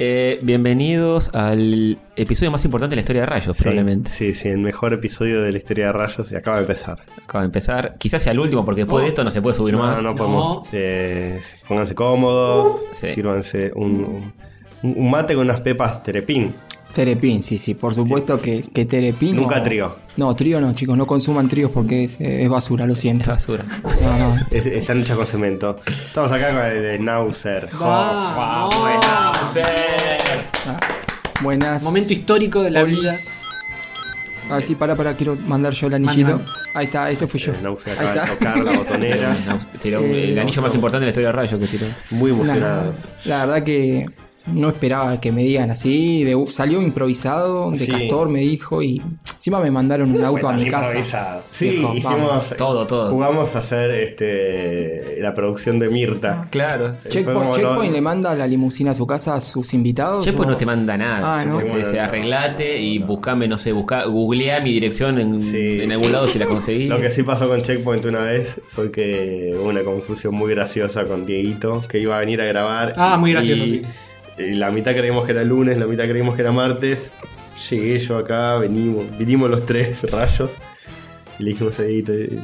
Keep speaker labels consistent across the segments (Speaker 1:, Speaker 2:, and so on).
Speaker 1: Eh, bienvenidos al episodio más importante de la historia de Rayos,
Speaker 2: Sí,
Speaker 1: probablemente.
Speaker 2: Sí, sí, el mejor episodio de la historia de Rayos y acaba de empezar.
Speaker 1: Acaba de empezar. Quizás sea el último, porque después
Speaker 3: No.
Speaker 1: de esto no se puede subir
Speaker 2: No,
Speaker 1: más.
Speaker 2: no podemos. eh, pónganse cómodos,
Speaker 1: Sí.
Speaker 2: sírvanse un, un- un mate con unas pepas terepín.
Speaker 3: Terepin, sí, sí, por supuesto que, que Terepin.
Speaker 2: Nunca
Speaker 3: o-
Speaker 2: trío.
Speaker 3: No, trío no, chicos, no consuman tríos porque es, eh, es basura, lo
Speaker 1: Es
Speaker 3: siento.
Speaker 1: basura.
Speaker 3: No, no.
Speaker 2: Es- están hechas con cemento. Estamos acá con el de Nauser.
Speaker 4: Vamos.
Speaker 3: Buenas.
Speaker 4: Momento histórico de la
Speaker 3: Polis.
Speaker 4: vida.
Speaker 3: A ver si para, para, quiero mandar yo el anillito.
Speaker 4: mande.
Speaker 3: Ahí está, ese fui yo.
Speaker 2: El Nauser
Speaker 3: Ahí
Speaker 2: acaba de
Speaker 3: está.
Speaker 2: tocar la botonera.
Speaker 1: Tiró un- el
Speaker 3: Eh,
Speaker 1: anillo más importante de la historia de Rayos que tiró.
Speaker 2: Muy
Speaker 3: La,
Speaker 2: emocionados.
Speaker 3: la verdad que no esperaba que me digan así. de- salió improvisado, de
Speaker 2: Sí.
Speaker 3: Castor me dijo y encima me mandaron un auto a mi casa.
Speaker 2: Improvisado. Sí,
Speaker 3: Dijo,
Speaker 2: hicimos.
Speaker 3: vamos.
Speaker 1: Todo, todo.
Speaker 2: Jugamos a hacer este, la producción de Mirta.
Speaker 1: Claro.
Speaker 2: Fue como
Speaker 3: Checkpoint,
Speaker 2: lo-
Speaker 3: Checkpoint le manda la limusina a su casa a sus invitados.
Speaker 1: Che, pues
Speaker 3: ¿o?
Speaker 1: no te manda nada.
Speaker 3: Ah, ¿no?
Speaker 1: Te dice, arreglate y buscame, no sé, busca, googlea mi dirección en,
Speaker 2: Sí.
Speaker 1: en algún lado si la conseguí.
Speaker 2: Lo que sí pasó con Checkpoint una vez fue que hubo una confusión muy graciosa con Dieguito, que iba a venir a grabar.
Speaker 4: Ah,
Speaker 2: y-
Speaker 4: muy gracioso, sí.
Speaker 2: y la mitad creímos que era lunes, la mitad creímos que era martes. Llegué yo acá, venimos, vinimos los tres rayos. Y le dijimos a Dieguito, eh,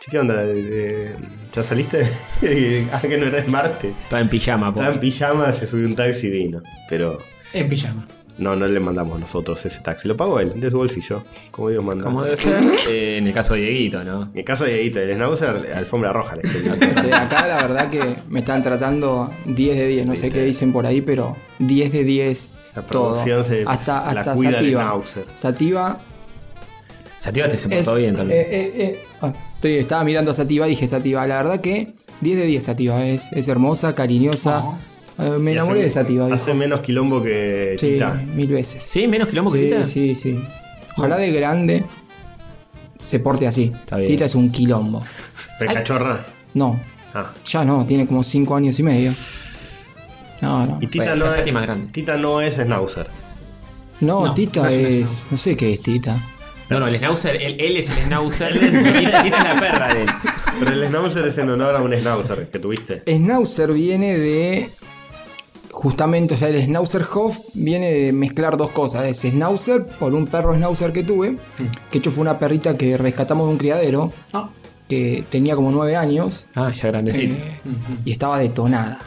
Speaker 2: che, ¿qué onda? Eh, ¿Ya saliste? Y, ah, que no era el martes.
Speaker 1: Estaba en pijama, po.
Speaker 2: Estaba en pijama, se subió un taxi y vino. Pero
Speaker 4: En pijama.
Speaker 2: no, no le mandamos nosotros ese taxi. Lo pagó él, de su bolsillo. Como Dios manda.
Speaker 1: Como debe ser. Eh, en el caso de Dieguito, ¿no?
Speaker 2: En el caso de Dieguito, el Schnauzer, alfombra roja le escribió.
Speaker 3: No sé, acá la verdad que me están tratando 10 de 10, no sé qué dicen por ahí, pero 10 de 10
Speaker 2: La
Speaker 3: todo.
Speaker 2: producción se-
Speaker 3: hasta
Speaker 2: la
Speaker 3: hasta
Speaker 2: cuida de
Speaker 3: Sativa.
Speaker 2: Nauser.
Speaker 3: Sativa
Speaker 1: Sativa te se
Speaker 3: es-
Speaker 1: portó bien también.
Speaker 3: eh, eh, eh, ah, estoy- estaba mirando a Sativa, dije Sativa, la verdad que 10 de 10 Sativa, es, es hermosa, cariñosa. Eh, me
Speaker 2: Y hace-
Speaker 3: enamoré de Sativa. viejo.
Speaker 2: Hace menos quilombo que
Speaker 3: Sí,
Speaker 2: Tita.
Speaker 3: mil veces.
Speaker 1: ¿Sí? ¿Menos quilombo que Tita?
Speaker 3: Sí, sí, sí. Ojalá de grande se porte así.
Speaker 1: Está bien.
Speaker 3: Tita es un quilombo.
Speaker 2: Pecachorra.
Speaker 3: No,
Speaker 2: Ah.
Speaker 3: ya no, tiene como 5 años y medio. No, no.
Speaker 2: Y Tita,
Speaker 1: Bueno, ya
Speaker 2: no
Speaker 1: es
Speaker 2: es,
Speaker 1: Tati más grande.
Speaker 2: Tita no es Schnauzer.
Speaker 3: No,
Speaker 4: No,
Speaker 3: Tita
Speaker 4: no es una
Speaker 3: es. No sé qué es Tita.
Speaker 1: No, no, el Schnauzer, él, él es el Schnauzer. Tita, Tita es la perra de él.
Speaker 2: Pero el Schnauzer es en honor a un Schnauzer que tuviste.
Speaker 3: Schnauzer viene de. Justamente, o sea, el Schnauzerhof viene de mezclar dos cosas. Es Schnauzer por un perro Schnauzer que
Speaker 4: Mm.
Speaker 3: tuve, que de hecho fue una perrita que rescatamos de un criadero
Speaker 4: No.
Speaker 3: que tenía como nueve años
Speaker 1: Ah, ya grandecito.
Speaker 3: eh, y estaba detonada.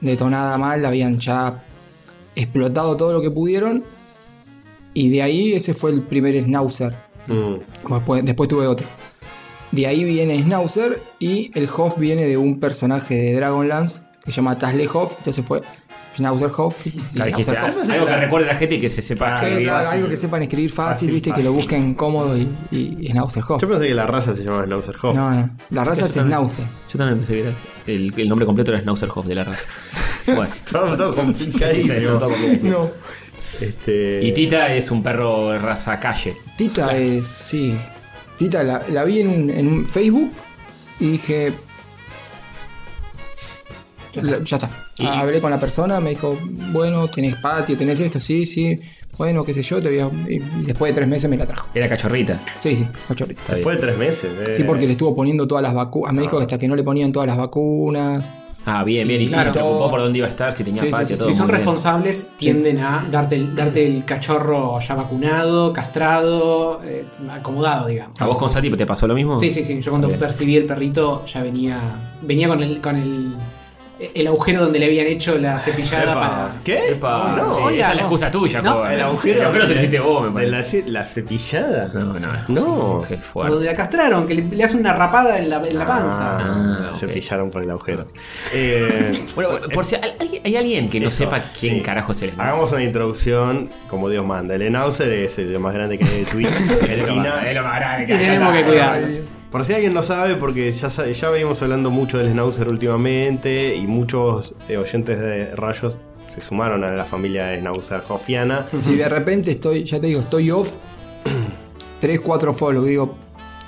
Speaker 3: Detonada mal, habían ya explotado todo lo que pudieron. Y de ahí ese fue el primer Schnauzer.
Speaker 2: Mm.
Speaker 3: Después, pues, después tuve otro. De ahí viene Schnauzer y el Hoff viene de un personaje de Dragonlance que se llama Tasle Hoff. Entonces fue Schnauzer Hoff y
Speaker 1: Claro, dijiste,
Speaker 3: Schnauzer Hoff.
Speaker 1: ah, algo que recuerde a la gente y que se sepa.
Speaker 2: Ah,
Speaker 3: Sí,
Speaker 2: bien,
Speaker 3: claro,
Speaker 2: fácil.
Speaker 3: algo que sepan escribir fácil,
Speaker 2: Fácil,
Speaker 3: viste, que lo busquen cómodo y, y Schnauzer Hoff.
Speaker 2: Yo pensé que la raza se llamaba Schnauzer Hoff.
Speaker 3: No, no. La raza es Schnauzer.
Speaker 1: Yo también pensé que era el, el nombre completo era Schnauzerhof de la raza. Bueno.
Speaker 2: Todo, todo complicadísimo.
Speaker 1: Todo complicadísimo.
Speaker 2: No. Este,
Speaker 1: Y Tita es un perro de raza calle.
Speaker 3: Tita es, sí. Tita la, la vi en un, en un Facebook y dije. la- Ya está. Ah, Hablé con la persona, me dijo, bueno, tenés patio, tenés esto, sí, sí. Bueno, qué sé yo, te voy a- Y y después de tres meses me la trajo.
Speaker 1: Era cachorrita.
Speaker 3: Sí, sí, cachorrita.
Speaker 1: Está bien.
Speaker 2: Después de tres meses. eh.
Speaker 3: Sí, porque le estuvo poniendo todas las vacunas. Me dijo que hasta que no le ponían todas las vacunas.
Speaker 1: Ah, bien, bien. Y
Speaker 3: Claro.
Speaker 1: se preocupó por dónde iba a estar, si tenía
Speaker 3: Sí, sí,
Speaker 1: patio,
Speaker 3: sí,
Speaker 1: todo.
Speaker 3: sí,
Speaker 4: Si son
Speaker 1: muy bien.
Speaker 4: responsables, tienden a darte el, darte el cachorro ya vacunado, castrado, eh, acomodado, digamos.
Speaker 1: ¿A vos con Sati te pasó lo mismo?
Speaker 4: Sí, sí, sí. Yo
Speaker 1: Ah.
Speaker 4: cuando
Speaker 1: Bien.
Speaker 4: percibí el perrito ya venía. Venía con el. con el. el agujero donde le habían hecho la cepillada
Speaker 2: Epa.
Speaker 4: para.
Speaker 2: ¿Qué?
Speaker 1: Epa,
Speaker 2: No,
Speaker 1: sí,
Speaker 4: oiga,
Speaker 1: esa es la
Speaker 4: no.
Speaker 1: excusa tuya,
Speaker 4: No,
Speaker 1: joven.
Speaker 2: El agujero.
Speaker 1: Yo creo que lo
Speaker 2: de-
Speaker 1: sentiste vos, me
Speaker 2: de
Speaker 1: parece.
Speaker 2: la, ce- la cepillada.
Speaker 1: No, no,
Speaker 2: No.
Speaker 1: Qué
Speaker 4: Por
Speaker 1: fuerte.
Speaker 4: donde la castraron, que le, le hace una rapada en la, en la panza.
Speaker 2: Ah,
Speaker 1: Ah, ok.
Speaker 2: Cepillaron por el agujero. Eh,
Speaker 1: Bueno, bueno, por si hay alguien- hay alguien que no
Speaker 2: Eso,
Speaker 1: sepa quién
Speaker 2: Eh, sí.
Speaker 1: carajo es el Schnauzer.
Speaker 2: Hagamos una introducción como Dios manda. El Enauser es el más grande que hay de Twitch. El Ina-
Speaker 4: que hay. tenemos que cuidarnos.
Speaker 2: Por si alguien no sabe, porque ya, sa- ya venimos hablando mucho del Snauzer últimamente y muchos eh, oyentes de Rayos se sumaron a la familia de Snauzer sofiana.
Speaker 3: Si de repente estoy, ya te digo, estoy off, 3, 4 follows, digo,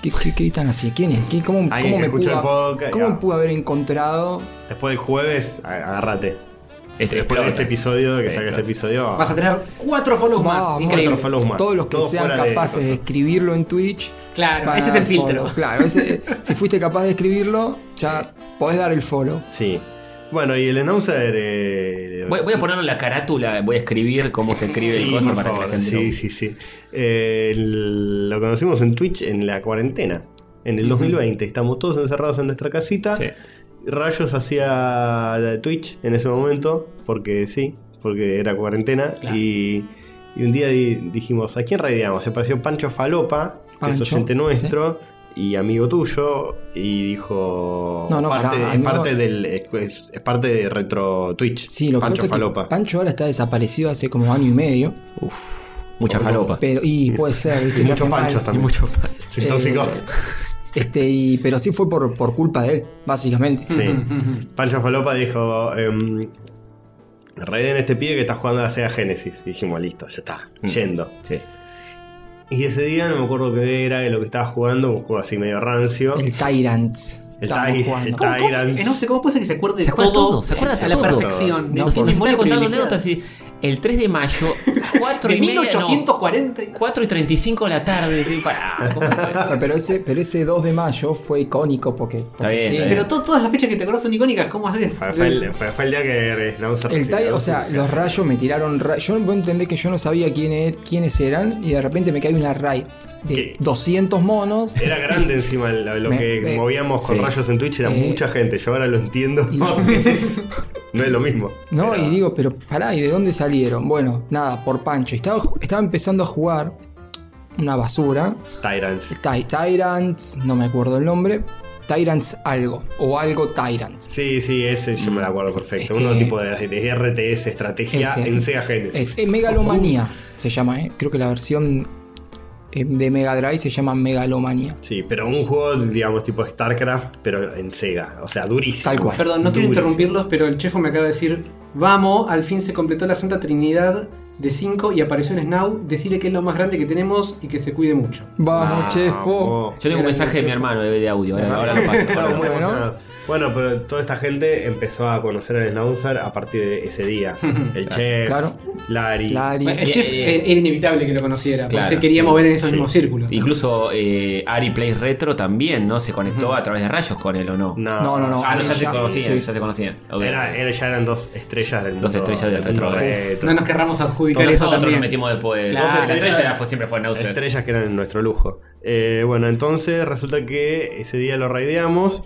Speaker 3: ¿qué, qué, qué están así? ¿Quién es? ¿Qué- ¿Cómo,
Speaker 2: Alguien
Speaker 3: cómo
Speaker 2: que
Speaker 3: me
Speaker 2: escuchó
Speaker 3: pudo,
Speaker 2: el podcast,
Speaker 3: cómo
Speaker 2: ya.
Speaker 3: me pudo haber encontrado?
Speaker 2: Después del jueves, a- agárrate.
Speaker 1: Este,
Speaker 2: Después de este
Speaker 1: episodio.
Speaker 2: episodio, que
Speaker 1: Sí,
Speaker 2: saca
Speaker 1: claro.
Speaker 2: este episodio.
Speaker 4: Vas a tener cuatro follows más.
Speaker 3: Vamos.
Speaker 4: Increíble.
Speaker 2: Cuatro follows más.
Speaker 3: Todos los que
Speaker 2: Todo
Speaker 3: sean
Speaker 2: fuera de
Speaker 3: capaces de,
Speaker 2: cosa.
Speaker 3: escribirlo en Twitch.
Speaker 4: Claro,
Speaker 3: van a
Speaker 4: ese es
Speaker 3: dar
Speaker 4: el filtro.
Speaker 3: eh, follow. Claro, ese- si fuiste capaz de escribirlo, ya podés dar el follow.
Speaker 2: Sí. Bueno, y el announcer. eh,
Speaker 1: Voy, voy a ponerlo en la carátula, voy a escribir cómo se escribe el
Speaker 2: Sí,
Speaker 1: coso
Speaker 2: por
Speaker 1: para
Speaker 2: favor,
Speaker 1: que la gente
Speaker 2: sí,
Speaker 1: lo-
Speaker 2: sí, sí. Eh, el- lo conocimos en Twitch en la cuarentena, en el 2020. Estamos todos encerrados en nuestra casita.
Speaker 1: Sí.
Speaker 2: Rayos hacía Twitch en ese momento, porque sí, porque era cuarentena.
Speaker 4: Claro.
Speaker 2: Y, y un día di- dijimos, ¿a quién raideamos? Se apareció Pancho Falopa, que es
Speaker 3: Pancho,
Speaker 2: oyente nuestro. Y amigo tuyo, y dijo.
Speaker 3: No, no,
Speaker 2: parte,
Speaker 3: pará,
Speaker 2: es,
Speaker 3: amigo-
Speaker 2: parte del, es, es parte de Retro Twitch.
Speaker 3: Sí, lo que
Speaker 2: Pancho
Speaker 3: pasa es que
Speaker 2: Falopa.
Speaker 3: Pancho ahora está desaparecido hace como año y medio.
Speaker 1: Mucha falopa.
Speaker 3: Pero, y puede ser, ¿viste?
Speaker 2: Y
Speaker 3: le
Speaker 2: muchos
Speaker 3: hace mal.
Speaker 2: panchos también.
Speaker 1: Y mucho fal-
Speaker 2: Sí, tóxico.
Speaker 3: Eh, Este, y, pero sí fue por, por culpa de él, básicamente.
Speaker 2: Sí.
Speaker 4: Ujú.
Speaker 2: Pancho Falopa dijo: em, Raiden este pibe que está jugando a Sega Genesis. Y dijimos: Listo, ya está,
Speaker 1: Mm.
Speaker 2: yendo.
Speaker 1: Sí.
Speaker 2: Y ese día no me acuerdo qué era de lo que estaba jugando, un juego así medio rancio.
Speaker 3: El Tyrants.
Speaker 2: El
Speaker 3: Estábamos
Speaker 2: Ty-
Speaker 3: jugando.
Speaker 2: el Ty- Tyrants.
Speaker 4: Eh, No sé cómo puede ser que se acuerde
Speaker 1: Se acuerda
Speaker 4: todo,
Speaker 1: todo, se acuerda
Speaker 4: a
Speaker 1: de
Speaker 4: la
Speaker 1: todo.
Speaker 4: perfección.
Speaker 3: No,
Speaker 1: No, si
Speaker 3: por-
Speaker 1: les voy a
Speaker 4: Está
Speaker 1: contar una anécdota
Speaker 4: privilegiada.
Speaker 1: así. El 3 de mayo, 4
Speaker 4: De
Speaker 1: y media, no,
Speaker 4: 1840.
Speaker 1: 4 y 35 de la tarde. Sí, pará, ¿cómo fue?
Speaker 3: Ah, Pero ese, pero ese 2 de mayo fue icónico porque. porque
Speaker 1: bien,
Speaker 3: sí,
Speaker 1: está bien.
Speaker 4: Pero to- todas las fechas que te acuerdas son icónicas, ¿cómo haces?
Speaker 2: Fue, fue el, fue- fue el día que Snauzer
Speaker 3: El Ty- o sea, los rayos me tiraron. ra- Yo no puedo entender que yo no sabía quién er- quiénes eran y de repente me cae una raid de
Speaker 2: ¿Qué? Eh,
Speaker 3: 200 monos.
Speaker 2: Era grande encima lo, lo
Speaker 3: Me-
Speaker 2: que
Speaker 3: me-
Speaker 2: movíamos con
Speaker 1: sí.
Speaker 2: rayos en Twitch, era
Speaker 3: Eh,
Speaker 2: mucha gente. Yo ahora lo entiendo.
Speaker 3: y-
Speaker 2: no es lo mismo.
Speaker 3: No,
Speaker 2: Pero-
Speaker 3: y digo, pero pará, ¿y de dónde salieron? Bueno, nada, por Pancho. Estaba, estaba empezando a jugar una basura.
Speaker 2: Tyrants.
Speaker 3: Ty- Tyrants, no me acuerdo el nombre. Tyrants algo, o algo Tyrants.
Speaker 2: Sí, sí, ese yo me lo acuerdo perfecto.
Speaker 3: Este-
Speaker 2: Uno tipo de, de RTS, estrategia
Speaker 3: Ese.
Speaker 2: en Sega Genesis.
Speaker 3: Es eh, Megalomanía, se llama, ¿eh? Creo que la versión eh, de Mega Drive se llama Megalomanía.
Speaker 2: Sí, pero un juego, digamos, tipo StarCraft, pero en Sega. O sea, durísimo.
Speaker 3: Tal cual.
Speaker 4: Perdón, no quiero
Speaker 2: Durísimo.
Speaker 4: interrumpirlos, pero el chefo me acaba de decir, vamos, al fin se completó la Santa Trinidad de 5 y apareció en Snow, decirle que es lo más grande que tenemos y que se cuide mucho.
Speaker 3: Vamos,
Speaker 2: Vamos.
Speaker 3: chefo.
Speaker 1: Yo tengo un mensaje de mi hermano de de audio. Ahora, ahora lo paso.
Speaker 2: Estaban
Speaker 1: ahora lo
Speaker 2: muy
Speaker 1: paso.
Speaker 3: Bueno.
Speaker 2: emocionados. Bueno, pero toda esta gente empezó a conocer al Snauzer a partir de ese día. El Chef,
Speaker 3: Claro.
Speaker 2: Larry.
Speaker 3: Lari.
Speaker 4: Bueno, el
Speaker 1: y-
Speaker 4: chef
Speaker 1: y-
Speaker 4: eh, era inevitable que lo conociera,
Speaker 1: Claro.
Speaker 4: porque se quería mover en esos
Speaker 2: Sí.
Speaker 4: mismos círculos.
Speaker 1: Incluso eh, Ari Play Retro también, ¿no? Se conectó a través de rayos con él o no.
Speaker 2: No,
Speaker 3: No, no, no.
Speaker 1: Ah, no, ya se
Speaker 3: Ya,
Speaker 1: conocían,
Speaker 3: sí.
Speaker 1: ya se conocían. Ok.
Speaker 2: Era, era- ya eran dos estrellas del
Speaker 1: Dos
Speaker 2: mundo-
Speaker 1: estrellas del
Speaker 2: mundo
Speaker 1: retro.
Speaker 4: No nos querramos adjudicar eso
Speaker 1: Nosotros nos
Speaker 4: también.
Speaker 1: metimos después.
Speaker 4: Claro.
Speaker 1: Entonces, la estrella era- fue- siempre fue Nauser.
Speaker 2: Estrellas que eran nuestro lujo. Eh, bueno, entonces resulta que ese día lo raideamos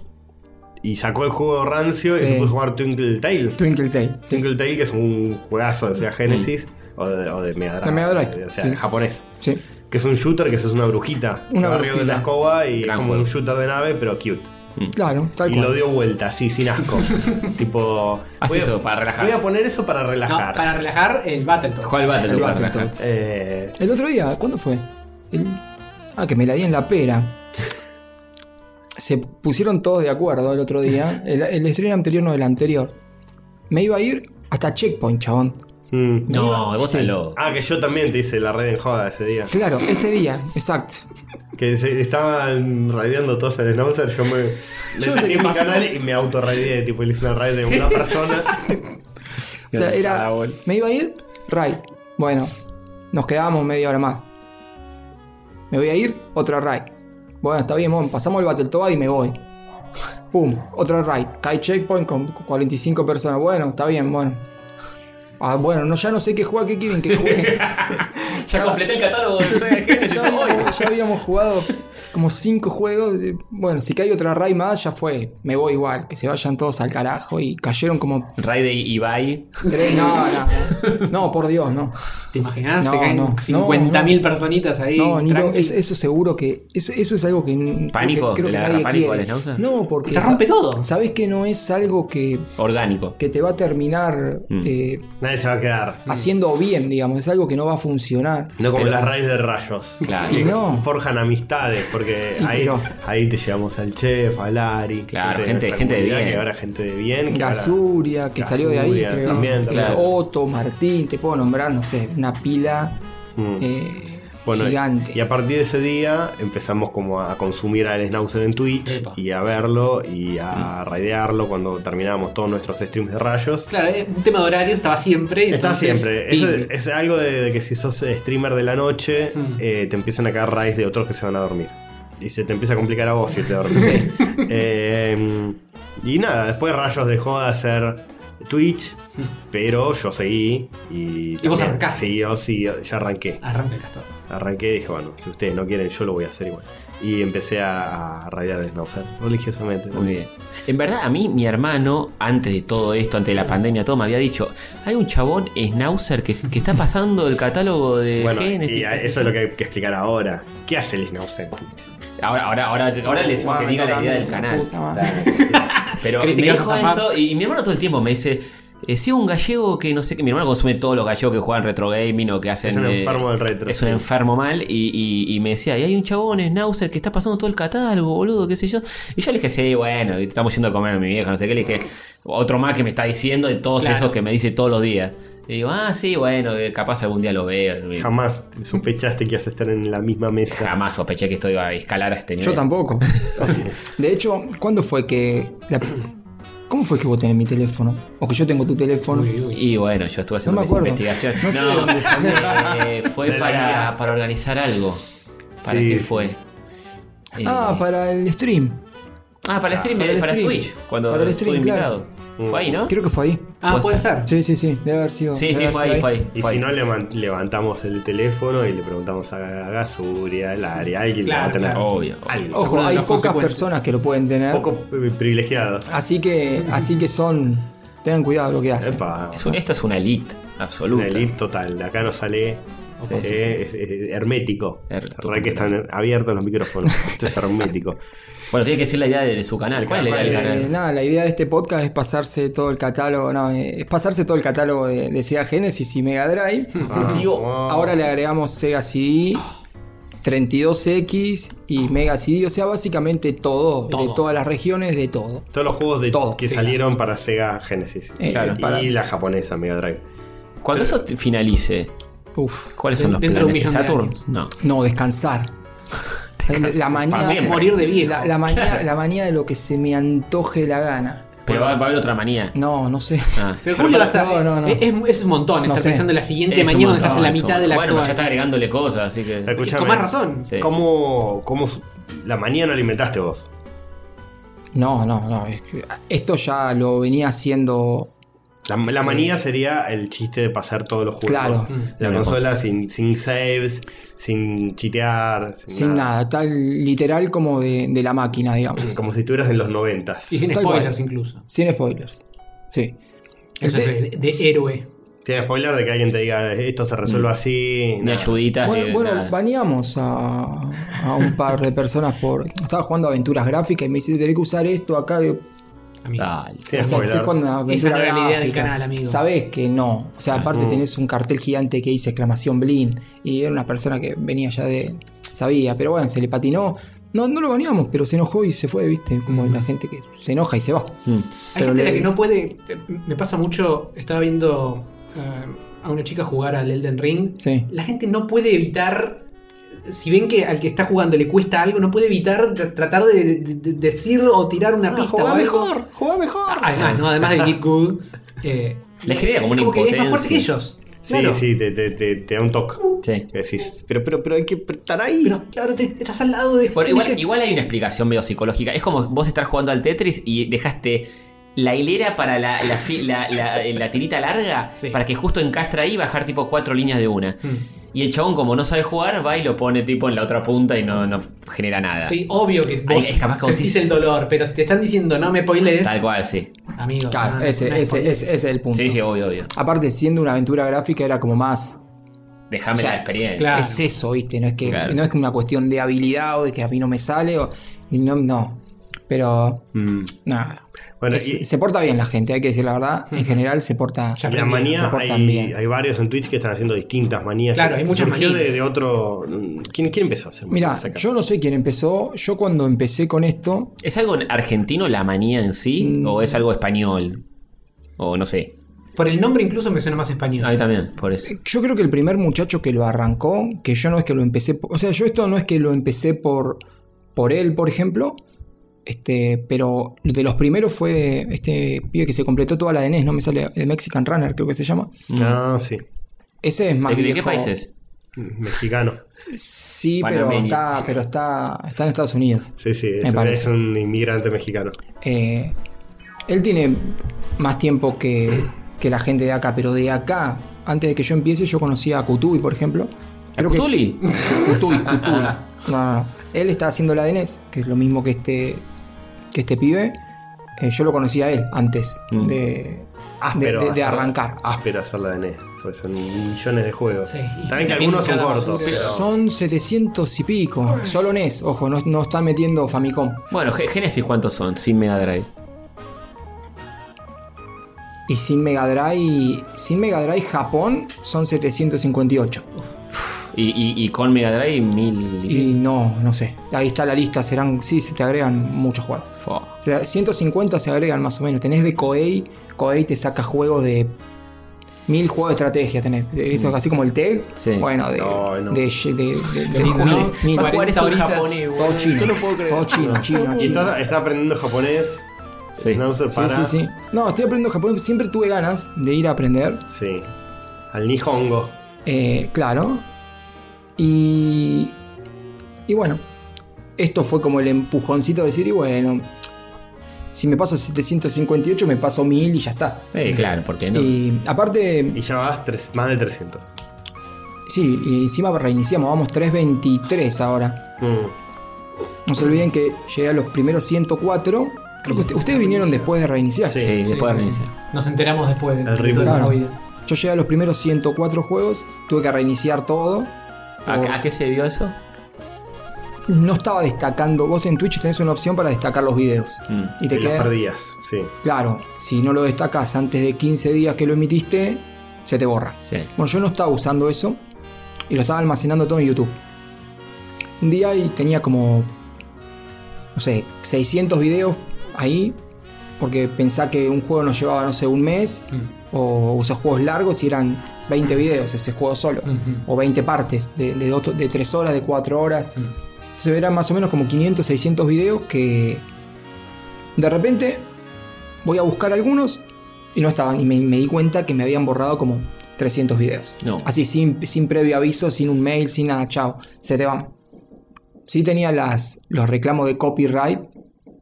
Speaker 2: y sacó el juego rancio
Speaker 3: Sí.
Speaker 2: y se puso a jugar Twinkle Tail.
Speaker 3: Twinkle Tail. sí.
Speaker 2: Twinkle Tail, que es un juegazo de Sega Genesis o, de, o de Mega Drive.
Speaker 3: De Mega Drive,
Speaker 2: O sea,
Speaker 3: sí.
Speaker 2: japonés.
Speaker 3: Sí.
Speaker 2: Que es un shooter que es una brujita.
Speaker 3: Una
Speaker 2: Una barrio de
Speaker 3: brujita.
Speaker 2: la escoba y
Speaker 1: Gran
Speaker 2: es como
Speaker 1: juego.
Speaker 2: un shooter de nave, pero cute.
Speaker 3: Claro, tal
Speaker 2: y
Speaker 3: cual.
Speaker 2: lo dio vuelta, así, sin asco. tipo.
Speaker 1: Haz
Speaker 2: voy a-
Speaker 1: eso para relajar.
Speaker 2: Voy a poner eso para
Speaker 4: No,
Speaker 2: relajar.
Speaker 4: para relajar el Battletoads.
Speaker 1: Juega al Battle
Speaker 3: El
Speaker 1: para
Speaker 3: Battletoads.
Speaker 1: relajar.
Speaker 2: Eh,
Speaker 3: El otro día, ¿cuándo fue? El- Ah, que me la di en la pera. Se pusieron todos de acuerdo el otro día. El, el estreno anterior, no el anterior. Me iba a ir hasta Checkpoint, chabón.
Speaker 2: mm.
Speaker 3: Me
Speaker 1: No,
Speaker 3: iba-
Speaker 1: vos
Speaker 3: sí.
Speaker 1: estás loco.
Speaker 2: Ah, que yo también te hice la red en joda ese día.
Speaker 3: Claro, ese día, exacto.
Speaker 2: Que se- estaban raideando todos el Snowser, yo me le
Speaker 3: Yo no sé
Speaker 2: metí
Speaker 3: qué
Speaker 2: en mi
Speaker 3: pasó.
Speaker 2: canal y me auto raideé, tipo le hice una raid de una persona.
Speaker 3: O sea, era.
Speaker 2: Chabón.
Speaker 3: Me iba a ir, Ray. Bueno, nos quedábamos media hora más. Me voy a ir, otra Ray. Bueno, está bien, mon, pasamos el Battletoad y me voy. Pum, otra Ray. Cae checkpoint con 45 personas. Bueno, está bien, bueno. Ah, bueno, no, ya no sé qué jugar, qué quieren que juegue.
Speaker 1: Ya completé el catálogo de Sega Genesis,
Speaker 3: ya,
Speaker 1: ya voy.
Speaker 3: habíamos, ya habíamos jugado como 5 juegos. de- Bueno, si cae otra Ray más, ya fue. Me voy igual, que se vayan todos al carajo. Y cayeron como
Speaker 1: Ray de Ibai.
Speaker 3: tres. No, no. No, por Dios, no.
Speaker 4: ¿Te imaginás?
Speaker 3: No,
Speaker 4: Te caen
Speaker 3: no, no,
Speaker 4: 50.000 personitas ahí.
Speaker 3: No, ni
Speaker 4: tranqui.
Speaker 3: lo- es- eso seguro que. Eso, eso es algo que. n-
Speaker 1: ¿Pánico?
Speaker 3: Creo que, creo
Speaker 1: ¿Le
Speaker 3: que
Speaker 1: agarra
Speaker 3: nadie
Speaker 1: pánico
Speaker 3: quiere.
Speaker 1: al Schnauzer?
Speaker 3: No, porque.
Speaker 4: Te rompe todo.
Speaker 3: Sabes que no es algo que,
Speaker 1: Orgánico.
Speaker 3: que te va a terminar
Speaker 1: Mm.
Speaker 3: eh,
Speaker 2: Nadie se va a quedar.
Speaker 3: haciendo bien, digamos. Es algo que no va a funcionar.
Speaker 2: No como
Speaker 1: Pero-
Speaker 2: las raids de rayos.
Speaker 1: Claro.
Speaker 2: Que
Speaker 3: No.
Speaker 2: forjan amistades, porque
Speaker 3: Y
Speaker 2: ahí,
Speaker 3: pero-
Speaker 2: ahí te llevamos al chef, a Lari.
Speaker 1: Claro, gente-
Speaker 2: nuestra
Speaker 1: gente de
Speaker 2: comunidad,
Speaker 1: bien.
Speaker 2: Que ahora gente de bien. que ahora-
Speaker 3: Gasuria, que salió de ahí,
Speaker 2: Gasuria,
Speaker 3: creo.
Speaker 2: también,
Speaker 3: Que
Speaker 2: claro.
Speaker 3: Otto, Martín, te puedo nombrar, no sé, una pila
Speaker 2: Mm.
Speaker 3: eh,
Speaker 2: Bueno,
Speaker 3: gigante.
Speaker 2: y a partir de ese día empezamos como a consumir al Snauzer en Twitch
Speaker 4: Epa.
Speaker 2: y a verlo y a raidearlo cuando terminábamos todos nuestros streams de rayos.
Speaker 4: Claro, eh, un tema de horario estaba siempre.
Speaker 2: Está
Speaker 4: entonces,
Speaker 2: siempre. Eso
Speaker 4: pim.
Speaker 2: es algo de, de que si sos eh, streamer de la noche,
Speaker 4: Mm.
Speaker 2: eh, te empiezan a caer raids de otros que se van a dormir. y se te empieza a complicar a vos si te dormís. Eh, y nada, después Rayos dejó de hacer Twitch, pero yo seguí y.
Speaker 4: Y vos
Speaker 2: también-
Speaker 4: arrancaste.
Speaker 2: Sí, yo sí, ya arranqué.
Speaker 4: Arranca el castor.
Speaker 2: Arranqué y dije, bueno, si ustedes no quieren, yo lo voy a hacer igual. Y empecé a, a radiar el Snauzer religiosamente.
Speaker 1: Muy bien. En verdad, a mí, mi hermano, antes de todo esto, antes de la pandemia, todo me había dicho: hay un chabón Schnauzer que, que está pasando el catálogo de
Speaker 2: Bueno,
Speaker 1: Genesis.
Speaker 2: y a- eso es lo que hay que explicar ahora. ¿Qué hace el Snauzer en Twitch?
Speaker 1: Ahora, ahora, ahora, ahora le decimos
Speaker 3: Ah,
Speaker 1: que
Speaker 3: me
Speaker 1: diga la
Speaker 3: toca
Speaker 1: idea
Speaker 3: a mí,
Speaker 1: del
Speaker 3: la
Speaker 1: canal.
Speaker 3: puta madre.
Speaker 1: Pero me
Speaker 4: Cristi, ¿qué
Speaker 1: dijo
Speaker 4: vas a zafar?
Speaker 1: eso y mi hermano todo el tiempo me dice, eh, sí, un gallego que no sé qué, mi hermano consume todos los gallegos que juegan retro gaming o que hacen...
Speaker 2: Es un
Speaker 1: eh,
Speaker 2: enfermo del retro,
Speaker 1: Es
Speaker 2: sí.
Speaker 1: un enfermo mal y, y- y me decía, y hay un chabón, Snauzer, que está pasando todo el catálogo, boludo, qué sé yo. Y yo le dije, sí, bueno, y estamos yendo a comer a mi vieja, no sé qué, le dije, otro más que me está diciendo de todos
Speaker 4: Claro.
Speaker 1: esos que me dice todos los días. Y digo, ah, sí, bueno, eh, capaz algún día lo veo. Y
Speaker 2: Jamás te sospechaste que ibas a estar en la misma mesa.
Speaker 1: Jamás sospeché que esto iba a escalar a este nivel.
Speaker 3: Yo tampoco. O sea, De hecho, ¿cuándo fue que. la- ¿Cómo fue que vos tenés mi teléfono? O que yo tengo tu teléfono.
Speaker 4: Uy, uy.
Speaker 1: Y bueno, yo estuve haciendo
Speaker 3: No me
Speaker 1: mis
Speaker 3: acuerdo.
Speaker 1: investigaciones.
Speaker 3: No sé de dónde
Speaker 1: eh, fue
Speaker 2: De la
Speaker 1: para,
Speaker 2: guía.
Speaker 1: para organizar algo. ¿Para
Speaker 2: Sí,
Speaker 1: qué
Speaker 2: sí.
Speaker 1: fue? Eh,
Speaker 3: Ah, para el stream.
Speaker 1: ah, para el stream,
Speaker 3: para
Speaker 1: para,
Speaker 3: el stream.
Speaker 1: Twitch, cuando
Speaker 3: Para el
Speaker 1: estuve
Speaker 3: stream,
Speaker 1: invitado.
Speaker 3: claro.
Speaker 1: Fue ahí, ¿no?
Speaker 3: Creo que fue ahí.
Speaker 4: Ah,
Speaker 1: Puede
Speaker 4: puede
Speaker 1: ser.
Speaker 4: ser.
Speaker 3: Sí, sí, sí. Debe haber sido.
Speaker 1: Sí,
Speaker 3: debe
Speaker 1: sí,
Speaker 3: haber
Speaker 1: fue
Speaker 3: sido
Speaker 1: ahí, fue ahí.
Speaker 2: Y
Speaker 1: fue
Speaker 2: si
Speaker 1: ahí.
Speaker 2: no, levan- levantamos el teléfono y le preguntamos a Gasuria, el área, alguien
Speaker 4: Claro,
Speaker 2: la va a tener.
Speaker 4: claro.
Speaker 1: Obvio.
Speaker 2: Alguien.
Speaker 3: Ojo,
Speaker 4: Alguna de
Speaker 3: hay
Speaker 4: las
Speaker 3: pocas
Speaker 4: consecuencias.
Speaker 3: personas que lo pueden tener.
Speaker 2: Poco privilegiados.
Speaker 3: Así que, así que son. Tengan cuidado lo que hacen.
Speaker 2: Epa,
Speaker 1: Es un- esto es una elite absoluta.
Speaker 2: una elite total. De acá no sale.
Speaker 1: Sí,
Speaker 2: eh,
Speaker 1: sí, sí.
Speaker 2: Es, es hermético.
Speaker 1: Her-
Speaker 2: Re que están abiertos los micrófonos. Esto es hermético.
Speaker 1: Bueno, tiene que ser la idea de, de su canal. ¿Cuál es la idea
Speaker 3: Eh,
Speaker 1: del canal?
Speaker 3: nada, la idea de este podcast es pasarse todo el catálogo, no, eh, es pasarse todo el catálogo de, de Sega Genesis y Mega Drive.
Speaker 2: Ah,
Speaker 1: Digo,
Speaker 2: wow.
Speaker 3: Ahora le agregamos Sega CD, 32X y Mega CD, o sea, básicamente todo,
Speaker 4: Todo.
Speaker 3: de todas las regiones, de todo.
Speaker 2: Todos los juegos de,
Speaker 3: Todo,
Speaker 2: que
Speaker 3: sí.
Speaker 2: salieron para Sega Genesis.
Speaker 3: Eh,
Speaker 2: Claro.
Speaker 3: para-
Speaker 2: Y la japonesa Mega Drive.
Speaker 1: Cuando eso te finalice,
Speaker 3: Uf,
Speaker 1: ¿cuáles son los
Speaker 4: Dentro de un
Speaker 1: planes?
Speaker 4: millón de
Speaker 1: ¿Saturn?
Speaker 4: años.
Speaker 1: No.
Speaker 3: no, descansar. La- La
Speaker 1: Para
Speaker 3: manía,
Speaker 1: siempre.
Speaker 4: Morir de viejo.
Speaker 3: La, la manía, la manía de lo que se me antoje la gana.
Speaker 1: Pero va, va a haber otra manía.
Speaker 3: No, no sé.
Speaker 1: Ah.
Speaker 4: Pero ¿cómo lo vas a
Speaker 3: No, no, no.
Speaker 4: Es, es- es un montón
Speaker 3: No
Speaker 4: estar
Speaker 3: sé.
Speaker 4: pensando en la siguiente
Speaker 1: Es un
Speaker 4: mañana donde
Speaker 1: montón,
Speaker 4: estás en la
Speaker 1: es un
Speaker 4: mitad de la
Speaker 1: montón. Bueno,
Speaker 4: actual.
Speaker 1: ya está agregándole cosas, así que.
Speaker 4: Y
Speaker 2: Escuchame.
Speaker 4: Con más razón.
Speaker 1: Sí.
Speaker 2: ¿Cómo, cómo su- la manía no alimentaste vos?
Speaker 3: No, no, no. es que Esto ya lo venía haciendo
Speaker 2: La, la manía sería el chiste de pasar todos los juegos.
Speaker 3: Eh. Claro.
Speaker 2: La
Speaker 1: Mm.
Speaker 2: consola sin, sin saves, sin chitear, sin,
Speaker 3: sin
Speaker 2: nada.
Speaker 3: nada, tal literal como de, de la máquina, digamos.
Speaker 2: Como si estuvieras en los noventas.
Speaker 4: Y sin
Speaker 3: Tal
Speaker 4: spoilers
Speaker 3: cual.
Speaker 4: incluso.
Speaker 3: Sin spoilers. Sí. El
Speaker 4: Eso
Speaker 3: te-
Speaker 4: es de, de héroe.
Speaker 2: Tiene spoiler de que alguien te diga esto se resuelve
Speaker 3: Mm.
Speaker 2: así.
Speaker 1: Ni
Speaker 2: nada.
Speaker 1: ayuditas.
Speaker 3: Bueno,
Speaker 1: ni
Speaker 3: bueno,
Speaker 1: nada.
Speaker 3: baneamos a, a un par de personas por. Estaba jugando aventuras gráficas y me dice, tenés que usar esto acá. Yo,
Speaker 4: amigo.
Speaker 1: Dale.
Speaker 2: Tiene
Speaker 3: o sea,
Speaker 2: spoilers.
Speaker 3: estoy jugando una
Speaker 4: Esa
Speaker 3: aventura
Speaker 4: no era la idea del
Speaker 3: gráfica.
Speaker 4: canal, amigo. Ah.
Speaker 3: Sabés que no. O sea, aparte
Speaker 2: Mm.
Speaker 3: tenés un cartel gigante que dice exclamación blind. Y era una persona que venía ya de. sabía, pero bueno, se le patinó. No, no lo baneamos, pero se enojó y se fue, viste, como
Speaker 4: Mm.
Speaker 3: la gente que se enoja y se va.
Speaker 1: Mm.
Speaker 4: Hay
Speaker 3: Pero
Speaker 4: gente a la
Speaker 3: le-
Speaker 4: que no puede. eh, Me pasa mucho. Estaba viendo eh, a una chica jugar al Elden Ring.
Speaker 3: Sí.
Speaker 4: La gente no puede evitar. Si ven que al que está jugando le cuesta algo, no puede evitar tr- tratar de, de- de decir o tirar una pista o algo.
Speaker 3: Ah, jugá mejor.
Speaker 4: Además, ¿no? Además de Get Good. eh,
Speaker 1: Les genera como una
Speaker 4: Que es más fuerte que
Speaker 1: impotencia.
Speaker 4: ellos.
Speaker 2: Sí,
Speaker 4: Claro.
Speaker 2: sí, te, te- te- te da un toque.
Speaker 1: Sí.
Speaker 2: Que Decís, pero, pero, pero hay que apretar ahí.
Speaker 4: Pero claro, te- estás al lado de.
Speaker 1: Bueno,
Speaker 4: es
Speaker 1: igual,
Speaker 4: que-
Speaker 1: igual hay una explicación medio psicológica. Es como vos estás jugando al Tetris y dejaste la hilera para la, la, fi- la- la- la tirita larga
Speaker 4: Sí.
Speaker 1: para que justo encastra ahí y bajar tipo cuatro líneas de una.
Speaker 4: Mm.
Speaker 1: Y el chabón, como no sabe jugar, va y lo pone tipo en la otra punta y no, no genera nada.
Speaker 4: Sí, obvio que vos
Speaker 1: Ahí es capaz que vos
Speaker 4: sentís
Speaker 1: decís-
Speaker 4: el dolor, pero si te están diciendo no me spoilees,
Speaker 1: Tal cual, sí.
Speaker 4: amigo.
Speaker 3: Claro,
Speaker 4: no, no,
Speaker 3: ese,
Speaker 4: no
Speaker 3: ese,
Speaker 4: spoilees.
Speaker 3: ese- ese es el punto.
Speaker 1: Sí, sí, obvio, obvio.
Speaker 3: Aparte, siendo una aventura gráfica, era como más.
Speaker 1: Déjame
Speaker 3: O sea,
Speaker 1: la experiencia.
Speaker 4: claro.
Speaker 3: Es eso, ¿viste? No es, que,
Speaker 1: Claro.
Speaker 3: no es que una cuestión de habilidad o de que a mí no me sale. O, y no, no. Pero,
Speaker 2: Mm.
Speaker 3: nada.
Speaker 2: Bueno,
Speaker 3: Es-
Speaker 2: y-
Speaker 3: se porta bien la gente, hay que decir la verdad. En general, se porta.
Speaker 4: Ya
Speaker 2: la
Speaker 4: aprendieron,
Speaker 2: manía,
Speaker 3: se portan
Speaker 2: hay,
Speaker 3: bien.
Speaker 2: hay varios en Twitch que están haciendo distintas manías.
Speaker 4: Claro, hay muchas
Speaker 2: Surgió
Speaker 4: manías.
Speaker 2: De, de otro. ¿Quién, quién empezó a hacer
Speaker 3: Mira,
Speaker 2: manías acá?
Speaker 3: yo no sé quién empezó. Yo cuando empecé con esto,
Speaker 1: ¿Es algo argentino la manía en sí? ¿O es algo español? O no sé.
Speaker 4: Por el nombre incluso me suena más
Speaker 1: A mí
Speaker 4: español.
Speaker 1: también, por eso.
Speaker 3: yo creo que el primer muchacho que lo arrancó, que yo no es que lo empecé. por- o sea, yo esto no es que lo empecé por, por él, por ejemplo. Este, pero de los primeros fue este pibe que se completó toda la de E eh, NES, no me sale de Mexican Runner, creo que se llama.
Speaker 2: Ah, sí.
Speaker 3: Ese es más
Speaker 1: ¿De- de qué
Speaker 3: viejo.
Speaker 1: país es?
Speaker 2: Mexicano.
Speaker 3: Sí,
Speaker 1: Panameño.
Speaker 3: pero está, pero está, está en Estados Unidos.
Speaker 2: Sí, sí, es,
Speaker 3: Me parece.
Speaker 2: es un inmigrante mexicano.
Speaker 3: Eh, él tiene más tiempo que, que la gente de acá, pero de acá, antes de que yo empiece, yo conocía a Kutubi, por ejemplo. Creo que-
Speaker 1: Tuli.
Speaker 3: Kutubi, Kutubi. No, no, no. Él está haciendo la de NES, que es lo mismo que este, que este pibe. Eh, yo lo conocí a él antes
Speaker 1: Mm.
Speaker 3: de, de,
Speaker 2: Áspero
Speaker 3: de- de
Speaker 2: hacer-
Speaker 3: arrancar.
Speaker 2: Áspero hacer la de NES. Pues son millones de juegos.
Speaker 5: Sí.
Speaker 2: También que
Speaker 5: También
Speaker 2: algunos son
Speaker 5: cada
Speaker 2: cortos.
Speaker 5: basura.
Speaker 2: pero-
Speaker 3: Son 700 y pico. Solo NES, ojo, no, no están metiendo Famicom.
Speaker 1: Bueno, Ge- Genesis, ¿cuántos son? Sin Mega Drive.
Speaker 3: Y sin Mega Drive, sin Mega Drive Japón son 758.
Speaker 1: Y, y- y con Mega Drive, mil. y-
Speaker 3: Y no, no sé. Ahí está la lista, serán, sí, se te agregan muchos juegos.
Speaker 1: Fua.
Speaker 3: O sea, 150 se agregan más o menos. Tenés de Koei, Koei te saca juegos de mil juegos de estrategia. Tenés. Eso así como el TEG.
Speaker 1: Sí.
Speaker 3: Bueno, de,
Speaker 2: No, no.
Speaker 3: de, de, de- de
Speaker 5: Qué lindo,
Speaker 3: juegos,
Speaker 5: ¿no?
Speaker 3: mil.
Speaker 5: Va a jugar eso en Japón, eh,
Speaker 3: Todo chino. Todo chino, chino,
Speaker 2: Y
Speaker 3: chino.
Speaker 2: está, está aprendiendo japonés.
Speaker 1: Sí.
Speaker 2: Schnauzer
Speaker 3: Sí,
Speaker 2: para.
Speaker 3: sí, sí. No, estoy aprendiendo japonés. Siempre tuve ganas de ir a aprender.
Speaker 2: Sí. Al Nihongo.
Speaker 3: Eh, claro. Y. Y bueno. Esto fue como el empujoncito de decir, y bueno. Si me paso 758, me paso 1000 y ya está.
Speaker 1: Eh, claro, ¿por qué no?
Speaker 3: Y aparte,
Speaker 2: Y ya vas tres, más de 300.
Speaker 3: sí, y encima reiniciamos, vamos 323 ahora.
Speaker 2: Mm.
Speaker 3: No se olviden que llegué a los primeros 104. Creo que usted- ustedes vinieron después de reiniciar.
Speaker 1: sí,
Speaker 2: sí,
Speaker 1: después de
Speaker 5: sí, sí.
Speaker 1: reiniciar.
Speaker 5: Nos enteramos después de
Speaker 2: El
Speaker 5: de
Speaker 2: ritmo.
Speaker 5: toda esa
Speaker 3: Claro.
Speaker 5: movida.
Speaker 3: Yo llegué a los primeros 104 juegos, tuve que reiniciar todo.
Speaker 1: ¿A, a qué se dio eso?
Speaker 3: No estaba destacando. Vos en Twitch tenés una opción para destacar los videos.
Speaker 1: Mm.
Speaker 3: Y te
Speaker 2: Y los
Speaker 3: queda.
Speaker 2: perdías. Sí.
Speaker 3: Claro, si no lo destacas antes de 15 días que lo emitiste, se te borra.
Speaker 1: Sí.
Speaker 3: Bueno, yo no estaba usando eso y lo estaba almacenando todo en YouTube. Un día y tenía como, no sé, 600 videos ahí, porque pensá que un juego nos llevaba, no sé, un mes,
Speaker 4: Hmm.
Speaker 3: o usé juegos largos y eran 20 videos ese juego solo,
Speaker 4: Hmm,
Speaker 5: Ujú.
Speaker 3: o 20 partes, de, de, dos- de 3 horas, de 4 horas. Entonces eran más o menos como 500, 600 videos que de repente voy a buscar algunos y no estaban. Y me, me di cuenta que me habían borrado como 300 videos.
Speaker 1: No.
Speaker 3: Así, sin, sin previo aviso, sin un mail, sin nada. Chao, se te van. Sí tenía las, los reclamos de copyright,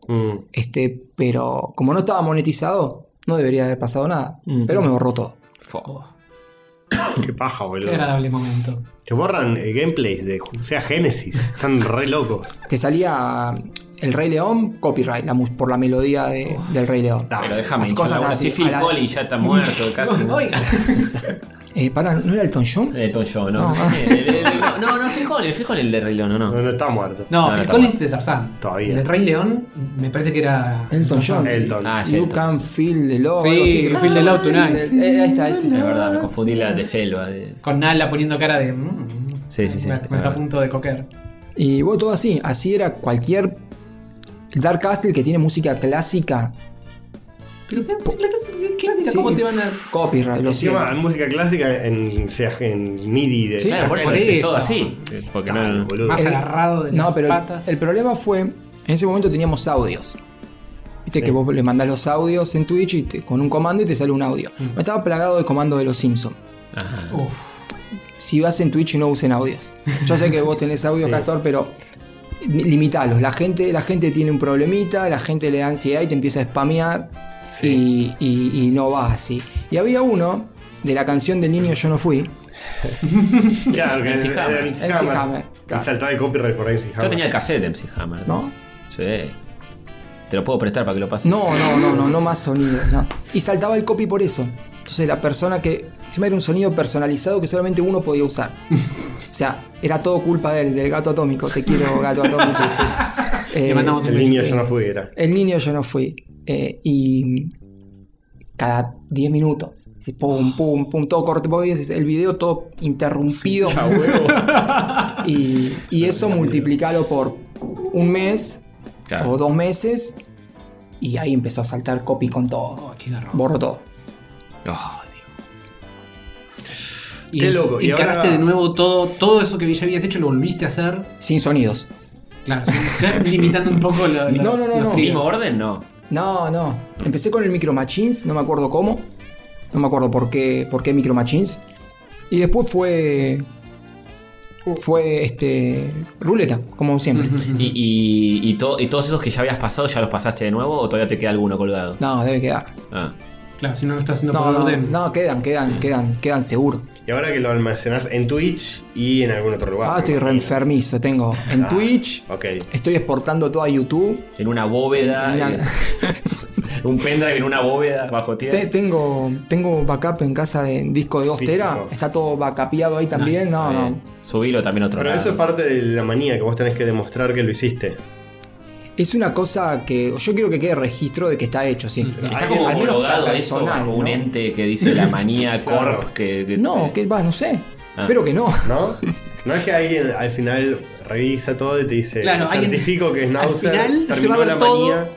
Speaker 2: Mm.
Speaker 3: este, pero como no estaba monetizado, no debería haber pasado nada.
Speaker 1: Ujú.
Speaker 3: Pero me borró todo.
Speaker 1: Fua.
Speaker 2: Qué paja,
Speaker 5: Qué
Speaker 2: boludo.
Speaker 5: agradable momento.
Speaker 2: Que borran eh, gameplays de o sea Genesis. Están re locos.
Speaker 3: Te salía El Rey León, copyright, la mus- por la melodía de- del Rey León.
Speaker 2: Da,
Speaker 1: Pero déjame,
Speaker 3: Las
Speaker 1: hinchar
Speaker 3: cosas
Speaker 1: la bola.
Speaker 3: así,
Speaker 1: Sí, Phil
Speaker 3: a la-
Speaker 1: Collins ya está muerto casi. ¿no?
Speaker 5: Oiga.
Speaker 3: Eh, pará, ¿no era Elton John?
Speaker 1: Eh, Tom Jones, no.
Speaker 3: No.
Speaker 1: El- el- el- No, no, no, Phil Collins, Phil Collins, el de Rey León, no,
Speaker 2: No,
Speaker 1: no.
Speaker 2: no está muerto.
Speaker 1: No,
Speaker 5: No, Phil
Speaker 1: no,
Speaker 5: Collins de Tarzán.
Speaker 2: Todavía.
Speaker 5: El del Rey León, me parece que era.
Speaker 3: Elton John.
Speaker 2: Elton.
Speaker 1: Ah, sí.
Speaker 3: You
Speaker 1: entonces.
Speaker 3: can feel the love.
Speaker 5: Sí,
Speaker 3: algo así,
Speaker 5: you
Speaker 3: creo.
Speaker 5: feel the love tonight.
Speaker 3: Eh, ahí está, ese.
Speaker 1: Es verdad, me confundí la de Selva. de-
Speaker 5: Con Nala poniendo cara de. mm,
Speaker 1: Sí, sí, sí.
Speaker 5: Me, me está a punto de coquer.
Speaker 3: Y vos todo así, así era cualquier Dark Castle que tiene música clásica,
Speaker 5: Pero, pero, pero, pero, Clásica,
Speaker 3: Sí.
Speaker 5: ¿cómo te van a.?
Speaker 3: copyright, lo
Speaker 2: Encima,
Speaker 3: siento.
Speaker 2: música clásica en, sea, en MIDI de.
Speaker 3: Sí,
Speaker 1: Claro, por eso
Speaker 5: por
Speaker 1: dice
Speaker 5: eso.
Speaker 1: todo así. Porque
Speaker 2: Dale,
Speaker 1: no.
Speaker 2: boludo.
Speaker 5: Más
Speaker 3: El-
Speaker 5: agarrado de
Speaker 3: No,
Speaker 5: las
Speaker 3: pero el-
Speaker 5: patas.
Speaker 3: el problema fue, en ese momento teníamos audios. Viste
Speaker 2: Sí.
Speaker 3: que vos le mandás los audios en Twitch y te- con un comando y te sale un audio.
Speaker 5: Mm.
Speaker 3: Estaba plagado de comandos de los Simpsons.
Speaker 1: Ajá.
Speaker 3: Uh,
Speaker 5: Uf,
Speaker 3: si vas en Twitch no usen audios. Yo sé que vos tenés audio,
Speaker 2: Sí.
Speaker 3: Castor, pero limitalos. La gente, la gente tiene un problemita, la gente le da ansiedad y te empieza a spamear
Speaker 2: Sí.
Speaker 3: y, y- y no va así. Y había uno de la canción del niño Yo no fui.
Speaker 2: Claro, que
Speaker 1: MC
Speaker 2: era
Speaker 1: Hammer.
Speaker 2: MC
Speaker 3: MC
Speaker 2: Hammer.
Speaker 3: Hammer, claro.
Speaker 2: Y saltaba el copyright por MC Hammer.
Speaker 1: Yo tenía el cassette de MC Hammer.
Speaker 3: ¿No?
Speaker 1: Sí. Te lo puedo prestar para que lo pases.
Speaker 3: No, no, no, no, no más sonidos. no. Y saltaba el copy por eso. Entonces la persona que. Encima era un sonido personalizado que solamente uno podía usar. O sea, era todo culpa del, del gato atómico. Te quiero, gato atómico. Eh,
Speaker 5: Le mandamos
Speaker 2: El niño yo no fui, era.
Speaker 3: El niño yo no fui. Eh, y cada 10 minutos, así, pum, pum, pum, todo corte, vos veías el video todo interrumpido.
Speaker 2: Ah,
Speaker 3: y, y eso multiplicalo por un mes
Speaker 1: Claro.
Speaker 3: o dos meses. Y ahí empezó a saltar copy con todo.
Speaker 5: oh, qué garrón.
Speaker 3: Borro todo.
Speaker 1: Oh, Dios.
Speaker 5: Y,
Speaker 2: Qué loco, y
Speaker 5: y encaraste
Speaker 2: ahora-
Speaker 5: de nuevo todo, todo eso que ya habías hecho, lo volviste a hacer.
Speaker 3: Sin sonidos.
Speaker 5: Claro, sí, limitando un poco lo- los,
Speaker 3: No, no, no,
Speaker 5: los
Speaker 3: no.
Speaker 5: tríos.
Speaker 1: ¿Mismo orden? No.
Speaker 3: No, no. Empecé con el Micro Machines, no me acuerdo cómo. No me acuerdo por qué, por qué Micro Machines. Y después fue
Speaker 5: Uh.
Speaker 3: fue este ruleta, como siempre.
Speaker 1: ¿Y, y, y, to- y todos esos que ya habías pasado, ya los pasaste de nuevo o todavía te queda alguno colgado?
Speaker 3: No, debe quedar.
Speaker 1: Ah.
Speaker 5: Claro, si no lo estás haciendo
Speaker 3: No,
Speaker 5: por
Speaker 3: no,
Speaker 5: orden.
Speaker 3: no, quedan, quedan, quedan, quedan seguro.
Speaker 2: Y ahora que lo almacenás en Twitch y en algún otro lugar.
Speaker 3: Ah, estoy re enfermizo. Tengo en
Speaker 2: Ah,
Speaker 3: Twitch,
Speaker 2: Ok.
Speaker 3: estoy exportando todo a YouTube.
Speaker 1: En una bóveda.
Speaker 3: En una-
Speaker 1: en- un pendrive en una bóveda bajo tierra.
Speaker 3: Te- tengo, tengo backup en casa de en disco de 2
Speaker 2: Físico.
Speaker 3: tera. Está todo backupeado ahí también.
Speaker 5: Nice,
Speaker 3: no,
Speaker 1: Está
Speaker 3: no.
Speaker 1: bien. Eh, Subilo también otro
Speaker 2: Pero
Speaker 1: lado.
Speaker 2: eso es parte de la manía que vos tenés que demostrar que lo hiciste.
Speaker 3: Es una cosa que yo quiero que quede registro de que está hecho, sí.
Speaker 1: Está
Speaker 2: Al
Speaker 1: como
Speaker 3: menos
Speaker 1: homologado
Speaker 3: para
Speaker 1: eso
Speaker 3: personal,
Speaker 1: bajo un
Speaker 3: ¿no?
Speaker 1: ente que dice la manía
Speaker 2: Claro.
Speaker 1: corp que, que-
Speaker 3: No, que va, no sé.
Speaker 1: Ah.
Speaker 3: Espero que no.
Speaker 2: ¿No? No es que alguien al final revisa todo y te dice,
Speaker 5: Claro, alguien-
Speaker 2: certifico que es
Speaker 5: al
Speaker 2: náusea,
Speaker 5: final se
Speaker 2: terminó
Speaker 5: va a ver
Speaker 2: la
Speaker 5: todo.
Speaker 2: manía,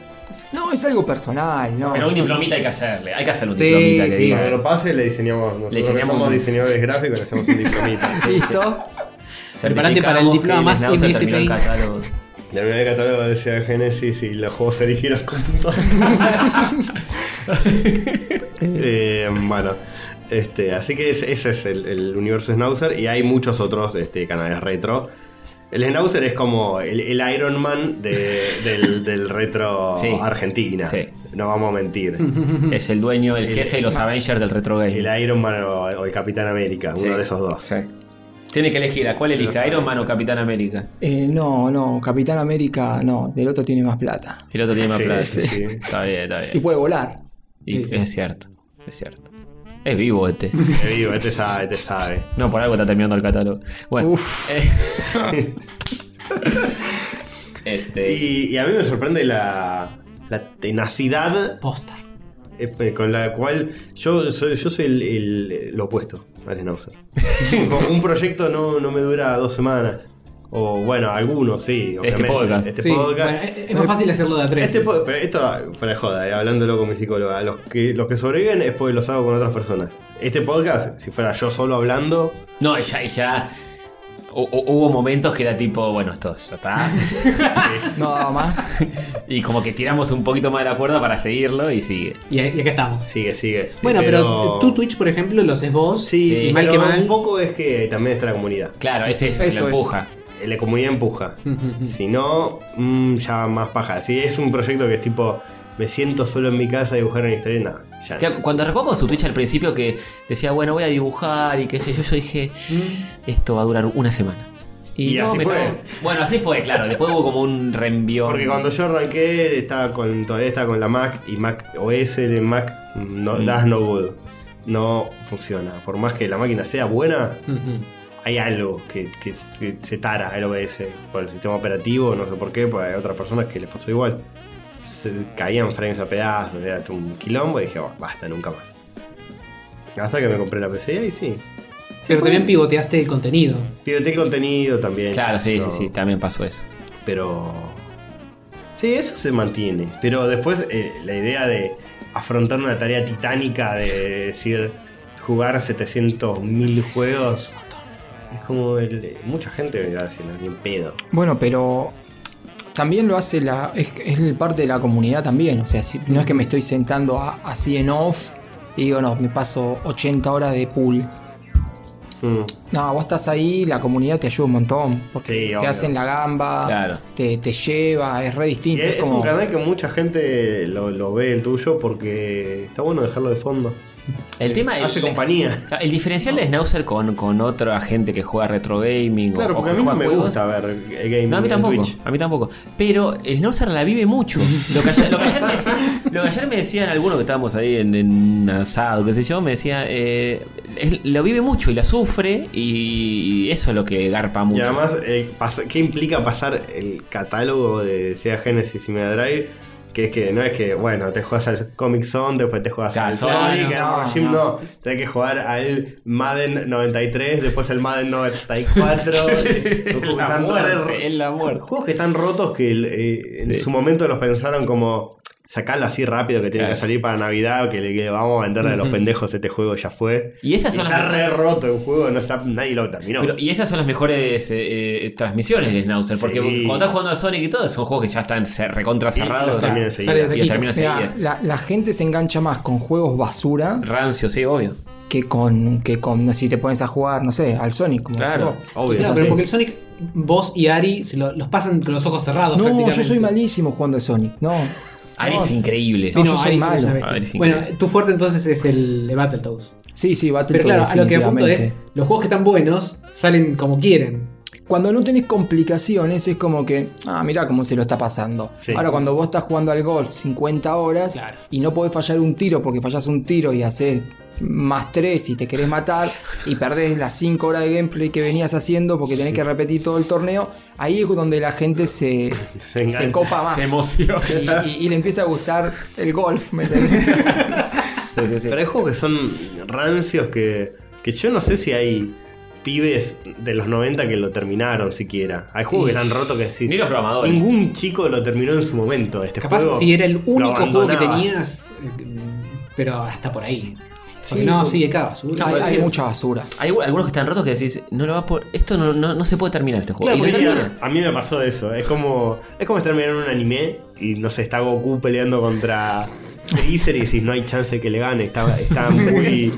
Speaker 3: No, es algo personal, no.
Speaker 1: Pero un
Speaker 3: Yo-
Speaker 1: diplomita hay que hacerle. Hay que hacerle un
Speaker 5: Sí,
Speaker 1: diplomita que
Speaker 5: sí.
Speaker 1: diga.
Speaker 2: cuando lo pase le diseñamos, nosotros
Speaker 1: Le diseñamos
Speaker 2: que somos
Speaker 1: un-
Speaker 2: diseñadores gráficos le hacemos un diplomita. sí.
Speaker 3: Listo.
Speaker 1: Certificamos
Speaker 5: Preparate para el
Speaker 1: que
Speaker 5: diploma
Speaker 1: el
Speaker 5: más
Speaker 1: Snauzer
Speaker 5: MSP.
Speaker 1: terminó el catálogo.
Speaker 2: De alguna vez catálogo decía Genesis y los juegos se eligieron con puntos. Eh, bueno, este, así que es- ese es el, el universo Snauzer y hay muchos otros este, canales retro. El Snauzer es como el, el Iron Man de- del, del retro
Speaker 1: Sí.
Speaker 2: Argentina.
Speaker 1: Sí.
Speaker 2: No vamos a mentir.
Speaker 1: Es el dueño, el
Speaker 2: El-
Speaker 1: jefe de los Avengers del retro game.
Speaker 2: El Iron Man o, o el Capitán América,
Speaker 1: Sí.
Speaker 2: uno de esos dos.
Speaker 1: Sí. Tiene que elegir a cuál elija, Iron Man o Capitán América.
Speaker 3: Eh, no, no, Capitán América, no, del otro tiene más plata.
Speaker 1: El otro tiene más
Speaker 2: Sí,
Speaker 1: plata.
Speaker 2: sí, sí.
Speaker 1: Está bien, está
Speaker 3: Y
Speaker 1: bien.
Speaker 3: puede volar.
Speaker 1: Y
Speaker 3: Sí,
Speaker 1: es cierto, es cierto. Es vivo este.
Speaker 2: Te digo, este sabe, este sabe.
Speaker 1: No, por algo está terminando el catálogo. Bueno. eh. este.
Speaker 2: Y, y a mí me sorprende la, la tenacidad
Speaker 5: Posta.
Speaker 2: Este, Con la cual yo soy, yo soy el, el- el opuesto al Snauzer. un proyecto no, no me dura dos semanas. O bueno, algunos sí. obviamente.
Speaker 1: podcast.
Speaker 2: Este
Speaker 3: Sí,
Speaker 2: podcast.
Speaker 5: Bueno, es, es más fácil hacerlo de a tres.
Speaker 2: Este po- pero esto fuera de joda, eh, hablándolo con mi psicóloga. Los que, los que sobreviven es porque los hago con otras personas. Este podcast, si fuera yo solo hablando,
Speaker 1: No, ya, ya. hu- hu- Hubo momentos que era tipo, bueno, esto ya está.
Speaker 3: No daba más.
Speaker 1: y como que tiramos un poquito más de la cuerda para seguirlo y sigue.
Speaker 5: Y, y acá estamos.
Speaker 2: sigue, sigue.
Speaker 5: Bueno, pero, tú Twitch, por ejemplo, lo haces vos.
Speaker 2: Sí,
Speaker 1: Sí.
Speaker 5: mal
Speaker 2: pero
Speaker 5: que mal.
Speaker 2: un poco es que también está la comunidad.
Speaker 1: Claro, es eso,
Speaker 3: Eso
Speaker 1: la
Speaker 3: es.
Speaker 1: empuja.
Speaker 2: Eh, La comunidad empuja.
Speaker 5: Hmm.
Speaker 2: Si no, mm, ya más paja. Si es un proyecto que es tipo, me siento solo en mi casa a dibujar una historia, nada. Ya.
Speaker 1: Que Cuando arrancó con su Twitch al principio que decía, bueno, voy a dibujar y qué sé yo, yo dije, Mm. esto va a durar una semana.
Speaker 2: Y así fue.
Speaker 1: tengo- Bueno, así fue, claro. Después hubo como un reenvión.
Speaker 2: Porque cuando yo arranqué, estaba con, todavía estaba con la Mac y Mac OS de Mac, mm, no,
Speaker 1: Mm.
Speaker 2: das no good. No funciona. Por más que la máquina sea buena, hay algo que, que se, se tara el OBS por el sistema operativo, no sé por qué, porque hay otras personas que les pasó igual. Se caían frames a pedazos, era un quilombo y dije, "Bah, basta, nunca más. Hasta que me compré la PC y sí.
Speaker 5: Pero también pivoteaste el contenido.
Speaker 2: Pivoteé contenido también.
Speaker 1: Claro, sí,
Speaker 2: ¿no?
Speaker 1: sí, sí, también pasó eso.
Speaker 2: Pero. Sí, eso se mantiene. Pero después eh, la idea de afrontar una tarea titánica de decir jugar 700.000 juegos. Es como el- mucha gente me va diciendo, ni en pedo.
Speaker 3: Bueno, pero también lo hace la. Es, es parte de la comunidad también. O sea, si- no es que me estoy sentando a- así en off y digo, no, me paso 80 horas de pool.
Speaker 2: Mm.
Speaker 3: No, vos estás ahí, la comunidad te ayuda un montón. Porque
Speaker 2: Sí,
Speaker 3: te
Speaker 2: obvio.
Speaker 3: hacen la gamba,
Speaker 1: Claro.
Speaker 3: te, te lleva, es re
Speaker 2: Y
Speaker 3: distinto.
Speaker 2: es,
Speaker 3: es como,
Speaker 2: un canal que mucha gente lo, lo ve el tuyo porque está bueno dejarlo de fondo.
Speaker 1: El tema es.
Speaker 2: Hace compañía.
Speaker 1: El diferencial de Snauzer con, con otra gente que juega retro gaming o-
Speaker 2: Claro,
Speaker 1: o
Speaker 2: porque a
Speaker 1: que
Speaker 2: mí no
Speaker 1: juega
Speaker 2: me
Speaker 1: juegos.
Speaker 2: gusta ver el gaming
Speaker 1: No, a mí
Speaker 2: en
Speaker 1: tampoco.
Speaker 2: Twitch.
Speaker 1: A mí tampoco. Pero el Snauzer la vive mucho. Lo que ayer, lo que ayer me, decían, lo que ayer me decían algunos que estábamos ahí en, en un asado, qué sé yo, me decía, eh, es- lo vive mucho y la sufre y, y eso es lo que garpa mucho.
Speaker 2: Y además, eh, pas- ¿qué implica pasar el catálogo de Sega Genesis y Mega Drive? Que es que no es que, bueno, te juegas al Comic Zone, después te juegas
Speaker 1: Claro,
Speaker 2: al
Speaker 1: Sonic,
Speaker 2: Sonic,
Speaker 3: no,
Speaker 2: al Mario Jim,
Speaker 3: no.
Speaker 2: no. Tenés que jugar al Madden 93, después al Madden 94. Juegos que
Speaker 1: la
Speaker 2: están re-
Speaker 1: muerte, es la muerte.
Speaker 2: Juegos que están rotos que eh, en
Speaker 1: Sí.
Speaker 2: su momento los pensaron como sacalo así rápido que tiene
Speaker 1: Claro.
Speaker 2: que salir para Navidad, que le que vamos a vender a los
Speaker 5: Ujú.
Speaker 2: pendejos este juego ya fue.
Speaker 1: Y esas
Speaker 2: Y
Speaker 1: son
Speaker 2: está
Speaker 1: las
Speaker 2: re roto el juego, no está, nadie lo terminó.
Speaker 1: Pero- y esas son las mejores eh, eh, transmisiones de Snauzer, porque
Speaker 2: Sí.
Speaker 1: cuando estás jugando a Sonic y todo, son juegos que ya están cer- recontra
Speaker 2: Y
Speaker 1: cerrados.
Speaker 2: los termina enseguida.
Speaker 5: Sale de
Speaker 1: Y los termina
Speaker 3: Mirá,
Speaker 1: enseguida.
Speaker 3: la, la gente se engancha más con juegos basura
Speaker 1: Rancio, sí, obvio.
Speaker 3: que con, que con si te pones a jugar, no sé, al Sonic. como
Speaker 1: Claro,
Speaker 3: decís vos.
Speaker 1: obvio.
Speaker 5: Claro,
Speaker 3: Es
Speaker 5: pero
Speaker 3: así.
Speaker 5: porque el Sonic, vos y Ari se lo- los pasan con los ojos cerrados.
Speaker 3: No,
Speaker 5: prácticamente.
Speaker 3: yo soy malísimo jugando al Sonic. No.
Speaker 1: Ari
Speaker 3: No,
Speaker 1: es Ah, increíble.
Speaker 3: No,
Speaker 5: Sí,
Speaker 3: yo soy
Speaker 5: Ari es
Speaker 3: malo.
Speaker 5: una bestia.
Speaker 1: Ari es
Speaker 5: bueno,
Speaker 1: increíble.
Speaker 5: tu fuerte entonces es el de Battletoads.
Speaker 3: Sí, sí, Battle
Speaker 5: Pero claro, a lo que apunto es, los juegos que están buenos salen como quieren.
Speaker 3: Cuando no tenés complicaciones es como que, ah, mirá cómo se lo está pasando.
Speaker 2: Sí.
Speaker 3: Ahora cuando vos estás jugando al golf 50 horas
Speaker 5: Claro.
Speaker 3: y no podés fallar un tiro porque fallás un tiro y haces más 3 y te querés matar y perdés las 5 horas de gameplay que venías haciendo porque tenés que repetir todo el torneo, ahí es donde la gente se,
Speaker 2: Se engancha.
Speaker 3: copa más.
Speaker 1: Se emociona.
Speaker 3: y, y- y le empieza a gustar el golf. ¿me entendés?
Speaker 1: Sí, sí, sí.
Speaker 2: Pero hay juegos que son rancios que, que yo no sé si hay pibes de los 90 que lo terminaron siquiera. Hay juegos que están rotos que decís.
Speaker 1: Ni los programadores.
Speaker 2: Ningún chico lo terminó en su momento. Este
Speaker 5: Capaz
Speaker 2: juego
Speaker 5: si era el
Speaker 2: lo
Speaker 5: único juego que
Speaker 2: abandonabas.
Speaker 5: tenías, eh, pero hasta por ahí. Porque
Speaker 3: Sí,
Speaker 5: no,
Speaker 3: porque-
Speaker 5: sí, acá basura.
Speaker 3: hay,
Speaker 5: Pero
Speaker 3: hay
Speaker 5: sí,
Speaker 3: mucha basura.
Speaker 1: Hay u- algunos que están rotos que decís, no lo vas por. Esto no, no, no se puede terminar este juego.
Speaker 2: Claro,
Speaker 1: y
Speaker 2: porque
Speaker 1: se
Speaker 2: decía,
Speaker 1: termina.
Speaker 2: a mí me pasó eso. Es como, es como estar mirando un anime y no sé, está Goku peleando contra Freezer y decís, no hay chance que le gane. Está, está muy.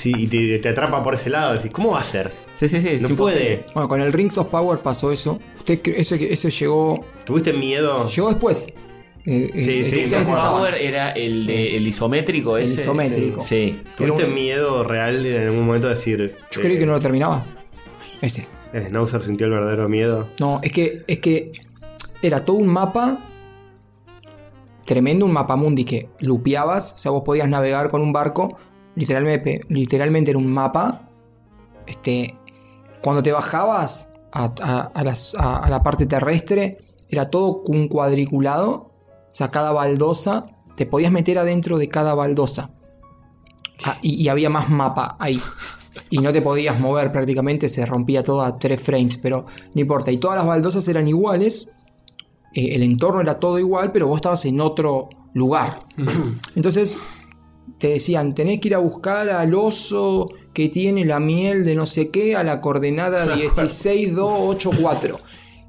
Speaker 2: sí, y te, te atrapa por ese lado. Decís, ¿cómo va a ser?
Speaker 1: Sí, sí, sí.
Speaker 2: No
Speaker 1: sí,
Speaker 2: puede.
Speaker 3: Bueno, con el Rings of Power pasó eso. Usted cre- eso, eso llegó
Speaker 2: ¿Tuviste miedo?
Speaker 3: llegó después. Eh, eh,
Speaker 2: Sí, sí,
Speaker 3: ese
Speaker 2: me
Speaker 1: Ese
Speaker 2: acuerdo.
Speaker 3: estaba.
Speaker 1: Power era el, de- el isométrico.
Speaker 3: El
Speaker 1: ese.
Speaker 3: isométrico.
Speaker 1: Sí.
Speaker 2: ¿Tuviste
Speaker 3: Era un-
Speaker 2: miedo real en algún momento de decir.
Speaker 3: Yo creí que no lo terminaba. Ese.
Speaker 2: eh, Snowser sintió el verdadero miedo.
Speaker 3: No, es que, es que era todo un mapa tremendo, un mapa mundi que lupeabas, o sea, vos podías navegar con un barco, literalmente, literalmente era un mapa. Este, cuando te bajabas a, a- a las- a- a la parte terrestre, era todo un cuadriculado, o sea, cada baldosa, te podías meter adentro de cada baldosa. Ah, y, y había más mapa ahí. Y no te podías mover prácticamente, se rompía todo a 3 frames, pero no importa. Y todas las baldosas eran iguales, eh, el entorno era todo igual, pero vos estabas en otro lugar.
Speaker 1: Mm.
Speaker 3: Entonces te decían, tenés que ir a buscar al oso que tiene la miel de no sé qué a la coordenada 16284.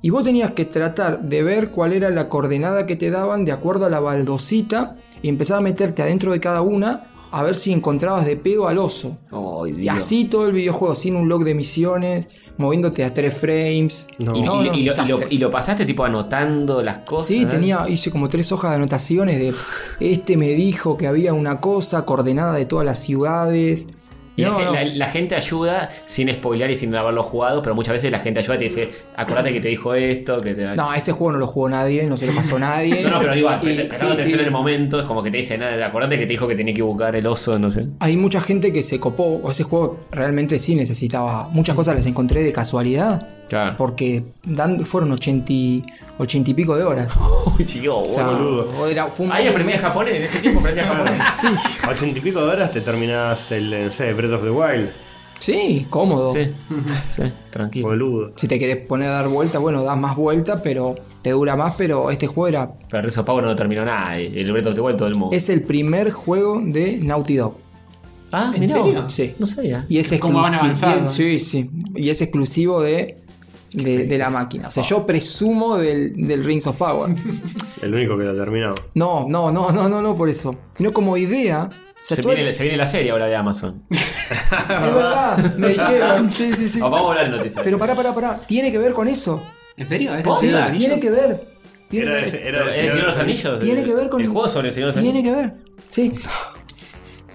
Speaker 3: Y vos tenías que tratar de ver cuál era la coordenada que te daban de acuerdo a la baldosita y empezar a meterte adentro de cada una a ver si encontrabas de pedo al oso.
Speaker 1: Ay,
Speaker 3: Y
Speaker 1: Dios.
Speaker 3: así todo el videojuego, sin un log de misiones, moviéndote a 3 frames.
Speaker 2: No.
Speaker 1: Y, y-
Speaker 3: No, no,
Speaker 1: y lo, y,
Speaker 3: desastre.
Speaker 1: lo, y lo pasaste tipo anotando las cosas.
Speaker 3: Sí,
Speaker 1: ¿eh?
Speaker 3: tenía, hice como tres hojas de anotaciones de este me dijo que había una cosa coordenada de todas las ciudades.
Speaker 1: Y la
Speaker 3: No,
Speaker 1: gen-
Speaker 3: no.
Speaker 1: la, la gente ayuda sin spoilear y sin haberlo jugado, pero muchas veces la gente ayuda y te dice, acordate que te dijo esto, que te...
Speaker 3: No, ese juego no lo jugó nadie, no se lo pasó nadie.
Speaker 1: no, no, pero digo,
Speaker 3: Y-
Speaker 1: prestando
Speaker 3: sí,
Speaker 1: atención
Speaker 3: sí.
Speaker 1: en el momento, es como que te dice, nada, acordate que te dijo que tenía que buscar el oso, no sé.
Speaker 3: Hay mucha gente que se copó, o ese juego realmente sí necesitaba. Muchas cosas las encontré de casualidad,
Speaker 1: Claro.
Speaker 3: porque dan- fueron 80 y, 80 y pico de horas.
Speaker 1: Dios,
Speaker 3: O sea,
Speaker 2: boludo.
Speaker 3: era- fue un-
Speaker 1: Ahí aprendí a
Speaker 3: un mes.
Speaker 1: japonés, en ese tiempo aprendí a japonés.
Speaker 3: Sí,
Speaker 2: A ochenta y pico de horas te terminabas el no sé, Breath of the Wild.
Speaker 3: sí, cómodo.
Speaker 1: Sí, sí, tranquilo.
Speaker 2: Boludo.
Speaker 3: Si te querés poner a dar vuelta, bueno, das más vuelta, pero te dura más, pero este juego era
Speaker 1: Pero Rezo Power no terminó nada, y el libreto te vuelve todo el mundo.
Speaker 3: Es el primer juego de Naughty Dog.
Speaker 1: Ah,
Speaker 5: ¿En
Speaker 1: mirá,
Speaker 5: serio?
Speaker 3: Sí.
Speaker 1: No sabía.
Speaker 3: Y es
Speaker 5: ¿Cómo van
Speaker 3: exclusivo.
Speaker 5: avanzando?
Speaker 3: sí, sí. Y es exclusivo de, de, de la máquina. O sea, yo presumo del, del Rings of Power.
Speaker 2: El único que lo terminó.
Speaker 3: No, no, no, no, no, no por eso. Sino como idea. O sea,
Speaker 1: Se
Speaker 3: tú-
Speaker 1: viene, se viene la serie ahora de Amazon.
Speaker 3: Es verdad, me dijeron. Sí, sí, sí.
Speaker 1: Ah, vamos a hablar de noticias.
Speaker 3: Pero pará, pará, pará. Tiene que ver con eso.
Speaker 5: ¿En serio? ¿Es
Speaker 1: Oh,
Speaker 5: el Señor de los
Speaker 1: mira,
Speaker 5: Anillos?
Speaker 3: Tiene que ver. Tiene,
Speaker 2: Era
Speaker 3: que, ver.
Speaker 2: ese-
Speaker 1: Pero
Speaker 2: era
Speaker 1: ¿Es el Señor de los Anillos?
Speaker 3: Tiene que ver con
Speaker 1: el juego sobre el Señor de los
Speaker 3: Tiene
Speaker 1: Anillos.
Speaker 3: que ver. Sí.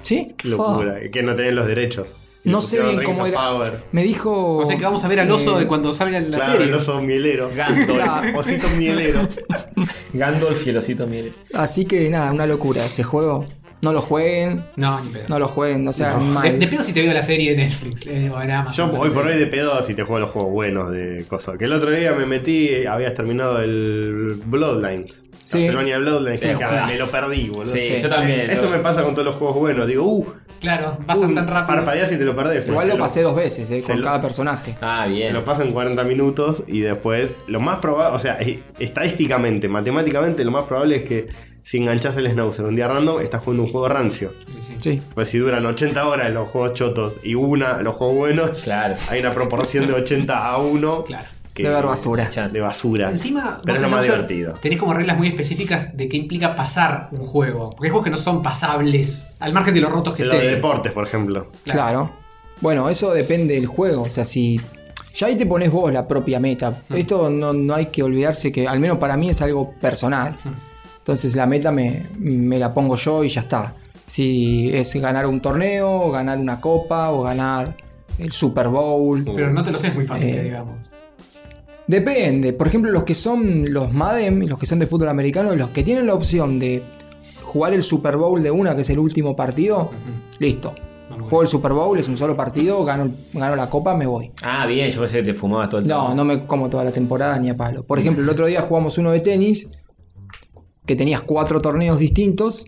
Speaker 3: Sí.
Speaker 2: Qué locura. Que no tenés los derechos. Y
Speaker 3: No
Speaker 2: le
Speaker 3: sé
Speaker 2: pusieron
Speaker 3: bien
Speaker 2: Rings
Speaker 3: cómo
Speaker 2: of
Speaker 3: era.
Speaker 2: Power.
Speaker 3: Me dijo.
Speaker 5: O sea que vamos a ver al oso
Speaker 3: eh,
Speaker 5: de cuando salga la
Speaker 2: Claro,
Speaker 5: serie.
Speaker 2: el oso mielero.
Speaker 1: Gandalf.
Speaker 3: Claro.
Speaker 2: Osito mielero.
Speaker 1: Gandalf y el osito miel.
Speaker 3: Así que nada, una locura ese juego. No lo jueguen,
Speaker 5: No, ni pedo.
Speaker 3: no lo jueguen, no sean
Speaker 5: De,
Speaker 3: mal.
Speaker 5: de pedo si te veo la serie de Netflix eh, o en
Speaker 2: Yo
Speaker 5: Amazon.
Speaker 2: hoy por hoy de pedo si te juego los juegos buenos de cosas. Que el otro día me metí, habías terminado el Bloodlines.
Speaker 3: Sí.
Speaker 2: Castlevania Bloodlines.
Speaker 1: Eh,
Speaker 2: que ah, me
Speaker 1: juegazo.
Speaker 2: lo perdí, boludo.
Speaker 1: Sí, yo también.
Speaker 2: Eso
Speaker 1: Yo-
Speaker 2: me pasa con todos los juegos buenos. Digo, uh,
Speaker 5: Claro, pasan
Speaker 2: uh,
Speaker 5: tan rápido.
Speaker 2: Parpadeas y te lo perdés.
Speaker 3: Igual
Speaker 2: Se
Speaker 3: lo pasé dos veces, eh,
Speaker 2: se
Speaker 3: con
Speaker 2: lo-
Speaker 3: cada personaje.
Speaker 1: Ah,
Speaker 2: Se
Speaker 1: bien.
Speaker 2: lo pasan 40 minutos y después lo más probable, o sea, eh, estadísticamente, matemáticamente, lo más probable es que si enganchás el Snauzer un día random, estás jugando un juego rancio.
Speaker 3: Sí.
Speaker 2: Pues si duran 80 horas los juegos chotos y una los juegos buenos,
Speaker 1: Claro.
Speaker 2: hay una proporción de 80 a 1
Speaker 5: Claro.
Speaker 2: que-
Speaker 3: Debe haber basura.
Speaker 2: De basura.
Speaker 5: Encima,
Speaker 2: pero
Speaker 5: vos
Speaker 2: es lo
Speaker 5: en
Speaker 2: más
Speaker 5: Outser
Speaker 2: divertido.
Speaker 5: Tenés como reglas muy específicas de qué implica pasar un juego. Porque hay juegos que no son pasables, al margen de los rotos que
Speaker 2: En los de
Speaker 5: estén.
Speaker 2: deportes, por ejemplo.
Speaker 3: Claro. Bueno, eso depende del juego. O sea, si. Ya ahí te pones vos la propia meta. Esto no, no hay que olvidarse que, al menos para mí, es algo personal. Entonces la meta me, me la pongo yo y ya está. Si es ganar un torneo, o ganar una copa, o ganar el Super Bowl.
Speaker 5: Pero no te lo sé, es muy fácil,
Speaker 3: Eh,
Speaker 5: digamos.
Speaker 3: Depende. Por ejemplo, los que son los Madden, los que son de fútbol americano, los que tienen la opción de jugar el Super Bowl de una, que es el último partido, listo.
Speaker 5: Vamos.
Speaker 3: Juego el Super Bowl, es un solo partido, gano, gano la copa, me voy.
Speaker 1: Ah, bien, yo pensé que te fumabas todo el
Speaker 3: No, no me como toda la temporada ni a palo. Por ejemplo, el otro día jugamos uno de tenis, que tenías cuatro torneos distintos,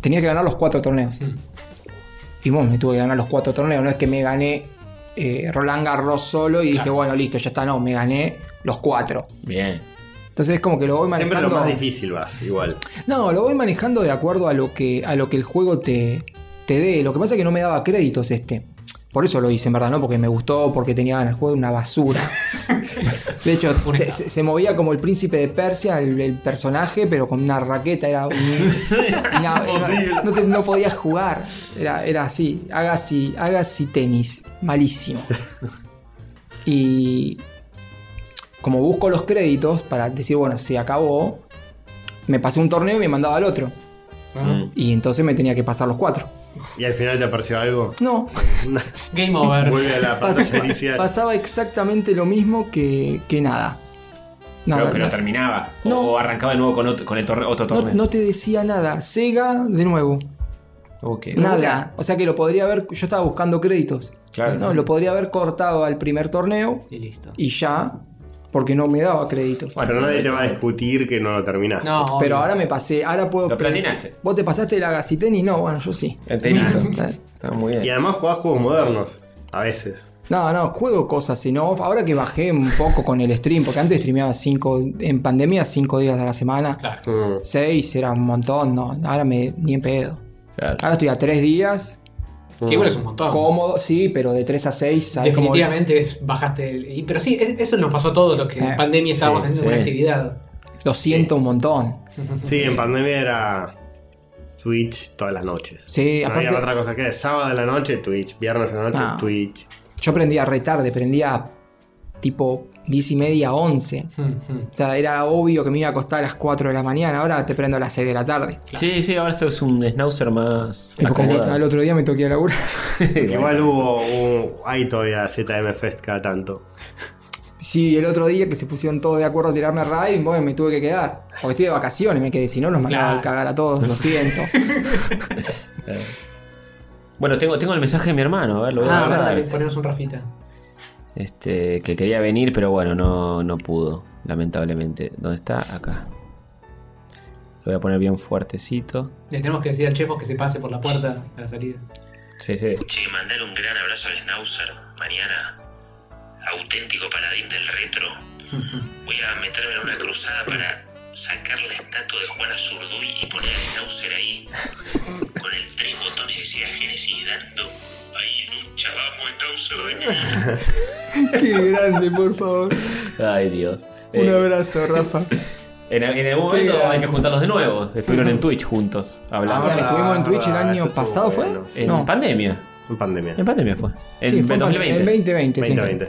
Speaker 3: tenías que ganar los cuatro torneos. Y vos me tuve que ganar los cuatro torneos, no es que me gané eh, Roland Garros solo y dije, bueno, listo, ya está, no, me gané los cuatro.
Speaker 1: Bien.
Speaker 3: Entonces es como que lo voy
Speaker 2: Siempre
Speaker 3: manejando.
Speaker 2: lo más difícil vas, igual.
Speaker 3: No, lo voy manejando de acuerdo a lo que, a lo que el juego te, te dé. Lo que pasa es que no me daba créditos este. Por eso lo hice, en verdad, no porque me gustó, porque tenía ganas. El juego de una basura. De hecho, te- se, se movía como el príncipe de Persia, el, el personaje, pero con una raqueta. Era. un- una- era- no, te- no podías jugar. Era, era así. Haga así, haga así tenis. Malísimo. Y. Como busco los créditos para decir, bueno, se acabó, me pasé un torneo y me mandaba al otro.
Speaker 1: Mm.
Speaker 3: Y entonces me tenía que pasar los cuatro.
Speaker 2: ¿Y al final te apareció algo?
Speaker 3: No,
Speaker 5: Game over.
Speaker 2: Vuelve a la pantalla
Speaker 3: pasaba,
Speaker 2: inicial.
Speaker 3: pasaba exactamente lo mismo que, que nada. Nada,
Speaker 1: Creo que no
Speaker 3: no,
Speaker 1: terminaba. O-
Speaker 3: No.
Speaker 1: O arrancaba de nuevo con otro, con el torne- otro
Speaker 3: no-
Speaker 1: torneo.
Speaker 3: no te decía nada. Sega, de nuevo.
Speaker 1: Ok.
Speaker 3: Nada. O sea que lo podría haber. Yo estaba buscando créditos.
Speaker 1: Claro.
Speaker 3: No, lo podría haber cortado al primer torneo
Speaker 5: Y listo.
Speaker 3: y ya. Porque no me daba créditos.
Speaker 2: Pero nadie te va a discutir que no lo terminaste.
Speaker 5: No, obvio.
Speaker 3: Pero ahora me pasé. Ahora puedo.
Speaker 1: Lo
Speaker 3: pre-
Speaker 1: platinaste.
Speaker 3: Vos te pasaste la Gaciteni. No, bueno, yo sí.
Speaker 1: Enterito. Está muy bien.
Speaker 2: Y además jugás juegos modernos, a veces.
Speaker 3: No, no, juego cosas en off. Ahora que bajé un poco con el stream, porque antes streameaba cinco, en pandemia cinco días a la semana.
Speaker 5: Claro.
Speaker 2: Mm.
Speaker 3: Seis era un montón, no, ahora me ni en pedo.
Speaker 1: Claro.
Speaker 3: Ahora estoy a tres días,
Speaker 5: Que igual es un montón.
Speaker 3: cómodo, sí, pero de tres a seis, ¿sabes cómo-
Speaker 5: Definitivamente Ah. es, bajaste el. y- pero sí, es- eso nos pasó a todos los que
Speaker 3: Eh,
Speaker 5: en pandemia estábamos haciendo
Speaker 1: sí.
Speaker 5: una actividad.
Speaker 3: Lo siento un montón.
Speaker 2: Sí, en pandemia era Twitch todas las noches.
Speaker 3: Sí,
Speaker 2: No
Speaker 3: aparte- Ah.
Speaker 2: había otra cosa que era sábado de la noche Twitch, viernes de la noche
Speaker 3: No.
Speaker 2: Twitch.
Speaker 3: Yo prendía re tarde, prendía tipo diez y media, once.
Speaker 5: Hmm,
Speaker 3: O sea, era obvio que me iba a acostar a las 4 de la mañana, ahora te prendo a las 6 de la tarde.
Speaker 1: Sí, sí, ahora esto es un schnauzer más.
Speaker 3: Y porque al,
Speaker 1: acomodado.
Speaker 3: otro, al otro día me toqué a laburar.
Speaker 2: Igual hubo, hubo- hay todavía ZM Fest cada tanto.
Speaker 3: Sí, el otro día que se pusieron todos de acuerdo a tirarme a raid, bueno, me tuve que quedar. Porque estoy de vacaciones, me quedé. Si no, los mandaba
Speaker 5: Claro.
Speaker 3: al cagar a todos, lo siento.
Speaker 1: Bueno, tengo, tengo el mensaje de mi hermano, a ver, lo voy a
Speaker 5: Ah,
Speaker 1: mandar.
Speaker 5: verdad, le ponemos un Rafita.
Speaker 1: Este, que quería venir, pero bueno, no, no pudo, lamentablemente. ¿Dónde está? Acá. Lo voy a poner bien fuertecito.
Speaker 5: Le tenemos que decir al chefo que se pase por la puerta a la salida.
Speaker 1: Sí, sí.
Speaker 6: Che, mandar un gran abrazo al Schnauzer mañana. Auténtico paladín del retro. Voy a meterme en una cruzada para sacar la estatua de Juana Zurduy y poner al Schnauzer ahí. Con el tres botones de Sega Genesis dando. Ahí lucha, vamos Schnauzer, vení.
Speaker 3: Qué grande, por favor.
Speaker 1: Ay, Dios.
Speaker 3: Un
Speaker 1: Eh,
Speaker 3: abrazo, Rafa.
Speaker 1: en, el- en algún momento
Speaker 3: Pega.
Speaker 1: hay que juntarlos de nuevo. Estuvieron en Twitch juntos, hablando.
Speaker 3: Ahora estuvimos en Twitch el
Speaker 2: Ah, eso
Speaker 3: año
Speaker 2: estuvo
Speaker 3: pasado, ¿fue?
Speaker 2: bueno, sí.
Speaker 1: en
Speaker 3: No.
Speaker 1: pandemia.
Speaker 2: En pandemia.
Speaker 1: En pandemia fue. En
Speaker 3: sí, fue en
Speaker 1: 2020.
Speaker 3: pandemia, en 2020, siempre.
Speaker 2: 2020.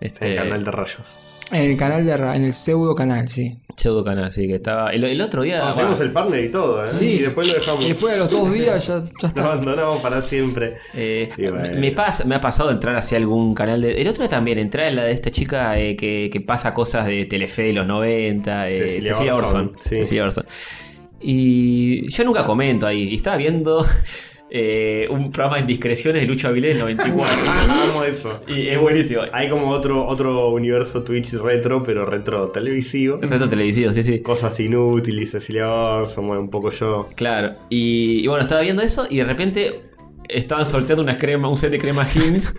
Speaker 2: En
Speaker 1: Este,
Speaker 2: el canal de rayos.
Speaker 3: En el canal de Ra- en el pseudo canal, sí.
Speaker 1: Pseudo canal, sí, que estaba. El, el otro día. bueno,
Speaker 2: Conseguimos el partner y todo, ¿eh?
Speaker 3: Sí.
Speaker 2: Y después lo dejamos.
Speaker 3: Y después de los dos días ya, ya
Speaker 2: Lo
Speaker 3: está.
Speaker 2: abandonamos para siempre.
Speaker 1: Eh,
Speaker 2: Sí, bueno.
Speaker 1: me, pasa, me ha pasado entrar hacia algún canal de. El otro día también, entrar en la de esta chica eh, que, que pasa cosas de Telefe de los 90, eh,
Speaker 2: Cecilia
Speaker 1: Cecilia,
Speaker 2: Orson,
Speaker 1: Orson.
Speaker 2: sí.
Speaker 1: Cecilia Orson. Y yo nunca comento ahí. Y estaba viendo eh, un programa de indiscreciones de Lucho Avilés del 94.
Speaker 2: Amo eso.
Speaker 1: y es buenísimo.
Speaker 2: Hay como otro, otro universo Twitch retro, pero retro televisivo.
Speaker 1: El resto televisivo, sí, sí.
Speaker 2: Cosas inútiles, Cecilia Orson, bueno, un poco yo.
Speaker 1: Claro. Y, y bueno, estaba viendo eso y de repente estaban sorteando unas crema, un set de crema Hims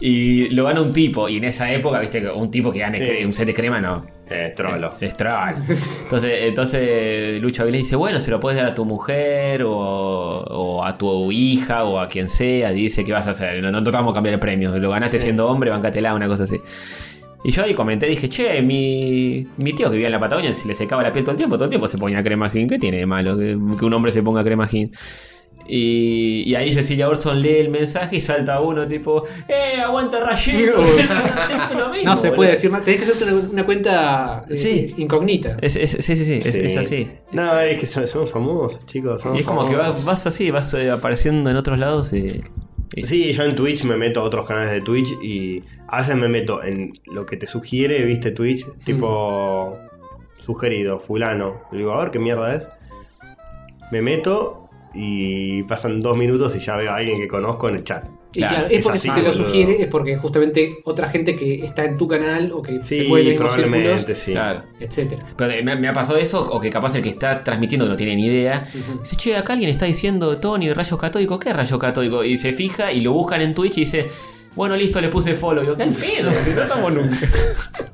Speaker 1: y lo gana un tipo. Y en esa época, viste, que un tipo que gane
Speaker 2: Sí.
Speaker 1: cre- un set de crema no.
Speaker 2: Eh, trolo.
Speaker 1: Es trolo. Entonces, entonces Lucho Avilés dice, bueno, se lo puedes dar a tu mujer o, o a tu hija o a quien sea. Y dice, ¿qué vas a hacer? No, no te vamos a cambiar el premio. Lo ganaste siendo hombre, bancatela, una cosa así. Y yo ahí comenté, dije, che, mi, mi tío que vivía en la Patagonia se le secaba la piel todo el tiempo, todo el tiempo se ponía crema Jim. ¿Qué tiene de malo que, que un hombre se ponga crema Jim? Y, y ahí Cecilia Orson lee el mensaje y salta uno tipo, ¡eh, aguanta rayito! Siempre lo mismo,
Speaker 5: No se
Speaker 1: boludo.
Speaker 5: puede decir nada. Tenés que hacerte una, una cuenta eh,
Speaker 1: Sí.
Speaker 5: incógnita.
Speaker 1: Es, es- sí, sí, sí, es,
Speaker 2: Sí.
Speaker 1: es así.
Speaker 2: No, es que son- somos famosos, chicos.
Speaker 1: Y
Speaker 2: somos
Speaker 1: es como que
Speaker 2: famosos.
Speaker 1: vas, vas así, vas eh, apareciendo en otros lados eh, y... y-
Speaker 2: Sí, yo en Twitch me meto a otros canales de Twitch y a veces me meto en lo que te sugiere, viste Twitch,
Speaker 1: Mm.
Speaker 2: tipo sugerido, fulano. Le digo, a ver qué mierda es. Me meto y pasan dos minutos y ya veo a alguien que conozco en el chat.
Speaker 5: Y claro,
Speaker 1: Claro,
Speaker 5: es
Speaker 2: es
Speaker 5: porque
Speaker 2: así,
Speaker 5: si te lo
Speaker 2: boludo.
Speaker 5: sugiere, es porque justamente otra gente que está en tu canal o que
Speaker 2: Sí,
Speaker 5: se mueve en los mismos
Speaker 2: probablemente
Speaker 5: círculos,
Speaker 2: sí.
Speaker 1: Claro.
Speaker 5: etcétera.
Speaker 1: Pero eh, me, me ha pasado eso, o que capaz el que está transmitiendo no tiene ni idea. Dice, che, acá alguien está diciendo Tony de rayos catódicos, ¿qué es rayos catódicos? Y se fija y lo buscan en Twitch y dice, bueno, listo, le puse follow. Y yo, ¿qué al pedo? Si no estamos nunca.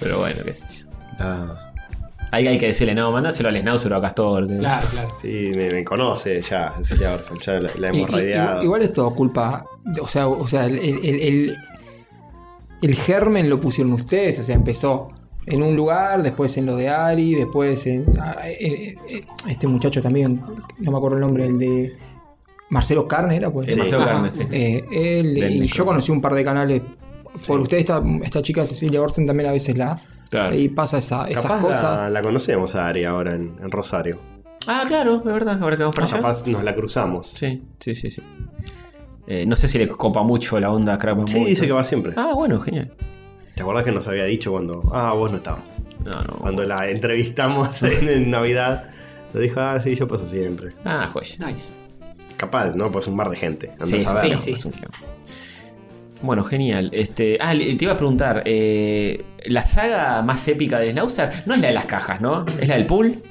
Speaker 1: Pero bueno, qué sé yo.
Speaker 2: Ah,
Speaker 1: Ahí hay que decirle, no, mandáselo al Snauzer o a Castor. que-
Speaker 5: Claro, claro.
Speaker 2: sí, me, me conoce ya, Cecilia Orson, ya la, la
Speaker 3: Y- y-
Speaker 2: hemos radiado.
Speaker 3: igual, igual es todo culpa. de- O sea, o sea el, el- el- el- el germen lo pusieron ustedes. O sea, empezó en un lugar, después en lo de Ari, después en. ah, eh, eh, eh, este muchacho también, no me acuerdo el nombre, el de. Marcelo Carne era, pues.
Speaker 1: Es Marcelo
Speaker 5: Ajá.
Speaker 1: Carmen, sí.
Speaker 3: Eh, él,
Speaker 1: Del
Speaker 3: y
Speaker 1: necro.
Speaker 3: yo conocí un par de canales. Por ustedes, esta, esta chica Cecilia Orsen también a veces la.
Speaker 1: Claro.
Speaker 3: Y pasa esa- esas
Speaker 2: Capaz
Speaker 3: cosas.
Speaker 2: La, la conocemos a Ari ahora en, en Rosario.
Speaker 1: Ah, claro, de verdad, ahora que vamos para allá.
Speaker 2: Capaz nos la cruzamos.
Speaker 1: Ah, Sí, sí, sí, sí. Eh, no sé si le copa mucho la onda Crab
Speaker 2: Sí, dice que va siempre.
Speaker 1: Ah, bueno, genial.
Speaker 2: ¿Te acordás que nos había dicho cuando. Ah, vos no estabas.
Speaker 1: No, no.
Speaker 2: Cuando la entrevistamos en, en Navidad, nos dijo, ah, sí, yo paso siempre.
Speaker 1: Ah, joya.
Speaker 5: Nice.
Speaker 2: Capaz, ¿no? Pues un mar de gente. Andás
Speaker 1: Sí,
Speaker 2: a
Speaker 1: sí,
Speaker 2: ver.
Speaker 1: sí, es un quilombo. Bueno, genial. Este, ah, le- te iba a preguntar, eh, la saga más épica de Snauzer no es la de las cajas, ¿no? Es la del pool.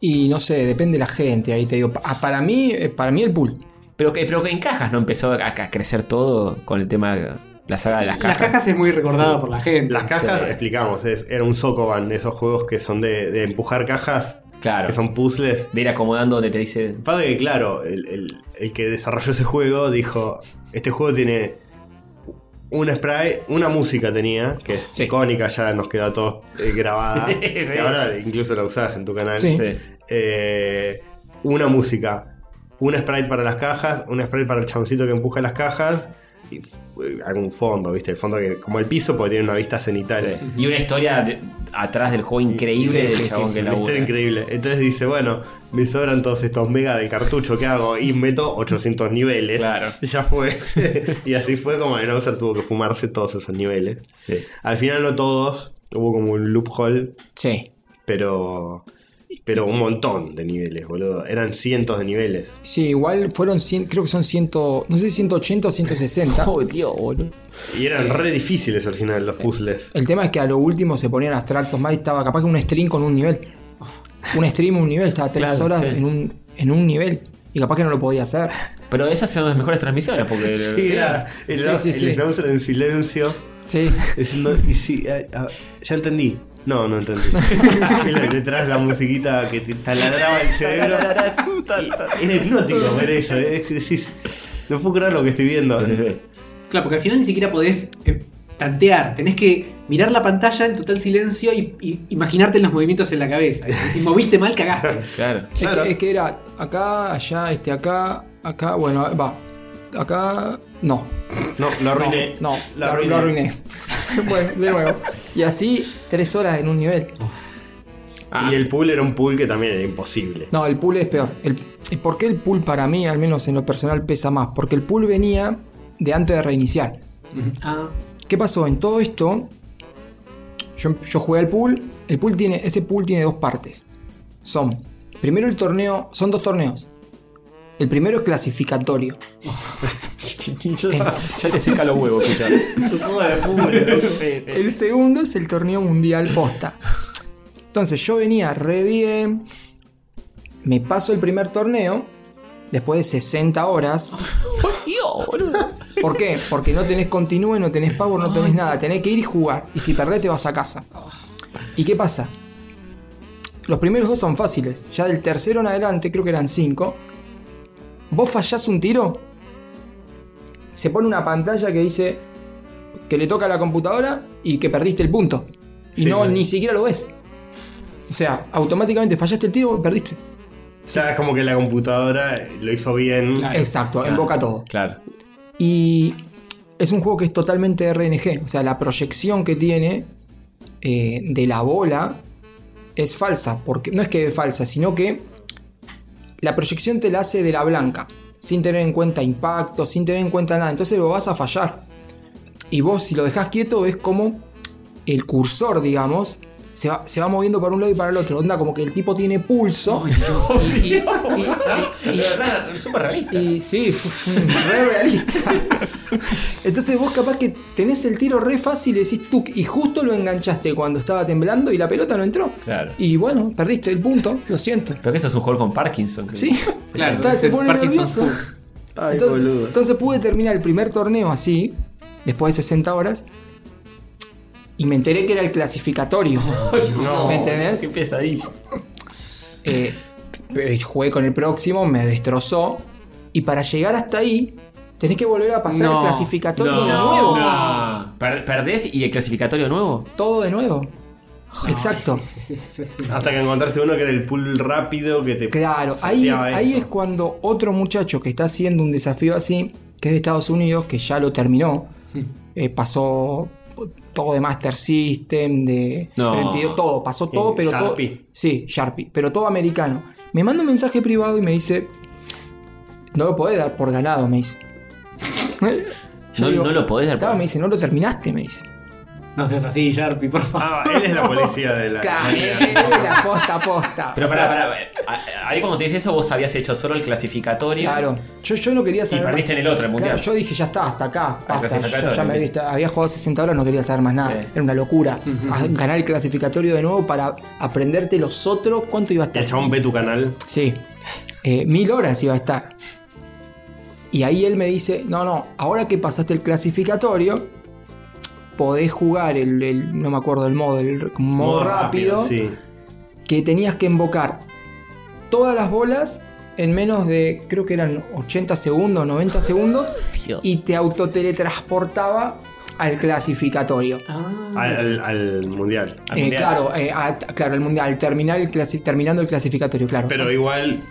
Speaker 3: Y no sé, depende de la gente. Ahí te digo. pa- para mí, eh, para mí el pool.
Speaker 1: Pero que, pero que en cajas no empezó a, a crecer todo con el tema de la saga de las
Speaker 5: Las
Speaker 1: cajas.
Speaker 5: cajas es muy recordado por la gente.
Speaker 2: Las cajas, explicamos, es, era un Sokoban, esos juegos que son de, de empujar cajas,
Speaker 1: Claro.
Speaker 2: que son puzzles.
Speaker 1: De ir acomodando donde te dice.
Speaker 2: Pasa que, claro, el, el- el que desarrolló ese juego dijo: Este juego tiene una spray, una música tenía, que es
Speaker 3: Sí.
Speaker 2: icónica, ya nos quedó a todos eh, grabada.
Speaker 1: Sí,
Speaker 2: que
Speaker 1: sí.
Speaker 2: ahora incluso la usás en tu canal.
Speaker 3: Sí.
Speaker 1: Sí.
Speaker 2: eh, una música, un sprite para las cajas, un sprite para el chaboncito que empuja las cajas y eh, algún fondo, ¿viste? El fondo que como el piso porque tiene una vista cenital.
Speaker 1: Sí. Y una historia de- atrás del juego increíble
Speaker 3: Sí,
Speaker 1: del
Speaker 3: sí,
Speaker 1: chabón
Speaker 3: sí,
Speaker 1: que
Speaker 2: Una
Speaker 1: labura.
Speaker 2: historia increíble. Entonces dice, bueno, me sobran todos estos mega del cartucho, ¿qué hago? Y meto 800 niveles.
Speaker 1: Claro.
Speaker 2: Ya fue. y así fue como el Bowser tuvo que fumarse todos esos niveles.
Speaker 1: Sí.
Speaker 2: Al final no todos, hubo como un loophole,
Speaker 3: Sí.
Speaker 2: pero... Pero un montón de niveles, boludo. Eran cientos de niveles.
Speaker 3: Sí, igual fueron 100, creo que son 100, no sé si 180 o 160.
Speaker 1: Oh, Dios, boludo.
Speaker 2: Y eran re difíciles al final los puzzles.
Speaker 3: El tema es que a lo último se ponían abstractos más y estaba capaz que un stream con un nivel. Un stream, un nivel, estaba tres
Speaker 1: Claro,
Speaker 3: horas
Speaker 1: sí.
Speaker 3: en, un, en un nivel. Y capaz que no lo podía hacer.
Speaker 1: Pero esas son las mejores transmisiones porque.
Speaker 2: Sí, era el,
Speaker 3: Sí, sí,
Speaker 2: el
Speaker 3: sí.
Speaker 2: Schnauzer en silencio.
Speaker 3: Sí.
Speaker 2: diciendo, y sí, ah, ah, ya entendí. No, no entendí. Y la- Detrás la musiquita que te taladraba el cerebro. Y Era hipnótico ver eso. eh, Es que decís, no puedo creer lo que estoy viendo.
Speaker 5: Claro, porque al final ni siquiera podés eh, tantear. Tenés que mirar la pantalla en total silencio y, y imaginarte los movimientos en la cabeza. Y si moviste mal, cagaste.
Speaker 1: Claro.
Speaker 3: Es que, es que era acá, allá, este, acá, acá, bueno, va. Acá, no.
Speaker 2: No, lo arruiné.
Speaker 3: No,
Speaker 2: lo
Speaker 3: lo,
Speaker 2: arruiné.
Speaker 3: lo arruiné. bueno, de nuevo. Y así, tres horas en un nivel.
Speaker 1: Ah.
Speaker 2: Y el pool era un pool que también era imposible.
Speaker 3: No, el pool es peor. El, el- ¿Por qué el pool para mí, al menos en lo personal, pesa más? Porque el pool venía de antes de reiniciar.
Speaker 5: Ah,
Speaker 3: ¿Qué pasó? En todo esto, yo, yo jugué al pool. El pool tiene, ese pool tiene dos partes. Son, primero el torneo, son dos torneos. El primero es clasificatorio.
Speaker 1: Ya te seca los huevos, escucha.
Speaker 3: El segundo es el torneo mundial posta. Entonces yo venía re bien. Me paso el primer torneo. después de 60 horas. ¿Por qué? Porque no tenés continúe, no tenés power, no tenés nada. Tenés que ir y jugar. Y si perdés te vas a casa. ¿Y qué pasa? Los primeros dos son fáciles. Ya del tercero en adelante, creo que eran cinco. Vos fallás un tiro. Se pone una pantalla que dice que le toca a la computadora y que perdiste el punto. Y
Speaker 2: Sí,
Speaker 3: no,
Speaker 2: claro.
Speaker 3: ni siquiera lo ves. O sea, automáticamente fallaste el tiro y perdiste.
Speaker 2: Ya es como que la computadora eh, lo hizo bien.
Speaker 3: Exacto, emboca todo.
Speaker 1: Claro.
Speaker 3: Y es un juego que es totalmente RNG. O sea, la proyección que tiene eh, de la bola es falsa. Porque, no es que es falsa, sino que la proyección te la hace de la blanca. Sin tener en cuenta impacto, sin tener en cuenta nada. Entonces lo vas a fallar. Y vos, si lo dejás quieto, ves como el cursor, digamos, se va, se va moviendo para un lado y para el otro. Onda, como que el tipo tiene pulso. Y- y- y- y-
Speaker 1: Súper realista.
Speaker 3: y sí, uf, mm, re realista. Entonces vos capaz que tenés el tiro re fácil y decís tú y justo lo enganchaste cuando estaba temblando y la pelota no entró.
Speaker 1: Claro.
Speaker 3: Y bueno, perdiste el punto, lo siento.
Speaker 1: Pero que eso es un jugador con Parkinson. creo.
Speaker 3: Sí,
Speaker 5: Claro,
Speaker 3: Está-
Speaker 5: es
Speaker 3: se
Speaker 5: el
Speaker 3: pone
Speaker 5: Parkinson.
Speaker 3: nervioso.
Speaker 2: Ay,
Speaker 3: Entonces,
Speaker 2: boludo.
Speaker 3: entonces pude terminar el primer torneo así, después de 60 horas, y me enteré que era el clasificatorio. ¿Me entendés?
Speaker 1: Qué pesadilla.
Speaker 3: Eh, eh, jugué con el próximo, me destrozó. Y para llegar hasta ahí, tenés que volver a pasar
Speaker 5: No,
Speaker 3: el clasificatorio de
Speaker 1: No.
Speaker 3: nuevo.
Speaker 1: No. Per- ¿Perdés y el clasificatorio nuevo?
Speaker 3: Todo de nuevo. Exacto.
Speaker 5: Sí, sí, sí, sí, sí.
Speaker 2: Hasta que encontraste uno que era el pull rápido
Speaker 1: Eh,
Speaker 2: que te.
Speaker 3: Claro, ahí,
Speaker 2: sorteaba
Speaker 3: ahí
Speaker 2: eso.
Speaker 3: es cuando otro muchacho que está haciendo un desafío así, que es de Estados Unidos, que ya lo terminó,
Speaker 1: Hmm.
Speaker 3: eh, pasó todo de Master System, de
Speaker 1: No.
Speaker 3: 32, todo, pasó todo,
Speaker 2: Eh,
Speaker 3: pero todo.
Speaker 2: Sharpie.
Speaker 3: Sí, Sharpie, pero todo americano. Me manda un mensaje privado y me dice: No lo podés dar por ganado, me dice. Yo
Speaker 1: No- no lo podés dar por-
Speaker 3: "Tá", Me dice, no lo terminaste, me dice.
Speaker 5: No seas así, Sharpie, por favor.
Speaker 2: Ah, él es la policía de la.
Speaker 3: Claro,
Speaker 2: de la-
Speaker 3: la posta, posta.
Speaker 1: Pero pará, pará. eh, a- Ahí cuando te dices eso, vos habías hecho solo el clasificatorio.
Speaker 3: Claro, yo, yo no quería
Speaker 1: Y
Speaker 3: saber.
Speaker 1: perdiste en el otro, el mundial.
Speaker 3: Claro, yo dije, ya está, hasta acá.
Speaker 1: Ah, el
Speaker 3: basta.
Speaker 1: clasificatorio,
Speaker 3: Yo ya me había,
Speaker 1: listo.
Speaker 3: había jugado 60 horas, no quería saber más nada.
Speaker 1: Sí.
Speaker 3: Era una locura. A- Ganar el clasificatorio de nuevo para aprenderte los otros, ¿cuánto iba a estar?
Speaker 2: El chabón ve tu canal.
Speaker 3: Sí. Eh, mil horas iba a estar. Y ahí él me dice, no, no, ahora que pasaste el clasificatorio, podés jugar el, el- no me acuerdo el modo, el como modo, rápido,
Speaker 2: Sí.
Speaker 3: que tenías que invocar todas las bolas en menos de, creo que eran 80 segundos, 90 segundos,
Speaker 1: Dios.
Speaker 3: y te autoteletransportaba al clasificatorio.
Speaker 2: Al, al- al mundial.
Speaker 1: Al
Speaker 3: Eh,
Speaker 1: mundial.
Speaker 3: claro, eh, a- claro, el mundial, al terminar el clasi- terminando el clasificatorio, claro.
Speaker 2: Pero igual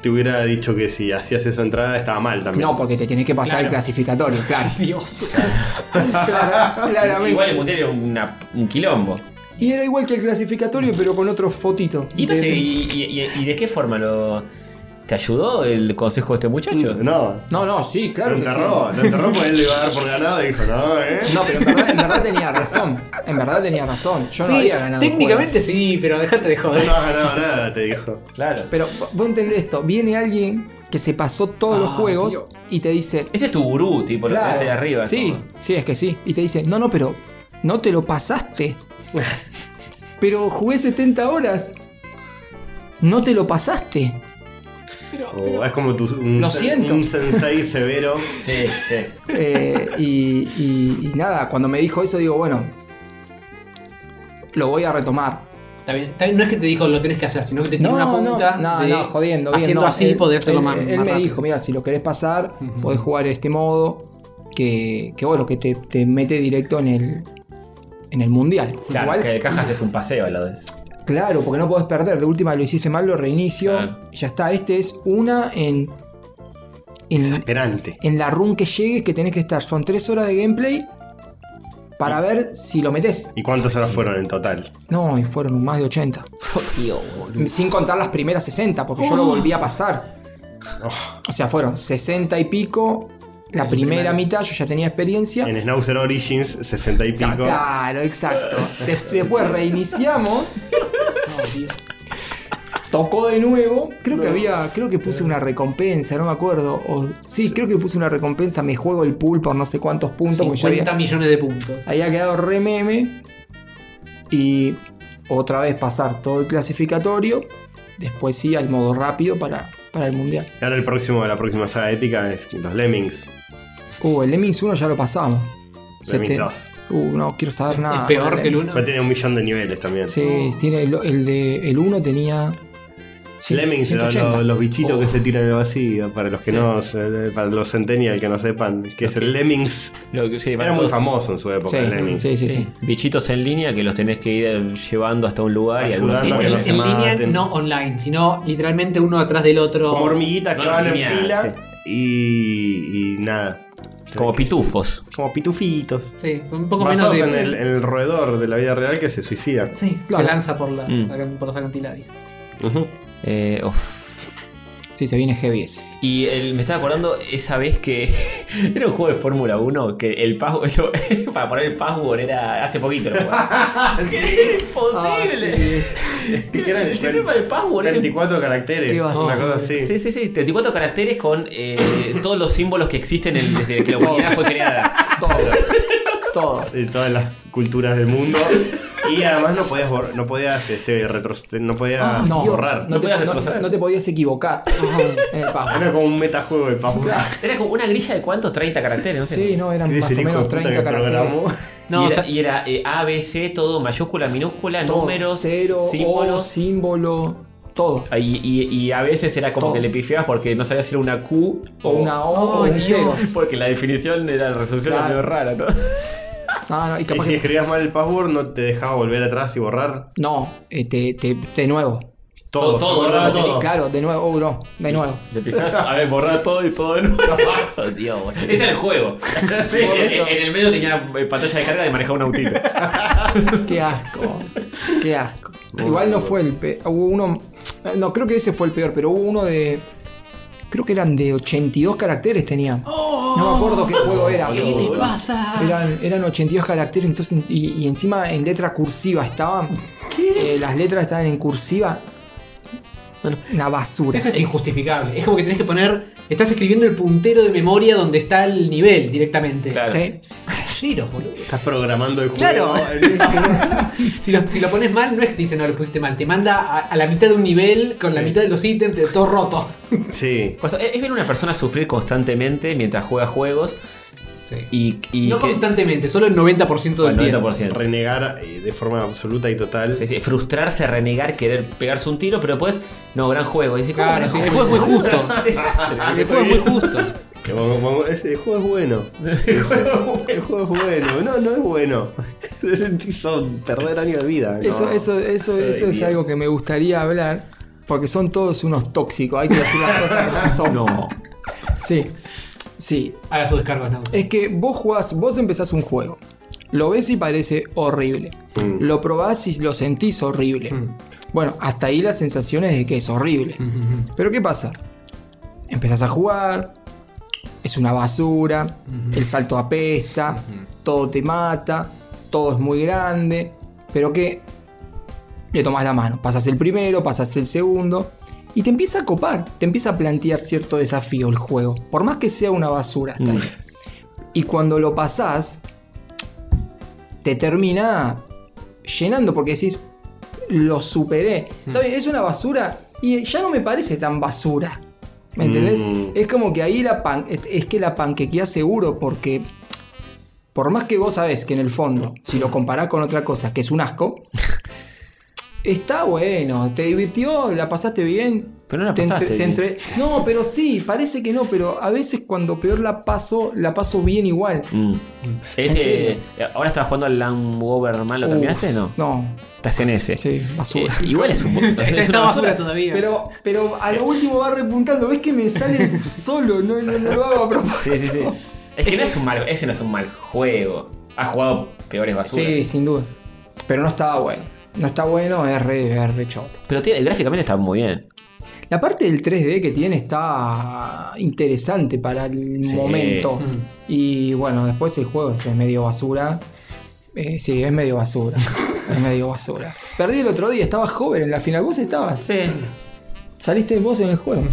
Speaker 2: te hubiera dicho que si hacías esa entrada estaba mal también.
Speaker 3: no, porque te tenés que pasar el clasificatorio, claro.
Speaker 5: Dios.
Speaker 3: Claro, claramente.
Speaker 1: Igual el mundial era una- un quilombo.
Speaker 3: Y era igual que el clasificatorio, pero con otro fotito.
Speaker 1: ¿Y, entonces,
Speaker 3: De-
Speaker 1: y, y- y- y de qué forma lo.? ¿Te ayudó el consejo de este muchacho?
Speaker 2: No.
Speaker 3: Mm, No, no, sí,
Speaker 2: Lo
Speaker 3: claro que sí.
Speaker 2: enterró, lo enterró porque él le iba a dar por ganado y dijo, no, eh.
Speaker 3: No, pero en verdad, en verdad tenía razón. En verdad tenía razón. Yo
Speaker 5: Sí,
Speaker 3: no había ganado. el juego.
Speaker 5: técnicamente sí, pero dejate de
Speaker 2: Tú
Speaker 3: eh".
Speaker 5: joder.
Speaker 2: no has ganado nada, te dijo.
Speaker 1: Claro.
Speaker 3: Pero v- vos entendés esto. Viene alguien que se pasó todos los
Speaker 5: Ah,
Speaker 3: juegos
Speaker 5: tío.
Speaker 3: y te dice.
Speaker 1: Ese es tu gurú, tipo, lo que
Speaker 3: claro,
Speaker 1: hace de arriba.
Speaker 3: Sí,
Speaker 1: como-
Speaker 3: sí, es que sí. Y te dice, no, no, pero no te lo pasaste. pero jugué 70 horas. No te lo pasaste.
Speaker 2: O Oh, es como tu, un,
Speaker 3: Lo
Speaker 2: sen-
Speaker 3: siento.
Speaker 2: un sensei severo.
Speaker 1: Sí, sí.
Speaker 3: Eh, y, y- y nada, cuando me dijo eso, digo, bueno, lo voy a retomar.
Speaker 5: Está bien, está bien, No es que te dijo lo tenés que hacer, sino que te tiene una punta.
Speaker 3: no,
Speaker 5: de-
Speaker 3: no, jodiendo. bien,
Speaker 5: haciendo
Speaker 3: no,
Speaker 5: así
Speaker 3: él-
Speaker 5: podés hacerlo
Speaker 3: él-
Speaker 5: más.
Speaker 3: Él
Speaker 5: más
Speaker 3: me
Speaker 5: rápido.
Speaker 3: dijo, mira, si lo querés pasar,
Speaker 5: Ujú.
Speaker 3: podés jugar este modo, que, que bueno, que te, te mete directo en el, en el mundial.
Speaker 1: Claro,
Speaker 3: Igual,
Speaker 1: que de cajas es un paseo a la vez.
Speaker 3: claro, porque no podés perder. De última lo hiciste mal, lo reinicio.
Speaker 1: Claro.
Speaker 3: Ya está, este es una en... en
Speaker 2: Esperante.
Speaker 3: en la run que llegues que tenés que estar. Son tres horas de gameplay para ver si lo metes.
Speaker 2: ¿Y cuántas horas fueron en total?
Speaker 3: No, y fueron más de 80. Sin contar las primeras 60, porque yo lo volví a pasar. O sea, fueron 60 y pico. La primera mitad yo ya tenía experiencia.
Speaker 2: En Schnauzer Origins, 60 y pico.
Speaker 3: Ah, Claro, exacto. Des- Después reiniciamos. Tocó de nuevo. Creo que había. Creo que puse una recompensa, no me acuerdo. O, sí, creo que puse una recompensa. Me juego el pulpo, no sé cuántos puntos. porque pues yo había-
Speaker 5: 50 millones de puntos.
Speaker 3: había quedado re meme y otra vez pasar todo el clasificatorio, después sí al modo rápido para, para el mundial.
Speaker 2: Ahora el próximo, la próxima saga épica es los Lemmings.
Speaker 3: Uh, el Lemmings 1 ya lo pasamos.
Speaker 2: Lemmings
Speaker 3: Sete-
Speaker 2: 2.
Speaker 3: Uh, no quiero saber nada.
Speaker 5: es peor
Speaker 3: del
Speaker 5: que el
Speaker 3: Lemmings.
Speaker 5: uno.
Speaker 2: Va a tener un millón de niveles también.
Speaker 3: Sí, tiene el, el de el 1 tenía. cien-
Speaker 2: Lemmings, lo- lo-
Speaker 3: 180.
Speaker 2: los bichitos que se tiran al vacío, para los que
Speaker 1: Sí.
Speaker 2: no, se- para los centennial que no sepan, que es el Lemmings.
Speaker 1: Lo que- sí, para
Speaker 2: Era muy
Speaker 1: todos-
Speaker 2: famoso en su época el
Speaker 3: Oh. Sí,
Speaker 2: Lemmings.
Speaker 3: sí, sí,
Speaker 1: sí,
Speaker 3: sí.
Speaker 1: Bichitos en línea que los tenés que ir llevando hasta un lugar y algunos se
Speaker 2: Ayudando a que
Speaker 1: mueren.
Speaker 2: no se
Speaker 5: en línea,
Speaker 2: maten.
Speaker 5: no online, sino literalmente uno atrás del otro.
Speaker 2: Como hormiguitas
Speaker 1: No,
Speaker 2: que van en
Speaker 1: línea,
Speaker 2: fila y, y nada.
Speaker 1: Como pitufos.
Speaker 2: Como pitufitos.
Speaker 5: Sí, un poco menos
Speaker 2: Basados
Speaker 5: de.
Speaker 2: en el, en el roedor de la vida real que se suicida.
Speaker 5: Sí,
Speaker 3: Claro.
Speaker 5: se lanza por, las,
Speaker 1: Mm.
Speaker 5: acan- por los acantilados.
Speaker 2: Ujú.
Speaker 1: Eh, uf.
Speaker 3: Sí, se viene heavy ese.
Speaker 1: Y el- me estaba acordando esa vez que era un juego de Fórmula 1 que el password, lo- para poner el password era hace poquito. lo jugaba. ¡Qué imposible!
Speaker 2: Que eran
Speaker 1: el sistema de password era
Speaker 2: 24 caracteres,
Speaker 3: Qué
Speaker 2: una
Speaker 3: vacío.
Speaker 2: cosa así.
Speaker 1: Sí, sí, sí. 34 caracteres con eh, todos los símbolos que existen en- desde que la humanidad fue creada.
Speaker 3: Todos. Todos.
Speaker 2: de todas las culturas del mundo. Y además no podías bor- no podías este retroceder, no podías
Speaker 3: Ah, no,
Speaker 2: borrar. Ah,
Speaker 1: No
Speaker 3: No, te,
Speaker 1: podías
Speaker 3: no-
Speaker 1: retroceder.
Speaker 3: no te podías equivocar en el pago.
Speaker 2: Era como un metajuego de papu.
Speaker 1: Era como una grilla de cuántos, 30 caracteres, no sé.
Speaker 3: Sí, no, eran más o menos 30 caracteres.
Speaker 5: No,
Speaker 1: y,
Speaker 5: o
Speaker 1: era,
Speaker 5: sea,
Speaker 1: y era, eh, A, B, C, todo, mayúscula, minúscula,
Speaker 3: Todo,
Speaker 1: números,
Speaker 3: cero, símbolo,
Speaker 1: símbolos.
Speaker 3: símbolo, todo.
Speaker 1: Ah, Y, y- y a veces era como
Speaker 3: Todo.
Speaker 1: que le pifiabas porque no sabías si era una Q Oh,
Speaker 3: O una O o
Speaker 5: Ay,
Speaker 3: un
Speaker 5: Dios.
Speaker 3: cero.
Speaker 1: Porque la definición de la resolución
Speaker 3: Claro.
Speaker 1: era medio rara, ¿no?
Speaker 3: Ah, No, no, y
Speaker 2: Y
Speaker 3: capaz
Speaker 2: si
Speaker 3: que-
Speaker 2: escribías mal el password no te dejaba volver atrás y borrar
Speaker 3: No, eh, te, te- de nuevo.
Speaker 1: Todo,
Speaker 2: todo,
Speaker 1: todo,
Speaker 2: borraba
Speaker 1: todo.
Speaker 2: todo.
Speaker 3: Claro, de nuevo, oh, no, de nuevo.
Speaker 1: Te fijabas, a ver, borrar todo y todo de nuevo. Oh, Dios, güey. Ese era el juego.
Speaker 2: Sí.
Speaker 1: En- en, en el medio tenía eh, pantalla de carga de manejar un autito.
Speaker 3: Qué asco, qué asco. Igual no fue el peor. Hubo uno. eh, No, creo que ese fue el peor, pero hubo uno de. Creo que eran de 82 caracteres tenía. No me acuerdo qué juego era.
Speaker 1: Oh. ¿Qué
Speaker 3: pero
Speaker 1: le
Speaker 5: pasa?
Speaker 3: Eran, eran 82 caracteres, entonces. Y, y encima en letra cursiva estaban. Eh, las letras estaban en cursiva. Una basura.
Speaker 5: Eso es injustificable. Es como que tenés que poner. Estás escribiendo el puntero de memoria donde está el nivel directamente.
Speaker 1: Claro.
Speaker 3: Sí.
Speaker 5: Callero, boludo.
Speaker 2: Estás programando el juego.
Speaker 5: Claro.
Speaker 2: Sí.
Speaker 5: Si lo, si lo pones mal, no es que te dicen no lo pusiste mal. Te manda a, a la mitad de un nivel con la mitad de los ítems, de- todo roto.
Speaker 2: Sí.
Speaker 1: O sea, es es ver una persona sufrir constantemente mientras juega juegos y, y
Speaker 5: No
Speaker 1: que-
Speaker 5: constantemente, solo el 90% del
Speaker 1: al
Speaker 5: tiempo.
Speaker 1: 90%.
Speaker 2: Renegar eh, de forma absoluta y total.
Speaker 1: Sí, sí, frustrarse, renegar, querer pegarse un tiro, pero después, no, gran juego. Y dice, ¿cómo
Speaker 5: Claro,
Speaker 1: gran
Speaker 5: sí, el juego es muy justo.
Speaker 1: Desastre.
Speaker 5: El juego es Ah, muy justo.
Speaker 2: Que vamos- vamos- ese juego es bueno. El juego es bueno. No, no es bueno. Son perder años de vida.
Speaker 3: Eso,
Speaker 2: no.
Speaker 3: eso, eso,
Speaker 2: Ay,
Speaker 3: eso es
Speaker 2: Dios.
Speaker 3: algo que me gustaría hablar. Porque son todos unos tóxicos. Hay que decir las cosas como son.
Speaker 1: No.
Speaker 3: Sí. Sí.
Speaker 5: Haga su descargo, Nau.
Speaker 3: Es que vos jugás, vos empezás un juego. Lo ves y parece horrible.
Speaker 2: Mm.
Speaker 3: Lo probás y lo sentís horrible. Bueno, hasta ahí las sensaciones de que es horrible.
Speaker 2: Mm.
Speaker 3: Pero ¿qué pasa? Empezás a jugar, es una basura,
Speaker 2: Mm-hmm.
Speaker 3: el salto apesta, todo te mata, todo es muy grande, pero que le tomás la mano, pasas el primero, pasas el segundo y te empieza a copar, te empieza a plantear cierto desafío el juego, por más que sea una basura hasta ahí. Y cuando lo pasás, te termina llenando porque decís, lo superé. Está bien, es una basura y ya no me parece tan basura. ¿Me entendés?
Speaker 2: Mm.
Speaker 3: Es como que ahí la pan, es- es que la panquequía seguro porque por más que vos sabés que en el fondo, si lo comparás con otra cosa que es un asco, está bueno, te divirtió, la pasaste bien.
Speaker 1: Pero no la
Speaker 3: te entre-
Speaker 1: pasaste
Speaker 3: te
Speaker 1: bien.
Speaker 3: entre- No, pero sí, parece que no, pero a veces cuando peor la paso, la paso bien igual.
Speaker 1: Mm. Este,
Speaker 3: serio?
Speaker 1: ahora estás jugando al Langover Man, ¿lo terminaste?
Speaker 3: Uf,
Speaker 1: No.
Speaker 3: No,
Speaker 1: Estás en ese.
Speaker 3: sí, basura.
Speaker 1: Eh, igual es un es
Speaker 5: Está,
Speaker 1: una
Speaker 5: está basura todavía.
Speaker 3: Pero, pero a lo último va repuntando, ves que me sale solo, no, no, no lo hago a propósito.
Speaker 1: Sí, sí, sí. Es que no es un mal, ese no es un mal juego. Has jugado peores basuras.
Speaker 3: Sí, sin duda. Pero no estaba bueno. No está bueno, es re, es re choto.
Speaker 1: Pero tiene- gráficamente está muy bien.
Speaker 3: La parte del 3D que tiene está interesante para el
Speaker 1: Sí.
Speaker 3: momento. Y bueno, después el juego es medio basura. Eh, sí, es medio basura. es medio basura. Perdí el otro día, estaba joven en la final. ¿Vos estabas?
Speaker 1: Sí. Ah,
Speaker 3: Saliste vos en el juego.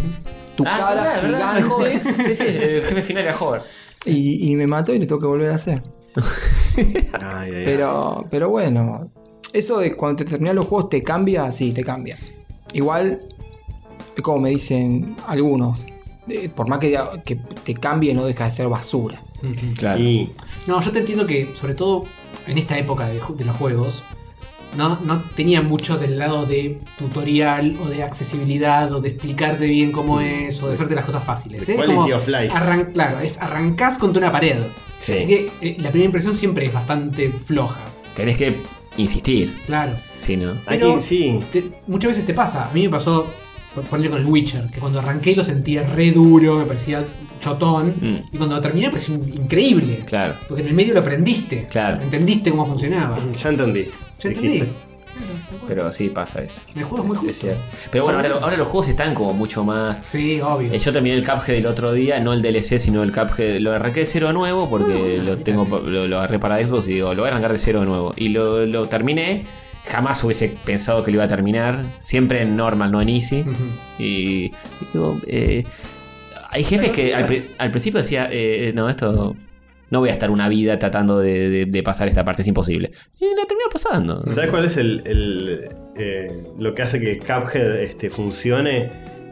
Speaker 3: Tu cara gigante.
Speaker 1: Sí, sí, el jefe final era Hover.
Speaker 3: Y, y me mató y le tengo que volver a hacer.
Speaker 2: Ay, ay, ay.
Speaker 3: Pero, pero bueno, eso de cuando te terminan los juegos te cambia, sí, te cambia. Igual es como me dicen algunos, eh, por más que, que te cambie no deja de ser basura.
Speaker 1: Claro.
Speaker 2: Y
Speaker 5: No, yo te entiendo que, sobre todo en esta época de, ju- de los juegos, no, no tenía mucho del lado de tutorial o de accesibilidad o de explicarte bien cómo es o de hacerte las cosas fáciles.
Speaker 2: Mm. The
Speaker 5: ¿eh? Es
Speaker 2: quality of life.
Speaker 5: arran- claro, es arrancás contra una pared.
Speaker 1: Sí.
Speaker 5: Así que eh, la primera impresión siempre es bastante floja.
Speaker 1: Tenés que insistir,
Speaker 5: Claro.
Speaker 1: ¿sí, no?
Speaker 2: aquí
Speaker 5: Pero-
Speaker 2: sí.
Speaker 5: Te- muchas veces te pasa. A mí me pasó, por ponerle con el Witcher, que cuando arranqué lo sentía re duro, me parecía chotón.
Speaker 1: Mm.
Speaker 5: Y cuando terminé me pareció in- increíble.
Speaker 1: Claro.
Speaker 5: Porque en el medio lo aprendiste.
Speaker 1: Claro.
Speaker 5: Entendiste cómo funcionaba.
Speaker 2: Ya entendí.
Speaker 5: Ya entendí.
Speaker 2: Dijiste.
Speaker 1: Pero sí pasa eso.
Speaker 5: El juego es muy
Speaker 1: Es
Speaker 5: justo.
Speaker 1: cierto. Pero bueno, ahora, ahora los juegos están como mucho más.
Speaker 5: Sí, obvio.
Speaker 1: Eh, Yo terminé el Cuphead el otro día, no el DLC, sino el Cuphead. Lo arranqué de cero de nuevo
Speaker 5: Ah,
Speaker 1: porque lo tengo pa- lo, lo agarré para Xbox y digo, lo voy a arrancar de cero de nuevo. Y lo, lo terminé. Jamás hubiese pensado que lo iba a terminar. Siempre en normal, no en easy. Y, y digo, eh, hay jefes que al, pri- al principio decía, eh, no, esto. No voy a estar una vida tratando de, de- de pasar esta parte, es imposible. Y la terminé pasando.
Speaker 2: ¿Sabes cuál es el, el, eh, lo que hace que el Cuphead este, funcione?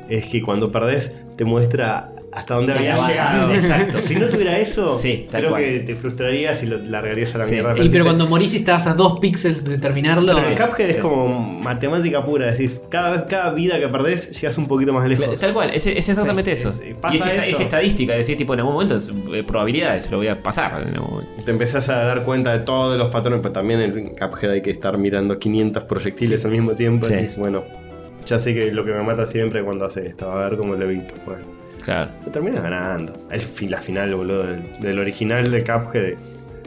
Speaker 2: Es que cuando perdés te muestra hasta dónde
Speaker 1: La
Speaker 2: habías
Speaker 1: cagada.
Speaker 2: llegado. Exacto. Si no tuviera eso,
Speaker 1: Sí, tal
Speaker 2: creo
Speaker 1: cual.
Speaker 2: que te frustrarías y lo largarías a la
Speaker 1: Sí.
Speaker 2: mierda.
Speaker 5: Y
Speaker 2: te-
Speaker 5: pero cuando morís y estabas a dos píxeles de terminarlo.
Speaker 2: Pero el Cuphead es
Speaker 1: Sí.
Speaker 2: como matemática pura, decís, cada vez, cada vida que perdés, llegas un poquito más lejos.
Speaker 1: Cla- Tal cual, es, es exactamente
Speaker 2: Sí,
Speaker 1: eso.
Speaker 2: es- pasa
Speaker 1: y es, esta-
Speaker 2: eso.
Speaker 1: es estadística, decís, tipo, en algún momento es eh, probabilidades, lo voy a pasar en algún momento.
Speaker 2: Te empezás a dar cuenta de todos los patrones, pero también en Cuphead hay que estar mirando 500 proyectiles al mismo tiempo.
Speaker 1: Sí.
Speaker 2: Y decís, bueno, ya sé que lo que me mata siempre es cuando hace esto, a ver cómo lo evito. pues. Bueno,
Speaker 1: Claro.
Speaker 2: lo terminas ganando. El fin, la final, boludo, del, del original de Cuphead,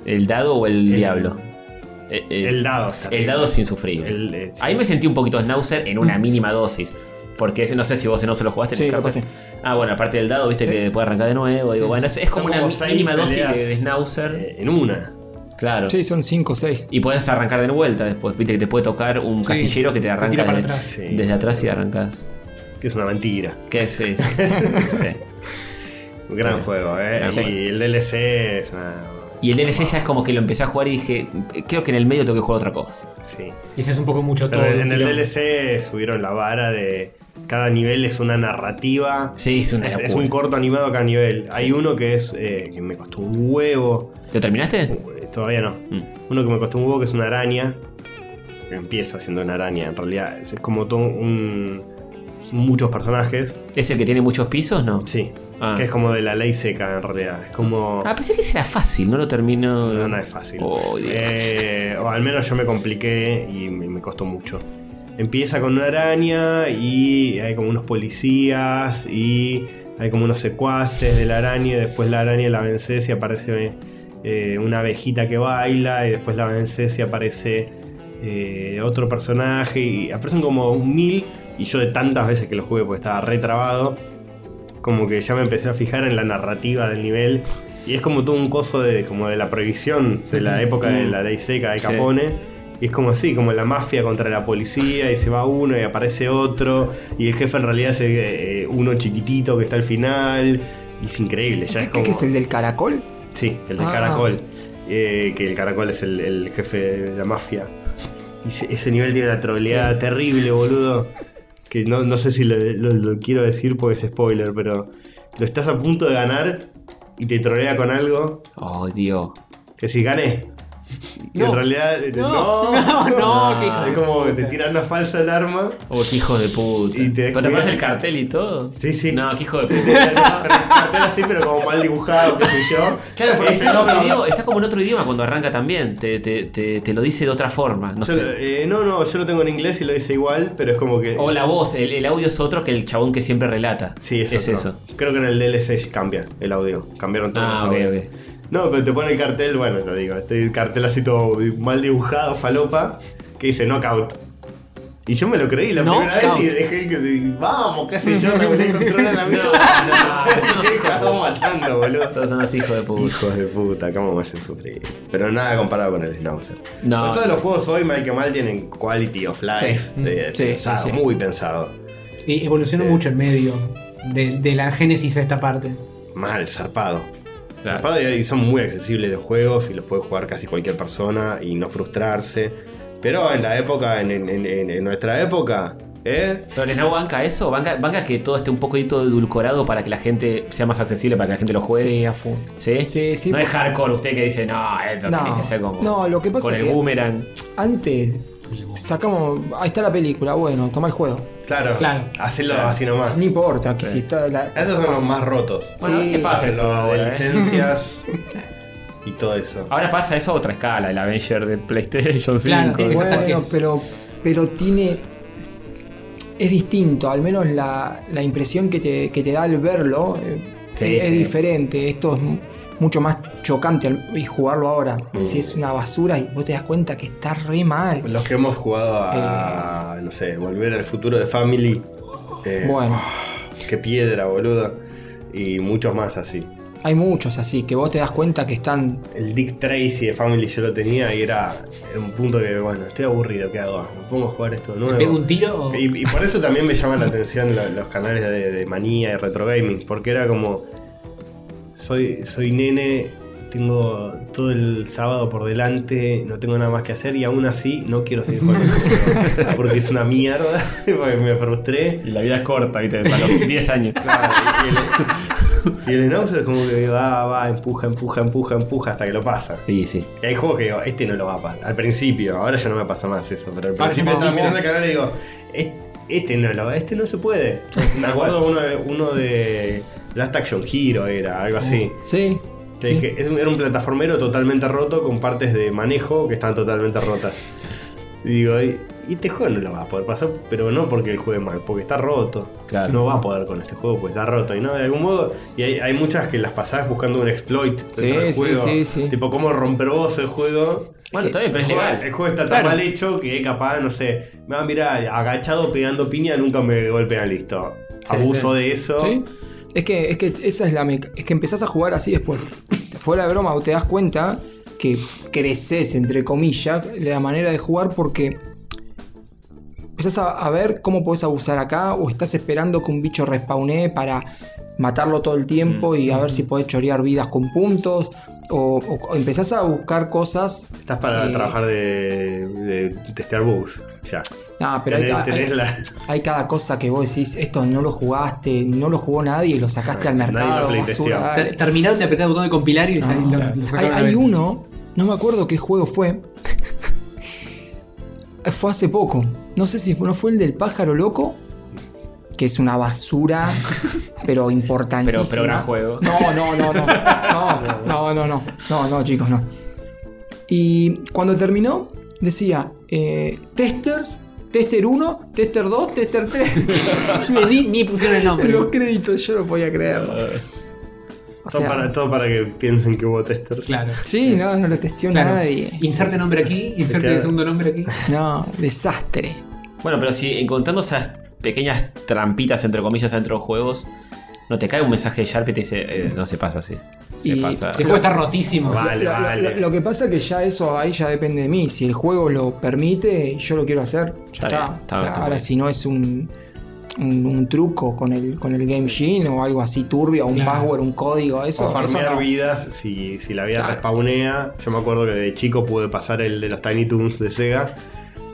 Speaker 1: ¿El dado o el,
Speaker 2: El-
Speaker 1: diablo? Eh, eh,
Speaker 2: el dado.
Speaker 1: el dado sin sufrir.
Speaker 2: El- eh, sí.
Speaker 1: Ahí me sentí un poquito Snauzer en una mínima dosis. Porque ese, no sé si vos en se lo jugaste en
Speaker 3: Sí,
Speaker 1: el
Speaker 3: lo
Speaker 1: Cuphead.
Speaker 3: pasé.
Speaker 1: Ah, bueno, aparte del dado, viste
Speaker 3: Sí.
Speaker 1: que después arrancar de nuevo. Digo, bueno, es, es como
Speaker 2: Son
Speaker 1: una
Speaker 2: seis
Speaker 1: mínima dosis
Speaker 2: peleas,
Speaker 1: de, de Snauzer.
Speaker 2: eh, en una.
Speaker 1: claro.
Speaker 3: Sí, son 5 o 6.
Speaker 1: Y podés arrancar de vuelta después. Viste que te puede tocar un
Speaker 5: Sí.
Speaker 1: casillero que te
Speaker 5: Te
Speaker 1: arranca
Speaker 5: tira para
Speaker 1: de-
Speaker 5: atrás.
Speaker 2: Sí.
Speaker 1: desde atrás y arrancas.
Speaker 2: Que es una mentira.
Speaker 1: ¿Qué es eso? Sí.
Speaker 2: Un gran juego, ¿eh?
Speaker 1: Sí.
Speaker 2: Y el DLC es una.
Speaker 1: Y el DLC ya es como que lo empecé a jugar y dije, "Eh, creo que en el medio tengo que jugar otra cosa.
Speaker 2: Sí.
Speaker 5: Y ese es un poco mucho todo.
Speaker 2: Pero en el
Speaker 5: tirón.
Speaker 2: DLC subieron la vara de. Cada nivel es una narrativa.
Speaker 1: Sí, es una
Speaker 2: Es,
Speaker 1: locura.
Speaker 2: es un corto animado a cada nivel. Hay uno que es. eh, que me costó un huevo.
Speaker 1: ¿Lo terminaste?
Speaker 2: Eh, Todavía no.
Speaker 1: Mm.
Speaker 2: Uno que me costó un huevo que es una araña. que Empieza siendo una araña, en realidad. Es, es como todo un. muchos personajes.
Speaker 1: ¿Es el que tiene muchos pisos? No.
Speaker 2: Sí.
Speaker 1: Ah.
Speaker 2: Que es como de la ley seca, en realidad. Es como.
Speaker 1: Ah, pensé que ese era fácil, no lo termino.
Speaker 2: No, no es fácil.
Speaker 1: Oh, Dios.
Speaker 2: Eh, o al menos yo me compliqué y me, me costó mucho. Empieza con una araña y hay como unos policías y hay como unos secuaces de la araña y después la araña la vences y aparece eh, una abejita que baila y después la vences y aparece eh, otro personaje y aparecen como un mil y yo de tantas veces que lo jugué porque estaba retrabado como que ya me empecé a fijar en la narrativa del nivel. Y es como todo un coso de, como de la prohibición de la época de la ley seca de
Speaker 1: Sí.
Speaker 2: Capone. Y es como así, como la mafia contra la policía, y se va uno y aparece otro, y el jefe en realidad es eh, eh, uno chiquitito que está al final. Y es increíble, ya
Speaker 3: ¿Qué,
Speaker 2: es como.
Speaker 3: qué es el del caracol?
Speaker 2: Sí, el del
Speaker 3: Ah.
Speaker 2: caracol. Eh, que el caracol es el, el jefe de la mafia. Y se- ese nivel tiene una troleada terrible, boludo. Que no, no sé si lo, lo- lo quiero decir porque es spoiler, pero lo estás a punto de ganar y te trolea con algo
Speaker 1: Oh, Dios.
Speaker 2: que si gané. Y en
Speaker 5: No.
Speaker 2: realidad. eh, No, Ah,
Speaker 5: no, no, qué hijo de
Speaker 2: Es como que
Speaker 5: puta.
Speaker 2: te tiran una falsa alarma.
Speaker 1: Oh, qué hijo de puta.
Speaker 2: Y te-
Speaker 1: ¿Pero te acuerdas el cartel y todo?
Speaker 2: Sí, sí.
Speaker 1: No, qué hijo de
Speaker 2: Te
Speaker 1: puta.
Speaker 2: tiran el cartel así, pero como mal dibujado, qué sé yo.
Speaker 1: Claro, porque
Speaker 2: Ese
Speaker 1: está, en otro
Speaker 2: no-
Speaker 1: idioma- está como en otro idioma cuando arranca también. Te, te, te, te lo dice de otra forma. No
Speaker 2: Yo-
Speaker 1: sé. Oh,
Speaker 2: eh, no, no, yo lo tengo en inglés y lo hice igual, pero es como que.
Speaker 1: O la voz, el, el audio es otro que el chabón que siempre relata.
Speaker 2: Sí, es, otro.
Speaker 1: eso.
Speaker 2: Creo que en el DLC cambia el audio. Cambiaron todos
Speaker 1: Ah,
Speaker 2: los
Speaker 1: ok,
Speaker 2: audios.
Speaker 1: ok.
Speaker 2: No, pero te pone el cartel, bueno, lo digo, este cartel así todo mal dibujado, falopa, que dice knockout. Y yo me lo creí la primera vez y dejé que. de- Vamos, qué sé yo, la volé a controlar la mierda. Me acabo matando,
Speaker 1: Todos
Speaker 2: boludo.
Speaker 1: son los hijos de puta.
Speaker 2: Hijos de puta, cómo me hacen sufrir. Pero nada comparado con el Snauzer.
Speaker 1: No.
Speaker 2: Pero todos los juegos hoy, mal que mal, tienen quality of life.
Speaker 3: Sí.
Speaker 2: de-
Speaker 3: Sí, sí,
Speaker 2: pensado,
Speaker 3: sí.
Speaker 2: Muy pensado.
Speaker 5: Y evolucionó
Speaker 2: Sí.
Speaker 5: mucho en medio de, de la génesis a esta parte.
Speaker 2: Mal, zarpado.
Speaker 1: Claro.
Speaker 2: Zarpado y y son muy accesibles los juegos y los puede jugar casi cualquier persona y no frustrarse. Pero en la época, en, en- en- en- en nuestra época, ¿Eh?
Speaker 1: Pero el Snow banca eso, banca, banca que todo esté un poquito edulcorado para que la gente sea más accesible, para que la gente lo juegue.
Speaker 3: Sí, a full.
Speaker 1: Sí.
Speaker 3: Sí, sí,
Speaker 1: No es
Speaker 3: porque-
Speaker 1: hardcore usted que dice, no, esto
Speaker 3: No.
Speaker 1: tiene que ser como.
Speaker 3: No, lo que pasa
Speaker 1: con
Speaker 3: es
Speaker 1: el
Speaker 3: que-
Speaker 1: boomerang.
Speaker 3: Antes sacamos. Ahí está la película, bueno, toma el juego.
Speaker 2: Claro.
Speaker 5: Claro.
Speaker 2: Hacerlo así nomás.
Speaker 3: No importa, que
Speaker 2: Sí.
Speaker 3: si está la.
Speaker 2: Esos son los más rotos.
Speaker 1: Bueno,
Speaker 3: Sí.
Speaker 1: se pasa Ah, eso.
Speaker 2: Lo de
Speaker 1: Ahora, ¿eh? Ah.
Speaker 2: licencias y todo eso.
Speaker 1: Ahora pasa eso a otra escala, el Avenger de PlayStation 5.
Speaker 5: Claro, tiene que ser
Speaker 1: Bueno,
Speaker 3: Bueno,
Speaker 5: tanques.
Speaker 3: pero, pero tiene. Es distinto, al menos la, la impresión que te, que te da al verlo eh,
Speaker 1: Sí,
Speaker 3: es, es
Speaker 1: sí.
Speaker 3: diferente. Esto es mu- mucho más chocante al- y jugarlo ahora. Si es una basura y vos te das cuenta que está re mal.
Speaker 2: Los que hemos jugado
Speaker 1: Eh.
Speaker 2: a, no sé, Volver al Futuro de Family. eh,
Speaker 3: Bueno,
Speaker 2: Qué piedra, boludo. Y muchos más así.
Speaker 3: hay muchos así que vos te das cuenta que están.
Speaker 2: El Dick Tracy de Family yo lo tenía y era en un punto que, bueno, estoy aburrido, ¿qué hago? ¿Me pongo a jugar esto de nuevo?
Speaker 5: ¿Pega un tiro o.?
Speaker 2: Y, y por eso también me llaman la atención lo- los canales de, de manía y retro gaming, porque era como. Soy, soy nene, tengo todo el sábado por delante, no tengo nada más que hacer y aún así no quiero seguir jugando. este juego, porque es una mierda, porque me frustré.
Speaker 1: Y la vida es corta, viste, para los 10 años.
Speaker 2: Claro, y el- y el Enauser es como que va, va, empuja, empuja, empuja, empuja hasta que lo pasa.
Speaker 1: Sí, sí.
Speaker 2: Y hay juegos que digo, este no lo va a pasar. Al principio, ahora ya no me pasa más eso, pero al
Speaker 5: Ahora
Speaker 2: principio
Speaker 5: ya no,
Speaker 2: estaba
Speaker 5: ¿viste?
Speaker 2: mirando el canal y digo, "Est- este no lo, este no se puede. Me acuerdo uno de, uno de Last Action Hero era, algo así.
Speaker 3: Sí.
Speaker 2: Te
Speaker 3: sí.
Speaker 2: dije, es un- era un plataformero totalmente roto con partes de manejo que están totalmente rotas. Y digo, y, y este juego no lo va a poder pasar, pero no porque él juegue mal, porque está roto.
Speaker 1: Claro.
Speaker 2: No va a poder con este juego porque está roto. Y no, de algún modo, y hay, hay muchas que las pasás buscando un exploit dentro
Speaker 3: Sí,
Speaker 2: del
Speaker 3: sí,
Speaker 2: juego.
Speaker 3: sí, sí.
Speaker 2: Tipo, cómo romper vos el juego.
Speaker 1: Bueno, está bien, pero es
Speaker 2: el, juego
Speaker 1: legal.
Speaker 2: el juego está tan mal hecho que capaz, no sé, va, mira, agachado pegando piña, nunca me golpean listo. Abuso de eso.
Speaker 3: ¿Sí? Es que, es que esa es la meca- Es que empezás a jugar así después. Fuera de broma, vos te das cuenta que creces, entre comillas, de la manera de jugar porque empezás a, a ver cómo podés abusar acá o estás esperando que un bicho respawnee para matarlo todo el tiempo
Speaker 2: Mm,
Speaker 3: y a ver si podés chorear vidas con puntos o, o- o empezás a buscar cosas.
Speaker 2: Estás para
Speaker 3: Eh.
Speaker 2: trabajar de, de testear bugs. Ya.
Speaker 3: Nah, pero hay
Speaker 2: tenés,
Speaker 3: ca- hay,
Speaker 2: tenés la-
Speaker 3: hay cada cosa que vos decís, esto no lo jugaste, no lo jugó nadie y lo sacaste al
Speaker 2: Nadie lo
Speaker 3: mercado.
Speaker 2: playtesteó.
Speaker 3: basura, dale.
Speaker 5: Ter- Terminaron de apretar el botón de compilar
Speaker 2: Ah,
Speaker 5: y sal- lo- lo
Speaker 3: Hay,
Speaker 5: sacaron a la
Speaker 3: hay
Speaker 5: venta.
Speaker 3: uno, no me acuerdo qué juego fue. fue hace poco. No sé si fue, no fue el del pájaro loco. Que es una basura, pero importantísima.
Speaker 1: Pero- pero gran juego.
Speaker 3: No, no, no, no. No, no, no, no. No, no, chicos, no. Y cuando terminó, decía: eh, Testers, Tester 1, Tester 2, Tester 3.
Speaker 5: ni, ni pusieron el nombre.
Speaker 3: Los créditos, yo no podía creerlo. O
Speaker 2: todo,
Speaker 3: sea,
Speaker 2: para, todo para que piensen que hubo testers.
Speaker 5: Claro.
Speaker 3: Sí, no, no lo testió
Speaker 5: Claro.
Speaker 3: nadie.
Speaker 5: Inserte nombre aquí, inserte
Speaker 2: Claro.
Speaker 5: segundo nombre aquí.
Speaker 3: No, desastre.
Speaker 1: Bueno, pero si encontrando esas pequeñas trampitas, entre comillas, dentro de los juegos, no te cae un mensaje de Sharp y te dice, eh, no se pasa así. Se
Speaker 3: Y-
Speaker 1: pasa.
Speaker 5: Ese juego está rotísimo.
Speaker 2: Vale,
Speaker 3: Lo, lo-
Speaker 2: vale.
Speaker 3: lo- lo que pasa es que ya eso ahí ya depende de mí. Si el juego lo permite y yo lo quiero hacer, ya
Speaker 1: Está
Speaker 3: está.
Speaker 1: bien, está
Speaker 3: O sea,
Speaker 1: bien, está
Speaker 3: ahora,
Speaker 1: bien.
Speaker 3: si no es un, un, un truco con el, con el Game Gene o algo así turbio, o un
Speaker 5: Claro.
Speaker 3: password, un código,
Speaker 2: O
Speaker 3: eso.
Speaker 2: farmear
Speaker 3: eso no.
Speaker 2: vidas, si, si la vida
Speaker 3: Claro.
Speaker 2: respawnea. Yo me acuerdo que de chico pude pasar el de los Tiny Toons de Sega.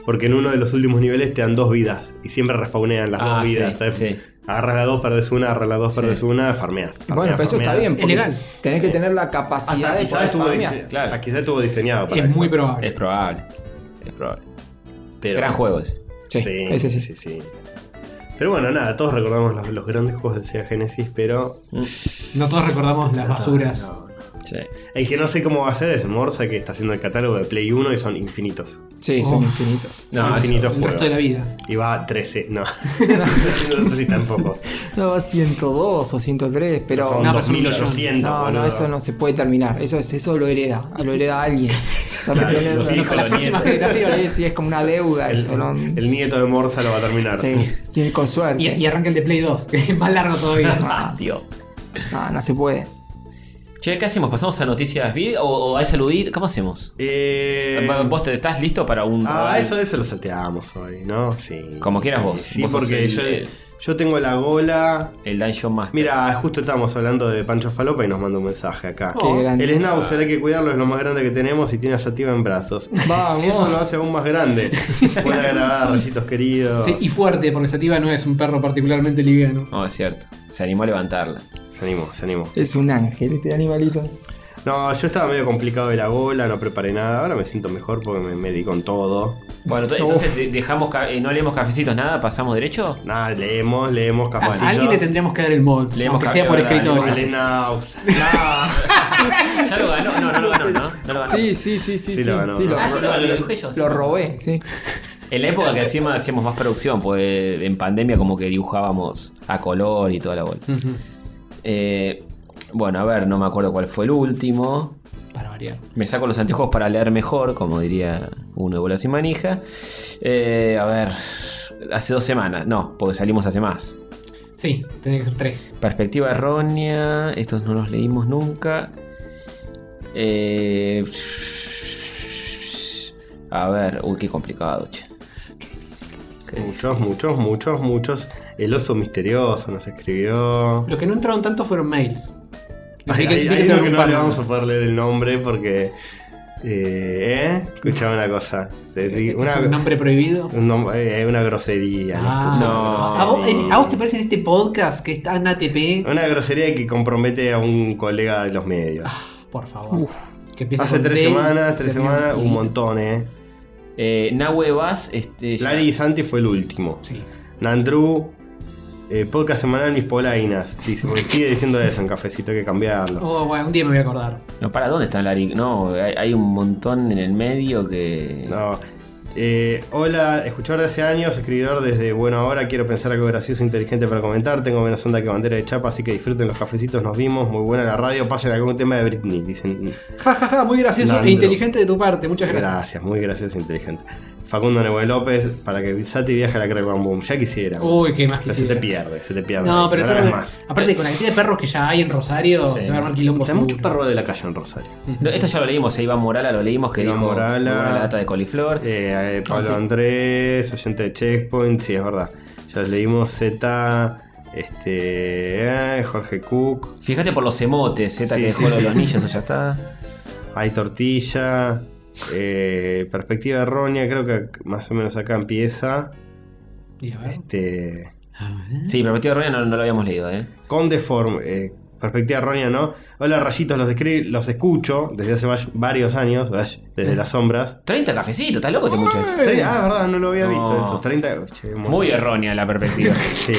Speaker 2: Porque en uno de los últimos niveles te dan dos vidas. Y siempre respawnean las
Speaker 1: Ah,
Speaker 2: dos
Speaker 1: sí,
Speaker 2: vidas. ¿sabes?
Speaker 1: sí.
Speaker 2: Agarras la dos, perdés una, agarras la dos, perdés una, farmeas.
Speaker 3: Y Bueno,
Speaker 2: farmeas,
Speaker 3: pero eso está
Speaker 2: farmeas.
Speaker 3: bien. porque
Speaker 5: legal.
Speaker 3: Tenés que tener la capacidad
Speaker 2: Hasta
Speaker 3: de
Speaker 2: quizás
Speaker 3: saber
Speaker 2: estuvo,
Speaker 3: farmear.
Speaker 2: dise-
Speaker 1: Claro.
Speaker 2: hasta quizás estuvo diseñado para
Speaker 5: es
Speaker 2: eso.
Speaker 5: muy probable.
Speaker 1: Es probable. Es probable.
Speaker 2: Pero-
Speaker 1: Gran juego ese.
Speaker 3: Sí, ese sí.
Speaker 2: sí, sí. Pero bueno, nada, todos recordamos los, los grandes juegos de Sega Genesis, pero.
Speaker 5: No todos recordamos las basuras.
Speaker 2: No, no.
Speaker 1: Sí.
Speaker 2: El que no sé cómo va a ser es Morsa, que está haciendo el catálogo de Play 1 y son infinitos.
Speaker 3: Sí, son
Speaker 5: Uf.
Speaker 3: infinitos.
Speaker 2: Son
Speaker 1: No,
Speaker 2: infinitos
Speaker 5: El resto de la
Speaker 2: juegos.
Speaker 5: vida.
Speaker 2: Y va a 13, no. no sé si tampoco.
Speaker 3: No, va 102 o 103, pero.
Speaker 2: Son
Speaker 5: No, pero son
Speaker 2: 2800.
Speaker 3: No, no,
Speaker 2: boludo.
Speaker 3: eso no se puede terminar. Eso es, eso lo hereda, lo hereda alguien. O sea,
Speaker 2: Claro,
Speaker 3: tenés-
Speaker 2: los hijos, los
Speaker 3: Sí,
Speaker 5: nietos.
Speaker 3: Sí, sí, es como una deuda
Speaker 2: El,
Speaker 3: eso, ¿no?
Speaker 2: el nieto de Morsa lo va a terminar.
Speaker 3: Sí, tiene con suerte.
Speaker 5: Y, y arranca el de Play 2, que es más largo todavía.
Speaker 1: Ah, tío.
Speaker 3: No, no se puede.
Speaker 1: Che, ¿qué hacemos? ¿Pasamos a noticias big o, o a saludit? ¿Cómo hacemos?
Speaker 2: Eh,
Speaker 1: ¿Vos te estás listo para un...
Speaker 2: Ah, eso, eso lo salteamos hoy, ¿no? Sí.
Speaker 1: Como quieras vos.
Speaker 2: Sí,
Speaker 1: Vos sos
Speaker 2: porque
Speaker 1: el-
Speaker 2: yo,
Speaker 1: el-
Speaker 2: Yo tengo la gola.
Speaker 1: El Dungeon Master.
Speaker 2: Mira, justo estábamos hablando de Pancho Falopa y nos manda un mensaje acá.
Speaker 3: Qué grande.
Speaker 2: El Schnauzer hay que cuidarlo, es lo más grande que tenemos y tiene a Sativa en brazos.
Speaker 3: Vamos.
Speaker 2: Eso lo hace aún más grande. Buena grabada, rayitos queridos.
Speaker 5: Sí, y fuerte, porque Sativa no es un perro particularmente liviano.
Speaker 1: No, es cierto. Se animó a levantarla.
Speaker 2: Se animó, se animó.
Speaker 3: Es un ángel este animalito.
Speaker 2: No, yo estaba medio complicado de la gola, no preparé nada. Ahora me siento mejor porque me, me di con todo.
Speaker 1: Bueno, to- entonces de- dejamos ca- eh, no leemos cafecitos nada, pasamos derecho.
Speaker 2: Nada, leemos, leemos,
Speaker 3: Ah,
Speaker 5: A,
Speaker 2: cafecitos.
Speaker 5: a alguien le tendríamos que dar el mod,
Speaker 1: Leemos
Speaker 5: aunque sea
Speaker 1: café,
Speaker 5: por
Speaker 1: ¿verdad?
Speaker 5: escritorio.
Speaker 2: Al Schnauzer. No.
Speaker 1: Ya lo ganó, no, no lo ganó, ¿no? No lo ganó.
Speaker 3: Sí, sí, sí, sí.
Speaker 2: Sí,
Speaker 3: Sí,
Speaker 2: lo ganó.
Speaker 3: sí, lo,
Speaker 1: Ah, sí, lo, lo dibujé yo, sí.
Speaker 3: lo robé, sí.
Speaker 1: En la época que hacíamos, hacíamos más producción, pues en pandemia como que dibujábamos a color y toda la bola. Eh, bueno, a ver, no me acuerdo cuál fue el último.
Speaker 5: Para variar.
Speaker 1: Me saco los anteojos para leer mejor, como diría uno de bolas y manija. Eh, a ver, hace dos semanas, no, porque salimos hace más.
Speaker 5: Sí, tendría que ser tres.
Speaker 1: Perspectiva errónea, estos no los leímos nunca. Eh, a ver, uy, qué complicado, che. Qué
Speaker 2: Muchos, muchos, muchos, muchos. El oso misterioso nos escribió.
Speaker 5: Lo que no entraron tanto fueron mails.
Speaker 2: Hay,
Speaker 5: Vi que-
Speaker 2: hay-
Speaker 5: vi
Speaker 2: hay uno
Speaker 5: que tengo
Speaker 2: que
Speaker 5: un
Speaker 2: no
Speaker 5: par.
Speaker 2: le vamos a poder leer el nombre porque. Eh, ¿eh? Escuchaba una cosa. Te di-
Speaker 5: ¿Es
Speaker 2: Una,
Speaker 5: un nombre prohibido?
Speaker 2: un nom- eh, una grosería. nos
Speaker 5: Ah,
Speaker 2: puso.
Speaker 1: no.
Speaker 5: ¿A, vos, en- a vos te parece en este podcast que está en ATP?
Speaker 2: Una grosería que compromete a un colega de los medios.
Speaker 5: Por favor. Que empieza
Speaker 2: Hace
Speaker 5: Ah, con
Speaker 2: tres
Speaker 5: D,
Speaker 2: semanas, tres
Speaker 5: termina
Speaker 2: semanas,
Speaker 5: con
Speaker 2: un
Speaker 5: I.
Speaker 2: montón, ¿eh?
Speaker 1: Eh, Nahue Vaz, este. ya-
Speaker 2: Lari y Santi fue el último.
Speaker 5: Sí.
Speaker 2: Nandru, eh, podcast semanal Mis Polainas. Dice, porque sigue diciendo eso en cafecito, hay que cambiarlo.
Speaker 5: Oh, bueno, un día me voy a acordar.
Speaker 1: No, para, ¿dónde está Lari? No, hay, hay un montón en el medio que.
Speaker 2: No. Eh, hola, escuchador de hace años, escribidor desde Bueno Ahora, quiero pensar algo gracioso e inteligente para comentar. Tengo menos onda que bandera de chapa, así que disfruten los cafecitos, nos vimos, muy buena la radio, pasen algún tema de Britney, dicen.
Speaker 5: Ja, ja, ja, muy gracioso
Speaker 2: Nando.
Speaker 5: e inteligente de tu parte. Muchas gracias.
Speaker 2: Gracias, muy gracioso e inteligente. Facundo Nebue López, para que Sati viaje a la Crack Bam Boom, ya quisiera.
Speaker 5: Uy, qué más
Speaker 2: Pero se te
Speaker 5: quisiera.
Speaker 2: pierde, se te pierde.
Speaker 5: No, pero el
Speaker 2: lo
Speaker 5: perro-
Speaker 2: hagas más.
Speaker 5: aparte con la cantidad de perros que ya hay en Rosario, se va a armar quilombo.
Speaker 2: O sea, muchos
Speaker 5: seguro.
Speaker 2: perros de la calle en Rosario.
Speaker 1: No, esto ya lo leímos, eh, Iván Morala lo leímos, que
Speaker 2: Iván
Speaker 1: dijo
Speaker 2: Morala.
Speaker 1: una lata de coliflor.
Speaker 2: Eh, eh, Pablo
Speaker 1: Ah, sí.
Speaker 2: Andrés, oyente de Checkpoint, sí, es verdad. Ya leímos Z, este, eh, Jorge Cook,
Speaker 1: Fíjate por los emotes, Z
Speaker 2: Sí,
Speaker 1: que
Speaker 2: sí,
Speaker 1: dejó
Speaker 2: sí.
Speaker 1: los anillos, eso ya está.
Speaker 2: Hay Tortilla, eh, Perspectiva Errónea, creo que más o menos acá empieza.
Speaker 5: Y a ver.
Speaker 2: Este,
Speaker 1: Sí, Perspectiva Errónea no, no lo habíamos leído, ¿eh?
Speaker 2: Conde Form, eh, Perspectiva Errónea, ¿no? Hola, rayitos, los, escri- los escucho desde hace va- varios años, vaya,
Speaker 1: Mm.
Speaker 2: desde las sombras.
Speaker 1: 30 cafecitos, ¿estás loco este muchacho?
Speaker 2: Ah, verdad, no lo había
Speaker 1: No.
Speaker 2: visto eso. 30, che, un montón.
Speaker 1: Muy errónea la perspectiva.
Speaker 2: Sí.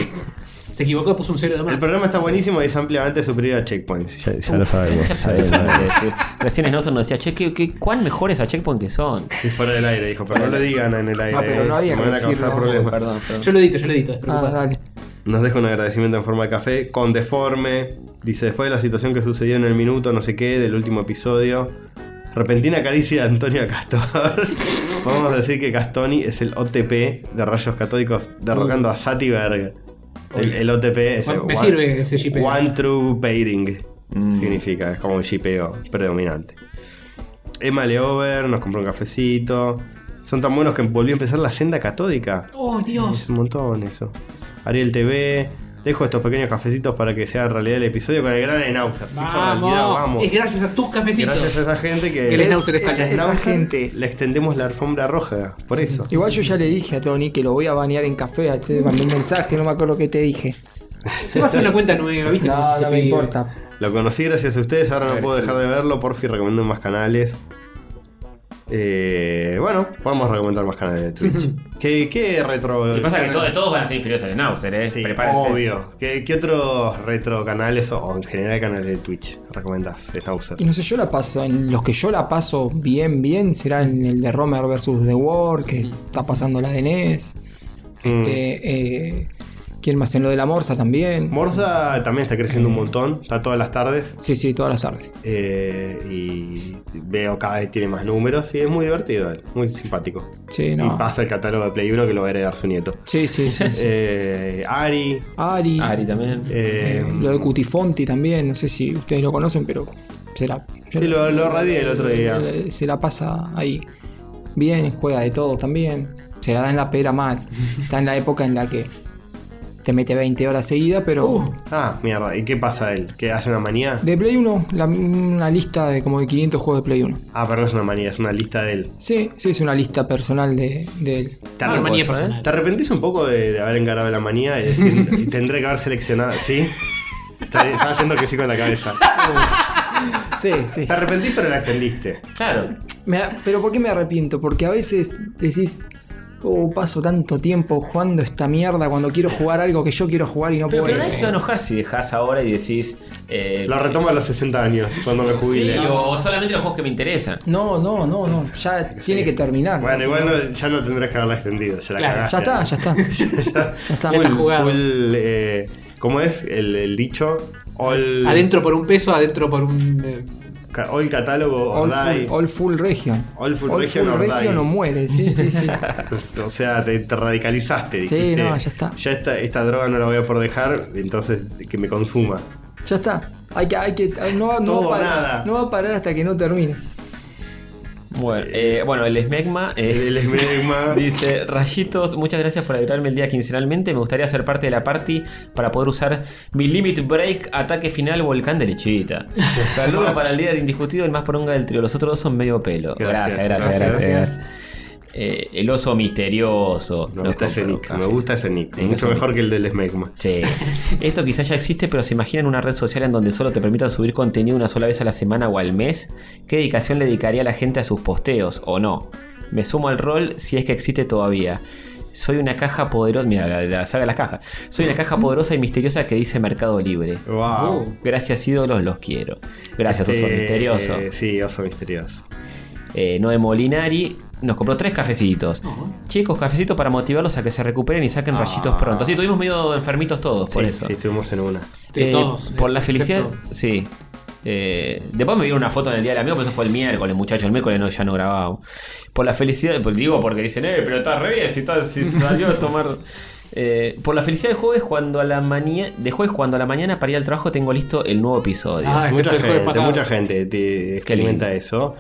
Speaker 5: Se equivocó, puso un cero de más.
Speaker 2: El programa está buenísimo y es ampliamente superior a Checkpoint. Ya, ya lo sabemos.
Speaker 1: Ya sabemos lo que decir. Recién Snowson nos decía, che, ¿qué, qué, cuán mejores a Checkpoint que son?
Speaker 2: Sí, fuera del aire, dijo, pero no lo digan en el aire.
Speaker 3: Ah, pero no había
Speaker 2: me van a
Speaker 3: que
Speaker 2: causar
Speaker 3: decirlo.
Speaker 2: problemas.
Speaker 1: Perdón, perdón.
Speaker 5: Yo lo edito, yo lo edito,
Speaker 3: Ah,
Speaker 5: despreocupate.
Speaker 3: dale.
Speaker 2: Nos deja un agradecimiento en forma de café con deforme. Dice, después de la situación que sucedió en el minuto, no sé qué, del último episodio. Repentina caricia de Antonio a Castor. Podemos decir que Castoni es el OTP de Rayos Católicos derrocando a Sati Berg. El, el OTP es el
Speaker 5: Bueno, me
Speaker 2: one-
Speaker 5: sirve ese shipeo.
Speaker 2: One True Pairing significa, es como un shipeo predominante. Emma Leover nos compró un cafecito. Son tan buenos que volvió a empezar la senda catódica.
Speaker 5: Oh, Dios.
Speaker 2: Es un montón eso. Ariel TV. Dejo estos pequeños cafecitos para que sea realidad el episodio con el gran Enauser. Se hizo
Speaker 5: Vamos.
Speaker 2: realidad, vamos.
Speaker 5: Es gracias a tus cafecitos.
Speaker 2: Gracias a esa gente que,
Speaker 5: Que el Enauser está
Speaker 2: al
Speaker 3: acá. Esa- esa
Speaker 2: Enauser
Speaker 3: gente es-
Speaker 2: le extendemos la alfombra roja. Por eso.
Speaker 3: Igual yo ya le dije a Tony que lo voy a banear en café. a- Te mandé un mensaje, no me acuerdo qué te dije.
Speaker 5: Se va a hacer una cuenta nueva, ¿viste? Como si
Speaker 3: No,
Speaker 5: te
Speaker 3: no me
Speaker 5: pide.
Speaker 3: importa.
Speaker 2: Lo conocí gracias a ustedes, ahora no puedo dejar de verlo. Porfi, recomiendo más canales. Eh, bueno, vamos a recomendar más canales de Twitch. ¿Qué, qué retro.?
Speaker 1: Lo que pasa es que to- todos van a ser inferiores al Nauser, ¿eh?
Speaker 2: Sí,
Speaker 1: Prepárense.
Speaker 2: obvio. ¿Qué, qué otros retro canales o, o en general canales de Twitch recomendás, Snauzer?
Speaker 3: Y no sé, yo la paso, en los que yo la paso bien, bien, será en el de Romer versus The War, que está pasando la de NES.
Speaker 2: Mm.
Speaker 3: Este, eh, ¿Quién más? En lo de la Morsa también.
Speaker 2: Morsa también está creciendo
Speaker 3: Eh.
Speaker 2: un montón, está todas las tardes.
Speaker 3: Sí, sí, todas las tardes.
Speaker 2: eh, y veo cada vez tiene más números y es muy divertido, eh, muy simpático.
Speaker 3: Sí,
Speaker 2: Y
Speaker 3: no.
Speaker 2: pasa el catálogo de Play 1 que lo va a heredar su nieto.
Speaker 3: Sí, sí, sí. sí.
Speaker 2: Eh, Ari.
Speaker 3: Ari.
Speaker 1: Ari también.
Speaker 2: eh,
Speaker 3: eh, lo de Cutifonti también, no sé si ustedes lo conocen, pero será.
Speaker 2: Sí, lo, lo radié el otro día.
Speaker 3: Eh, Se la pasa ahí. Bien, juega de todo también. Se la da en la pera mal. Está en la época en la que te mete 20 horas seguidas, pero.
Speaker 2: Ah, mierda. ¿Y qué pasa él? ¿Que hace una manía?
Speaker 3: De Play 1, la- una lista de como de 500 juegos de Play 1.
Speaker 2: Ah, pero no es una manía, es una lista de él.
Speaker 3: Sí, sí, es una lista personal de, de él.
Speaker 2: Está
Speaker 5: Una
Speaker 2: loco
Speaker 5: Ah, manía
Speaker 2: eso, ¿eh?
Speaker 5: personal.
Speaker 2: ¿Te arrepentís un poco de, de haber encarado la manía y decir, tendré que haber seleccionado? ¿Sí? Está- Estaba haciendo que sí con la cabeza.
Speaker 3: Sí, sí.
Speaker 2: Te arrepentís, pero la extendiste.
Speaker 1: Claro.
Speaker 3: Me da- pero ¿por qué me arrepiento? Porque a veces decís, oh, paso tanto tiempo jugando esta mierda cuando quiero jugar algo que yo quiero jugar y no
Speaker 1: Pero,
Speaker 3: puedo.
Speaker 1: pero nadie se va a enojar si dejas ahora y decís. eh,
Speaker 2: Lo retomo a los 60 años, cuando me
Speaker 1: sí,
Speaker 2: jubile.
Speaker 1: o, o solamente los juegos que me interesan.
Speaker 3: No, no, no, no. Ya tiene que terminar.
Speaker 2: Bueno,
Speaker 3: Si
Speaker 2: igual
Speaker 3: no-
Speaker 2: no- ya no tendrás que haberla extendido. Ya la
Speaker 5: Claro,
Speaker 2: cagaste.
Speaker 3: Ya está, ya está.
Speaker 2: ya,
Speaker 3: está.
Speaker 2: full-
Speaker 5: Ya está jugado.
Speaker 2: full, eh, ¿Cómo es el, el dicho? All,
Speaker 5: Adentro por un peso, adentro por un. eh,
Speaker 2: ca- all catálogo, or
Speaker 3: All
Speaker 2: die.
Speaker 3: full, all full Region.
Speaker 2: All full region or die.
Speaker 3: no muere, sí, sí, sí.
Speaker 2: O sea, te, te radicalizaste.
Speaker 3: Sí,
Speaker 2: Dijiste,
Speaker 3: no, ya está.
Speaker 2: Ya esta, esta droga no la voy a por dejar, entonces que me consuma.
Speaker 3: ya está. hay que, hay que, no, va- no
Speaker 2: Todo
Speaker 3: va a parar,
Speaker 2: nada.
Speaker 3: no va a parar hasta que no termine.
Speaker 1: Bueno, eh, bueno el Smegma. eh,
Speaker 2: El esmerma.
Speaker 1: Dice, rayitos, muchas gracias por alegrarme el día quincenalmente. Me gustaría ser parte de la party para poder usar mi Limit Break, ataque final, volcán de lechita. Saludos para el líder indiscutido, el más poronga del trío. Los otros dos son medio pelo. Gracias,
Speaker 2: Gracias,
Speaker 1: gracias, gracias.
Speaker 2: gracias,
Speaker 1: Eh, el oso misterioso.
Speaker 2: me
Speaker 1: nos
Speaker 2: gusta ese
Speaker 1: compró
Speaker 2: nick, me
Speaker 1: cafés.
Speaker 2: gusta ese nick.
Speaker 1: El
Speaker 2: Mucho
Speaker 1: oso
Speaker 2: mejor que el del esmegma.
Speaker 1: Sí. Esto quizás ya existe, pero se imaginan una red social en donde solo te permitan subir contenido una sola vez a la semana o al mes. ¿Qué dedicación le dedicaría la gente a sus posteos o no? Me sumo al rol si es que existe todavía. Soy una caja poderosa. Mira, la, la saga de las cajas. Soy una caja poderosa y misteriosa que dice Mercado Libre.
Speaker 2: Wow.
Speaker 3: Uh.
Speaker 1: Gracias, ídolos, los quiero. Gracias, Oso
Speaker 2: Eh,
Speaker 1: Misterioso.
Speaker 2: Sí, oso misterioso.
Speaker 1: Eh, Noé Molinari nos compró tres cafecitos. Chicos, cafecitos para motivarlos a que se recuperen y saquen rayitos pronto. Sí, tuvimos medio enfermitos todos por
Speaker 2: sí,
Speaker 1: eso.
Speaker 2: sí, estuvimos en una.
Speaker 5: de
Speaker 1: Eh,
Speaker 5: todos,
Speaker 1: Por la
Speaker 5: excepto-
Speaker 1: felicidad. Sí. Eh, después me vieron una foto en el día del amigo, pero eso fue el miércoles, muchacho. El miércoles no, ya no grababa. Por la felicidad, pues digo porque dicen, eh, pero está re bien, si, está- si salió a tomar. Eh, por la felicidad del jueves, cuando a la mañana. De jueves, cuando a la mañana para ir al trabajo, tengo listo el nuevo episodio.
Speaker 5: Ah,
Speaker 2: mucha,
Speaker 5: excepto el jueves
Speaker 2: gente,
Speaker 5: pasado.
Speaker 2: mucha gente te experimenta eso.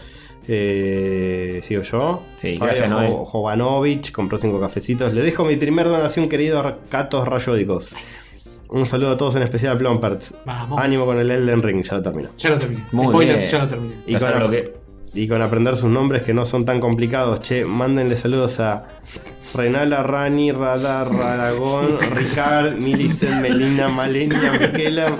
Speaker 2: Eh, Sigo yo.
Speaker 1: Sí,
Speaker 2: Fabio
Speaker 1: gracias, Noé.
Speaker 2: Jo- Jovanovic compró cinco cafecitos. Le dejo mi primer donación, queridos gatos rayódicos. Un saludo a todos, en especial a Plomperts.
Speaker 5: Vamos.
Speaker 2: Ánimo con el Elden Ring, ya lo termino.
Speaker 5: Ya lo terminé.
Speaker 1: Muy
Speaker 5: Spoilers,
Speaker 1: bien.
Speaker 5: ya lo terminé.
Speaker 2: Y
Speaker 1: Ya
Speaker 2: con,
Speaker 1: saben lo
Speaker 2: ap-
Speaker 1: que-
Speaker 2: y con aprender sus nombres que no son tan complicados, che. Mándenle saludos a Renala, Rani, Radar, Aragón, Ricard, Milicent, Melina, Malenia, Miquela,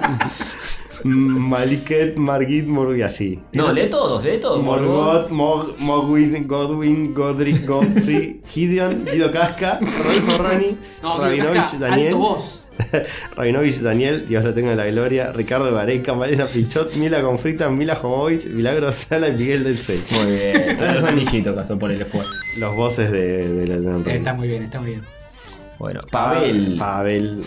Speaker 2: M- Maliket, Margit, Morg y así.
Speaker 1: No, lee todos, lee todos.
Speaker 2: Morgoth, Mog, Mogwin, Godwin, Godric, Godfrey, Gideon, Guido Casca, Rodolfo Rani,
Speaker 5: No,
Speaker 2: Rabinovich,
Speaker 5: Casca,
Speaker 2: Daniel.
Speaker 5: alto voz.
Speaker 2: Rabinovich Daniel, Dios lo tenga en la gloria, Ricardo Vareca, Malena Pichot, Mila Confrita, Mila Jovovich, Milagro Sala y Miguel del Sey.
Speaker 1: Muy bien. Entonces, un anillito, Castor, ponele fuego.
Speaker 2: Los voces de, de la Elden Ring.
Speaker 5: Está muy bien, está muy bien.
Speaker 1: Bueno, Pavel.
Speaker 2: Pavel.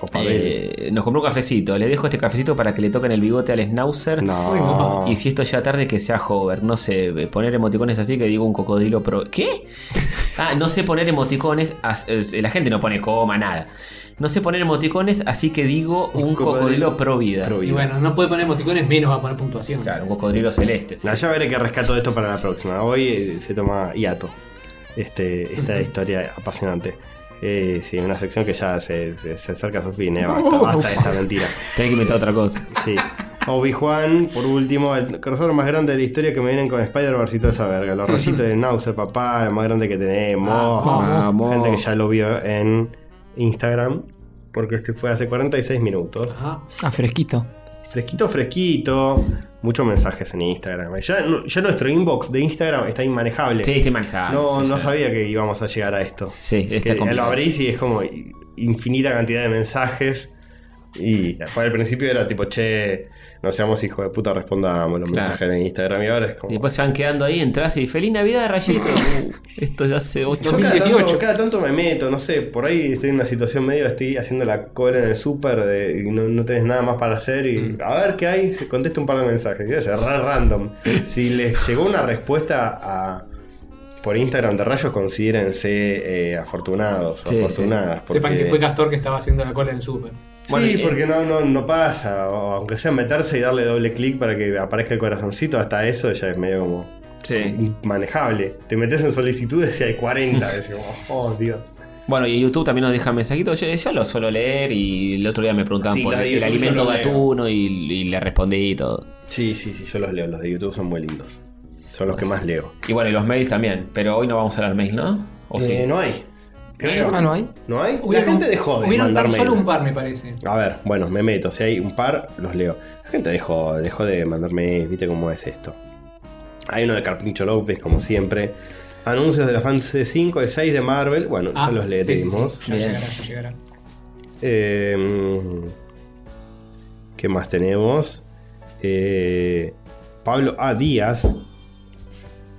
Speaker 2: O Pavel.
Speaker 1: eh, nos compró un cafecito. Le dejo este cafecito para que le toquen el bigote al Schnauzer.
Speaker 2: no.
Speaker 1: Y si esto ya tarde, que sea hover. No sé, eh, poner emoticones así que digo un cocodrilo pro. ¿Qué? Ah, no sé poner emoticones. as- eh, La gente no pone coma, nada. No sé poner emoticones, así que digo un, cocodrilo, pro vida.
Speaker 2: Pro
Speaker 5: Y
Speaker 2: vida.
Speaker 5: bueno, no puede poner emoticones, menos va a poner puntuación.
Speaker 1: Claro, un cocodrilo celeste. sí.
Speaker 2: No, ya veré que rescato esto para la próxima. Hoy eh, se toma hiato. Este, esta historia apasionante. Eh, sí, una sección que ya se, se- se acerca a su fin. eh. Basta, basta de esta mentira.
Speaker 1: Tenés que inventar otra cosa.
Speaker 2: Sí. Obi-Juan, por último, el crossover más grande de la historia que me vienen con Spider-Verse y toda esa verga. Los rayitos de Nauser, papá, el más grande que tenemos.
Speaker 1: Vamos.
Speaker 2: Gente que ya lo vio en Instagram, porque este fue hace 46 minutos.
Speaker 5: Ajá.
Speaker 3: Ah, fresquito.
Speaker 2: Fresquito, fresquito. Muchos mensajes en Instagram. Ya, no- ya nuestro inbox de Instagram está inmanejable.
Speaker 1: Sí, estoy manejando.
Speaker 2: no
Speaker 1: sí,
Speaker 2: no
Speaker 1: sí.
Speaker 2: sabía que íbamos a llegar a esto.
Speaker 1: Sí, está
Speaker 2: Que lo
Speaker 1: complicado.
Speaker 2: abrís y es como infinita cantidad de mensajes. Y para el principio era tipo, che, no seamos hijos de puta, respondamos los
Speaker 1: Claro.
Speaker 2: mensajes de Instagram. Y ahora es como.
Speaker 1: Y después se van quedando ahí, entras y feliz Navidad, rayito. Uh, esto ya hace 8
Speaker 2: Yo cada tanto- Cada tanto, me meto, no sé, por ahí estoy en una situación medio, estoy haciendo la cola en el súper de- y no, no tenés nada más para hacer y a ver qué hay, se contesta un par de mensajes, que es re random. si les llegó una respuesta a- por Instagram de rayos, considérense eh, afortunados o
Speaker 1: Sí,
Speaker 2: afortunadas. porque-
Speaker 5: Sepan que fue Castor que estaba haciendo la cola en el super.
Speaker 1: Bueno,
Speaker 2: sí,
Speaker 1: eh,
Speaker 2: porque no, no, no pasa, o aunque sea meterse y darle doble clic para que aparezca el corazoncito, hasta eso ya es medio como
Speaker 1: Sí.
Speaker 2: manejable. Te metes en solicitudes y hay 40. Decís, oh, Dios.
Speaker 1: Bueno, y YouTube también nos deja mensajitos. Yo, yo lo suelo leer y el otro día me preguntaban
Speaker 2: Sí,
Speaker 1: por
Speaker 2: los de
Speaker 1: el, el
Speaker 2: YouTube yo
Speaker 1: alimento
Speaker 2: los leo.
Speaker 1: gatuno y, y le respondí y todo.
Speaker 2: Sí, sí, sí, yo los leo. Los de YouTube son muy lindos. Son los que más leo.
Speaker 1: Y bueno, y los mails también. Pero hoy no vamos a hablar mails, ¿no? ¿O sí?
Speaker 2: Eh, no hay. Creo.
Speaker 3: Ah, ¿no hay?
Speaker 2: ¿No hay?
Speaker 5: Hubieron-
Speaker 2: La gente dejó de
Speaker 5: Hubieron
Speaker 2: mandar
Speaker 5: tan solo
Speaker 2: mail.
Speaker 5: un par, me parece.
Speaker 2: A ver, bueno, me meto. Si hay un par, los leo. La gente dejó, dejó de mandarme, viste cómo es esto. Hay uno de Carpincho López, como siempre. Anuncios de la Fantasy 5, el 6 de Marvel. Bueno,
Speaker 5: Ah,
Speaker 2: ya los
Speaker 5: sí, sí, sí,
Speaker 2: leeremos.
Speaker 5: Ya
Speaker 1: Bien.
Speaker 5: llegará, ya llegará.
Speaker 2: Eh, ¿Qué más tenemos? Eh, Pablo A. Díaz.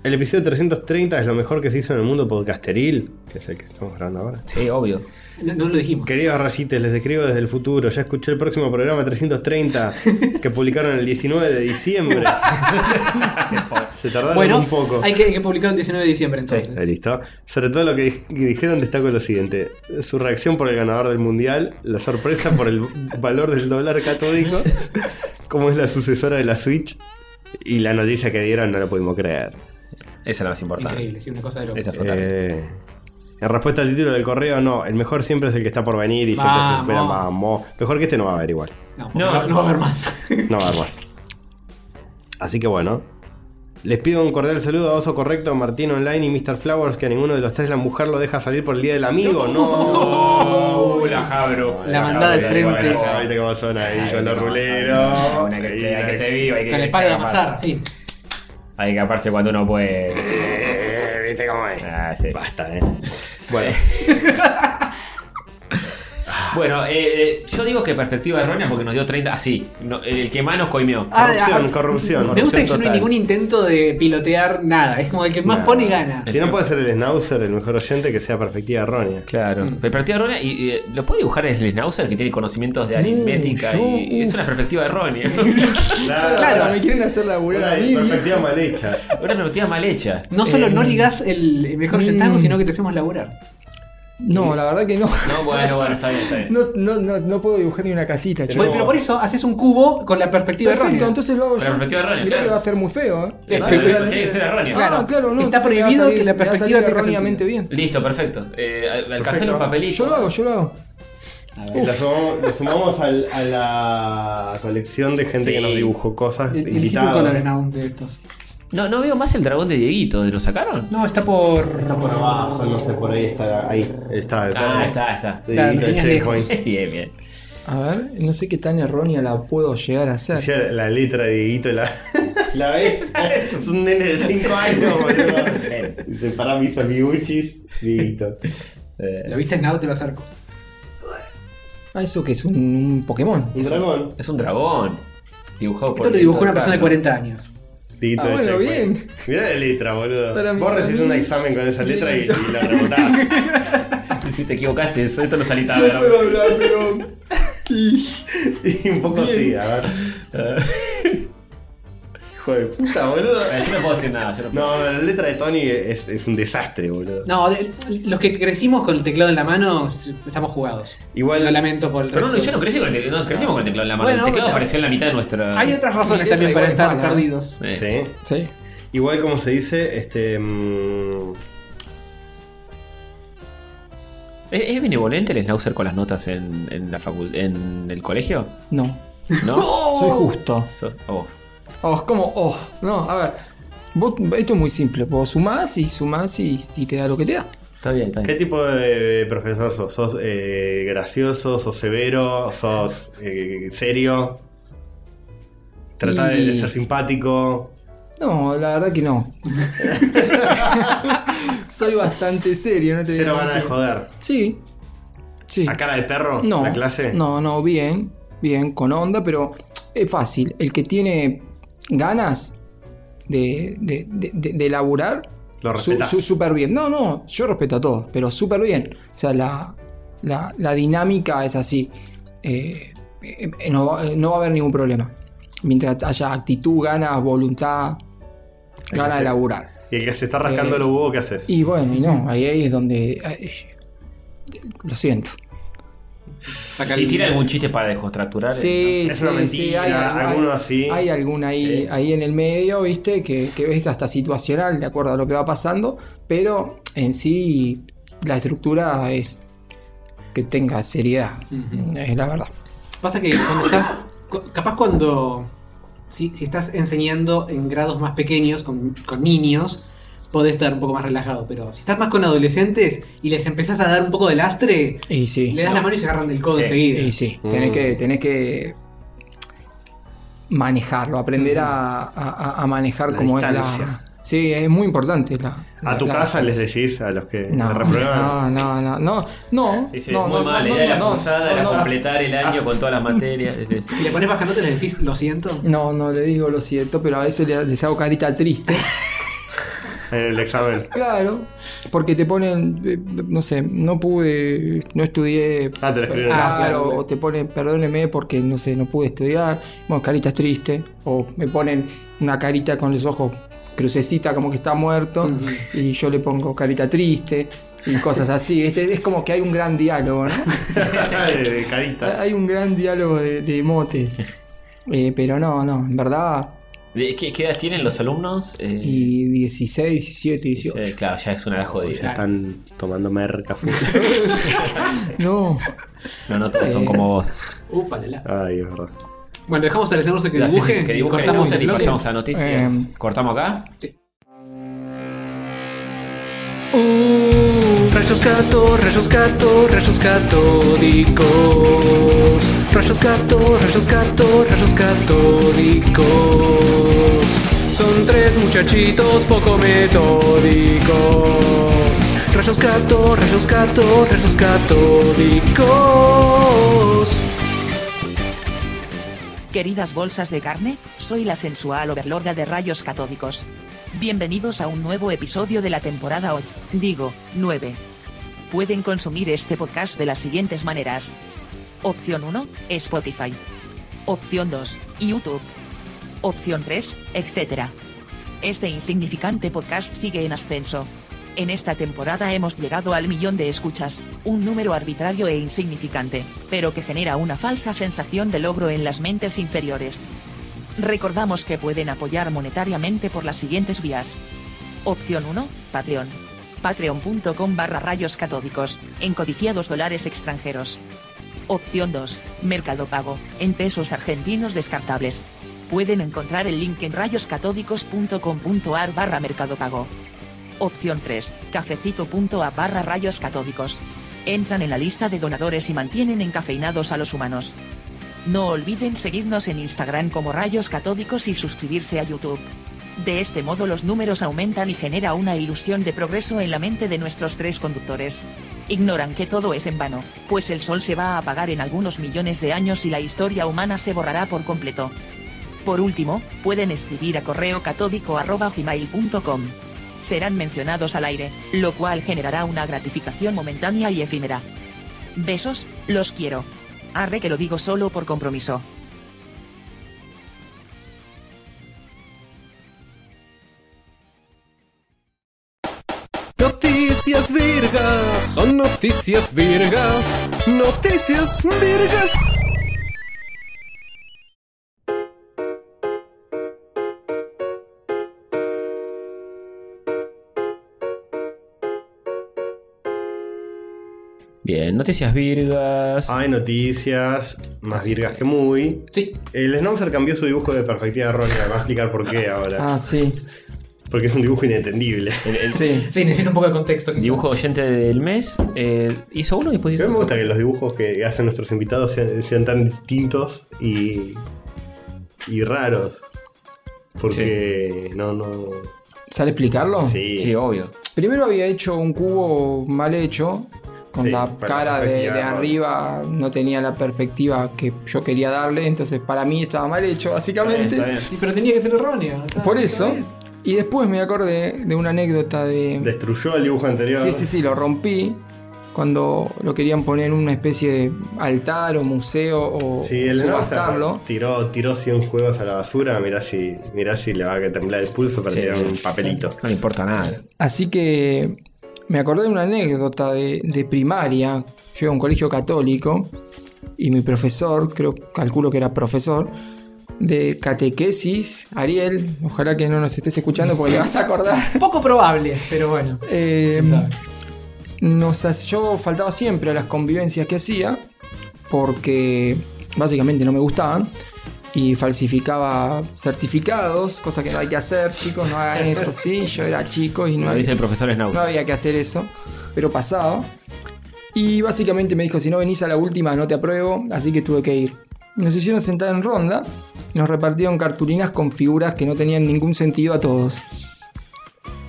Speaker 2: El episodio 330 es lo mejor que se hizo en el mundo podcasteril, que es el que estamos grabando ahora.
Speaker 1: Sí, obvio.
Speaker 5: No, no lo dijimos.
Speaker 2: Queridos rayites, les escribo desde el futuro. Ya escuché el próximo programa 330 que publicaron el 19 de diciembre. Se tardaron
Speaker 5: Bueno,
Speaker 2: un poco.
Speaker 5: Hay, que, hay que publicar el 19 de diciembre entonces.
Speaker 2: Ahí, Eh, listo. Sobre todo lo que di- que dijeron destaco lo siguiente. Su reacción por el ganador del mundial, la sorpresa por el valor del dólar catódico, cómo es la sucesora de la Switch y la noticia que dieron no lo pudimos creer.
Speaker 1: Esa es la más importante.
Speaker 5: Increíble, sí, una cosa de loco.
Speaker 1: Esa fue total.
Speaker 2: Eh, en respuesta al título del correo, no. El mejor siempre es el que está por venir y siempre se
Speaker 5: Vamos.
Speaker 2: espera. Vamos. Mejor que este no va a haber igual.
Speaker 5: No,
Speaker 1: No,
Speaker 5: no,
Speaker 1: no.
Speaker 5: no va a haber más.
Speaker 2: No va a haber más. Así que bueno. Les pido un cordial saludo a Oso Correcto, Martín Online y Mr. Flowers, que a ninguno de los tres la mujer lo deja salir por el día del amigo. No.
Speaker 7: Oh, la Jabro.
Speaker 5: La mandada al frente.
Speaker 2: Ah, viste cómo son ahí con los
Speaker 7: Ah,
Speaker 2: ruleros.
Speaker 7: bueno, que-
Speaker 2: Ahí,
Speaker 7: que- Hay que ser
Speaker 2: ahí.
Speaker 7: vivo, hay que
Speaker 5: Con el palo de
Speaker 1: Eh,
Speaker 7: hay que
Speaker 5: amasar, sí.
Speaker 7: Hay que aparse cuando uno puede.
Speaker 2: Eh, Viste cómo es.
Speaker 7: Ah, sí.
Speaker 2: Basta, eh. Bueno,
Speaker 1: Bueno, eh, eh, yo digo que perspectiva errónea porque nos dio 30. Así, no, el que más nos coimió.
Speaker 5: Ah,
Speaker 2: corrupción,
Speaker 5: ah,
Speaker 2: corrupción.
Speaker 5: Me gusta que yo no
Speaker 1: total.
Speaker 5: hay ningún intento de pilotear nada. Es como el que más
Speaker 2: Nah.
Speaker 5: pone gana.
Speaker 2: Si no puede ser el Snauzer, el mejor oyente, que sea perspectiva errónea.
Speaker 1: Claro. Perspectiva errónea. Y, eh, ¿Lo puede dibujar el Snauzer que tiene conocimientos de aritmética?
Speaker 3: yo-
Speaker 1: y, y es una perspectiva errónea.
Speaker 5: Claro.
Speaker 3: me quieren hacer laburar
Speaker 2: Una
Speaker 3: a mí.
Speaker 2: perspectiva mal hecha.
Speaker 1: una perspectiva mal hecha.
Speaker 5: No solo no ligás el mejor yentazgo, sino que te hacemos laburar.
Speaker 3: No, la verdad que no.
Speaker 1: No, bueno, bueno, está bien, está bien.
Speaker 3: No, no, no, no puedo dibujar ni una casita,
Speaker 5: Bueno,
Speaker 3: chaval.
Speaker 5: pero por eso haces un cubo con la perspectiva
Speaker 3: Perfecto,
Speaker 5: errónea.
Speaker 3: entonces lo hago yo.
Speaker 1: Pero perspectiva errónea,
Speaker 3: Mirá
Speaker 1: claro.
Speaker 3: que va a ser muy feo, ¿eh?
Speaker 1: Eh,
Speaker 5: Claro.
Speaker 1: pero tiene que ser errónea.
Speaker 5: Claro.
Speaker 3: Ah, claro, no.
Speaker 5: Está
Speaker 3: entonces me va a
Speaker 5: prohibido que la
Speaker 3: me va a
Speaker 5: perspectiva
Speaker 3: salir
Speaker 5: tenga
Speaker 3: erróneamente bien.
Speaker 1: Listo, perfecto. Eh, al- alcanzar
Speaker 2: Perfecto.
Speaker 1: un papelito.
Speaker 3: Yo lo hago, yo lo hago.
Speaker 2: Lo sumamos, lo sumamos al- a la colección de gente
Speaker 1: Sí.
Speaker 2: que nos dibujó cosas
Speaker 5: El- Elegí un color
Speaker 2: invitados.
Speaker 5: en aún de estos.
Speaker 1: No, no veo más el dragón de Dieguito. ¿Lo sacaron?
Speaker 5: No, está por.
Speaker 2: Por abajo, no sé, por ahí está. Ahí está.
Speaker 1: Ah, está, está.
Speaker 2: De
Speaker 5: Claro,
Speaker 2: Dieguito
Speaker 5: tenías
Speaker 2: Checkpoint.
Speaker 1: Bien, bien.
Speaker 3: A ver, no sé qué tan errónea la puedo llegar a hacer.
Speaker 2: Decía la letra de Dieguito, la, la ves. es un nene de 5 años, boludo. Dice, para mis amiguchis, Dieguito.
Speaker 5: Lo viste en Now, te vas a dar cuenta.
Speaker 3: Ah, eso que es un, un Pokémon.
Speaker 2: Un dragón.
Speaker 1: Es un dragón. Dibujado por
Speaker 5: Esto lo dibujó
Speaker 1: Víctor
Speaker 5: una persona de
Speaker 1: Carlos.
Speaker 5: 40 años.
Speaker 2: Dieguito
Speaker 3: Ah,
Speaker 2: de
Speaker 3: bueno,
Speaker 2: Checkpoint.
Speaker 3: bien.
Speaker 2: Mirá la letra,
Speaker 3: Para
Speaker 2: boludo.
Speaker 3: mis
Speaker 2: Vos recibís un
Speaker 3: amigos.
Speaker 2: examen con esa letra y, y la rebotás.
Speaker 1: Si te equivocaste, eso- esto no salí tarde.
Speaker 3: hablar, pero.
Speaker 2: Y un poco sí, a ver. Hijo de puta, boludo.
Speaker 1: Yo no puedo decir nada. Yo no puedo.
Speaker 2: No, no, la letra de Tony es, es un desastre, boludo.
Speaker 5: No, el- los que crecimos con el teclado en la mano s- estamos jugados.
Speaker 2: Igual-
Speaker 5: Lo lamento por el
Speaker 1: Pero no,
Speaker 5: resto.
Speaker 1: yo no crecí con el teclado, no crecimos con el teclado en la mano.
Speaker 5: Bueno,
Speaker 1: el teclado
Speaker 5: pero-
Speaker 1: apareció en la mitad de nuestra.
Speaker 5: Hay otras razones
Speaker 3: Sí,
Speaker 5: también
Speaker 3: otra
Speaker 5: para
Speaker 3: igual
Speaker 5: estar
Speaker 3: es mala.
Speaker 5: perdidos.
Speaker 1: Eh,
Speaker 2: Sí.
Speaker 3: Sí.
Speaker 2: Igual como se dice, este... mm,
Speaker 1: ¿Es, es benevolente el Snauzer con las notas en, en la facu- en el colegio?
Speaker 3: No.
Speaker 1: ¿No?
Speaker 3: Soy justo.
Speaker 1: So- oh.
Speaker 3: Oh, es como. Oh, no, a ver. Vos- esto es muy simple. Vos sumás y sumás y, y te da lo que te da.
Speaker 1: Está bien, está
Speaker 2: ¿Qué
Speaker 1: bien.
Speaker 2: tipo de profesor sos? ¿Sos eh, gracioso? ¿Sos severo? ¿Sos eh, serio? ¿Tratás de- de
Speaker 3: Y-
Speaker 2: ser simpático?
Speaker 3: No, la verdad que no. Soy bastante serio, no te
Speaker 2: ¿Cero
Speaker 3: digo
Speaker 2: ganas de
Speaker 3: que-
Speaker 2: joder?
Speaker 3: Sí. Sí.
Speaker 2: ¿A cara de perro?
Speaker 3: No.
Speaker 2: ¿La clase?
Speaker 3: No, no, bien. Bien, con onda, pero es fácil. El que tiene ganas de, de, de- de- de laburar,
Speaker 2: Lo
Speaker 3: su-
Speaker 2: respetás.
Speaker 3: su- súper bien. No, no, yo respeto a todos, pero súper bien. O sea, la, la- la dinámica es así. Eh, eh, eh, no, va- eh, no va a haber ningún problema. Mientras haya actitud, ganas, voluntad, ganas de laburar.
Speaker 2: Y el que se está rascando
Speaker 3: Eh,
Speaker 2: los huevos, ¿qué haces?
Speaker 3: Y bueno, y no, ahí, ahí es donde... eh, lo siento.
Speaker 5: Saca
Speaker 1: Si
Speaker 5: el-
Speaker 1: tira algún chiste para descontracturar. eh,
Speaker 3: Sí,
Speaker 2: Es
Speaker 3: sí,
Speaker 2: una
Speaker 3: sí,
Speaker 2: mentira,
Speaker 3: hay,
Speaker 2: alguno así.
Speaker 3: Hay alguna ahí,
Speaker 1: Sí.
Speaker 3: ahí en el medio, viste, que, que ves hasta situacional, de acuerdo a lo que va pasando, pero en sí la estructura es que tenga seriedad.
Speaker 5: Ujú.
Speaker 3: Es la verdad.
Speaker 5: Pasa que cuando estás. cu- Capaz cuando. Si, si estás enseñando en grados más pequeños, con, con niños, podés estar un poco más relajado. Pero si estás más con adolescentes y les empezás a dar un poco de lastre,
Speaker 3: Y sí.
Speaker 5: le das la mano y se agarran del codo
Speaker 7: Sí.
Speaker 5: enseguida.
Speaker 3: Y sí, tenés,
Speaker 2: Mm.
Speaker 3: que, tenés que manejarlo, aprender a, a- a manejar
Speaker 2: La
Speaker 3: como es
Speaker 2: distancia.
Speaker 3: la. Sí, es muy importante. La,
Speaker 2: A
Speaker 3: la-
Speaker 2: tu
Speaker 3: la-
Speaker 2: casa les decís a los que
Speaker 3: No,
Speaker 2: me reprueban.
Speaker 3: no, no, no, no, no,
Speaker 1: Sí, sí,
Speaker 3: no,
Speaker 1: es muy
Speaker 3: no,
Speaker 1: mala
Speaker 3: no,
Speaker 1: idea de la
Speaker 3: no,
Speaker 1: cursada,
Speaker 3: no,
Speaker 1: era
Speaker 3: no, Ah.
Speaker 1: completar el año con todas las materias. es- es-
Speaker 5: Si le pones bajando, te le decís, lo siento.
Speaker 3: No, no le digo lo cierto, pero a veces le- les hago carita triste.
Speaker 2: En el examen.
Speaker 3: Claro, porque te ponen, eh, no sé, no pude, no estudié.
Speaker 2: Ah, te lo escriben.
Speaker 3: Claro,
Speaker 5: Ah, claro.
Speaker 3: o te ponen, perdóneme porque no sé, no pude estudiar. Bueno, caritas triste. O me ponen una carita con los ojos crucecita, como que está muerto. Y yo le pongo carita triste y cosas así. Este, es como que hay un gran diálogo, ¿no?
Speaker 2: de, de caritas.
Speaker 3: hay un gran diálogo de, de motes. Eh, pero no, no, en verdad.
Speaker 1: ¿De ¿Qué, qué edad tienen los alumnos? Eh,
Speaker 3: Y 16, 17, 18.
Speaker 1: eh, claro, ya es una edad
Speaker 2: Ya
Speaker 1: jodida.
Speaker 2: están tomando merca. full.
Speaker 3: No.
Speaker 1: No, no todos son
Speaker 3: Eh,
Speaker 1: como vos.
Speaker 5: Úpalala.
Speaker 2: Ay, es verdad.
Speaker 5: Bueno, dejamos al Snorlax que
Speaker 1: Así
Speaker 5: dibuje.
Speaker 1: que dibujen,
Speaker 5: cortamos
Speaker 1: dibujen
Speaker 5: el
Speaker 1: y
Speaker 5: bloque.
Speaker 1: pasamos a noticias.
Speaker 3: Em,
Speaker 1: ¿Cortamos acá?
Speaker 4: Uh, rayos gato, rayos gato, rayos catódicos. Rayos gato, rayos gato, rayos catódicos. Son tres muchachitos poco metódicos. Rayos gato, rayos gato, rayos catódicos.
Speaker 8: Queridas bolsas de carne, soy la sensual overlorda de rayos catódicos. Bienvenidos a un nuevo episodio de la temporada 8, digo, 9. Pueden consumir este podcast de las siguientes maneras. Opción 1, Spotify. Opción 2, YouTube. Opción 3, etc. Este insignificante podcast sigue en ascenso. En esta temporada hemos llegado al millón de escuchas, un número arbitrario e insignificante, pero que genera una falsa sensación de logro en las mentes inferiores. Recordamos que pueden apoyar monetariamente por las siguientes vías. Opción 1, Patreon. Patreon.com barra rayos catódicos, en codiciados dólares extranjeros. Opción 2, Mercado Pago, en pesos argentinos descartables. Pueden encontrar el link en rayoscatódicos.com.ar barra Mercado Pago. Opción 3, cafecito.a barra rayos catódicos. Entran en la lista de donadores y mantienen encafeinados a los humanos. No olviden seguirnos en Instagram como rayos catódicos y suscribirse a YouTube. De este modo los números aumentan y genera una ilusión de progreso en la mente de nuestros tres conductores. Ignoran que todo es en vano, pues el sol se va a apagar en algunos millones de años y la historia humana se borrará por completo. Por último, pueden escribir a correo catódico arroba gmail.com. Serán mencionados al aire, lo cual generará una gratificación momentánea y efímera. Besos, los quiero. Arre que lo digo solo por compromiso.
Speaker 4: Noticias virgas, son noticias virgas, noticias virgas.
Speaker 1: Bien, noticias virgas.
Speaker 3: Ah.
Speaker 2: Hay noticias más virgas que muy.
Speaker 5: Sí.
Speaker 2: El Snowser cambió su dibujo de perspectiva errónea. Vamos a explicar por qué ahora.
Speaker 3: Ah, sí.
Speaker 2: Porque es un dibujo inentendible.
Speaker 3: Sí.
Speaker 5: Sí, necesito un poco de contexto. quizá.
Speaker 1: Dibujo oyente del mes. eh, hizo uno y después
Speaker 2: A
Speaker 1: hizo
Speaker 2: mí me
Speaker 1: otro.
Speaker 2: gusta que los dibujos que hacen nuestros invitados sean, sean tan distintos y, y raros. Porque no, no.
Speaker 3: ¿Sale explicarlo?
Speaker 2: Sí.
Speaker 1: Sí, obvio.
Speaker 3: Primero había hecho un cubo mal hecho, con
Speaker 2: Sí,
Speaker 3: la
Speaker 2: para
Speaker 3: cara de,
Speaker 2: perspectiva,
Speaker 3: de
Speaker 2: ¿no?
Speaker 3: arriba, no tenía la perspectiva que yo quería darle, entonces para mí estaba mal hecho, básicamente.
Speaker 1: Está bien, está
Speaker 5: Sí, Pero tenía que ser erróneo. Está-
Speaker 3: Por
Speaker 5: está
Speaker 3: eso.
Speaker 5: bien.
Speaker 3: Y después me acordé de una anécdota de...
Speaker 2: Destruyó el dibujo anterior.
Speaker 3: Sí, sí, sí, lo rompí cuando lo querían poner en una especie de altar o museo o
Speaker 2: Sí, el
Speaker 3: subastarlo.
Speaker 2: Snowser tiró, tiró 100 juegos a la basura. Mirá si, mirá si le va a temblar el pulso para
Speaker 1: Sí.
Speaker 2: tirar un papelito.
Speaker 1: bien. No le importa nada.
Speaker 3: Así que me acordé de una anécdota de, de primaria. Yo iba a un colegio católico y mi profesor, creo, calculo que era profesor, de catequesis, Ariel, ojalá que no nos estés escuchando porque le vas a acordar.
Speaker 5: Poco probable, pero bueno.
Speaker 3: Eh,
Speaker 5: ¿Quién sabe?
Speaker 3: nos, ha- yo faltaba siempre a las convivencias que hacía porque básicamente no me gustaban y falsificaba certificados, cosa que no hay que hacer, chicos, no hagan eso, sí, yo era chico y no
Speaker 1: Me
Speaker 3: había-
Speaker 1: dice el profesor
Speaker 3: no
Speaker 1: Snauzer.
Speaker 3: había que hacer eso, pero pasaba. Y básicamente me dijo, si no venís a la última no te apruebo, así que tuve que ir. Nos hicieron sentar en ronda, nos repartieron cartulinas con figuras que no tenían ningún sentido a todos,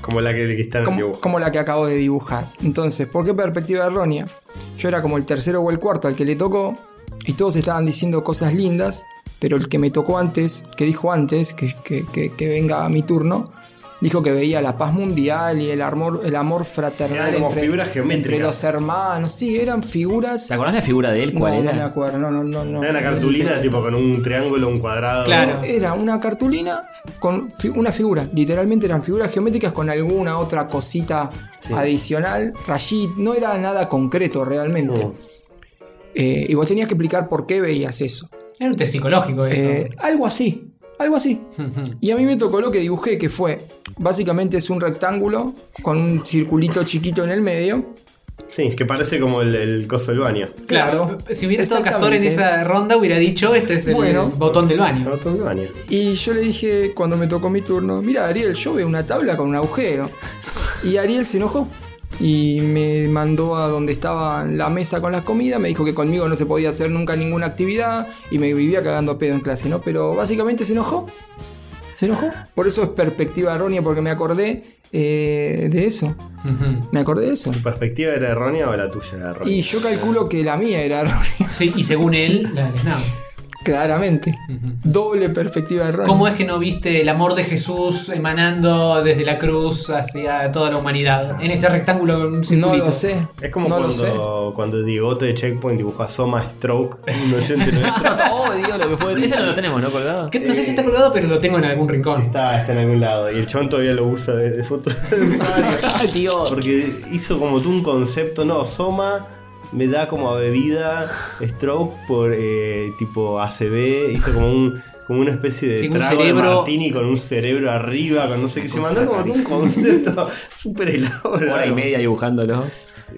Speaker 2: Como la que, que está en el
Speaker 3: como,
Speaker 2: dibujo.
Speaker 3: como la que acabo de dibujar. Entonces, ¿por qué perspectiva errónea? Yo era como el tercero o el cuarto al que le tocó, y todos estaban diciendo cosas lindas, pero el que me tocó antes, que dijo antes, que, que- que- que venga a mi turno, dijo que veía la paz mundial y el amor, el amor fraternal
Speaker 2: Eran como
Speaker 3: entre,
Speaker 2: figuras geométricas.
Speaker 3: entre los hermanos. Sí, eran figuras.
Speaker 1: ¿Te acordás la figura de él?
Speaker 3: No,
Speaker 1: ¿Cuál
Speaker 3: no
Speaker 1: era?
Speaker 3: me acuerdo, no, no, no. no.
Speaker 2: Era una cartulina tipo con un triángulo, un cuadrado.
Speaker 5: Claro.
Speaker 3: Era una cartulina con fi- una figura. Literalmente eran figuras geométricas con alguna otra cosita adicional. Rayit, no era nada concreto realmente.
Speaker 2: No.
Speaker 3: Eh, y vos tenías que explicar por qué veías eso.
Speaker 5: Era un test psicológico
Speaker 3: Eh,
Speaker 5: eso.
Speaker 3: algo así, algo así. Y a mí me tocó lo que dibujé, que fue, básicamente es un rectángulo con un circulito chiquito en el medio.
Speaker 2: Sí, que parece como el, el coso del baño.
Speaker 5: Claro, si hubiera estado Castor en
Speaker 3: Exactamente.
Speaker 5: esa ronda hubiera dicho, este es el
Speaker 3: Bueno.
Speaker 5: botón del
Speaker 2: El
Speaker 5: baño.
Speaker 2: botón del baño.
Speaker 3: Y yo le dije, cuando me tocó mi turno, mira Ariel, yo veo una tabla con un agujero. Y Ariel se enojó y me mandó a donde estaba la mesa con las comidas, me dijo que conmigo no se podía hacer nunca ninguna actividad y me vivía cagando a pedo en clase, ¿no? Pero básicamente se enojó. Se enojó. Por eso es perspectiva errónea, porque me acordé eh, de eso.
Speaker 5: Ujú.
Speaker 3: Me acordé de eso.
Speaker 2: ¿Tu perspectiva era errónea o la tuya era errónea?
Speaker 3: Y yo calculo que la mía era errónea,
Speaker 5: Sí, y según él, la del Snap.
Speaker 3: claramente. Doble perspectiva errónea.
Speaker 5: ¿Cómo es que no viste el amor de Jesús emanando desde la cruz hacia toda la humanidad? En ese rectángulo con un
Speaker 3: No
Speaker 5: circulito.
Speaker 3: lo sé.
Speaker 2: Es como
Speaker 3: no lo sé.
Speaker 2: cuando, cuando Digote de Checkpoint dibujó a Soma Stroke, un oyente nuestro.
Speaker 1: Odio Oh, lo que fue. Esa no lo tenemos, ¿no? Colgado.
Speaker 5: Que no sé si está colgado, pero lo tengo en algún rincón.
Speaker 2: Está, está en algún lado. Y el chabón todavía lo usa de, de foto de usuario.
Speaker 1: Ay, tío.
Speaker 2: Porque hizo como tú un concepto, no, Soma me da como a bebida Stroke por eh, tipo ACB, hizo como un como una especie de
Speaker 5: Sí, un
Speaker 2: trago de
Speaker 5: cerebro-
Speaker 2: martini con un cerebro arriba, con no sé qué. Se mandó como un concepto súper elaborado.
Speaker 1: Hora y media dibujándolo.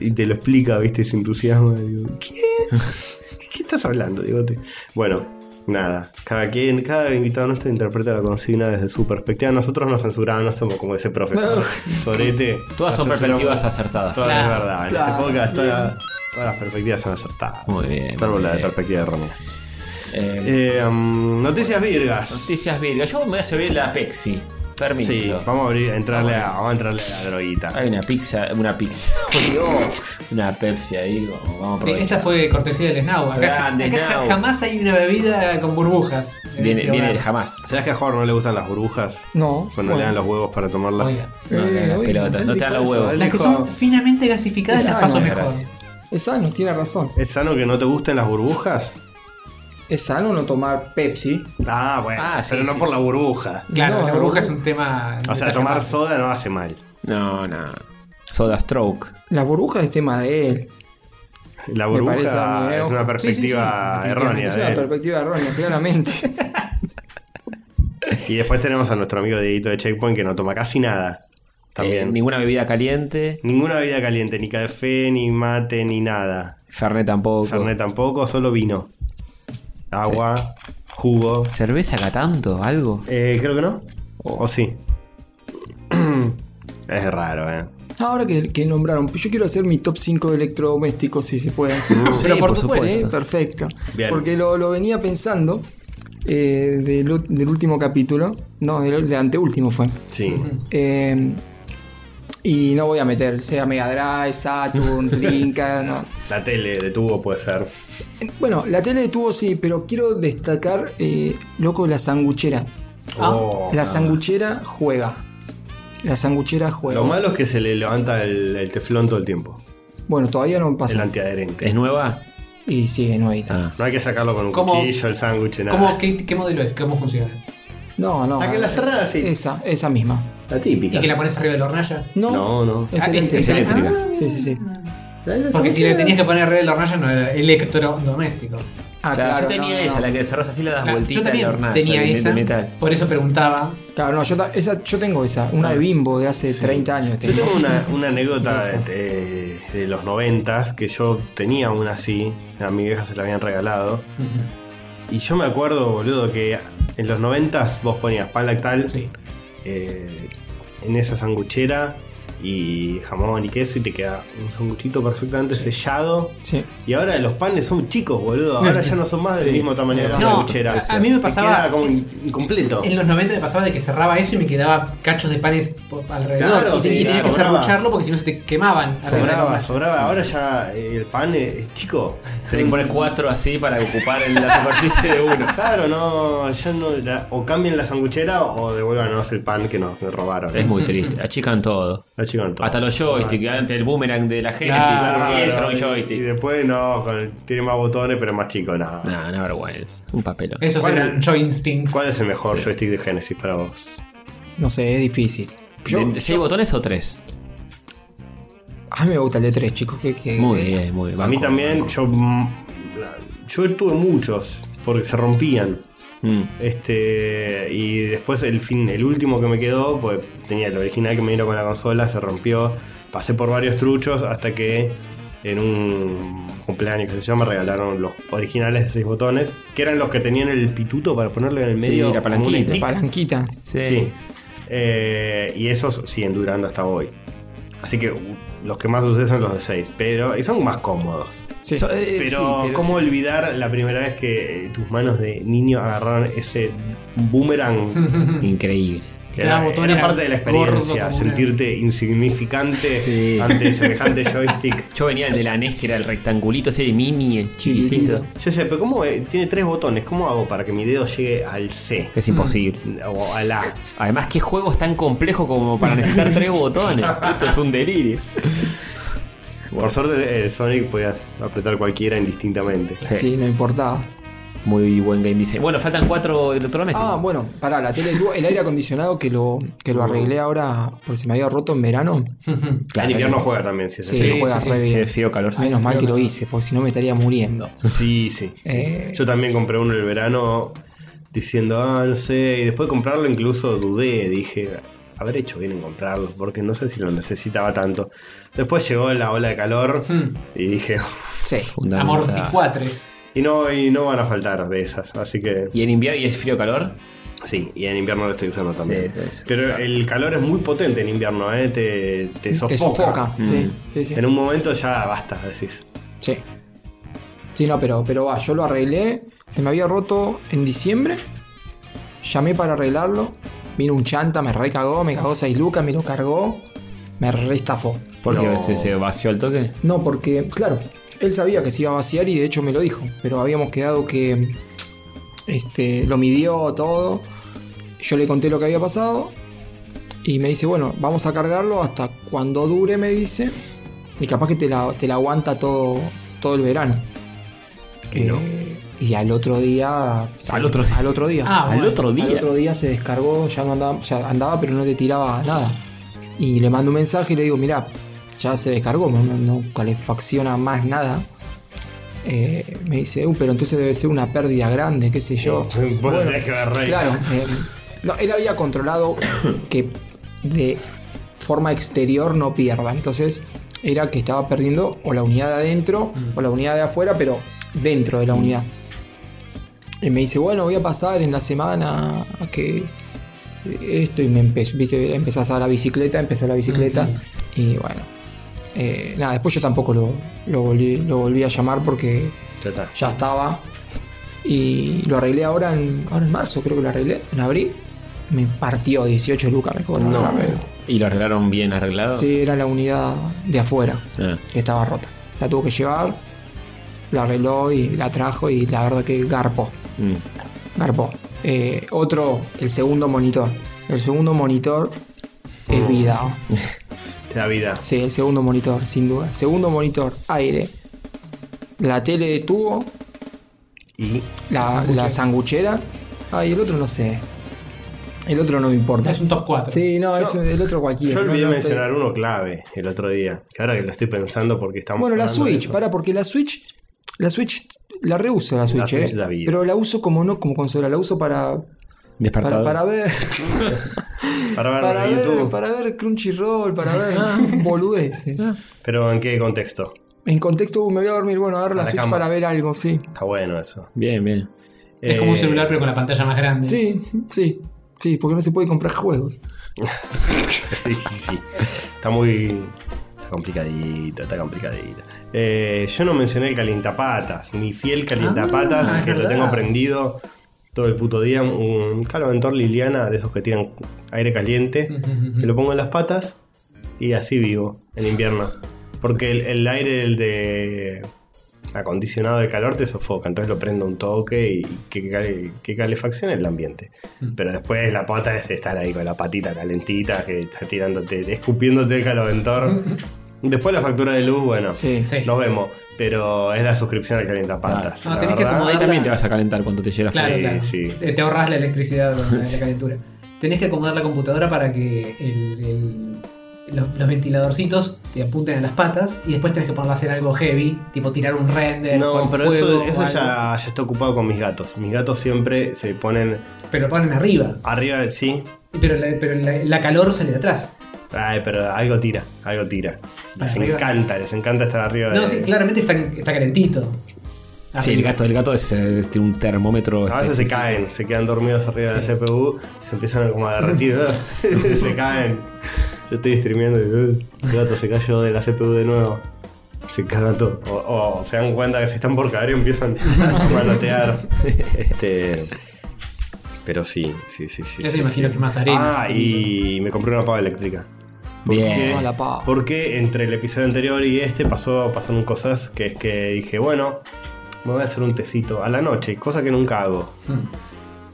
Speaker 2: Y te lo explica, viste, se entusiasma. y digo, ¿qué? ¿Qué estás hablando, Digote? Bueno, nada. Cada quien, cada invitado nuestro interpreta la consigna desde su perspectiva. Nosotros nos censuramos, no somos como ese profesor. Sorete.
Speaker 1: Todas son
Speaker 2: Nos
Speaker 1: perspectivas acertadas.
Speaker 2: censuramos. Todas
Speaker 5: Claro,
Speaker 2: es verdad. en
Speaker 3: claro,
Speaker 2: este podcast todas, todas las perspectivas son acertadas.
Speaker 1: Muy bien,
Speaker 2: Salvo
Speaker 1: muy
Speaker 2: la de
Speaker 1: bien.
Speaker 2: perspectiva errónea.
Speaker 1: Eh,
Speaker 2: Eh, um, noticias virgas.
Speaker 1: Noticias Virga. Yo me voy a servir la Pepsi. Permiso.
Speaker 2: Sí, vamos a abrir, a entrarle a, vamos a entrarle a la droguita.
Speaker 1: Hay una pizza, una pizza. una Pepsi ahí. como Vamos a
Speaker 5: Sí,
Speaker 1: probar.
Speaker 5: esta fue cortesía del Snau. Acá,
Speaker 1: Grande,
Speaker 5: acá ja-
Speaker 1: Snau.
Speaker 5: jamás hay una bebida con burbujas. en
Speaker 1: viene
Speaker 5: este
Speaker 1: viene
Speaker 5: hogar.
Speaker 1: el jamás.
Speaker 2: ¿Sabes que a Jorge no le gustan las burbujas?
Speaker 3: No.
Speaker 2: Cuando le dan los huevos para tomarlas.
Speaker 5: Oiga,
Speaker 1: No,
Speaker 3: Eh,
Speaker 1: no, las
Speaker 3: oye,
Speaker 1: pelotas, no te dan los huevos.
Speaker 5: Las que son finamente gasificadas las
Speaker 3: Esa
Speaker 5: paso
Speaker 3: Ah, no,
Speaker 5: mejor.
Speaker 1: gracias.
Speaker 3: Es sano, tiene razón.
Speaker 2: ¿Es sano que no te gusten las burbujas?
Speaker 3: Es sano no tomar Pepsi.
Speaker 2: Ah, bueno.
Speaker 1: Ah, sí,
Speaker 2: pero no
Speaker 1: sí.
Speaker 2: por la burbuja.
Speaker 3: No,
Speaker 5: Claro, la
Speaker 3: no,
Speaker 5: burbuja
Speaker 3: no.
Speaker 5: es un tema.
Speaker 2: O sea,
Speaker 5: detalle
Speaker 2: tomar
Speaker 5: más.
Speaker 2: soda no hace mal.
Speaker 1: No, no. Soda Stroke.
Speaker 3: La burbuja es tema de él.
Speaker 2: La
Speaker 3: Me parece a mí,
Speaker 2: burbuja
Speaker 3: eh,
Speaker 2: es
Speaker 3: ojo.
Speaker 2: una
Speaker 5: Sí, sí, sí,
Speaker 2: perspectiva errónea. eh.
Speaker 3: es
Speaker 2: de
Speaker 3: una
Speaker 2: él.
Speaker 3: perspectiva errónea, claramente.
Speaker 2: Y después tenemos a nuestro amigo Dieguito de Checkpoint que no toma casi nada. También.
Speaker 1: Eh, ninguna bebida caliente.
Speaker 2: Ninguna bebida caliente, ni café, ni mate, ni nada.
Speaker 1: Fernet tampoco.
Speaker 2: Fernet tampoco, solo vino. Agua, jugo.
Speaker 1: ¿Cerveza acá tanto? ¿Algo?
Speaker 2: Eh, creo que no.
Speaker 3: Oh.
Speaker 2: O sí. es raro, eh.
Speaker 3: Ahora que, que nombraron, yo quiero hacer mi top 5 de electrodomésticos si se puede.
Speaker 1: Sí, por
Speaker 3: Sí,
Speaker 1: supuesto.
Speaker 3: perfecto.
Speaker 2: Bien.
Speaker 3: Porque lo, lo venía pensando eh, del, u- del último capítulo. No, del, del anteúltimo fue.
Speaker 2: Sí.
Speaker 3: Eh, y no voy a meter, sea Mega Drive, Saturn, Lincoln, no.
Speaker 2: La tele de tubo puede ser.
Speaker 3: Bueno, la tele de tubo sí, pero quiero destacar, eh, loco, la sanguchera.
Speaker 5: Ah,
Speaker 2: Oh,
Speaker 3: La
Speaker 2: ah.
Speaker 3: sanguchera juega. La sanguchera juega.
Speaker 2: Lo malo es que se le levanta el, el teflón todo el tiempo.
Speaker 3: Bueno, todavía no
Speaker 2: El
Speaker 3: pasa.
Speaker 2: antiadherente.
Speaker 1: ¿Es nueva?
Speaker 3: Y sigue nuevita.
Speaker 1: Ah.
Speaker 2: No hay que sacarlo con un
Speaker 5: ¿Cómo?
Speaker 2: cuchillo, el sándwich, nada.
Speaker 5: ¿Cómo, qué, qué modelo es? ¿Cómo funciona?
Speaker 3: No, no. eh,
Speaker 2: Ah, que la cerrada, sí.
Speaker 3: Esa, esa misma.
Speaker 2: La típica.
Speaker 5: ¿Y que la pones arriba de la hornalla?
Speaker 3: No,
Speaker 2: No, no.
Speaker 3: Es,
Speaker 5: Ah, es-
Speaker 3: eléctrica.
Speaker 5: es eléctrica.
Speaker 3: Sí, sí, sí.
Speaker 5: Porque si le tenías que poner arriba de la hornalla no era electrodoméstico.
Speaker 3: Ah,
Speaker 1: O sea,
Speaker 3: claro,
Speaker 1: yo tenía
Speaker 3: no, no.
Speaker 1: esa, la que cerrás así, le das
Speaker 5: Claro,
Speaker 1: vueltita
Speaker 5: yo
Speaker 1: y la
Speaker 5: también
Speaker 1: hornás.
Speaker 5: tenía
Speaker 1: la de
Speaker 5: esa.
Speaker 1: metal.
Speaker 5: Por eso preguntaba.
Speaker 3: Claro, no, yo, ta- esa, yo tengo esa, una de Bimbo de hace 30 años.
Speaker 2: Yo tengo una, una anécdota
Speaker 3: Esas.
Speaker 2: de, de los noventas que yo tenía una así, a mi vieja se la habían regalado. Y yo me acuerdo, boludo, que en los noventas vos ponías pan lactal
Speaker 5: Sí.
Speaker 2: eh, en esa sanguchera y jamón y queso y te queda un sanguchito perfectamente sellado.
Speaker 3: Sí.
Speaker 2: Y ahora los panes son chicos, boludo. Ahora ya no son más del mismo tamaño de la
Speaker 5: No,
Speaker 2: sanguchera.
Speaker 5: a- a mí me
Speaker 2: Te
Speaker 5: pasaba-
Speaker 2: queda como in- incompleto.
Speaker 5: En los 90 me pasaba de que cerraba eso y me quedaba cachos de panes por- alrededor.
Speaker 2: Claro,
Speaker 5: y te-
Speaker 2: sí,
Speaker 5: y tenía que
Speaker 2: sobraba.
Speaker 5: cerrucharlo porque si no se te quemaban.
Speaker 2: Sobraba, sobraba. Ahora ya eh, el pan es, es chico.
Speaker 1: Tenés que poner cuatro así para ocupar el- la superficie de uno.
Speaker 2: Claro, no, ya no. la- o cambien la sanguchera o devuélvanos el pan que nos robaron.
Speaker 1: Es muy triste, achican todo.
Speaker 2: Está chico en todo.
Speaker 1: Hasta los joysticks, antes el boomerang de la Genesis,
Speaker 2: Claro,
Speaker 1: y eso era un
Speaker 2: y, y
Speaker 1: joystick.
Speaker 2: después no, con el- tiene más botones, pero es más chico, nada.
Speaker 1: No, no vergüenza. Un papelón.
Speaker 5: Esos
Speaker 2: ¿Cuál-
Speaker 5: eran Joy Instincts.
Speaker 2: ¿Cuál es el mejor joystick de Genesis para vos?
Speaker 3: No sé, es difícil. Yo,
Speaker 1: ¿De- ¿Seis botones o tres?
Speaker 3: a mí me gusta el de 3, chicos. Que, que-
Speaker 1: Muy bien, muy bien.
Speaker 2: A mí
Speaker 1: banco,
Speaker 2: también,
Speaker 1: banco.
Speaker 2: yo. mm, la- Yo tuve muchos, porque se rompían.
Speaker 1: Mm.
Speaker 2: Este. Y después el fin, el último que me quedó, pues tenía el original que me vino con la consola, se rompió. Pasé por varios truchos hasta que en un cumpleaños que se llama regalaron los originales de seis botones, que eran los que tenían el pituto para ponerle en el
Speaker 1: Sí,
Speaker 2: medio.
Speaker 1: la
Speaker 2: como un
Speaker 1: palanquita.
Speaker 2: stick.
Speaker 3: Palanquita.
Speaker 1: Sí.
Speaker 2: Sí. Eh, y esos siguen durando hasta hoy. Así que u- los que más usé son los de 6, pero y son más cómodos.
Speaker 3: Sí.
Speaker 1: So- eh, sí,
Speaker 2: Pero,
Speaker 1: pero
Speaker 2: ¿cómo
Speaker 1: sí.
Speaker 2: olvidar la primera vez que eh, tus manos de niño agarraron ese boomerang?
Speaker 1: Increíble.
Speaker 2: Que
Speaker 5: Cada
Speaker 2: era,
Speaker 5: botón
Speaker 2: era
Speaker 5: era
Speaker 2: parte de la
Speaker 5: gordo
Speaker 2: experiencia,
Speaker 5: como una-
Speaker 2: sentirte insignificante
Speaker 1: Sí.
Speaker 2: ante semejante joystick.
Speaker 1: Yo venía el de la NES, que era el rectangulito ese de Mimi, el chiquitito.
Speaker 3: Chiquitito.
Speaker 2: Yo decía, pero ¿cómo eh, tiene tres botones? ¿Cómo hago para que mi dedo llegue al C?
Speaker 1: Es imposible.
Speaker 2: O al A.
Speaker 1: Además, ¿qué juego es tan complejo como para necesitar tres botones? Esto es un delirio.
Speaker 2: Por suerte, el Sonic podías apretar cualquiera indistintamente.
Speaker 1: Sí.
Speaker 3: Sí, no importaba.
Speaker 1: Muy buen game design. Bueno, faltan cuatro electrodomésticos.
Speaker 3: Ah, bueno, pará, la tele, el aire acondicionado que lo, que lo arreglé ahora porque se me había roto en verano.
Speaker 2: Ah, en invierno juega también, si es
Speaker 3: Sí,
Speaker 2: así.
Speaker 3: juega
Speaker 5: sí,
Speaker 3: re
Speaker 5: sí,
Speaker 3: bien.
Speaker 1: Qué feo calor. sí.
Speaker 3: Menos mal que lo hice, porque si no me estaría muriendo.
Speaker 2: Sí, sí.
Speaker 3: Eh,
Speaker 2: Yo también compré uno el verano diciendo, ah, no sé. Y después de comprarlo incluso dudé, dije, haber hecho bien en comprarlo, porque no sé si lo necesitaba tanto. Después llegó la ola de calor y dije,
Speaker 3: sí.
Speaker 1: Fundamental.
Speaker 5: Amorticuatres.
Speaker 2: y no, y no van a faltar de esas. Así que
Speaker 1: ¿Y en invierno y es frío calor?
Speaker 2: sí, y en invierno lo estoy usando también.
Speaker 1: Sí, es-
Speaker 2: Pero el calor es muy potente en invierno, ¿eh? te, te sofoca.
Speaker 3: Te sofoca. Sí,
Speaker 1: Mm.
Speaker 3: sí, sí.
Speaker 2: En un momento ya basta, decís.
Speaker 3: Sí. Sí, no, pero, pero va, yo lo arreglé. Se me había roto en diciembre. Llamé para arreglarlo. Vino un chanta, me recagó, me cagó 6 lucas, me lo cargó, me restafó.
Speaker 1: ¿Por qué
Speaker 2: No.
Speaker 1: se, se vació al toque?
Speaker 3: No, porque, claro, él sabía que se iba a vaciar y de hecho me lo dijo. Pero habíamos quedado que este, lo midió todo. Yo le conté lo que había pasado. Y me dice, bueno, vamos a cargarlo hasta cuando dure, me dice. Y capaz que te la, te la aguanta todo, todo el verano.
Speaker 2: Y no.
Speaker 3: Eh, y al otro día.
Speaker 1: Al otro día.
Speaker 3: Al otro día.
Speaker 5: Ah,
Speaker 1: al
Speaker 5: bueno.
Speaker 1: otro día.
Speaker 3: Al otro día se descargó, ya no andaba, ya andaba, pero no te tiraba nada. Y le mando un mensaje y le digo, mirá, ya se descargó, no, no- no calefacciona más nada. Eh, me dice, "Uh, pero entonces debe ser una pérdida grande, qué sé yo.
Speaker 2: Vos tenés que ver, rey.
Speaker 3: Claro, eh, no, él había controlado que de forma exterior no pierda. Entonces era que estaba perdiendo o la unidad de adentro
Speaker 1: Mm.
Speaker 3: o la unidad de afuera, pero dentro de la unidad. Y me dice, bueno, voy a pasar en la semana a que esto y me empezó, viste, empezás a la bicicleta, empezó la bicicleta y bueno. eh, nada, después yo tampoco lo, lo volví, lo volví a llamar porque
Speaker 2: Ya está.
Speaker 3: ya estaba. Y lo arreglé ahora en, ahora en marzo, creo que lo arreglé, en abril. Me partió 18 lucas, me cobró.
Speaker 2: No.
Speaker 1: ¿Y lo arreglaron bien arreglado?
Speaker 3: Sí, era la unidad de afuera
Speaker 1: Ah.
Speaker 3: que estaba rota. La tuvo que llevar, la arregló y la trajo y la verdad que garpó.
Speaker 1: Mm.
Speaker 3: Garpó. Eh, otro, el segundo monitor. El segundo monitor es vida.
Speaker 2: Te da vida.
Speaker 3: Sí, el segundo monitor, sin duda. Segundo monitor, aire. La tele de tubo,
Speaker 2: Y
Speaker 3: La, la sanguchera. Ah, y el otro no sé. El otro no me importa.
Speaker 5: Es un top 4.
Speaker 3: Sí, no, es el otro cualquiera.
Speaker 2: Yo
Speaker 3: no,
Speaker 2: olvidé
Speaker 3: no estoy-
Speaker 2: mencionar uno clave el otro día. Que ahora que lo estoy pensando porque estamos.
Speaker 3: Bueno, la
Speaker 2: hablando de
Speaker 3: Switch,
Speaker 2: eso.
Speaker 3: para, porque la Switch. La Switch La reuso la Switch,
Speaker 2: Switch
Speaker 3: eh,
Speaker 2: la vida.
Speaker 3: pero la uso como no como consola, la uso para para,
Speaker 1: Despertador.
Speaker 3: para ver
Speaker 2: Para ver
Speaker 3: para ver,
Speaker 2: YouTube.
Speaker 3: para ver Crunchyroll, para ver boludeces.
Speaker 2: Pero en qué contexto.
Speaker 3: En contexto, uh, me voy a dormir, bueno, a ver
Speaker 2: A
Speaker 3: la,
Speaker 2: la
Speaker 3: Switch
Speaker 2: cama.
Speaker 3: para ver algo, sí.
Speaker 2: Está bueno eso.
Speaker 1: Bien, bien.
Speaker 5: Es como un
Speaker 2: Eh,
Speaker 5: celular pero con la pantalla más grande.
Speaker 3: Sí, sí, sí, porque no se puede comprar juegos.
Speaker 2: sí, sí, sí. Está muy. Está complicadita, está complicadita. Eh, yo no mencioné el calientapatas, mi fiel calientapatas,
Speaker 4: Ah, es
Speaker 2: que lo
Speaker 4: verdad.
Speaker 2: tengo prendido todo el puto día. Un caloventor Liliana, de esos que tiran aire caliente. Me lo pongo en las patas y así vivo en invierno. Porque el, el aire del de acondicionado de calor te sofoca, entonces lo prendo un toque y que, cale- que calefaccione el ambiente.
Speaker 5: Mm.
Speaker 2: Pero después la pata es estar ahí con la patita calentita que está tirándote, escupiéndote el caloventor. Después la factura de luz, bueno,
Speaker 3: Sí.
Speaker 5: Sí.
Speaker 2: nos vemos, pero es la suscripción al calentapatas.
Speaker 5: Ah,
Speaker 2: la
Speaker 5: tenés que
Speaker 2: verdad.
Speaker 5: acomodar-
Speaker 1: Ahí
Speaker 5: Habla-
Speaker 1: también te vas a calentar cuando te llegue la
Speaker 5: Claro,
Speaker 2: Sí,
Speaker 5: claro. Eh,
Speaker 2: sí.
Speaker 5: Te te ahorras la electricidad o la, la calentura. Tenés que acomodar la computadora para que el- el- los, los ventiladorcitos te apunten a las patas y después tenés que ponerla a hacer algo heavy, tipo tirar un render. o
Speaker 2: No,
Speaker 5: un
Speaker 2: pero eso,
Speaker 5: fuego
Speaker 2: eso
Speaker 5: o algo.
Speaker 2: ya, ya está ocupado con mis gatos. Mis gatos siempre se ponen
Speaker 5: Pero lo ponen arriba.
Speaker 2: arriba del sí.
Speaker 5: Pero, la, pero la- la calor sale de atrás.
Speaker 2: Ay, pero algo tira, algo tira. Les
Speaker 5: Arriba.
Speaker 2: encanta, les encanta estar arriba
Speaker 5: No,
Speaker 2: de-
Speaker 5: sí, claramente está, está calentito.
Speaker 1: Sí, el gato, el gato es, eh, tiene un termómetro.
Speaker 2: A veces se
Speaker 1: específico.
Speaker 2: caen, se quedan dormidos arriba de la CPU, se empiezan como a derretir, ¿no? se caen. Yo estoy streameando y "Uh, el gato se cayó de la CPU de nuevo. Se cagan todo. O, o se dan cuenta que se están por caer y empiezan a manotear. Este. Pero sí, sí, sí, sí.
Speaker 5: Yo te
Speaker 2: sí,
Speaker 5: imagino
Speaker 2: sí.
Speaker 5: que más arenas.
Speaker 2: Ah, y me compré una pava eléctrica.
Speaker 1: Bien.
Speaker 3: Ah, la pava.
Speaker 2: Porque entre el episodio anterior y este pasó, pasaron cosas que es que dije, bueno, me voy a hacer un tecito a la noche, cosa que nunca hago.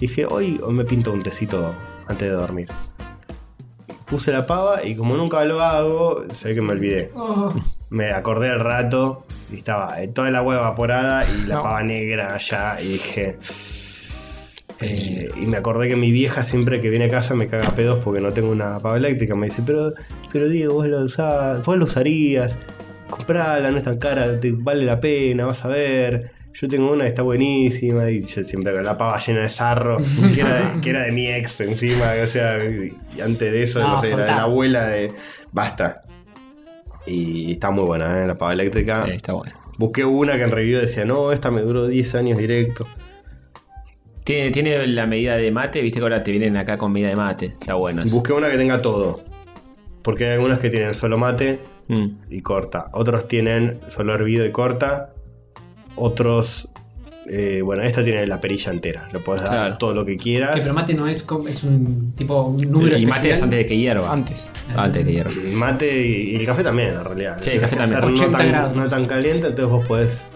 Speaker 2: Dije, hoy, hoy me pinto un tecito antes de dormir. Puse la pava y como nunca lo hago, sé que me olvidé.
Speaker 5: Oh,
Speaker 2: Me acordé al rato y estaba eh, toda el agua evaporada y la
Speaker 3: No.
Speaker 2: pava negra allá y dije... eh, y me acordé que mi vieja siempre que viene a casa me caga a pedos porque no tengo una pava eléctrica. Me dice, pero, pero Diego, vos la usás, vos la usarías, comprala, no es tan cara, te vale la pena, vas a ver. Yo tengo una que está buenísima y yo siempre con la pava llena de sarro, que era de, que era de mi ex encima, o sea, y y antes de eso, no,
Speaker 5: No,
Speaker 2: sé, era de
Speaker 5: soltá.
Speaker 2: la abuela de... Basta. Y está muy buena, ¿eh? La pava eléctrica.
Speaker 1: Sí, está bueno.
Speaker 2: Busqué una que en review decía, no, esta me duró 10 años directo.
Speaker 1: Tiene, tiene la medida de mate, viste que ahora te vienen acá con medida de mate. Está bueno. eso.
Speaker 2: Busqué una que tenga todo. Porque hay algunas que tienen solo mate
Speaker 1: Mm.
Speaker 2: y corta. Otros tienen solo hervido y corta. Otros. eh, bueno, esta tiene la perilla entera. Le puedes dar
Speaker 1: Claro.
Speaker 2: todo lo que quieras.
Speaker 5: Que pero mate no es, com- es un tipo un número
Speaker 1: y
Speaker 5: especial.
Speaker 1: mate es antes de que hierva.
Speaker 3: Antes.
Speaker 1: Antes de que hierva.
Speaker 2: Mate y, y el café también, en realidad.
Speaker 1: Sí, el café
Speaker 2: Tenés que
Speaker 1: también.
Speaker 2: hacer
Speaker 5: 80
Speaker 2: No
Speaker 5: grados.
Speaker 2: tan, no tan caliente, entonces vos podés.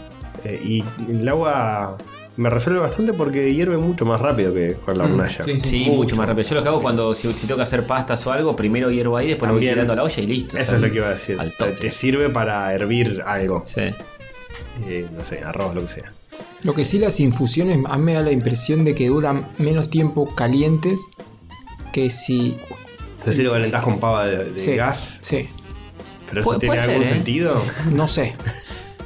Speaker 2: eh, y el agua me resuelve bastante porque hierve mucho más rápido que con la
Speaker 5: Mm,
Speaker 2: hornalla.
Speaker 5: sí,
Speaker 1: Sí, mucho. más rápido. Yo lo que hago cuando si, si tengo que hacer pastas o algo, primero hiervo ahí, después lo voy
Speaker 2: También.
Speaker 1: tirando a la olla y listo.
Speaker 2: Eso
Speaker 1: O sea,
Speaker 2: es lo que iba a decir.
Speaker 1: Al
Speaker 2: Te,
Speaker 1: toque.
Speaker 2: te sirve para hervir algo.
Speaker 1: Sí.
Speaker 2: Eh, no sé, arroz, lo que sea.
Speaker 3: Lo que sí, las infusiones a mí me da la impresión de que duran menos tiempo calientes que si.
Speaker 2: Entonces lo calentás con pava de, de
Speaker 3: sí,
Speaker 2: gas.
Speaker 3: Sí,
Speaker 2: ¿Pero eso
Speaker 1: Pu-
Speaker 2: tiene
Speaker 1: puede ser,
Speaker 2: algún
Speaker 1: ¿eh?
Speaker 2: sentido?
Speaker 3: no sé.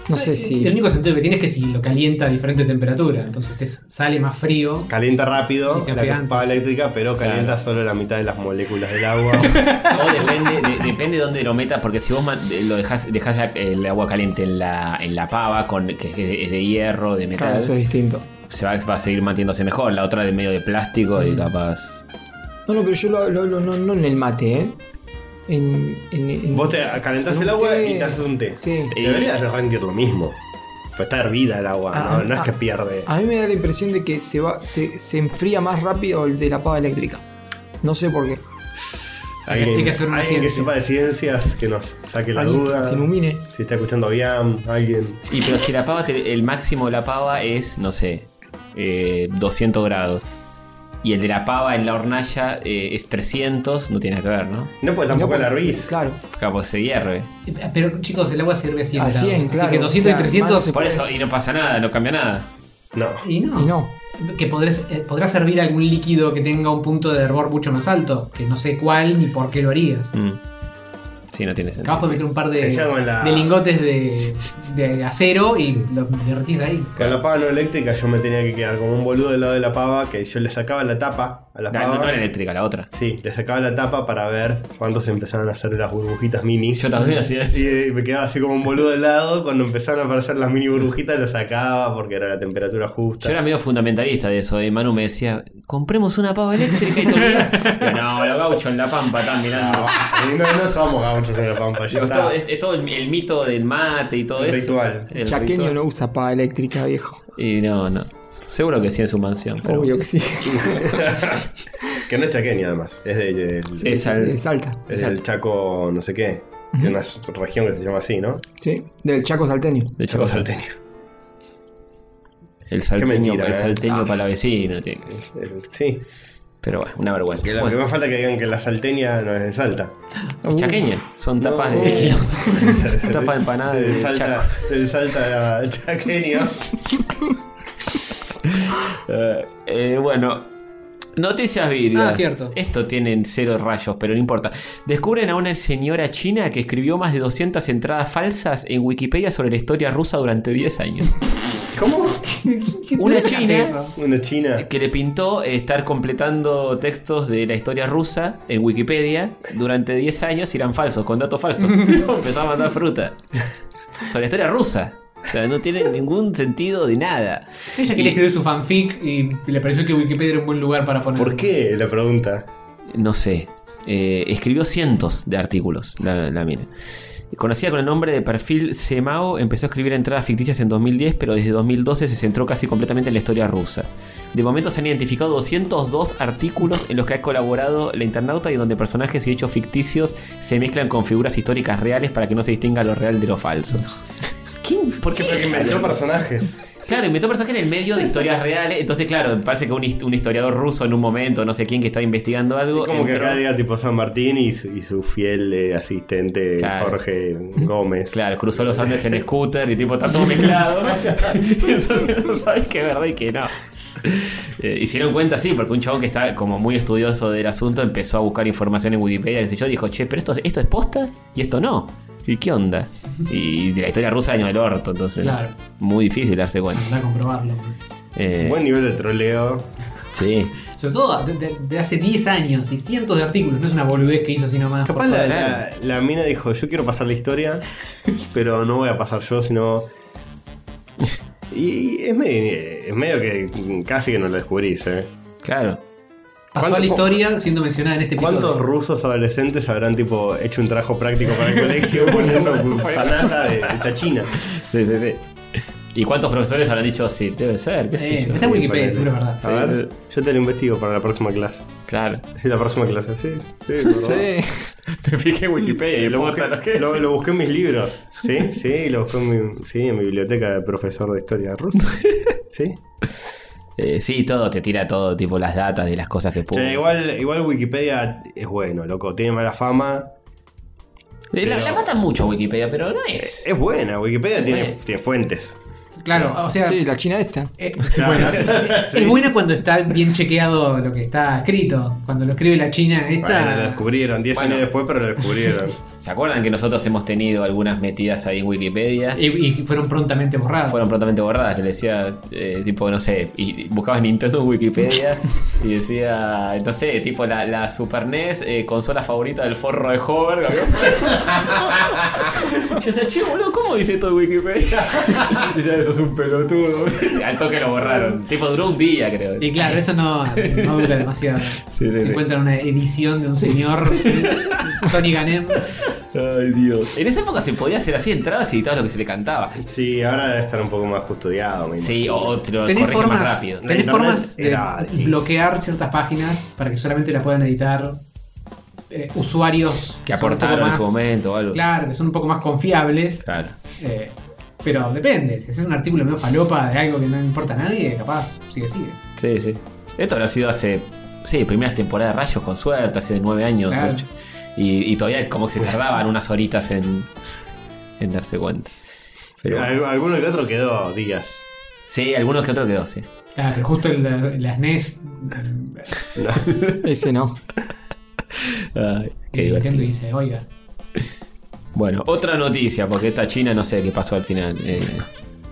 Speaker 3: No sé si.
Speaker 5: El único sentido que tiene es que si lo calienta a diferente temperatura, entonces te sale más frío.
Speaker 2: Calienta rápido
Speaker 5: Y se
Speaker 2: la
Speaker 5: enfría antes.
Speaker 2: pava eléctrica, pero calienta
Speaker 1: Claro.
Speaker 2: solo la mitad de las moléculas del agua.
Speaker 1: O depende, de, depende de dónde lo metas, porque si vos man- de- lo dejás, dejás la- el agua caliente en la, en la pava, con, que es de, es de hierro, de
Speaker 3: Claro,
Speaker 1: metal,
Speaker 3: eso es distinto.
Speaker 1: se va, va a seguir manteniéndose mejor. La otra de medio de plástico y capaz.
Speaker 3: No, no, pero yo lo hablo no, no en el mate, ¿eh? En. en, en-
Speaker 2: Vos te calentás
Speaker 3: en
Speaker 2: el
Speaker 3: un
Speaker 2: agua
Speaker 3: té.
Speaker 2: y te haces un té.
Speaker 3: Sí.
Speaker 2: Deberías de rendir lo mismo. Pues está hervida el agua,
Speaker 3: Ah,
Speaker 2: no, no es
Speaker 3: ah.
Speaker 2: que pierde.
Speaker 3: A mí me da la impresión de que se, va, se, se enfría más rápido el de la pava eléctrica. No sé por qué.
Speaker 2: Alguien,
Speaker 5: hay que hacer una
Speaker 2: alguien que
Speaker 5: ciencia.
Speaker 2: sepa de ciencias, que nos saque la
Speaker 3: Alguien que
Speaker 2: duda.
Speaker 3: nos ilumine.
Speaker 2: Si está escuchando Biam, alguien.
Speaker 1: Y pero si la pava, te- el máximo de la pava es, no sé, eh, 200 grados. Y el de la pava en la hornalla eh, es 300, no tiene nada que ver, ¿no?
Speaker 2: No, pues
Speaker 3: Y no
Speaker 2: tampoco la
Speaker 3: porque-
Speaker 2: hervís.
Speaker 3: Claro.
Speaker 1: Capaz se hierve.
Speaker 5: Pero chicos, el agua sirve a 100
Speaker 3: A 100,
Speaker 5: grados,
Speaker 3: claro,
Speaker 5: Así que
Speaker 3: o
Speaker 5: 200
Speaker 3: sea,
Speaker 5: y 300.
Speaker 3: más
Speaker 1: Por eso, y no pasa nada, no cambia nada.
Speaker 2: No.
Speaker 5: Y no.
Speaker 3: Y no.
Speaker 5: Que podrás, eh, podrás hervir algún líquido que tenga un punto de hervor mucho más alto. Que no sé cuál ni por qué lo harías.
Speaker 1: Mm. Sí, Sí, no tiene sentido.
Speaker 5: Acabas de meter un par de,
Speaker 2: Pensá con la-
Speaker 5: de lingotes de, de acero y los derretís ahí.
Speaker 2: Con la pava no eléctrica yo me tenía que quedar como un boludo del lado de la pava que yo le sacaba la tapa a la
Speaker 1: No,
Speaker 2: pava.
Speaker 1: no, no la eléctrica, la otra.
Speaker 2: Sí, le sacaba la tapa para ver cuántos empezaban a hacer las burbujitas mini.
Speaker 1: Yo también hacía eso.
Speaker 2: Y eh, me quedaba así como un boludo al lado. Cuando empezaron a aparecer las mini burbujitas, lo sacaba porque era la temperatura justa.
Speaker 1: Yo era medio fundamentalista de eso, y Manu me decía, compremos una pava eléctrica y te olvidás". Digo, No, los gauchos en la pampa están mirando.
Speaker 2: Y no, no somos gauchos en la pampa. Ah, ya
Speaker 1: Digo, es,
Speaker 2: está.
Speaker 1: todo, es- es todo el, el mito del mate y todo
Speaker 2: El
Speaker 1: eso.
Speaker 2: ritual.
Speaker 1: El
Speaker 3: Chaqueño
Speaker 1: ritual.
Speaker 3: no usa pava eléctrica, viejo.
Speaker 1: Y no, no. Seguro que sí en su mansión. pero-
Speaker 3: Obvio que sí.
Speaker 2: Que no es chaqueño además. Es de, de-
Speaker 1: Sí,
Speaker 2: es
Speaker 1: sí. Sal-
Speaker 3: Sí, Salta.
Speaker 2: del Chaco no sé qué. De una región que se llama así, ¿no?
Speaker 3: Sí, del Chaco salteño.
Speaker 1: De hecho,
Speaker 2: Chaco salteño.
Speaker 1: El salteño,
Speaker 2: mentira,
Speaker 1: el
Speaker 2: eh.
Speaker 1: salteño
Speaker 3: Ah.
Speaker 1: para la vecina. tiene que ser.
Speaker 2: El- Sí.
Speaker 1: Pero bueno, una vergüenza.
Speaker 2: Que lo que
Speaker 1: Bueno,
Speaker 2: más falta es que digan que la salteña no es de Salta.
Speaker 1: es chaqueña. Son tapas
Speaker 2: No.
Speaker 1: de. tapas de empanada de
Speaker 2: Del Salta,
Speaker 1: Chaco.
Speaker 2: del Salta chaqueño.
Speaker 1: Eh, eh, bueno. Noticias vídeos.
Speaker 5: Ah, cierto.
Speaker 1: Esto tienen cero rayos, pero no importa. Descubren a una señora china que escribió más de 200 entradas falsas en Wikipedia sobre la historia rusa durante 10 años.
Speaker 2: ¿Cómo?
Speaker 1: Una
Speaker 5: sacaste
Speaker 1: china
Speaker 5: eso?
Speaker 2: Una china.
Speaker 1: que le pintó estar completando textos de la historia rusa en Wikipedia durante 10 años y eran falsos, con datos falsos. Empezó a mandar fruta. Sobre la historia rusa. O sea, no tiene ningún sentido de nada.
Speaker 5: Ella quería escribir su fanfic y le pareció que Wikipedia era un buen lugar para poner.
Speaker 2: ¿Por qué? La pregunta.
Speaker 1: no sé, eh, escribió cientos de artículos la, la mina. Conocida con el nombre de perfil Semao, empezó a escribir entradas ficticias en 2010, pero desde 2012 se centró casi completamente en la historia rusa. De momento se han identificado 202 artículos en los que ha colaborado la internauta y donde personajes y hechos ficticios se mezclan con figuras históricas reales para que no se distinga lo real de lo falso. ¿Quién? ¿Por qué?
Speaker 2: Porque inventó personajes.
Speaker 1: Claro, inventó personajes en el medio de historias reales. Entonces, claro, parece que un, hist- un historiador ruso en un momento, no sé quién que estaba investigando algo.
Speaker 2: Es como que
Speaker 1: entró-
Speaker 2: acá diga tipo San Martín y su, y su fiel eh, asistente
Speaker 1: Claro.
Speaker 2: Jorge Gómez.
Speaker 1: Claro, cruzó los Andes en scooter y tipo está todo mezclado. Entonces no sabes qué es verdad y qué no. Eh, hicieron cuenta, sí, porque un chabón que está como muy estudioso del asunto empezó a buscar información en Wikipedia, qué sé yo, dijo, che, pero esto, esto es posta y esto no. ¿Y qué onda? Y de la historia rusa año del orto, entonces.
Speaker 5: Claro.
Speaker 1: Muy difícil darse cuenta.
Speaker 5: Andá a comprobarlo. man.
Speaker 1: Eh,
Speaker 2: Buen nivel de troleo.
Speaker 1: Sí.
Speaker 5: Sobre todo de, de- de hace 10 años y cientos de artículos. No es una boludez que hizo así nomás.
Speaker 2: Capaz
Speaker 5: por
Speaker 2: la,
Speaker 5: joder.
Speaker 2: la- la mina dijo, yo quiero pasar la historia, pero no voy a pasar yo, sino... Y es medio, es medio que casi que no lo descubrís, ¿eh?
Speaker 1: Claro.
Speaker 5: Pasó a
Speaker 2: ¿cuánto-
Speaker 5: la historia siendo mencionada en este episodio.
Speaker 2: ¿Cuántos rusos adolescentes habrán tipo hecho un trabajo práctico para el colegio poniendo sanata de, de tachina?
Speaker 1: Sí, sí, sí. ¿Y cuántos profesores habrán dicho sí? Debe ser, qué sé
Speaker 5: Eh,
Speaker 1: yo.
Speaker 5: está en Wikipedia,
Speaker 2: Sí,
Speaker 5: seguro es verdad.
Speaker 2: A ver, yo te lo investigo para la próxima clase.
Speaker 1: Claro.
Speaker 2: Sí, la próxima clase, sí. Sí, es verdad.
Speaker 3: Sí.
Speaker 1: Me fijé en Wikipedia y
Speaker 2: Lo
Speaker 1: luego
Speaker 2: busqué, lo- lo busqué en mis libros. Sí, sí, lo busqué en mi, sí, en mi biblioteca de profesor de historia rusa. Sí.
Speaker 1: Eh, sí, todo, te tira todo, tipo las datas de las cosas que
Speaker 2: O sea,
Speaker 1: publica.
Speaker 2: igual, igual Wikipedia es bueno, loco. Tiene mala fama.
Speaker 1: Eh, la, la matan mucho Wikipedia, pero no
Speaker 5: Eh,
Speaker 1: es.
Speaker 2: Es buena, Wikipedia tiene,
Speaker 1: Bueno.
Speaker 2: tiene fuentes.
Speaker 5: Claro, o sea.
Speaker 3: Uh, Sí, la china esta.
Speaker 5: eh, bueno, Es buena cuando está bien chequeado lo que está escrito. Cuando lo escribe la China esta.
Speaker 2: Bueno, lo descubrieron, 10
Speaker 1: Bueno.
Speaker 2: años después, pero lo descubrieron.
Speaker 1: ¿Se acuerdan que nosotros hemos tenido algunas metidas ahí en Wikipedia?
Speaker 5: y, y fueron prontamente borradas.
Speaker 1: Fueron prontamente borradas, que le decía, eh, tipo, no sé, y y buscabas Nintendo en Wikipedia y decía, no sé, tipo la, la Super NES, eh, consola favorita del forro de Hover. Yo decía, che, boludo, ¿cómo dice esto en Wikipedia? Y decía, eso es un pelotudo. Al toque lo borraron. Tipo, duró un día, creo.
Speaker 5: Y claro, eso no, no dura demasiado.
Speaker 1: sí, sí.
Speaker 5: Encuentran una edición de un señor, Tony Ganem.
Speaker 1: Ay, Dios. En esa época se podía hacer así, entrabas y editabas lo que se te cantaba.
Speaker 2: Sí, ahora debe estar un poco más custodiado. me
Speaker 1: Sí, o, o te lo
Speaker 5: Tenés
Speaker 1: corrige
Speaker 5: formas,
Speaker 1: más rápido.
Speaker 2: La
Speaker 5: tenés
Speaker 2: internet
Speaker 5: formas de
Speaker 2: era difícil.
Speaker 5: bloquear ciertas páginas para que solamente la puedan editar eh, usuarios
Speaker 1: Que
Speaker 5: son un poco
Speaker 1: aportaron en
Speaker 5: más-
Speaker 1: su momento o algo.
Speaker 5: Claro, que son un poco más confiables.
Speaker 1: Claro.
Speaker 5: eh, pero depende, si es un artículo medio falopa de algo que no importa a nadie, capaz, sigue, sigue.
Speaker 1: Sí, sí. Esto habrá sido hace. Sí, primeras temporadas de Rayos con suerte, hace nueve años.
Speaker 5: Claro.
Speaker 1: ocho. Y, y todavía como que se tardaban unas horitas en, en darse cuenta. Pero bueno.
Speaker 2: Al- alguno que otro quedó días.
Speaker 1: sí, algunos que otros quedó, sí.
Speaker 5: Claro, pero justo en la- en las NES,
Speaker 3: Ese no.
Speaker 1: Ay, qué
Speaker 5: eh, Nintendo
Speaker 1: divertido.
Speaker 5: dice, oiga,
Speaker 1: Bueno, otra noticia, porque esta China no sé qué pasó al final. Eh,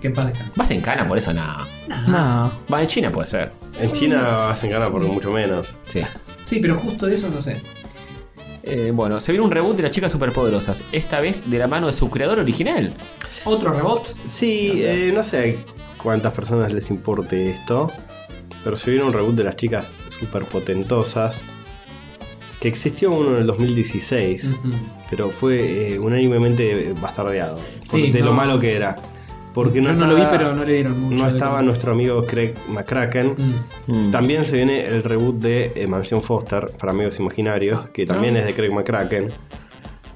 Speaker 5: Que en paz descanse.
Speaker 1: ¿Vas en cana por eso? Nada.
Speaker 3: No.
Speaker 1: Vas en China puede ser.
Speaker 2: En China vas en ganar por mucho menos.
Speaker 1: Sí.
Speaker 5: Sí, pero justo de eso no sé.
Speaker 1: Eh, bueno, se viene un reboot de las chicas superpoderosas, esta vez de la mano de su creador original.
Speaker 5: Otro rebot.
Speaker 2: Sí, eh, no sé cuántas personas les importe esto, pero si hubiera un reboot de las chicas superpotentosas, que existió uno en el 2016, pero fue eh, unánimemente bastardeado, por-
Speaker 5: Sí,
Speaker 2: de
Speaker 5: no.
Speaker 2: lo malo que era. Porque no
Speaker 5: Yo no lo vi,
Speaker 2: estaba-
Speaker 5: pero no le dieron mucho.
Speaker 2: no
Speaker 5: de
Speaker 2: estaba
Speaker 5: cómo.
Speaker 2: nuestro amigo Craig McCracken.
Speaker 5: Mm.
Speaker 2: También se viene el reboot de eh, Mansión Foster para amigos imaginarios, que también es de Craig McCracken.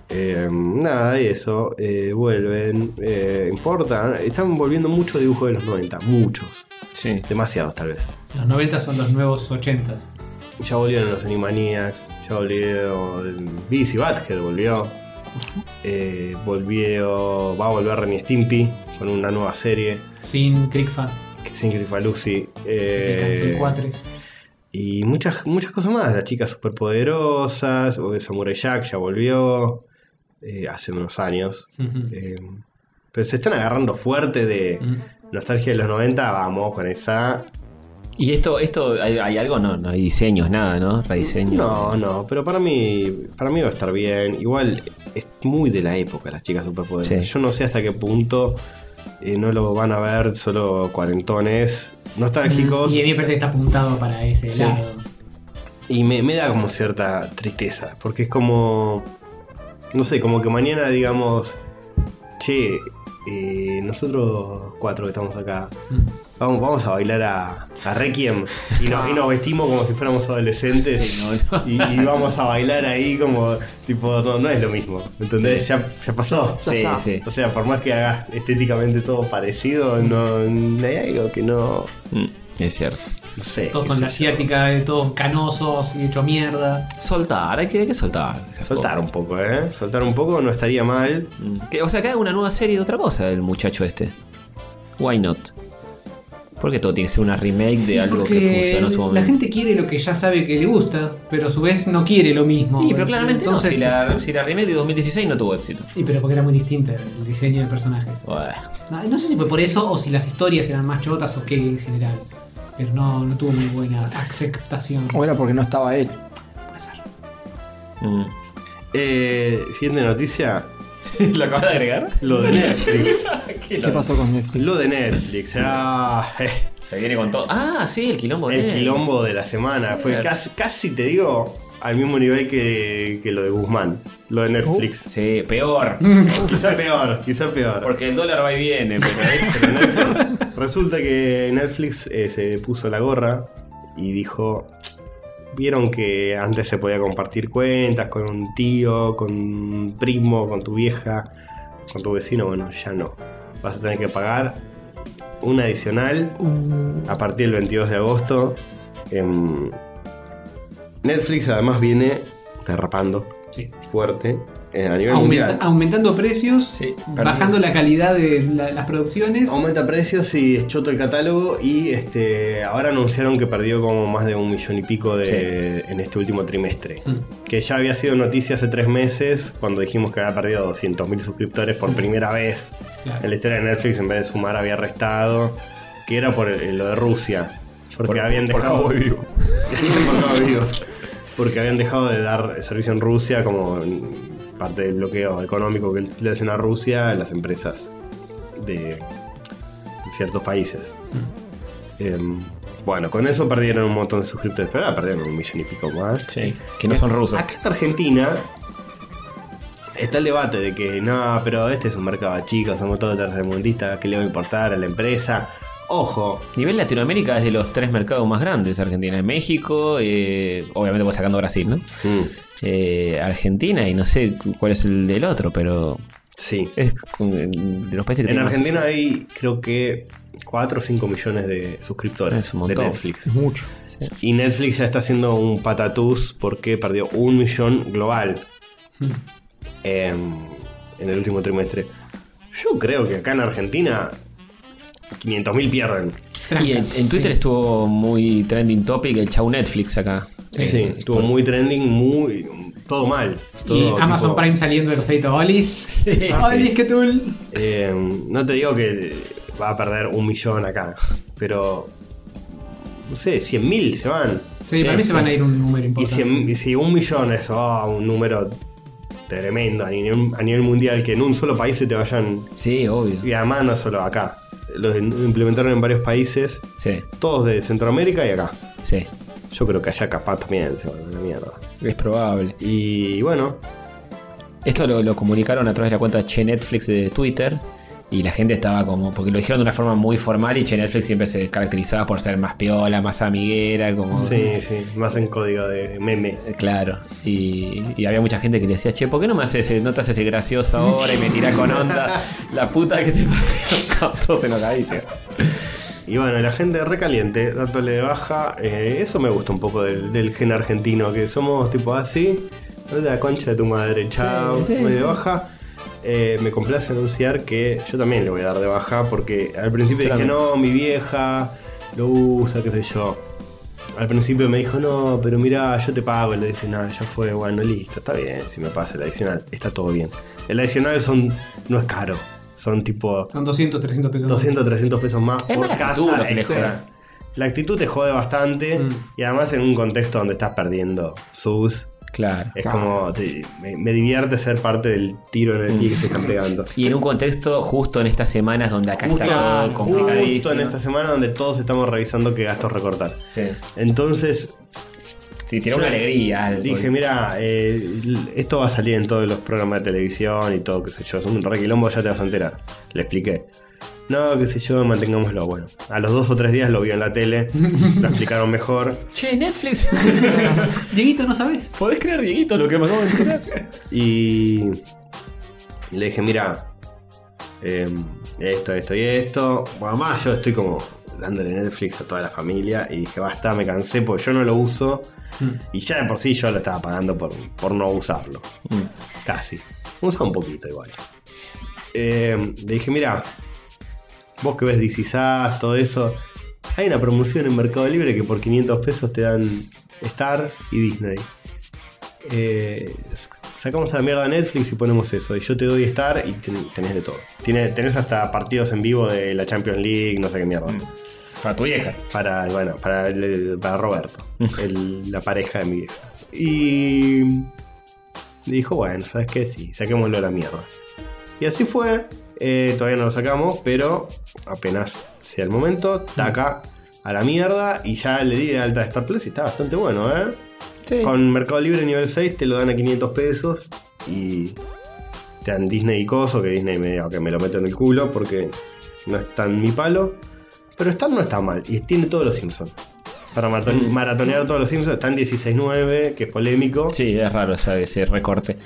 Speaker 2: Eh, nada, y eso. eh, vuelven. eh, importan. Están volviendo mucho dibujo de los 90. Muchos.
Speaker 1: Sí.
Speaker 2: Demasiados, tal vez.
Speaker 5: Los 90 son los nuevos 80
Speaker 2: Ya volvieron los Animaniacs. Ya volvió. eh, Beavis y Butthead volvió. Eh, volvió. Va a volver Renny Stimpy con una nueva serie.
Speaker 5: Sin Crick Fan.
Speaker 2: Sin Grifalusi.
Speaker 5: sin
Speaker 2: Eh,
Speaker 5: cuatres.
Speaker 2: Y muchas, muchas cosas más. Las chicas superpoderosas. o Samurai Jack ya volvió. eh, hace unos años.
Speaker 5: Ujú.
Speaker 2: eh, pero se están agarrando fuerte de
Speaker 5: Mm.
Speaker 2: nostalgia de los 90. Vamos con esa.
Speaker 1: Y esto, esto hay, hay algo, no, no hay diseños, nada, ¿no? Rediseño.
Speaker 2: No, no. Pero para mí, para mí va a estar bien. Igual es muy de la época las chicas superpoderosas.
Speaker 1: Sí.
Speaker 2: Yo no sé hasta qué punto eh, no lo van a ver solo cuarentones nostálgicos.
Speaker 5: Y a mí me parece que está apuntado para ese
Speaker 2: eh, Sí.
Speaker 5: lado.
Speaker 2: Y me, me da como cierta tristeza, porque es como, no sé, como que mañana digamos, che, eh, nosotros cuatro que estamos acá,
Speaker 5: Mm.
Speaker 2: vamos, vamos a bailar a, a Requiem y nos, y nos vestimos como si fuéramos adolescentes Y, y vamos a bailar ahí como, tipo, no, no es lo mismo, ¿entendés? Ya, ya pasó.
Speaker 1: Sí, sí.
Speaker 2: O sea, por más que hagas estéticamente todo parecido, no, hay algo que no,
Speaker 1: Mm, es cierto.
Speaker 2: no sé.
Speaker 5: Todos
Speaker 2: qué
Speaker 5: con
Speaker 2: sé
Speaker 5: la
Speaker 2: yo.
Speaker 5: asiática, eh, todos canosos y hecho mierda.
Speaker 1: Soltar, hay que, hay que soltar. esas
Speaker 2: Soltar un
Speaker 1: cosas.
Speaker 2: poco, ¿eh? Soltar un poco no estaría mal,
Speaker 1: Mm. Que- o sea, que haga una nueva serie de otra cosa el muchacho este. Why not? Porque todo tiene que ser una remake de
Speaker 5: Y
Speaker 1: algo que
Speaker 5: porque
Speaker 1: funcionó en su momento.
Speaker 5: La gente quiere lo que ya sabe que le gusta, pero a su vez no quiere lo mismo.
Speaker 1: Sí, pero claramente no,
Speaker 5: Entonces,
Speaker 1: si, la, si la remake de 2016 no tuvo éxito.
Speaker 5: Y pero porque era muy distinta el diseño de personajes.
Speaker 1: Bueno.
Speaker 5: No, no sé si fue por eso o si las historias eran más chotas o qué en general. Pero no, no tuvo muy buena aceptación.
Speaker 3: O era porque no estaba él.
Speaker 5: Puede ser.
Speaker 1: Mm.
Speaker 2: Eh, siguiente noticia.
Speaker 1: ¿Lo acabas de agregar?
Speaker 2: Lo de Netflix.
Speaker 3: ¿Qué pasó con Netflix?
Speaker 2: Lo de Netflix. Ah, eh,
Speaker 1: Se viene con todo. Ah, sí, el quilombo.
Speaker 2: el
Speaker 1: de-
Speaker 2: quilombo de la semana.
Speaker 1: Sí.
Speaker 2: Fue casi, casi, te digo, al mismo nivel que, que lo de Guzmán. Lo de Netflix.
Speaker 1: Sí, peor.
Speaker 2: Quizá peor, quizá peor.
Speaker 1: Porque el dólar va y viene, pero...
Speaker 2: Resulta que Netflix eh, se puso la gorra y dijo... Vieron que antes se podía compartir cuentas con un tío, con un primo, con tu vieja, con tu vecino. Bueno, ya no. Vas a tener que pagar un adicional a partir del 22 de agosto. em, Netflix además viene derrapando
Speaker 5: Sí.
Speaker 2: fuerte eh, a nivel
Speaker 5: Aumenta-
Speaker 2: mundial.
Speaker 5: aumentando precios,
Speaker 1: Sí, perdí.
Speaker 5: bajando la calidad de la- las producciones.
Speaker 2: Aumenta precios y es choto el catálogo y este ahora anunciaron que perdió como más de un millón y pico de, en este último trimestre.
Speaker 5: Mm.
Speaker 2: Que ya había sido noticia hace tres meses cuando dijimos que había perdido 200.000 suscriptores por primera vez.
Speaker 5: Mm. Claro.
Speaker 2: En la historia de Netflix en vez de sumar había restado, que era por el- lo de Rusia. Porque habían dejado... Por cabo vivo. Porque habían dejado de dar servicio en Rusia como parte del bloqueo económico que le hacen a Rusia a las empresas de ciertos países. Em, bueno, con eso perdieron un montón de suscriptores, pero ahora perdieron un millón y pico más.
Speaker 1: Sí, que no son rusos.
Speaker 2: Acá en Argentina está el debate de que no, pero este es un mercado chico, somos todos tercermundistas, ¿qué le va a importar a la empresa? Ojo,
Speaker 1: Nivel Latinoamérica es de los tres mercados más grandes. Argentina, México, eh, obviamente voy sacando Brasil, ¿no? Eh, Argentina y no sé cu- cuál es el del otro, pero
Speaker 2: sí.
Speaker 1: es con- de los países que
Speaker 2: En
Speaker 1: tienen más-
Speaker 2: Argentina hay creo que 4 o 5 millones de suscriptores
Speaker 1: Es un
Speaker 2: de
Speaker 1: montón.
Speaker 2: Netflix.
Speaker 3: Mucho.
Speaker 2: Y Netflix ya está haciendo un patatús porque perdió un millón global
Speaker 1: Hmm.
Speaker 2: em, en el último trimestre. Yo creo que acá en Argentina 500.000 pierden.
Speaker 5: Tranca.
Speaker 1: Y en, en Twitter estuvo muy trending topic el chau Netflix acá.
Speaker 2: Sí, estuvo muy trending, muy. Todo mal.
Speaker 5: y
Speaker 2: todo
Speaker 5: Amazon
Speaker 2: tipo-
Speaker 5: Prime saliendo de los créditos. Olis. Olis, qué tul.
Speaker 2: Eh, no te digo que va a perder un millón acá, pero. No sé, 100 mil se van.
Speaker 5: Sí, para mí se van a ir un número
Speaker 2: Y
Speaker 5: importante.
Speaker 2: si, y si un millón es ah, un número tremendo a nivel, a nivel mundial, que en un solo país se te vayan.
Speaker 1: Sí, obvio.
Speaker 2: Y además no solo acá. Lo implementaron en varios países,
Speaker 1: Sí,
Speaker 2: todos de Centroamérica y acá.
Speaker 1: sí.
Speaker 2: Yo creo que allá capaz también se van a la mierda.
Speaker 1: Es probable.
Speaker 2: Y bueno,
Speaker 1: Esto lo, lo comunicaron a través de la cuenta Che Netflix de Twitter. Y la gente estaba como. Porque lo dijeron de una forma muy formal. Y Che Netflix siempre se caracterizaba por ser más piola, más amiguera. Como,
Speaker 2: sí, sí, más en código de meme.
Speaker 1: Eh, Claro, y, y había mucha gente que le decía, che, ¿por qué no me haces, ese- no te haces el gracioso ahora y me tirás con onda? La puta que te parió. Todos enojadísimos.
Speaker 2: Y bueno, la gente recaliente, dándole de baja. eh, eso me gusta un poco del, del gen argentino, que somos tipo así. "Date la concha de tu madre, chao,
Speaker 1: sí,
Speaker 2: voy de
Speaker 1: sí.
Speaker 2: baja. Eh, me complace anunciar que yo también le voy a dar de baja, porque al principio dije, no, mi vieja lo usa, qué sé yo. Al principio me dijo, no, pero mira, yo te pago el adicional, ya fue, bueno, listo, está bien, si me pasa el adicional, está todo bien. El adicional son, no es caro, son tipo
Speaker 5: Son 200, 300 pesos.
Speaker 2: 200, 300 pesos más
Speaker 1: Es
Speaker 2: por
Speaker 1: mala
Speaker 2: casa
Speaker 1: actitud lo que le
Speaker 2: extra.
Speaker 1: jode.
Speaker 2: La actitud te jode bastante
Speaker 5: Mm.
Speaker 2: y además en un contexto donde estás perdiendo sus.
Speaker 1: Claro.
Speaker 2: Es como. te- me, me divierte ser parte del tiro en el pie que se están pegando.
Speaker 1: Mm. Y en un contexto justo en estas semanas donde acá
Speaker 2: Justo,
Speaker 1: está todo
Speaker 2: justo en
Speaker 1: complicadísimo.
Speaker 2: esta semana donde todos estamos revisando qué gastos recortar.
Speaker 1: Sí,
Speaker 2: Entonces,
Speaker 1: sí tiró una alegría. al-
Speaker 2: Dije, mira, eh, esto va a salir en todos los programas de televisión y todo, qué sé yo. Es un re quilombo, ya te vas a enterar. Le expliqué. No, qué sé yo, mantengámoslo. Bueno, a los dos o tres días lo vio en la tele, lo explicaron mejor.
Speaker 1: Che, Netflix.
Speaker 5: Dieguito, ¿no sabes?
Speaker 1: ¿Podés creer, Dieguito, lo que me acabo de enterar?
Speaker 2: Y, y le dije, mira, eh, esto, esto y esto. Bueno, además yo estoy como dándole Netflix a toda la familia y dije, basta, me cansé porque yo no lo uso. Y ya de por sí yo lo estaba pagando por, por no usarlo. Casi. Usa un poquito igual. Eh, le dije, mira, vos que ves DC Sass, todo eso, hay una promoción en Mercado Libre que por 500 pesos te dan Star y Disney. Eh, sacamos a la mierda Netflix y ponemos eso. Y yo te doy Star y ten- tenés de todo. Tiene- tenés hasta partidos en vivo de la Champions League, no sé qué mierda.
Speaker 7: Para tu vieja.
Speaker 2: Para, bueno, para, el- para Roberto, el- la pareja de mi vieja. Y dijo, bueno, ¿sabes qué? Sí, saquémoslo a la mierda. Y así fue. eh, todavía no lo sacamos, pero apenas sea el momento, taca a la mierda y ya le di de alta a Star Plus y está bastante bueno, ¿eh? Con Mercado Libre nivel 6 te lo dan a 500 pesos y te dan Disney y Coso, que Disney me, ok, me lo meto en el culo porque no es tan mi palo. Pero Star no está mal y tiene todos los Simpsons. Para maraton- maratonear todos los Simpsons, están 16.9, que es polémico.
Speaker 1: Sí, es raro esa- ese recorte.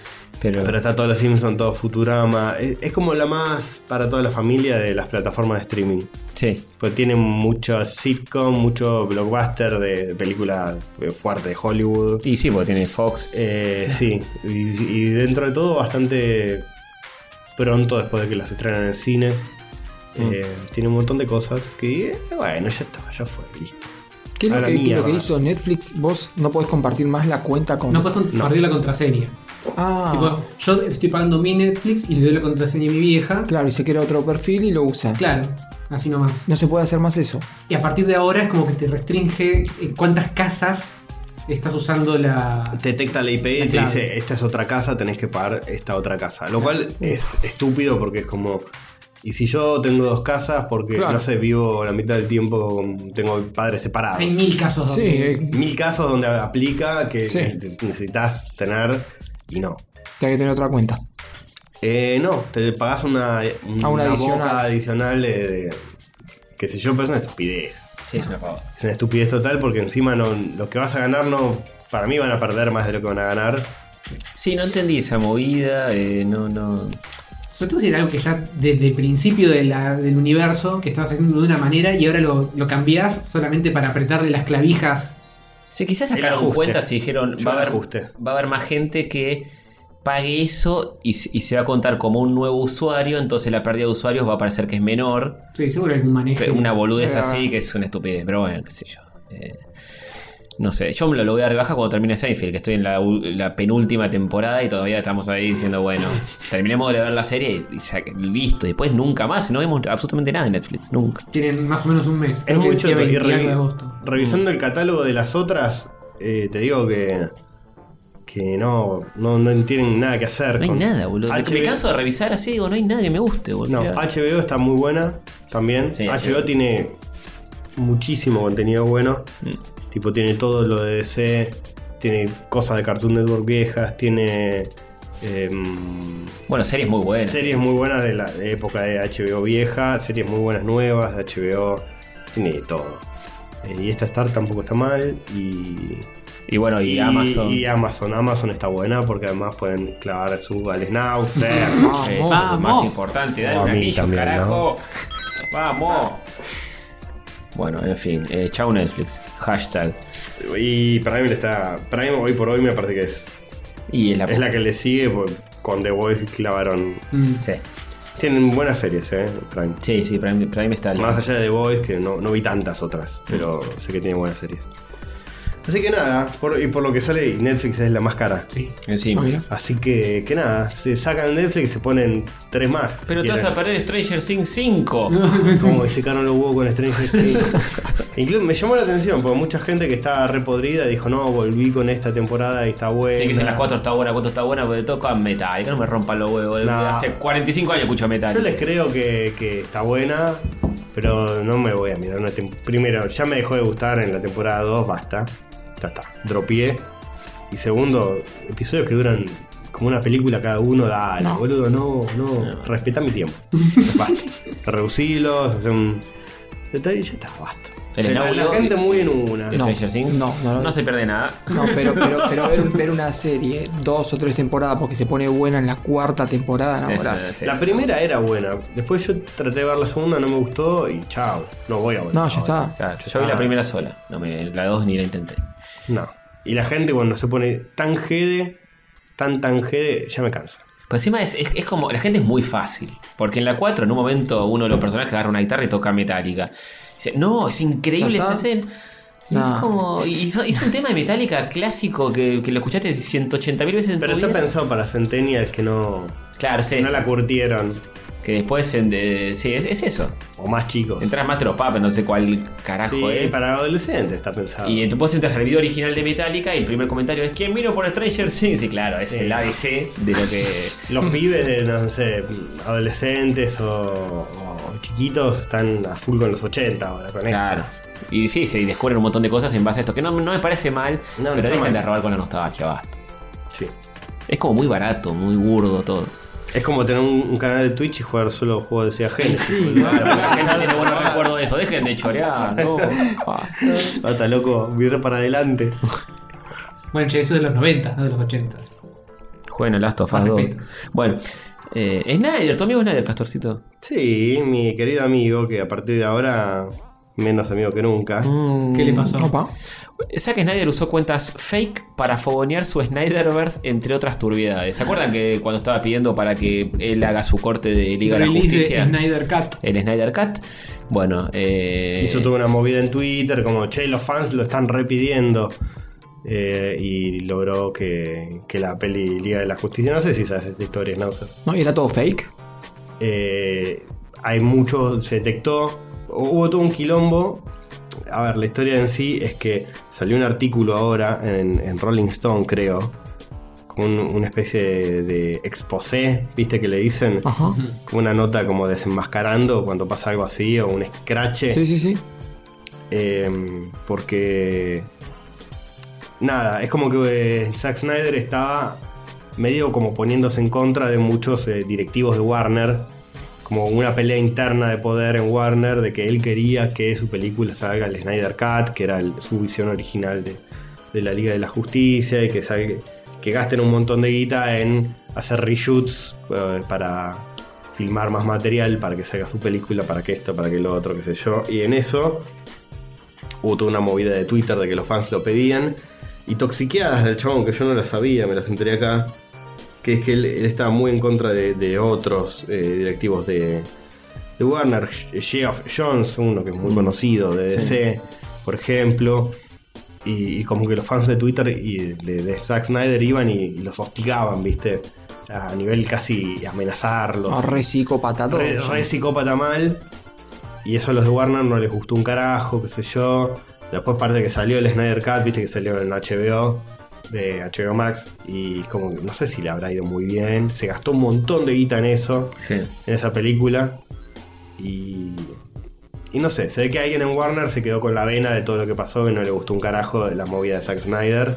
Speaker 1: Pero,
Speaker 2: Pero está todos los Simpsons, todo Futurama. Es, es como la más para toda la familia de las plataformas de streaming.
Speaker 1: sí,
Speaker 2: Pues tiene mucho sitcom, mucho blockbuster de películas eh, fuertes de Hollywood.
Speaker 1: y sí, porque tiene Fox.
Speaker 2: Eh, sí, y, y dentro de todo bastante pronto después de que las estrenan en el cine. Eh, tiene un montón de cosas que, eh, bueno, ya estaba, ya fue, listo.
Speaker 3: ¿Qué es
Speaker 2: A
Speaker 3: lo
Speaker 2: la
Speaker 3: que, qué es lo que
Speaker 2: mierda.
Speaker 3: hizo Netflix? Vos no podés compartir más la cuenta con.
Speaker 5: No puedes con-
Speaker 2: No.
Speaker 5: perder la contraseña.
Speaker 3: ah,
Speaker 5: Tipo, yo estoy pagando mi Netflix y le doy la contraseña a mi vieja. Claro.
Speaker 3: claro, y se crea otro perfil y lo usa.
Speaker 5: así nomás.
Speaker 3: No se puede hacer más eso.
Speaker 5: Y a partir de ahora es como que te restringe en cuántas casas estás usando la.
Speaker 2: Te detecta la IP y te
Speaker 5: Claro.
Speaker 2: dice, esta es otra casa, tenés que pagar esta otra casa. Lo cual es estúpido porque es como... Y si yo tengo dos casas porque,
Speaker 3: Claro.
Speaker 2: no sé, vivo la mitad del tiempo, con- tengo padres separados.
Speaker 5: Hay mil casos
Speaker 3: Sí,
Speaker 5: donde-
Speaker 3: eh,
Speaker 2: Mil casos donde aplica que
Speaker 3: Sí.
Speaker 2: necesitas tener y no.
Speaker 3: Te hay que tener otra cuenta.
Speaker 2: Eh, no, te pagás una, una,
Speaker 3: adicional.
Speaker 2: boca adicional de, de- qué sé yo, pero es una estupidez.
Speaker 1: Sí, es una pavada.
Speaker 2: Es una estupidez total porque encima no, lo que vas a ganar no, para mí van a perder más de lo que van a ganar.
Speaker 1: Sí, no entendí esa movida. eh, no, no.
Speaker 5: Sobre todo si era algo que ya desde el principio de la- del universo, que estabas haciendo de una manera y ahora lo, lo cambiás solamente para apretarle las clavijas.
Speaker 1: Sí, quizás
Speaker 2: El
Speaker 1: sacaron
Speaker 2: ajuste.
Speaker 1: cuentas y dijeron,
Speaker 2: Yo
Speaker 1: va a,
Speaker 2: el
Speaker 1: haber,
Speaker 2: ajuste.
Speaker 1: va a haber más gente que pague eso y, se- y se va a contar como un nuevo usuario, entonces la pérdida de usuarios va a parecer que es menor.
Speaker 5: Sí, seguro algún manejo.
Speaker 1: Pero Una boludez
Speaker 3: Ah.
Speaker 1: así que es una estupidez, pero bueno, qué sé yo. Eh, No sé, yo me lo, lo voy a dar de baja cuando termine Seinfeld, que estoy en la, u- la penúltima temporada y todavía estamos ahí diciendo, bueno, terminemos de ver la serie y, sa- listo. Y después nunca más, no vemos absolutamente nada en Netflix, nunca.
Speaker 5: Tienen más o menos un mes.
Speaker 2: Es
Speaker 5: Creo que
Speaker 2: muy
Speaker 5: decía
Speaker 2: choto. Y
Speaker 5: 20 algo
Speaker 2: revi-
Speaker 5: de agosto.
Speaker 2: revisando el catálogo de las otras, eh, te digo que. Que no, no, no tienen nada que hacer.
Speaker 1: No hay
Speaker 2: con-
Speaker 1: nada, boludo. Me- Me
Speaker 2: HBO
Speaker 1: canso de revisar así, digo, no hay nada que me guste, boludo.
Speaker 2: No, HBO está muy buena también.
Speaker 1: Sí,
Speaker 2: HBO
Speaker 1: HBO.
Speaker 2: tiene muchísimo contenido bueno. Tipo, tiene todo lo de DC, tiene cosas de Cartoon Network viejas, tiene em,
Speaker 1: Bueno, series muy buenas.
Speaker 2: series muy buenas de la de época de HBO vieja, series muy buenas nuevas de HBO, tiene de todo. Eh, y esta Star tampoco está mal. Y,
Speaker 1: Y bueno, y, Amazon. eh,
Speaker 2: y Amazon. Amazon está buena porque además pueden clavar su al Snauzer.
Speaker 1: Sí,
Speaker 5: Vamos.
Speaker 1: eso es lo más
Speaker 5: Vamos.
Speaker 1: importante, dale
Speaker 2: A
Speaker 1: un
Speaker 2: mí
Speaker 1: anillo,
Speaker 2: también,
Speaker 1: carajo. Vamos. Bueno, en fin, eh, chau Netflix. Hashtag.
Speaker 2: Y Prime le está. Prime hoy por hoy me parece que es.
Speaker 1: Y es la,
Speaker 2: Es la que le sigue por- con The Voice clavaron.
Speaker 1: Sí,
Speaker 2: Tienen buenas series, eh, Prime.
Speaker 1: sí, sí Prime, Prime está al-
Speaker 2: Más allá de The Voice, que no, no vi tantas otras, pero sé que tiene buenas series. Así que nada, por- y por lo que sale, Netflix es la más cara.
Speaker 5: Sí.
Speaker 1: encima.
Speaker 3: Ah, mira.
Speaker 2: Así que, que nada, se sacan Netflix y se ponen tres más. si
Speaker 1: Pero te vas
Speaker 2: quieren.
Speaker 1: a perder Stranger Things 5.
Speaker 2: Como que secaron los huevos con Stranger Things. Incluso me llamó la atención, porque mucha gente que estaba repodrida dijo, no, volví con esta temporada y está buena.
Speaker 1: Sí, que dicen las 4 está buena, 4 está buena, pero toca metal. Que no me rompan los huevos.
Speaker 2: No.
Speaker 1: Hace 45 años escucho metal.
Speaker 2: Yo les creo que, que está buena, pero no me voy a mirar una tem- Primero, ya me dejó de gustar en la temporada 2, basta. Ya está, dropié. Y segundo, episodios que duran como una película cada uno, dale, boludo, no, no, respeta mi tiempo. basta. Reducilos, hacer un. detalle y ya está, basta.
Speaker 1: El
Speaker 2: Pero la,
Speaker 1: inaudio-
Speaker 2: gente muy en una.
Speaker 1: de
Speaker 3: No,
Speaker 1: Stranger Things.
Speaker 3: no, no lo vi.
Speaker 1: se pierde nada.
Speaker 3: No, pero, pero, pero ver, un- ver una serie, dos o tres temporadas, porque se pone buena en la cuarta temporada, no,
Speaker 1: Eso,
Speaker 3: gracias.
Speaker 1: sí.
Speaker 2: La primera era buena, después yo traté de ver la segunda, no me gustó y chao, no voy a volver.
Speaker 3: No, ya está.
Speaker 1: Claro, yo vi
Speaker 2: Ah.
Speaker 1: la primera sola. No me, la 2 ni la intenté.
Speaker 2: No. Y la gente cuando se pone tan jede, tan tan jede, ya me cansa.
Speaker 1: Pero encima es, es- es como. La gente es muy fácil. Porque en la 4, en un momento, uno de los personajes agarra una guitarra y toca metálica. Dice, no, es increíble
Speaker 3: ¿Ya
Speaker 1: esa
Speaker 3: está?
Speaker 1: escena. Y
Speaker 3: No.
Speaker 1: es como- y so- es un tema de Metallica clásico que, que lo escuchaste 180.000 veces en
Speaker 2: Pero
Speaker 1: tu
Speaker 2: está
Speaker 1: vida.
Speaker 2: pensado para centennials que no,
Speaker 1: Claro, es
Speaker 2: no
Speaker 1: eso.
Speaker 2: la curtieron.
Speaker 1: Que después. en- de- sí, es, es eso.
Speaker 2: O más chicos.
Speaker 1: Entras más los papas, no sé cuál carajo
Speaker 2: Pues Sí,
Speaker 1: es.
Speaker 2: para adolescentes está pensado.
Speaker 1: Y después entras al video original de Metallica y el primer comentario es: ¿Quién vino por Stranger Things? Sí, claro, es
Speaker 2: Sí.
Speaker 1: el ABC de lo que.
Speaker 2: Los pibes de, no sé, adolescentes o, o chiquitos están a full con los 80 ahora con esto.
Speaker 1: Claro. Y sí, se descubren un montón de cosas en base a esto, que no, no me parece mal,
Speaker 2: No, no está
Speaker 1: pero dejen
Speaker 2: mal.
Speaker 1: de robar con la nostalgia, basta.
Speaker 2: Sí.
Speaker 1: Es como muy barato, muy burdo todo.
Speaker 2: Es como tener un, un canal de Twitch y jugar solo juegos de Sega Genesis.
Speaker 1: Claro, la gente tiene buenos recuerdos de eso, dejen de chorear, no, basta.
Speaker 2: Ah, está loco, mirar para adelante.
Speaker 5: Bueno, che, eso es de los 90, no de los 80.
Speaker 1: Jueguen el Last of Us
Speaker 5: Más
Speaker 1: 2.
Speaker 5: respeto.
Speaker 1: Bueno, eh, Snyder, tu amigo Snyder, Castorcito.
Speaker 2: Sí, mi querido amigo, que a partir de ahora menos amigo que nunca.
Speaker 1: Mm.
Speaker 5: ¿Qué le pasó?
Speaker 3: Opa.
Speaker 1: Zack Snyder usó cuentas fake para fogonear su Snyderverse, entre otras turbiedades. ¿Se acuerdan que cuando estaba pidiendo para que él haga su corte de Liga de la
Speaker 5: Release
Speaker 1: Justicia?
Speaker 5: de Snyder Cut.
Speaker 1: el Snyder Cut. Bueno, eh,
Speaker 2: Hizo toda una movida en Twitter, como che, los fans lo están repidiendo. Eh, y logró que, que la peli Liga de la Justicia, no sé si sabes esta historia, Snauzer.
Speaker 3: No, y era todo fake.
Speaker 2: Eh, hay mucho, se detectó, hubo todo un quilombo. A ver, la historia en sí es que salió un artículo ahora en, en Rolling Stone, creo, como un- una especie de, de exposé, viste que le dicen,
Speaker 3: Ajá.
Speaker 2: como una nota como desenmascarando cuando pasa algo así, o un escrache.
Speaker 3: Sí, sí, sí.
Speaker 2: Eh, porque. Nada, es como que eh, Zack Snyder estaba medio como poniéndose en contra de muchos eh, directivos de Warner. Como una pelea interna de poder en Warner de que él quería que su película salga el Snyder Cut, que era el- su visión original de, de la Liga de la Justicia, y que, salga- que gasten un montón de guita en hacer reshoots eh, para filmar más material, para que salga su película, para que esto, para que lo otro, qué sé yo. Y en eso hubo toda una movida de Twitter de que los fans lo pedían. Y toxiqueadas del chabón, que yo no las sabía, me las enteré acá. Que es que él, él estaba muy en contra de, de otros eh, directivos de, de Warner. Geoff Johns, uno que es muy conocido de DC, por ejemplo. Y, y como que los fans de Twitter y de, de Zack Snyder iban y, y los hostigaban, ¿viste? A nivel casi amenazarlos.
Speaker 3: No, Ah, re psicópata todo.
Speaker 2: Re, re psicópata mal. Y eso a los de Warner no les gustó un carajo, qué sé yo. Después parte que salió el Snyder Cut, viste que salió en HBO, de HBO Max. Y como que no sé si le habrá ido muy bien. Se gastó un montón de guita en eso, en esa película. Y... Y no sé, se ve que alguien en Warner se quedó con la vena de todo lo que pasó, que no le gustó un carajo de la movida de Zack Snyder.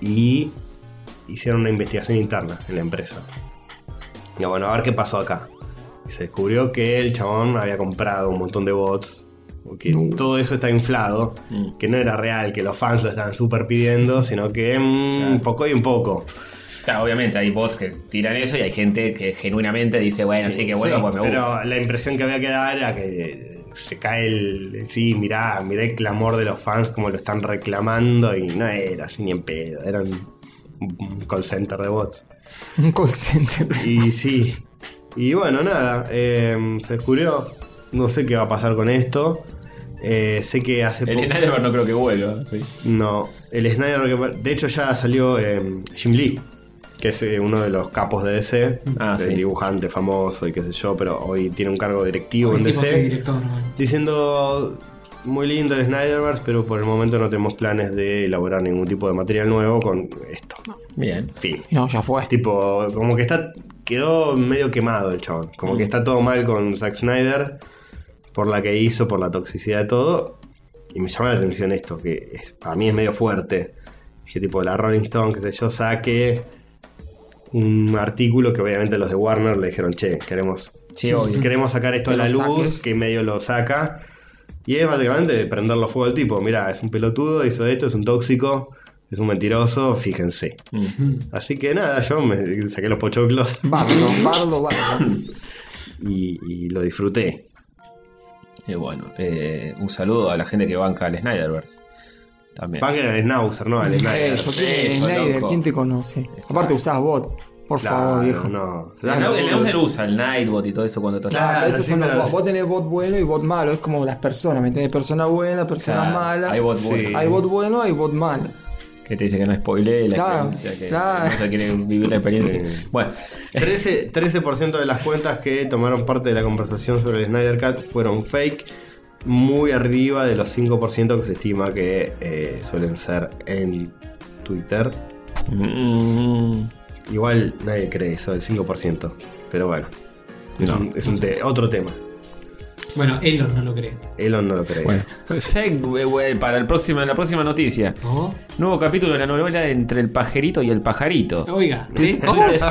Speaker 2: Y hicieron una investigación interna en la empresa. Y bueno, a ver qué pasó acá. Y se descubrió que el chabón había comprado un montón de bots. Que todo eso está inflado. Que no era real, que los fans lo estaban super pidiendo, sino que mm,
Speaker 1: Claro.
Speaker 2: poco y un poco.
Speaker 1: Claro, obviamente hay bots que tiran eso y hay gente que genuinamente dice, bueno, sí, que bueno,
Speaker 3: sí,
Speaker 1: pues me gusta.
Speaker 2: Pero la impresión que había que dar era que se cae el. Sí, mirá, mirá el clamor de los fans como lo están reclamando y no era así ni en pedo, era un un call center de bots.
Speaker 3: Un call center.
Speaker 2: Y sí. Y bueno, nada. eh, se descubrió. No sé qué va a pasar con esto. Eh, sé que hace
Speaker 1: El
Speaker 2: poco.
Speaker 1: Snyder no creo que vuelva. Sí.
Speaker 2: No, el Snyder. De hecho, ya salió eh, Jim Lee, que es eh, uno de los capos de DC.
Speaker 1: Ah,
Speaker 2: el
Speaker 1: sí.
Speaker 2: dibujante famoso y qué sé yo, pero hoy tiene un cargo directivo
Speaker 5: El
Speaker 2: en
Speaker 5: tipo
Speaker 2: DC
Speaker 5: es el director, ¿no?
Speaker 2: diciendo muy lindo el Snyderverse, pero por el momento no tenemos planes de elaborar ningún tipo de material nuevo con esto.
Speaker 1: Bien.
Speaker 2: Fin.
Speaker 3: No, ya fue.
Speaker 2: Tipo, como que está quedó medio quemado el chabón. Como que está todo mal con Zack Snyder por la que hizo, por la toxicidad de todo. Y me llama la atención esto, que es- para mí es medio fuerte. Que tipo la Rolling Stone, qué sé yo, saque un artículo que obviamente los de Warner le dijeron, che, queremos
Speaker 1: Sí, obvio.
Speaker 2: queremos sacar esto a
Speaker 3: Que
Speaker 2: la
Speaker 3: lo
Speaker 2: luz,
Speaker 3: saques.
Speaker 2: que medio lo saca. Y es básicamente prenderlo a fuego al tipo. Mira, es un pelotudo, hizo esto, es un tóxico, es un mentiroso, fíjense. Así que nada, yo me saqué los pochoclos
Speaker 3: Bardo, bardo, bardo.
Speaker 2: y, y lo disfruté.
Speaker 1: Y bueno, eh, un saludo a la gente que banca al Snyderverse. También.
Speaker 2: Banker al Snauzer, no al Snyder.
Speaker 3: Eh, Eso, ¿quién es
Speaker 1: Eso,
Speaker 3: Snyder?
Speaker 1: loco.
Speaker 3: ¿Quién te conoce?
Speaker 1: Exacto.
Speaker 3: Aparte usás bot. Por
Speaker 2: Claro,
Speaker 3: favor, viejo.
Speaker 2: no.
Speaker 1: El el Snyder usa el Nightbot y todo eso cuando está
Speaker 3: Claro,
Speaker 2: Claro,
Speaker 3: esos
Speaker 2: sí,
Speaker 3: son los
Speaker 2: pero-
Speaker 3: bots. Vos tenés bot bueno y bot malo. Es como las personas, ¿me entendés? Persona buena, persona
Speaker 1: Claro,
Speaker 3: mala.
Speaker 1: Hay bot
Speaker 2: Sí.
Speaker 1: bueno,
Speaker 3: Hay bot bueno, hay bot malo.
Speaker 1: que te dice que no spoile la
Speaker 3: Claro,
Speaker 1: experiencia, que
Speaker 3: claro.
Speaker 1: no se quiere vivir la experiencia.
Speaker 2: Sí.
Speaker 1: Bueno,
Speaker 2: 13%, 13% de las cuentas que tomaron parte de la conversación sobre el Snyder Cut fueron fake, muy arriba de los 5% que se estima que eh, suelen ser en Twitter.
Speaker 1: mm,
Speaker 2: Igual nadie cree eso, el 5%, pero bueno, es,
Speaker 1: No.
Speaker 2: un- es un te- otro tema.
Speaker 5: Bueno, Elon no lo cree.
Speaker 2: Elon no lo cree.
Speaker 1: segue, güey, eh, para el próximo, la próxima noticia.
Speaker 5: ¿No?
Speaker 1: Nuevo capítulo de la novela entre el pajerito y el pajarito.
Speaker 5: Oiga, ¿cómo?
Speaker 1: Twitter,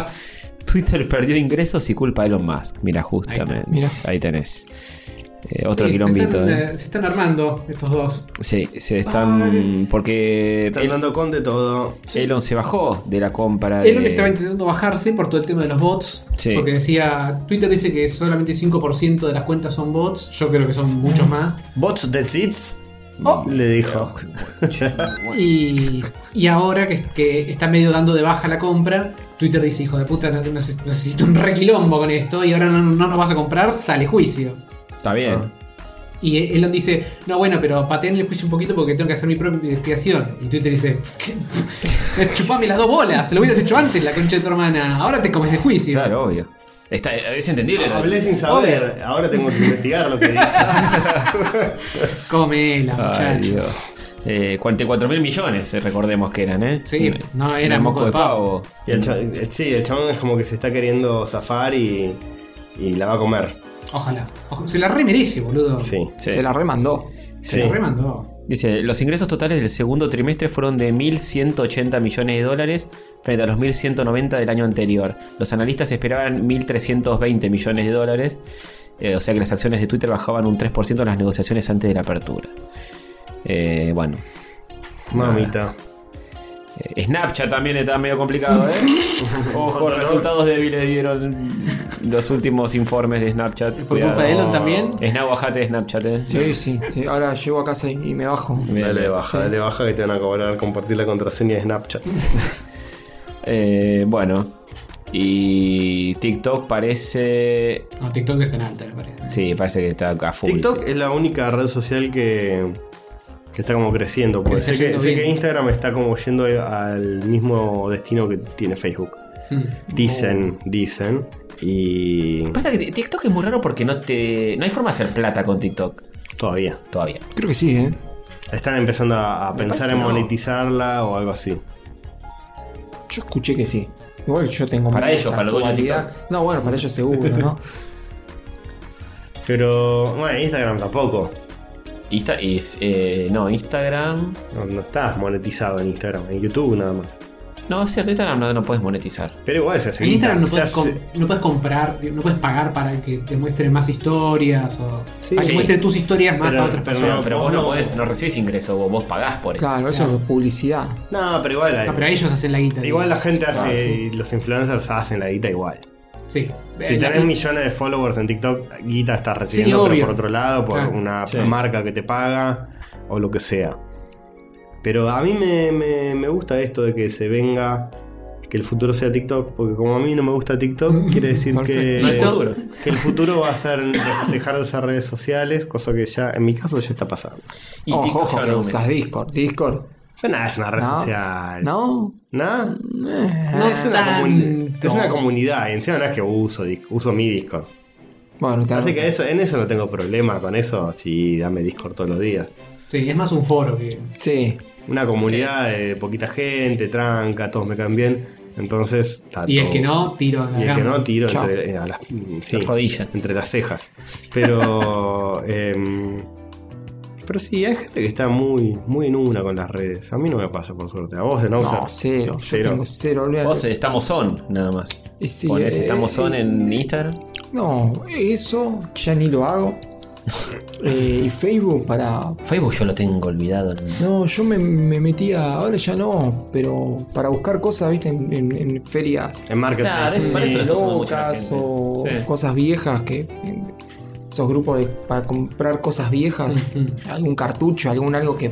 Speaker 1: Twitter perdió ingresos y culpa de Elon Musk. Mira, justamente. Ahí,
Speaker 5: Ahí
Speaker 3: Mira.
Speaker 1: tenés. Eh, otro
Speaker 5: Sí, se
Speaker 1: quilombito.
Speaker 5: están,
Speaker 1: eh.
Speaker 5: eh, se están armando estos dos.
Speaker 1: Sí, se están. Porque
Speaker 2: Están
Speaker 1: El-
Speaker 2: dando con de todo.
Speaker 1: Elon se bajó de la compra. de-
Speaker 5: Elon estaba intentando bajarse por todo el tema de los bots.
Speaker 1: Eh, Sí.
Speaker 5: Porque decía, Twitter dice que solamente 5% de las cuentas son bots. Yo creo que son
Speaker 1: Mm.
Speaker 5: muchos más.
Speaker 2: Bots that seats,
Speaker 5: Oh.
Speaker 2: le dijo.
Speaker 5: Y, y ahora que, que está medio dando de baja la compra, Twitter dice, hijo de puta, no- no neces- necesito un requilombo con esto y ahora no, no nos vas a comprar, sale juicio.
Speaker 1: Está bien.
Speaker 2: Ah.
Speaker 5: Y e-, Elon dice, no, bueno, pero pateen el juicio un poquito porque tengo que hacer mi propia investigación. Y Twitter dice, "Pss, que- chupame las dos bolas, lo hubieras hecho antes la concha de tu hermana, ahora te comes el juicio.
Speaker 1: Claro, obvio. Está, es entendible. lo-
Speaker 2: Hablé sin saber, ahora tengo que investigar lo que dice.
Speaker 5: Comela,
Speaker 1: Ay,
Speaker 5: muchacho.
Speaker 1: Dios. Eh, 44 mil millones, eh, recordemos que eran, ¿eh?
Speaker 5: Sí, no, era moco de pavo.
Speaker 2: Y el cha- el- sí, el chabón es como que se está queriendo zafar y, y la va a comer.
Speaker 5: Ojalá. Ojo- se la remerece, boludo.
Speaker 2: Sí.
Speaker 1: Sí.
Speaker 3: Se la remandó.
Speaker 5: Se
Speaker 2: Sí.
Speaker 5: la remandó.
Speaker 1: Dice, los ingresos totales del segundo trimestre fueron de 1.180 millones de dólares frente a los 1.190 del año anterior. Los analistas esperaban 1.320 millones de dólares, eh, o sea que las acciones de Twitter bajaban un 3% en las negociaciones antes de la apertura. Eh, bueno,
Speaker 2: Mamita.
Speaker 1: Eh, Snapchat también está medio complicado, ¿eh? Ojo, resultados débiles dieron los últimos informes de Snapchat.
Speaker 5: Por culpa de Elon también.
Speaker 1: Snap, bajate de Snapchat, ¿eh?
Speaker 3: Sí, sí, sí. Ahora llego a casa y y me bajo.
Speaker 1: Bien.
Speaker 2: Dale baja, dale baja que te van a cobrar compartir la contraseña de Snapchat.
Speaker 1: Eh, bueno. Y TikTok parece.
Speaker 5: No, TikTok está en alta, me parece.
Speaker 1: Sí, parece que está a full.
Speaker 2: TikTok es la única red social que Que está como creciendo, pues.
Speaker 5: está
Speaker 2: Sé que,
Speaker 5: yendo
Speaker 2: sé
Speaker 5: bien.
Speaker 2: que Instagram está como yendo al mismo destino que tiene Facebook.
Speaker 5: Hmm.
Speaker 2: Dicen, dicen. Y.
Speaker 1: Pasa que TikTok es muy raro porque no te. no hay forma de hacer plata con TikTok
Speaker 2: Todavía.
Speaker 1: todavía.
Speaker 3: Creo que sí, ¿eh?
Speaker 2: Están empezando a, a pensar en
Speaker 1: que no.
Speaker 2: monetizarla o algo así.
Speaker 3: Yo escuché que sí. Igual yo tengo
Speaker 1: Para
Speaker 3: menos
Speaker 1: ellos, para los dueños de
Speaker 3: actualidad. No, bueno, para ellos seguro, ¿no?
Speaker 2: Pero. Bueno, Instagram tampoco.
Speaker 1: Insta es, eh, no, Instagram.
Speaker 2: No, no estás monetizado en Instagram, en YouTube nada más.
Speaker 1: No, es cierto, Instagram no, no puedes monetizar.
Speaker 2: Pero igual se hace
Speaker 5: En Instagram no
Speaker 2: guita,
Speaker 5: puedes,
Speaker 2: se hace-
Speaker 5: com- no puedes comprar, digo, no puedes pagar para que te muestre más historias o
Speaker 2: Sí.
Speaker 5: para que
Speaker 1: Sí.
Speaker 5: muestre tus historias más
Speaker 2: Pero-
Speaker 5: a otras
Speaker 2: pero
Speaker 5: personas.
Speaker 1: Pero, vos no,
Speaker 2: no.
Speaker 1: podés, no recibís ingreso, vos, vos pagás por eso.
Speaker 3: Claro, eso es publicidad.
Speaker 2: No, pero igual.
Speaker 5: Ah, pero ellos hacen la guita.
Speaker 2: Igual la
Speaker 5: digo.
Speaker 2: gente hace.
Speaker 5: Ah, sí.
Speaker 2: Los influencers hacen la guita igual.
Speaker 5: Sí.
Speaker 2: Si
Speaker 5: Eh, la-
Speaker 2: tenés millones de followers en TikTok, guita estás
Speaker 5: Sí,
Speaker 2: recibiendo,
Speaker 5: obvio.
Speaker 2: pero por otro lado, por
Speaker 5: Claro.
Speaker 2: una
Speaker 1: Sí.
Speaker 2: marca que te paga o lo que sea. Pero a mí me, me- me gusta esto de que se venga, que el futuro sea TikTok, porque como a mí no me gusta TikTok, quiere decir que,
Speaker 1: No hay futuro.
Speaker 2: que el futuro va a ser dejar de usar redes sociales, cosa que ya, en mi caso, ya está pasando.
Speaker 1: Y
Speaker 3: ojo,
Speaker 1: TikTok
Speaker 3: ojo,
Speaker 1: ya
Speaker 3: que
Speaker 1: no
Speaker 3: usas Discord. Discord.
Speaker 2: Pero nada, es una red
Speaker 3: No.
Speaker 2: social.
Speaker 3: ¿No? Eh,
Speaker 2: ¿Nada?
Speaker 5: no
Speaker 2: es, una
Speaker 5: tanto.
Speaker 2: comuni- es una comunidad, y encima no es que uso, Dis- uso mi Discord.
Speaker 3: Bueno, te
Speaker 2: Así que eso, en eso no tengo problema, con eso sí dame Discord todos los días.
Speaker 5: Sí, es más un foro que.
Speaker 3: Sí.
Speaker 2: Una comunidad de poquita gente, tranca, todos me caen bien. Entonces, está
Speaker 5: Y el
Speaker 2: todo-
Speaker 5: que no, tiro. en la
Speaker 2: Y el que
Speaker 5: gamba.
Speaker 2: no, tiro
Speaker 3: Chao.
Speaker 2: entre, eh, a las, mm, sí,
Speaker 1: Las rodillas.
Speaker 2: entre las cejas. Pero. em, pero sí, hay gente que está muy, muy en una con las redes. A mí no me pasa, por suerte. A vos, en Ouser.
Speaker 3: No, cero. Yo
Speaker 2: Cero.
Speaker 3: tengo cero. olvídate.
Speaker 1: Vos eh, estamos on, nada más.
Speaker 3: Y sí,
Speaker 1: Ponés
Speaker 3: eh,
Speaker 1: estamos on
Speaker 3: eh,
Speaker 1: en Instagram.
Speaker 3: No, eso ya ni lo hago. Eh, y Facebook para.
Speaker 1: Facebook yo lo tengo olvidado.
Speaker 3: No, yo me, me metía, ahora ya no, pero para buscar cosas, viste, en, en- en ferias
Speaker 2: En Marketplace.
Speaker 1: Claro, eso parece lo está usando mucha
Speaker 3: locas
Speaker 1: gente.
Speaker 3: o
Speaker 1: Sí.
Speaker 3: cosas viejas que eh, esos grupos de, para comprar cosas viejas, algún cartucho, algún algo que,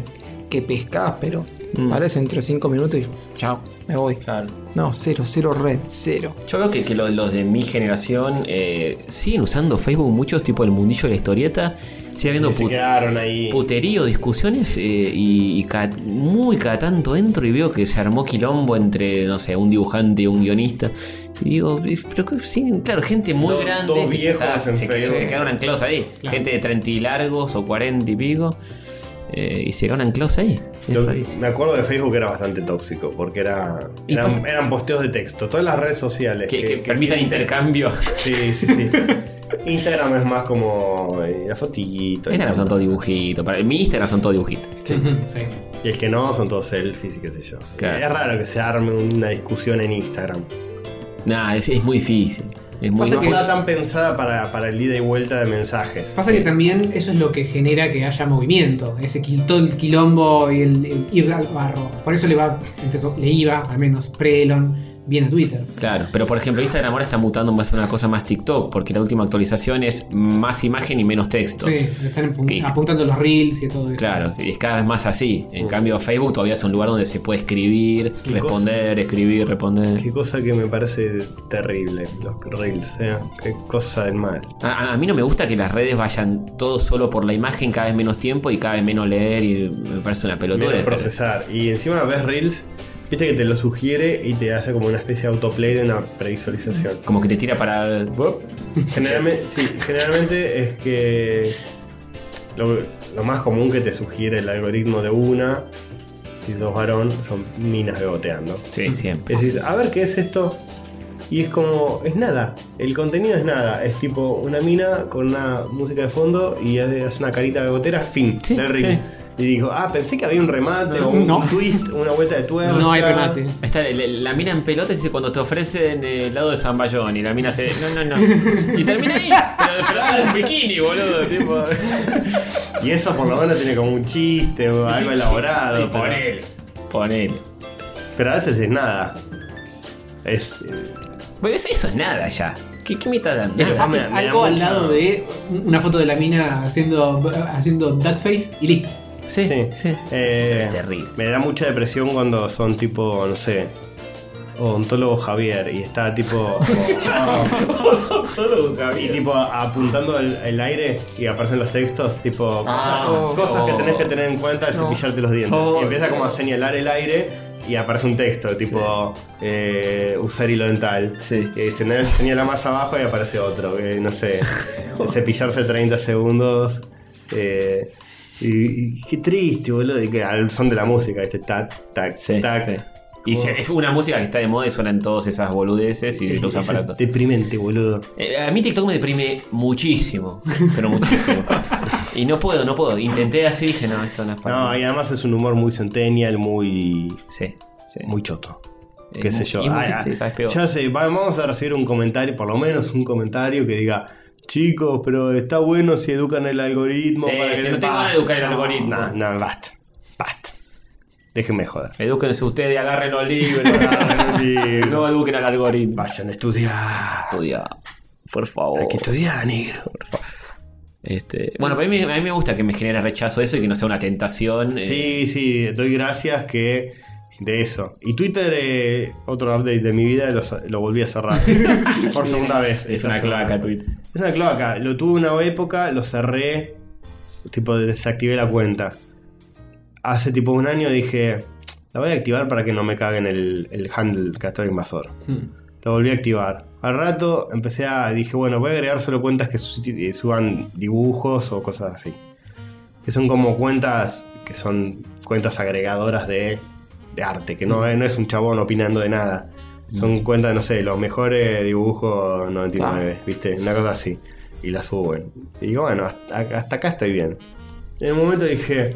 Speaker 3: que pescás, pero para eso entre 5 minutos y chao, me voy.
Speaker 1: Mm. Claro.
Speaker 3: No, cero, cero red, cero.
Speaker 1: Yo veo que, que lo- los, de mi generación eh, siguen usando Facebook muchos, tipo el mundillo de la historieta. Sigue habiendo
Speaker 2: Sí, se
Speaker 1: put-
Speaker 2: quedaron ahí.
Speaker 1: puterío, discusiones eh, y, y cada- muy cada tanto entro y veo que se armó quilombo entre, no sé, un dibujante y un guionista. Y digo, eh, pero que- sí, claro, gente muy
Speaker 2: Dos-
Speaker 1: grande
Speaker 2: dos
Speaker 1: que se,
Speaker 2: viejos
Speaker 1: está-
Speaker 2: en
Speaker 1: se- que-
Speaker 2: Facebook.
Speaker 1: se quedaron anclados ahí.
Speaker 5: Claro.
Speaker 1: Gente de 30 y largos o 40 y pico. eh, y se quedaron anclados ahí. Es
Speaker 2: Lo-
Speaker 1: rarísimo.
Speaker 2: me acuerdo de Facebook era bastante tóxico, porque era,
Speaker 1: Y
Speaker 2: eran,
Speaker 1: pasa-
Speaker 2: eran posteos de texto. Todas las redes sociales
Speaker 1: Que, que permitan intercambio.
Speaker 2: Sí, sí, sí. Instagram es más como eh, la fotito.
Speaker 1: Instagram son todos dibujitos. Para, mi Instagram son todos dibujitos.
Speaker 5: Ujú, sí.
Speaker 2: Y el que no son todos selfies y qué sé yo.
Speaker 1: Claro.
Speaker 2: Es raro que se arme una discusión en Instagram.
Speaker 1: Nah, es, es muy difícil. Es muy
Speaker 2: Pasa que
Speaker 1: difícil.
Speaker 2: no está tan pensada para, para el ida y vuelta de mensajes.
Speaker 5: Pasa que también eso es lo que genera que haya movimiento. Ese quil- todo el quilombo y el, el ir al barro. Por eso le va, entre co- le iba, al menos, pre-Elon, bien a Twitter.
Speaker 1: Claro, pero por ejemplo, Instagram ahora está mutando más a una cosa más TikTok, porque la última actualización es más imagen y menos texto.
Speaker 5: Sí, le están apu-
Speaker 1: Que-
Speaker 5: apuntando los reels y todo eso.
Speaker 1: Claro, y es cada vez más así. En cambio, Facebook todavía es un lugar donde se puede escribir,
Speaker 2: ¿Qué
Speaker 1: responder, escribir, responder.
Speaker 2: Qué cosa que me parece terrible, los reels, eh. Qué cosa del mal.
Speaker 1: A, a- a mí no me gusta que las redes vayan todo solo por la imagen, cada vez menos tiempo y cada vez menos leer, y me parece una pelotudez.
Speaker 2: Menos
Speaker 1: pero-
Speaker 2: procesar. Y encima ves reels, viste que te lo sugiere y te hace como una especie de autoplay de una previsualización.
Speaker 1: Como que te tira para. el-
Speaker 2: Generalmente, sí, generalmente es que lo, lo más común que te sugiere el algoritmo de una, si sos varón, son minas beboteando.
Speaker 1: Sí, siempre.
Speaker 2: Es decir, a ver qué es esto. Y es como, es nada, el contenido es nada, es tipo una mina con una música de fondo y hace hace una carita bebotera, fin,
Speaker 1: Sí,
Speaker 2: del ritmo.
Speaker 1: sí.
Speaker 2: Y digo, ah, pensé que había un remate o un
Speaker 5: No.
Speaker 2: twist, una vuelta de tuerca.
Speaker 5: No hay remate.
Speaker 1: Ahí Está, le- le- la mina en pelotas dice cuando te ofrecen eh, helado de zamballón y la mina se. No, no, no. Y termina ahí. Pero, pero ah, en bikini, boludo. Tipo.
Speaker 2: Y eso por lo menos tiene como un chiste o algo elaborado.
Speaker 1: Sí,
Speaker 2: pero-
Speaker 1: ponele. Ponele.
Speaker 2: Pero a veces es nada. Es. eh,
Speaker 1: Bueno, eso, eso es nada ya. ¿Qué, qué me está dando?
Speaker 5: Eso,
Speaker 2: Ah, me-
Speaker 5: es
Speaker 2: me da
Speaker 5: algo al
Speaker 2: mucha-
Speaker 5: lado de una foto de la mina haciendo, haciendo duckface y listo.
Speaker 1: Sí, sí.
Speaker 2: Eh,
Speaker 1: Eso es terrible.
Speaker 2: Me da mucha depresión cuando son tipo, no sé. odontólogo Javier y está tipo. y tipo apuntando el, el aire y aparecen los textos, tipo cosas,
Speaker 3: oh,
Speaker 2: cosas que
Speaker 1: oh.
Speaker 2: tenés que tener en cuenta al
Speaker 3: No.
Speaker 2: cepillarte los dientes.
Speaker 1: Oh.
Speaker 2: y empieza como a señalar el aire. Y aparece un texto tipo eh, usar hilo dental.
Speaker 1: Sí.
Speaker 2: Y se- señala más abajo y aparece otro. que no sé, cepillarse 30 segundos. eh, y, y qué triste, boludo. Y que al son de la música, este tac, tac,
Speaker 1: Sí,
Speaker 2: tac.
Speaker 1: sí. Y se- es una música que está de moda y suenan todas esas boludeces y
Speaker 2: Es,
Speaker 1: lo usan
Speaker 2: es-
Speaker 1: para
Speaker 2: es
Speaker 1: todo.
Speaker 2: deprimente, boludo.
Speaker 1: Eh, A mí TikTok me deprime muchísimo, pero muchísimo. y no puedo, no puedo. Intenté así y dije, no, esto no es para
Speaker 2: No,
Speaker 1: mí.
Speaker 2: y además es un humor muy centennial, muy.
Speaker 1: Sí, sí.
Speaker 2: muy choto.
Speaker 1: Eh,
Speaker 2: Qué sé
Speaker 1: muy-
Speaker 2: yo.
Speaker 1: y es muy
Speaker 2: Ah,
Speaker 1: triste,
Speaker 2: ah,
Speaker 1: está, es peor.
Speaker 2: ya sé, va- vamos a recibir un comentario, por lo menos un comentario que diga. Chicos, pero está bueno si educan el algoritmo.
Speaker 1: Sí,
Speaker 2: para que
Speaker 1: si
Speaker 2: le-
Speaker 1: no tengo ganas de educar el algoritmo.
Speaker 2: No, no, basta. Basta. Déjenme joder.
Speaker 1: Edúquense ustedes, agarren los libros. no eduquen al algoritmo.
Speaker 2: Vayan a estudiar.
Speaker 1: Estudia, por favor.
Speaker 2: Hay que estudiar, negro.
Speaker 1: Este, bueno, pero a mí, me- a mí me gusta que me genere rechazo eso y que no sea una tentación. eh,
Speaker 2: Sí, sí, doy gracias que de eso. Y Twitter, eh, otro update de mi vida, lo, sa- lo volví a cerrar. Por segunda vez.
Speaker 1: es
Speaker 2: esta
Speaker 1: una
Speaker 2: semana.
Speaker 1: claca, Twitter.
Speaker 2: Es una cloaca. Lo tuve una época, lo cerré. Tipo, desactivé la cuenta. Hace tipo un año dije, la voy a activar para que no me caguen el, el handle Castor Invasor. Lo volví a activar. Al rato empecé a. Dije, bueno, voy a agregar solo cuentas que su- eh, suban dibujos o cosas así. Que son como cuentas. Que son cuentas agregadoras de, de arte. Que no, eh, no es un chabón opinando de nada. Son cuentas, no sé, los mejores dibujos 99, ¿viste? Una cosa así. Y la suben. Y digo, bueno, hasta, hasta acá estoy bien. En el momento dije,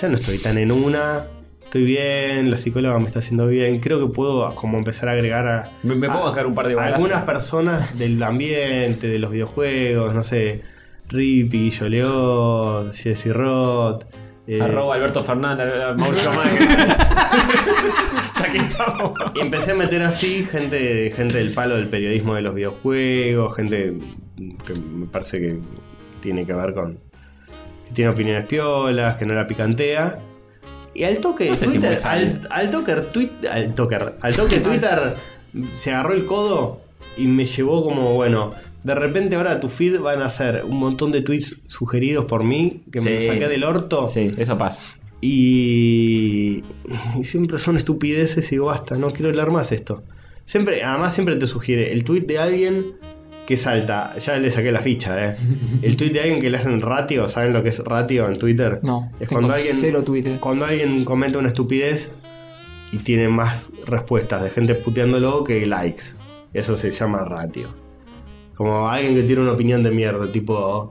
Speaker 2: ya no estoy tan en una. Estoy bien, la psicóloga me está haciendo bien. Creo que puedo como empezar a agregar a,
Speaker 1: Me, me puedo
Speaker 2: Ah,
Speaker 1: bancar un par de balas.
Speaker 2: algunas personas del ambiente, de los videojuegos, no sé, Rippy, Yoleot, Jesse Roth. eh,
Speaker 1: Arroba Alberto Fernández, eh, Mauricio Macri. Aquí estamos.
Speaker 2: Y empecé a meter así gente, gente del palo del periodismo de los videojuegos, gente que me parece que tiene que ver con. que tiene opiniones piolas, que no la picantea. Y al toque
Speaker 1: No sé si
Speaker 2: Twitter,
Speaker 1: muy
Speaker 2: al,
Speaker 1: sabio.
Speaker 2: al toque Twi- al toque, al toque Twitter se agarró el codo y me llevó como, bueno, de repente ahora tu feed van a ser un montón de tweets sugeridos por mí, que me
Speaker 1: Sí.
Speaker 2: lo saqué del orto.
Speaker 1: Sí, eso pasa.
Speaker 2: Y, y siempre son estupideces y digo, basta, no quiero leer más esto. Siempre, además siempre te sugiere el tweet de alguien que salta. Ya le saqué la ficha, eh. El tweet de alguien que le hacen ratio, ¿saben lo que es ratio en Twitter?
Speaker 3: No,
Speaker 2: Es
Speaker 3: tengo
Speaker 2: cuando alguien,
Speaker 3: cero eh. Twitter.
Speaker 2: cuando alguien comenta una estupidez y tiene más respuestas de gente puteándolo que likes. Eso se llama ratio. Como alguien que tiene una opinión de mierda, tipo.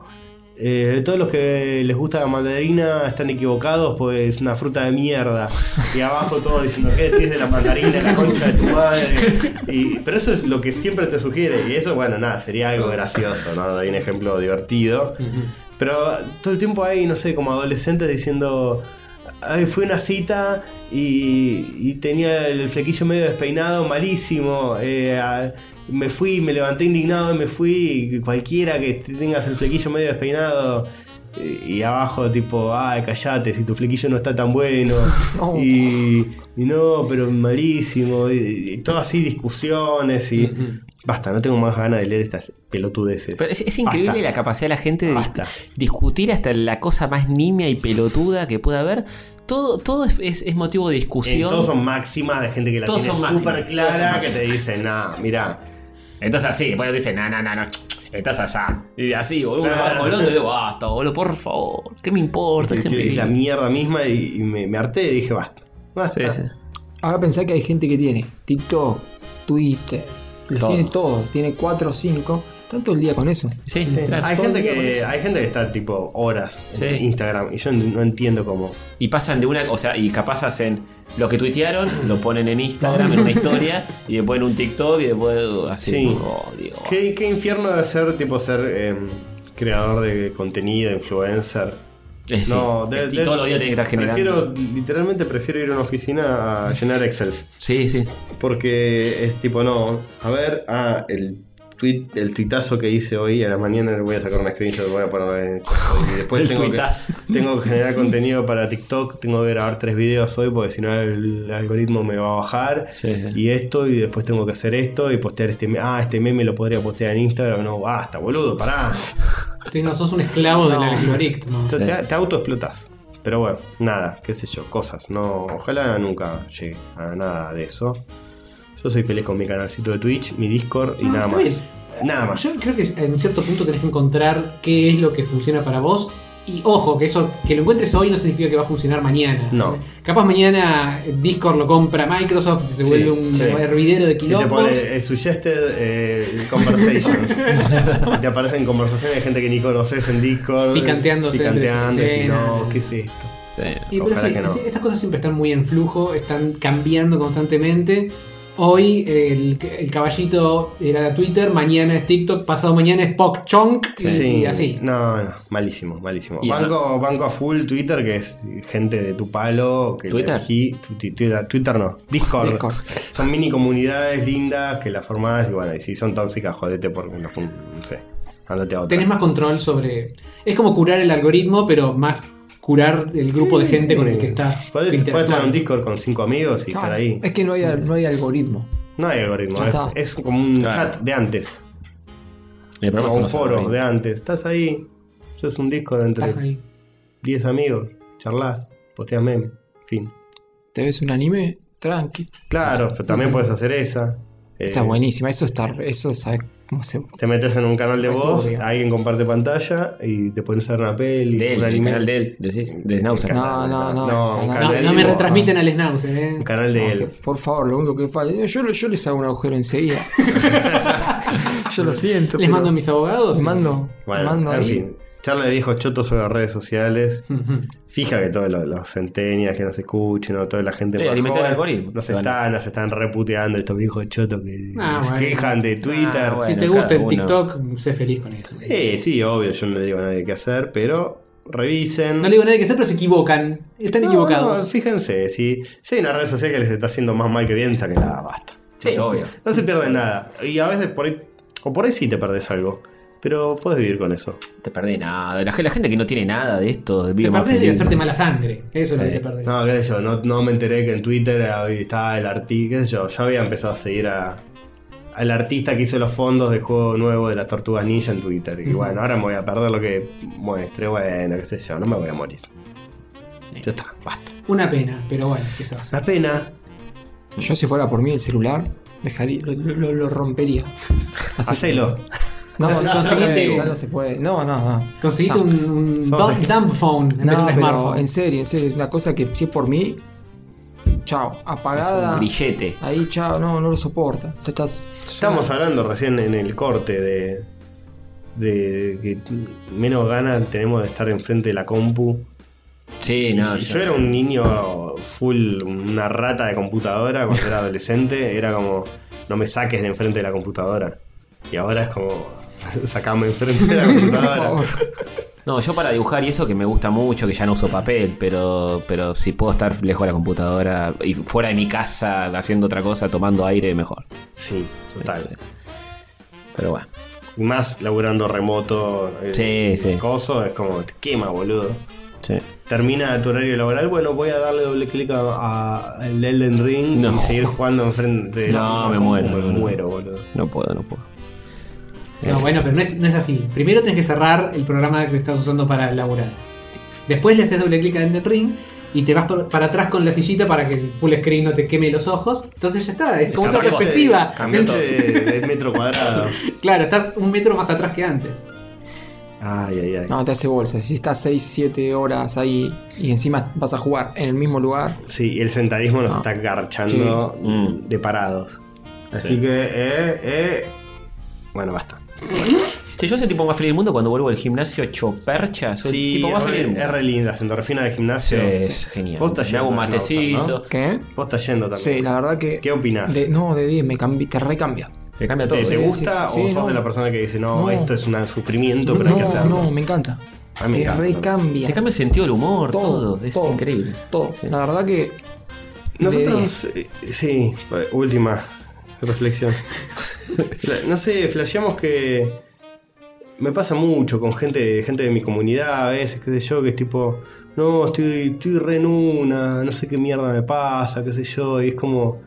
Speaker 2: eh, todos los que les gusta la mandarina están equivocados, pues es una fruta de mierda. Y abajo todos diciendo, ¿qué decís de la mandarina, la concha de tu madre? Y- pero eso es lo que siempre te sugiere. Y eso, bueno, nada, sería algo gracioso, ¿no? Doy un ejemplo divertido. Pero todo el tiempo hay, no sé, como adolescentes diciendo. Ay, fui a una cita y, y tenía el flequillo medio despeinado, malísimo. eh, a- me fui, me levanté indignado y me fui. y Cualquiera que te- tengas el flequillo medio despeinado. eh, Y abajo, tipo, ay, callate, si tu flequillo no está tan bueno.
Speaker 3: No.
Speaker 2: Y, y no, pero malísimo. Y, y todo así, discusiones y. Basta, no tengo más ganas de leer estas pelotudeces.
Speaker 1: Pero es, es increíble
Speaker 2: Basta.
Speaker 1: la capacidad de la gente de dis-
Speaker 2: Basta.
Speaker 1: discutir hasta la cosa más nimia y pelotuda que pueda haber. Todo, todo es, es- es motivo de
Speaker 2: Eh,
Speaker 1: discusión.
Speaker 2: todos son máximas de gente que la
Speaker 1: Todos
Speaker 2: tiene
Speaker 1: son máximas,
Speaker 2: súper
Speaker 1: todos son
Speaker 2: clara, que
Speaker 1: máximas.
Speaker 2: te dice, nah, mira,
Speaker 1: Entonces así, después te dicen, no, no, no, no, estás asá. Y así, boludo, uno
Speaker 2: Claro.
Speaker 1: va boludo, y digo, basta, boludo, por favor, ¿qué me importa?
Speaker 2: es,
Speaker 1: Gente-
Speaker 2: es la mierda misma y, y me, me harté y dije, basta.
Speaker 1: Sí,
Speaker 2: basta.
Speaker 1: sí.
Speaker 3: Ahora pensá que hay gente que tiene TikTok, Twitter, los
Speaker 1: Todo.
Speaker 3: tiene todos, tiene 4 o 5, tanto el día con eso.
Speaker 1: Sí,
Speaker 2: Sí.
Speaker 1: claro.
Speaker 2: Hay,
Speaker 3: todo
Speaker 2: gente
Speaker 3: el día con
Speaker 2: que,
Speaker 3: eso.
Speaker 2: hay gente que está tipo horas en
Speaker 1: Sí.
Speaker 2: Instagram y yo no entiendo cómo.
Speaker 1: Y pasan de una, o sea, y capaz hacen lo que tuitearon, lo ponen en Instagram, en una historia, y después en un TikTok, y después así,
Speaker 2: Sí.
Speaker 1: oh, digo,
Speaker 2: ¿Qué, qué infierno debe ser tipo ser eh, creador de contenido, influencer?
Speaker 1: Eh, sí.
Speaker 2: No, debe-
Speaker 1: y
Speaker 2: debe-
Speaker 1: todos los días tienen que estar generando.
Speaker 2: Prefiero, literalmente prefiero ir a una oficina a llenar Excel.
Speaker 1: Sí, sí.
Speaker 2: Porque es tipo, no, a ver, ah, el tuit- el tuitazo que hice hoy, a la mañana le voy a sacar una screenshot, voy a poner en- y después
Speaker 1: El
Speaker 2: tengo que,
Speaker 1: tuitazo.
Speaker 2: tengo que generar contenido para TikTok, tengo que grabar tres videos hoy porque si no el algoritmo me va a bajar
Speaker 1: Sí, sí.
Speaker 2: y esto y después tengo que hacer esto y postear este meme, ah, este meme lo podría postear en Instagram, no, basta, boludo, pará.
Speaker 5: Entonces no sos un esclavo del algoritmo.
Speaker 2: Te, te, te autoexplotás. Pero bueno, nada, qué sé yo, cosas. No, ojalá nunca llegue a nada de eso. Yo soy feliz con mi canalcito de Twitch, mi Discord y
Speaker 5: No,
Speaker 2: nada
Speaker 5: Ah, está
Speaker 2: más.
Speaker 5: bien.
Speaker 2: Nada más.
Speaker 5: Pues Yo creo que en cierto punto tenés que encontrar qué es lo que funciona para vos. Y ojo, que eso que lo encuentres hoy no significa que va a funcionar mañana.
Speaker 2: No.
Speaker 5: Capaz mañana Discord lo compra Microsoft y se vuelve un
Speaker 2: sí.
Speaker 5: hervidero de
Speaker 2: Y te
Speaker 5: quilombos.
Speaker 2: pone eh, suggested eh, conversations. Y te aparecen conversaciones de gente que ni conoces en Discord.
Speaker 5: Picanteándose
Speaker 2: Picanteando.
Speaker 5: entre
Speaker 2: Y
Speaker 5: sí.
Speaker 2: decís,
Speaker 5: Sí,
Speaker 2: no,
Speaker 5: no.
Speaker 2: ¿qué es esto?
Speaker 1: Sí.
Speaker 5: Y pero
Speaker 2: Ojalá
Speaker 5: sí,
Speaker 2: que no.
Speaker 5: sí, estas cosas siempre están muy en flujo, están cambiando constantemente. Hoy el, el caballito era Twitter, mañana es TikTok, pasado mañana es PogChonk y, y así.
Speaker 2: No, no, malísimo, malísimo.
Speaker 1: Y
Speaker 2: Banco, banco a full Twitter, que es gente de tu palo. Que
Speaker 1: ¿Twitter?
Speaker 2: la elegí- tu- tu- Twitter, Twitter no, Discord.
Speaker 3: Discord.
Speaker 2: Son mini comunidades lindas que las formás y bueno, y si son tóxicas, jodete por una fun- no sé, andate a otra.
Speaker 5: Tenés más control sobre. Es como curar el algoritmo, pero más curar el grupo de gente con el que estás.
Speaker 2: Mm. Podés, podés estar en un
Speaker 5: interactuando.
Speaker 2: Discord con cinco amigos y estar
Speaker 3: No,
Speaker 2: ahí.
Speaker 3: Es que no hay, no hay algoritmo.
Speaker 2: No hay algoritmo, es,
Speaker 3: Ya está.
Speaker 2: es como un
Speaker 1: Claro.
Speaker 2: chat de antes.
Speaker 1: El problema
Speaker 2: O
Speaker 1: son
Speaker 2: un
Speaker 1: los
Speaker 2: foro
Speaker 1: algoritmos.
Speaker 2: de antes. Estás ahí, es un Discord
Speaker 5: Estás
Speaker 2: entre
Speaker 5: ahí.
Speaker 2: 10 amigos, charlas, posteas memes, fin.
Speaker 3: ¿Te ves un anime? Tranqui.
Speaker 2: Claro, pero también puedes hacer esa. Eh,
Speaker 3: Esa es buenísima. Eso está. Eso sabe cómo se.
Speaker 2: Te metes en un canal de
Speaker 3: Ay,
Speaker 2: voz,
Speaker 3: obvio.
Speaker 2: alguien comparte pantalla y te pones a ver una peli,
Speaker 1: De él,
Speaker 2: un
Speaker 1: el
Speaker 2: anime.
Speaker 1: canal de él, decís, de Snauzer.
Speaker 3: No, no, no,
Speaker 2: un
Speaker 3: canal.
Speaker 5: No,
Speaker 2: canal
Speaker 5: no
Speaker 2: de
Speaker 5: me
Speaker 2: voz.
Speaker 5: retransmiten al Snaus, eh.
Speaker 2: Un canal de él.
Speaker 3: Por favor, lo único que falta. Yo, yo les hago un agujero enseguida. yo lo siento.
Speaker 5: Les
Speaker 3: pero-
Speaker 5: mando a mis abogados.
Speaker 3: Les mando. les
Speaker 2: Bueno,
Speaker 3: mando
Speaker 2: en
Speaker 3: ahí.
Speaker 2: fin. Charla de viejos chotos sobre las redes sociales.
Speaker 5: Ujú.
Speaker 2: Fija que todos los, los centenias que nos escuchen, o toda la gente
Speaker 1: Sí,
Speaker 2: más
Speaker 1: alimenta el
Speaker 2: joven,
Speaker 1: algoritmo.
Speaker 2: Nos
Speaker 1: Se van
Speaker 2: están, nos están reputeando estos viejos chotos que
Speaker 5: Ah,
Speaker 2: se
Speaker 5: bueno.
Speaker 2: quejan de Twitter.
Speaker 1: Ah, bueno.
Speaker 5: si te
Speaker 1: cada
Speaker 5: gusta el
Speaker 1: uno.
Speaker 5: TikTok, sé feliz con eso.
Speaker 2: Sí, sí, obvio, yo no le digo a nadie qué hacer, pero revisen.
Speaker 5: No le digo a nadie que sea, pero se equivocan. Están
Speaker 2: No, no,
Speaker 5: equivocados.
Speaker 2: fíjense, si, si hay una red social que les está haciendo más mal que bien, nada, basta.
Speaker 1: Sí, obvio.
Speaker 2: No se pierden nada. Y a veces por ahí, o por ahí sí te perdés algo. Pero puedes vivir con eso.
Speaker 1: Te perdés nada. La, ge- la gente que no tiene nada de esto, de
Speaker 5: Te
Speaker 1: vive más
Speaker 5: perdés de
Speaker 1: feliz.
Speaker 5: hacerte mala sangre. Eso es lo que
Speaker 1: Sí.
Speaker 5: te perdés.
Speaker 2: No, qué sé yo, no, no me enteré que en Twitter ahí estaba el artista, qué sé yo, yo había empezado a seguir a, al artista que hizo los fondos del juego nuevo de las tortugas ninja en Twitter. Y bueno, ahora me voy a perder lo que muestre, bueno, qué sé yo, no me voy a morir. Ya está, basta.
Speaker 5: Una pena, pero bueno, ¿qué se va a hacer?
Speaker 2: La pena,
Speaker 3: Yo si fuera por mí el celular, dejaría, lo, lo- lo rompería. Así.
Speaker 2: hacelo.
Speaker 3: No,
Speaker 5: No,
Speaker 3: no,
Speaker 5: no,
Speaker 3: se puede,
Speaker 5: no.
Speaker 3: ya no se puede. No, no, no.
Speaker 5: Conseguiste
Speaker 3: No.
Speaker 5: un, un
Speaker 2: Sos
Speaker 5: dumb,
Speaker 2: ex-
Speaker 5: dumb phone en vez de
Speaker 3: No,
Speaker 5: un
Speaker 3: pero
Speaker 5: smartphone.
Speaker 3: en serio, en serio, es una cosa que si es por mí, chao,
Speaker 1: Es un
Speaker 3: apagada.
Speaker 1: grillete.
Speaker 3: Ahí, chao, no, no lo soporta. Esto está-
Speaker 2: Estamos hablando recién en el corte de, de que menos ganas tenemos de estar enfrente de la compu.
Speaker 1: Sí,
Speaker 2: Y
Speaker 1: no.
Speaker 2: yo era un niño full, una rata de computadora cuando era adolescente. Era como, no me saques de enfrente de la computadora. Y ahora es como, sacame enfrente de la
Speaker 3: Por
Speaker 2: computadora.
Speaker 3: favor.
Speaker 1: No, yo para dibujar y eso que me gusta mucho, que ya no uso papel, pero, pero si puedo estar lejos de la computadora y fuera de mi casa haciendo otra cosa, tomando aire, mejor.
Speaker 2: sí, total.
Speaker 1: Pero bueno.
Speaker 2: Y más laburando remoto, el,
Speaker 1: Sí, sí.
Speaker 2: coso, es como, te quema, boludo.
Speaker 1: Sí.
Speaker 2: Termina tu horario laboral, bueno, voy a darle doble clic a- a- al Elden Ring y
Speaker 1: No.
Speaker 2: seguir jugando enfrente de la
Speaker 1: No, me
Speaker 2: compu.
Speaker 1: muero, boludo.
Speaker 2: Me muero, boludo.
Speaker 1: No puedo, no puedo.
Speaker 5: No, bueno, pero no es, no es así. Primero tenés que cerrar el programa que estás usando para elaborar. Después le haces doble clic a Ender Ring y te vas por- para atrás con la sillita para que el full screen no te queme los ojos. Entonces ya está, es como otra
Speaker 1: Desapareció.
Speaker 5: perspectiva.
Speaker 2: Cambiaste de, de metro cuadrado.
Speaker 5: Claro, estás un metro más atrás que antes.
Speaker 2: Ay, ay, ay.
Speaker 3: No, te hace bolsa. Si estás 6, 7 horas ahí y encima vas a jugar en el mismo lugar,
Speaker 2: Sí, el sentarismo nos
Speaker 3: Ah.
Speaker 2: está garchando
Speaker 1: Sí. Mm.
Speaker 2: de parados. Así que, eh, eh. Bueno, basta.
Speaker 1: Sí, yo soy el tipo más feliz del mundo cuando vuelvo al gimnasio hecho percha. Soy
Speaker 2: Sí,
Speaker 1: el tipo más
Speaker 2: es,
Speaker 1: feliz del mundo.
Speaker 2: es re linda, se endorfina de
Speaker 1: Sí,
Speaker 2: gimnasio.
Speaker 1: es genial.
Speaker 2: Vos estás
Speaker 1: Me hago un
Speaker 2: yendo, Snauzer,
Speaker 1: matecito.
Speaker 2: ¿no?
Speaker 3: ¿qué?
Speaker 2: Vos estás yendo también.
Speaker 3: Sí, la verdad que.
Speaker 2: ¿Qué opinás?
Speaker 3: de- no, de 10, me cambi, te recambia.
Speaker 1: Me cambia todo.
Speaker 2: ¿Te, te
Speaker 1: ¿eh?
Speaker 2: gusta
Speaker 3: sí, sí,
Speaker 2: o
Speaker 3: sí,
Speaker 2: sos
Speaker 3: no.
Speaker 2: de la persona que dice, no,
Speaker 3: No.
Speaker 2: esto es un sufrimiento, pero hay que
Speaker 3: No,
Speaker 2: hacerlo?
Speaker 3: no, me encanta.
Speaker 2: A mí me
Speaker 3: te
Speaker 2: encanta.
Speaker 3: recambia.
Speaker 1: ¿eh? Te cambia el sentido del humor, todo. Es
Speaker 3: todo,
Speaker 1: increíble.
Speaker 3: Todo.
Speaker 1: Sí.
Speaker 3: La verdad que.
Speaker 2: Nosotros, eh, sí, última reflexión. Fla- No sé, flasheamos que. Me pasa mucho con gente, gente de mi comunidad a veces, qué sé yo, que es tipo. No, estoy, estoy re en una, no sé qué mierda me pasa, qué sé yo, y es como.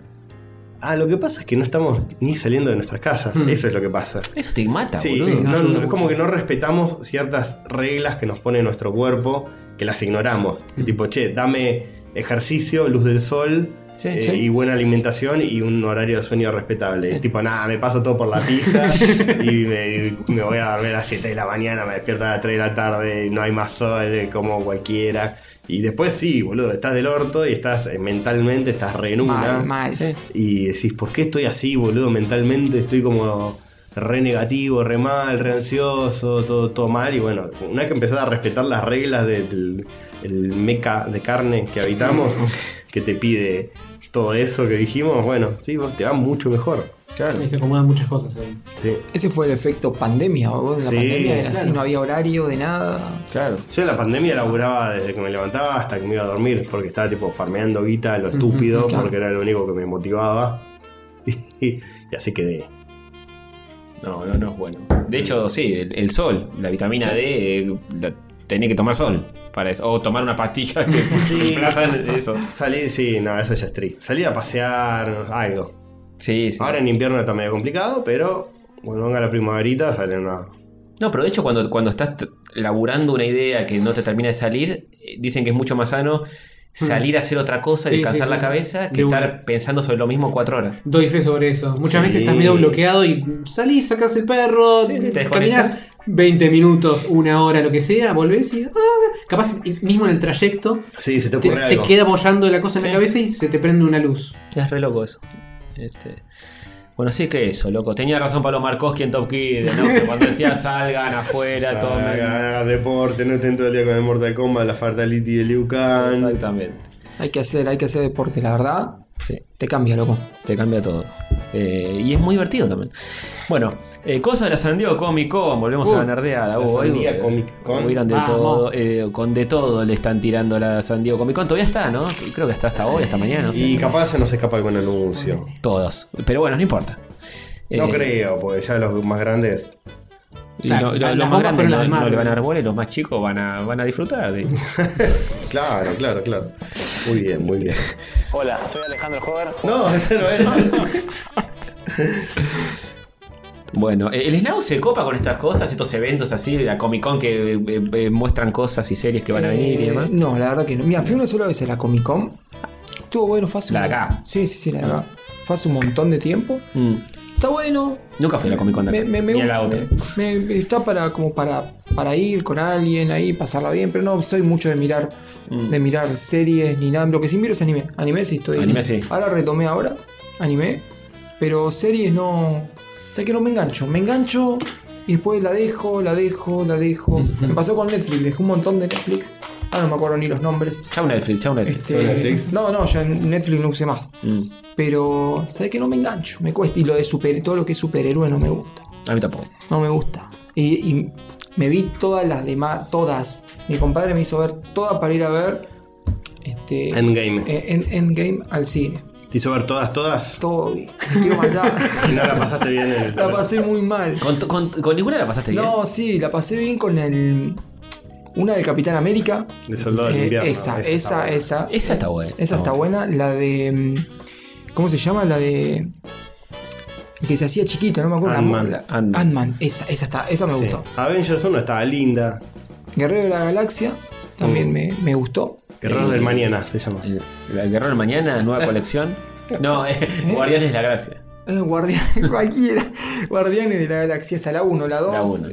Speaker 2: Ah, lo que pasa es que no estamos ni saliendo de nuestras casas. Eso es lo que pasa.
Speaker 1: Eso te mata,
Speaker 2: Sí,
Speaker 1: boludo.
Speaker 2: no-
Speaker 5: No ayuda
Speaker 2: no- es
Speaker 5: mucho.
Speaker 2: como que no respetamos ciertas reglas que nos pone nuestro cuerpo, que las ignoramos.
Speaker 3: Mm.
Speaker 2: Que Tipo, che, dame ejercicio, luz del sol
Speaker 3: Sí,
Speaker 2: eh,
Speaker 3: sí.
Speaker 2: y buena alimentación y un horario de sueño respetable. Es Tipo, nada, me paso todo por la pija y me, y me voy a dormir a las 7 de la mañana, me despierto a las 3 de la tarde, no hay más sol, eh, como cualquiera. Y después sí, boludo, estás del orto y estás eh, mentalmente, estás re en una.
Speaker 3: Mal, mal.
Speaker 2: Y decís, ¿por qué estoy así, boludo? Mentalmente estoy como re negativo, re mal, re ansioso, todo, todo mal. Y bueno, una vez que empezás a respetar las reglas de- del el meca de carne que habitamos, que te pide todo eso que dijimos, bueno, sí, vos te va mucho mejor.
Speaker 5: Y se acomodan muchas cosas eh. ahí.
Speaker 2: Sí.
Speaker 3: Ese fue el efecto pandemia, vos. La
Speaker 2: Sí,
Speaker 3: pandemia era así,
Speaker 5: claro.
Speaker 3: no había horario de nada.
Speaker 1: Claro.
Speaker 2: Yo en la pandemia laburaba desde que me levantaba hasta que me iba a dormir, porque estaba tipo farmeando guita a lo estúpido,
Speaker 3: claro.
Speaker 2: porque era lo único que me motivaba. Y, así quedé.
Speaker 1: No, no, no es bueno. De hecho, sí, el, el sol, la vitamina D, eh, la- tenés que tomar sol para eso. O tomar una pastilla que reemplazan eso.
Speaker 2: Salí, sí, no, eso ya es triste. Salir a pasear, algo.
Speaker 1: Sí, sí.
Speaker 2: Ahora en invierno está medio complicado, pero cuando venga la primaverita sale una.
Speaker 1: No, pero de hecho cuando, cuando estás t- laburando una idea que no te termina de salir, eh, dicen que es mucho más sano salir a hacer otra cosa,
Speaker 5: Sí,
Speaker 1: descansar
Speaker 5: sí,
Speaker 1: la
Speaker 5: sí.
Speaker 1: cabeza, que
Speaker 5: De una.
Speaker 1: estar pensando sobre lo mismo cuatro horas.
Speaker 5: Doy fe sobre eso. Muchas
Speaker 2: Sí.
Speaker 5: veces estás medio bloqueado y salís, sacás el perro,
Speaker 1: Sí, sí, te
Speaker 5: caminás
Speaker 1: desconectás.
Speaker 5: 20 minutos, una hora, lo que sea, volvés y. ah, capaz mismo en el trayecto
Speaker 2: Sí, se te
Speaker 5: te,
Speaker 2: ocurre
Speaker 5: te
Speaker 2: algo.
Speaker 5: queda apoyando la cosa en la
Speaker 1: Sí.
Speaker 5: cabeza y se te prende una luz.
Speaker 1: Es re loco eso. Este... Bueno, sí que eso, loco. Tenía razón Pablo Marcoski en Top Kid, ¿no? Que cuando decía salgan afuera, tomen.
Speaker 2: Hagas deporte, no estén todo el día con el Mortal Kombat, la Fatality de Liu Kang.
Speaker 1: Exactamente.
Speaker 3: Hay que hacer, hay que hacer deporte, la verdad.
Speaker 1: Sí.
Speaker 3: Te cambia, loco.
Speaker 1: Te cambia todo. Eh, y es muy divertido también. Bueno, eh, cosa de la San Diego Comic Con, volvemos
Speaker 5: Uh,
Speaker 1: a la nerdeada.
Speaker 2: la
Speaker 1: Uh,
Speaker 2: San
Speaker 1: hoy,
Speaker 2: Diego
Speaker 1: eh,
Speaker 2: Comic Con.
Speaker 1: hubieron de
Speaker 5: Vamos.
Speaker 1: todo, eh, con de todo le están tirando a la San Diego Comic Con. Todavía está, ¿no? Creo que está hasta hoy, hasta mañana. no sé.
Speaker 2: Y capaz se nos escapa algún anuncio.
Speaker 1: Todos. Pero bueno, no importa.
Speaker 2: No
Speaker 1: Eh,
Speaker 2: creo, porque ya los más grandes.
Speaker 1: y
Speaker 5: Claro,
Speaker 1: lo- lo-
Speaker 5: las
Speaker 1: los
Speaker 5: bombas
Speaker 1: más grandes
Speaker 5: fueron
Speaker 1: no,
Speaker 5: las de
Speaker 1: no
Speaker 5: Marvel.
Speaker 1: le van a dar bola y los más chicos van a, van a disfrutar. de-
Speaker 2: Claro, claro, claro. Muy bien, muy bien.
Speaker 9: Hola, soy Alejandro Hover.
Speaker 2: No, ese no es.
Speaker 1: Bueno, eh, el Snow se copa con estas cosas, estos eventos así, la Comic Con que eh, eh, muestran cosas y series que van a venir y
Speaker 3: Eh,
Speaker 1: demás.
Speaker 3: No, la verdad que no. Mira, fui una sola vez a la Comic Con. Estuvo bueno, fue hace
Speaker 1: La
Speaker 3: un-
Speaker 1: de acá.
Speaker 3: Sí, sí, sí, la de acá. Fue hace un montón de tiempo.
Speaker 1: Mm.
Speaker 3: Está bueno.
Speaker 1: Nunca fui a la Comic Con de
Speaker 3: Me,
Speaker 1: acá,
Speaker 3: me, me
Speaker 1: ni a
Speaker 3: gusta.
Speaker 1: la otra.
Speaker 3: Me- me- está para como para, para ir con alguien ahí, pasarla bien, pero no soy mucho de mirar
Speaker 1: Mm.
Speaker 3: de mirar series ni nada. Lo que sí miro es anime. Anime sí estoy.
Speaker 1: Anime sí.
Speaker 3: Ahora retomé ahora, anime, pero series no. O sea que no me engancho. Me engancho y después la dejo, la dejo, la dejo. Me pasó con Netflix, dejé un montón de Netflix. Ahora no me acuerdo ni los nombres.
Speaker 1: Chau Netflix, chau Netflix.
Speaker 3: Este, No, no, yo en Netflix no usé más.
Speaker 1: Mm.
Speaker 3: Pero, ¿sabes que No me engancho, me cuesta. Y lo de super, todo lo que es superhéroe no me gusta.
Speaker 1: A mí tampoco.
Speaker 3: No me gusta. Y, y me vi todas las demás, todas. Mi compadre me hizo ver todas para ir a ver este,
Speaker 2: Endgame.
Speaker 3: eh, en- Endgame al cine.
Speaker 2: Te hizo ver todas, todas.
Speaker 3: Todo bien. Me quiero matar.
Speaker 2: Y no la pasaste bien en el.
Speaker 3: la pasé muy mal.
Speaker 1: ¿Con, con, con ninguna la pasaste bien?
Speaker 3: No, sí, la pasé bien con el. Una del Capitán América.
Speaker 2: De soldado del
Speaker 3: Eh,
Speaker 2: invierno.
Speaker 3: esa,
Speaker 2: está
Speaker 3: esa,
Speaker 2: buena.
Speaker 3: esa.
Speaker 1: Esa está buena.
Speaker 3: Esa está buena. La de. mm, ¿Cómo se llama? La de. El que se hacía chiquito, no me acuerdo. la
Speaker 2: Ant-Man,
Speaker 3: la-
Speaker 1: Ant-Man.
Speaker 3: Ant-Man. esa, esa está, esa me
Speaker 2: Sí.
Speaker 3: gustó.
Speaker 2: Avengers 1 estaba linda.
Speaker 3: Guerrero de la Galaxia también me, me gustó.
Speaker 2: Guerreros del Mañana se llama.
Speaker 1: El, el Guerrero del Mañana, nueva colección. No, eh, Guardianes de la Gracia.
Speaker 3: Eh, Guardianes, cualquiera. Guardianes de la Galaxia, esa la 1, la
Speaker 1: La
Speaker 3: 2.
Speaker 1: uno.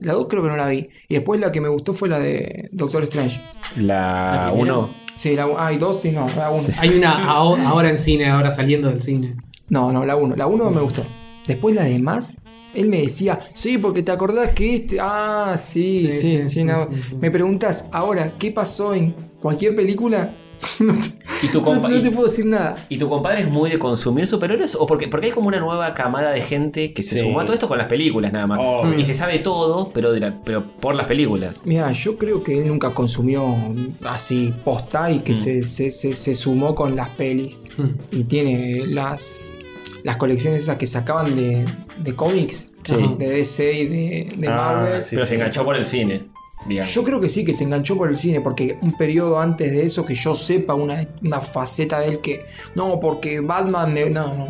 Speaker 3: la 2 creo que no la vi. Y después la que me gustó fue la de Doctor Strange.
Speaker 1: La
Speaker 3: Ah,
Speaker 5: ¿La primera?
Speaker 1: 1.
Speaker 3: Sí, la 1. Ah, y 2, sí, no, la 1.
Speaker 5: Hay una aho- ahora en cine, ahora saliendo del cine.
Speaker 3: No, no, la 1. La 1 me gustó. Después la demás, él me decía, sí, porque te acordás que este. Ah, sí, sí,
Speaker 5: Sí,
Speaker 3: sí.
Speaker 5: sí, sí,
Speaker 3: no.
Speaker 5: sí, sí.
Speaker 3: Me preguntas ahora, ¿qué pasó en cualquier película? no, te,
Speaker 1: ¿Y tu,
Speaker 3: no-
Speaker 1: compa-
Speaker 3: no te
Speaker 1: y,
Speaker 3: puedo decir nada.
Speaker 1: y tu compadre es muy de consumir superhéroes? ¿O porque, porque hay como una nueva camada de gente que se
Speaker 2: Sí.
Speaker 1: sumó a todo esto con las películas nada más?
Speaker 2: Obvio.
Speaker 1: Y se sabe todo, pero, de la- pero por las películas.
Speaker 3: Mira, yo creo que él nunca consumió así
Speaker 5: Mm.
Speaker 3: posta y que se, se- se- se sumó con las pelis.
Speaker 5: Hmm.
Speaker 3: Y tiene las. las colecciones esas que sacaban de, de cómics,
Speaker 1: Sí.
Speaker 3: de DC y de, de
Speaker 2: Ah,
Speaker 3: Marvel.
Speaker 2: sí,
Speaker 1: Pero
Speaker 2: sí.
Speaker 1: se enganchó por el cine. digamos.
Speaker 3: Yo creo que sí, que se enganchó por el cine, porque un periodo antes de eso, que yo sepa una, una faceta de él que. No, porque Batman. de- no, no.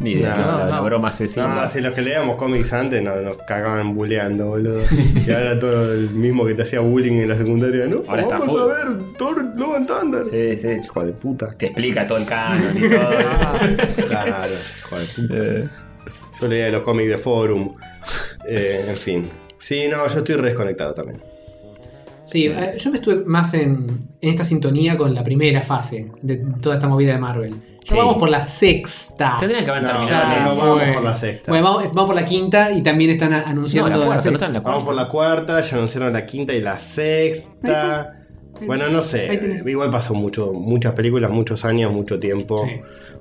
Speaker 1: Ni idea,
Speaker 2: No,
Speaker 1: la, la
Speaker 3: no.
Speaker 1: broma asesina.
Speaker 2: Ah, sí, los que leíamos cómics antes no, nos cagaban bulleando, boludo. y ahora todo el mismo que te hacía bullying en la secundaria, ¿no?
Speaker 1: Ahora está
Speaker 2: Vamos a
Speaker 1: full.
Speaker 2: ver Thor Logan Thunder.
Speaker 1: Sí, sí.
Speaker 2: Hijo de puta.
Speaker 1: Te explica todo el canon y todo.
Speaker 3: Ah,
Speaker 2: Claro, hijo de puta. Eh. Yo leía los cómics de Forum. Eh, en fin. Sí, no, yo estoy desconectado también.
Speaker 5: Sí, eh, yo me estuve más en, en esta sintonía con la primera fase de toda esta movida de Marvel. Ya
Speaker 1: Sí.
Speaker 5: vamos por la sexta.
Speaker 1: Tendrían que eh, haber
Speaker 2: No,
Speaker 1: terminado.
Speaker 2: no,
Speaker 1: en-
Speaker 2: no,
Speaker 1: No,
Speaker 2: vamos
Speaker 5: fue.
Speaker 2: por la sexta.
Speaker 5: Bueno, vamos, vamos por la quinta y también están a- anunciando
Speaker 1: la cuarta, no
Speaker 5: sexta.
Speaker 1: está en la
Speaker 2: Vamos
Speaker 1: cuarta.
Speaker 2: por la cuarta, ya anunciaron la quinta y la sexta. Bueno, no sé.
Speaker 5: Ahí tenés.
Speaker 2: Igual pasó mucho, muchas películas, muchos años, mucho tiempo.
Speaker 5: Sí.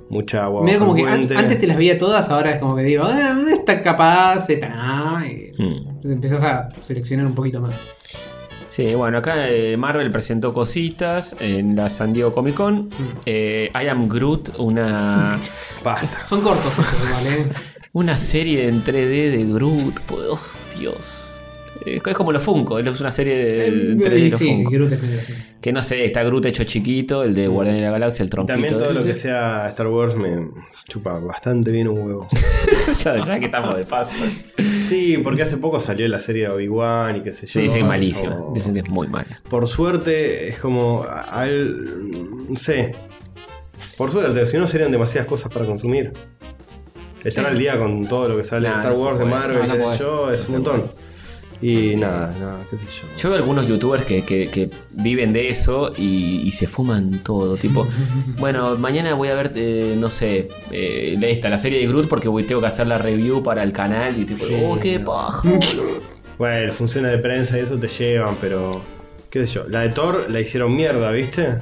Speaker 2: Mucha agua.
Speaker 5: Medio como que
Speaker 2: bajo el
Speaker 5: an-
Speaker 2: puente.
Speaker 5: antes te las veía todas, ahora es como que digo, ah, esta capaz, esta no. y
Speaker 1: Mm.
Speaker 5: empezás a seleccionar un poquito más.
Speaker 1: Sí, bueno, acá eh, Marvel presentó cositas en la San Diego Comic Con. Eh, I Am Groot, una,
Speaker 2: Basta.
Speaker 5: Son cortos estos igual, ¿eh?
Speaker 1: una serie en 3D de Groot. Oh, Dios. Eh, Es como los Funko, es una serie de, en 3D de
Speaker 5: Eh,
Speaker 1: los
Speaker 5: sí,
Speaker 1: Funko.
Speaker 5: Groot es medio así.
Speaker 1: Que no sé, está Groot hecho chiquito, el de Guardián de la Galaxia, el tronquito.
Speaker 2: También todo lo
Speaker 1: ese.
Speaker 2: que sea Star Wars me chupa bastante bien un huevo.
Speaker 1: ya, ya que estamos de paso.
Speaker 2: Sí, porque hace poco salió la serie de Obi-Wan y qué sé yo.
Speaker 1: Sí, dicen que es malísima.
Speaker 2: O-
Speaker 1: Dicen que es muy mala.
Speaker 2: Por suerte, es como. Al, no sé. Por suerte, si no serían demasiadas cosas para consumir. Estar al día con todo lo que sale de
Speaker 1: Nah,
Speaker 2: Star
Speaker 1: no se
Speaker 2: Wars, de
Speaker 1: puede.
Speaker 2: Marvel,
Speaker 3: No, no
Speaker 2: qué sé
Speaker 3: podés.
Speaker 2: yo, es un montón. Y nada, nada, qué sé yo.
Speaker 1: Yo veo algunos youtubers que, que- que viven de eso y, y se fuman todo. Tipo, bueno, mañana voy a ver, eh, no sé, eh, la- esta, la serie de Groot porque voy, tengo que hacer la review para el canal. Y tipo, oh, qué paja. boludo".
Speaker 2: Bueno, funciones de prensa y eso te llevan, pero. qué sé yo. La de Thor la hicieron mierda, ¿viste?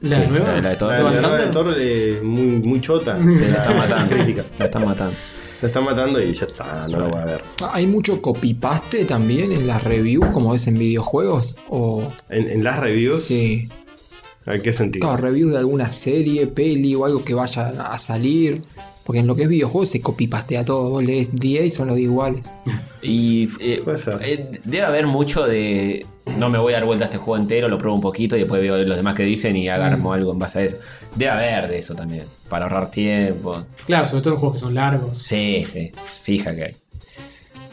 Speaker 5: ¿La
Speaker 1: Sí,
Speaker 5: nueva?
Speaker 1: la de- la de Thor.
Speaker 2: La,
Speaker 5: ¿Logan
Speaker 2: la- la de
Speaker 5: Thunder?
Speaker 2: Thor eh, muy, muy chota.
Speaker 1: Se la están matando.
Speaker 2: Crítica.
Speaker 1: La están matando.
Speaker 2: La están matando y ya está, no la voy a ver.
Speaker 3: Hay mucho copypaste también en las reviews, como ves en videojuegos. O.
Speaker 2: En, en las reviews,
Speaker 3: Sí.
Speaker 2: ¿en qué sentido?
Speaker 3: No, reviews de alguna serie, peli o algo que vaya a salir. Porque en lo que es videojuegos se copypastea todo. Vos lees 10 y son los 10 iguales.
Speaker 1: Y eh,
Speaker 2: Puede ser.
Speaker 1: eh, debe haber mucho de. No me voy a dar vuelta a este juego entero, lo pruebo un poquito y después veo los demás que dicen
Speaker 2: Mm.
Speaker 1: y agarmo algo en base a eso. Debe haber de eso también, para ahorrar tiempo.
Speaker 5: Claro, sobre todo en juegos que son largos.
Speaker 1: Sí, sí, fija que hay.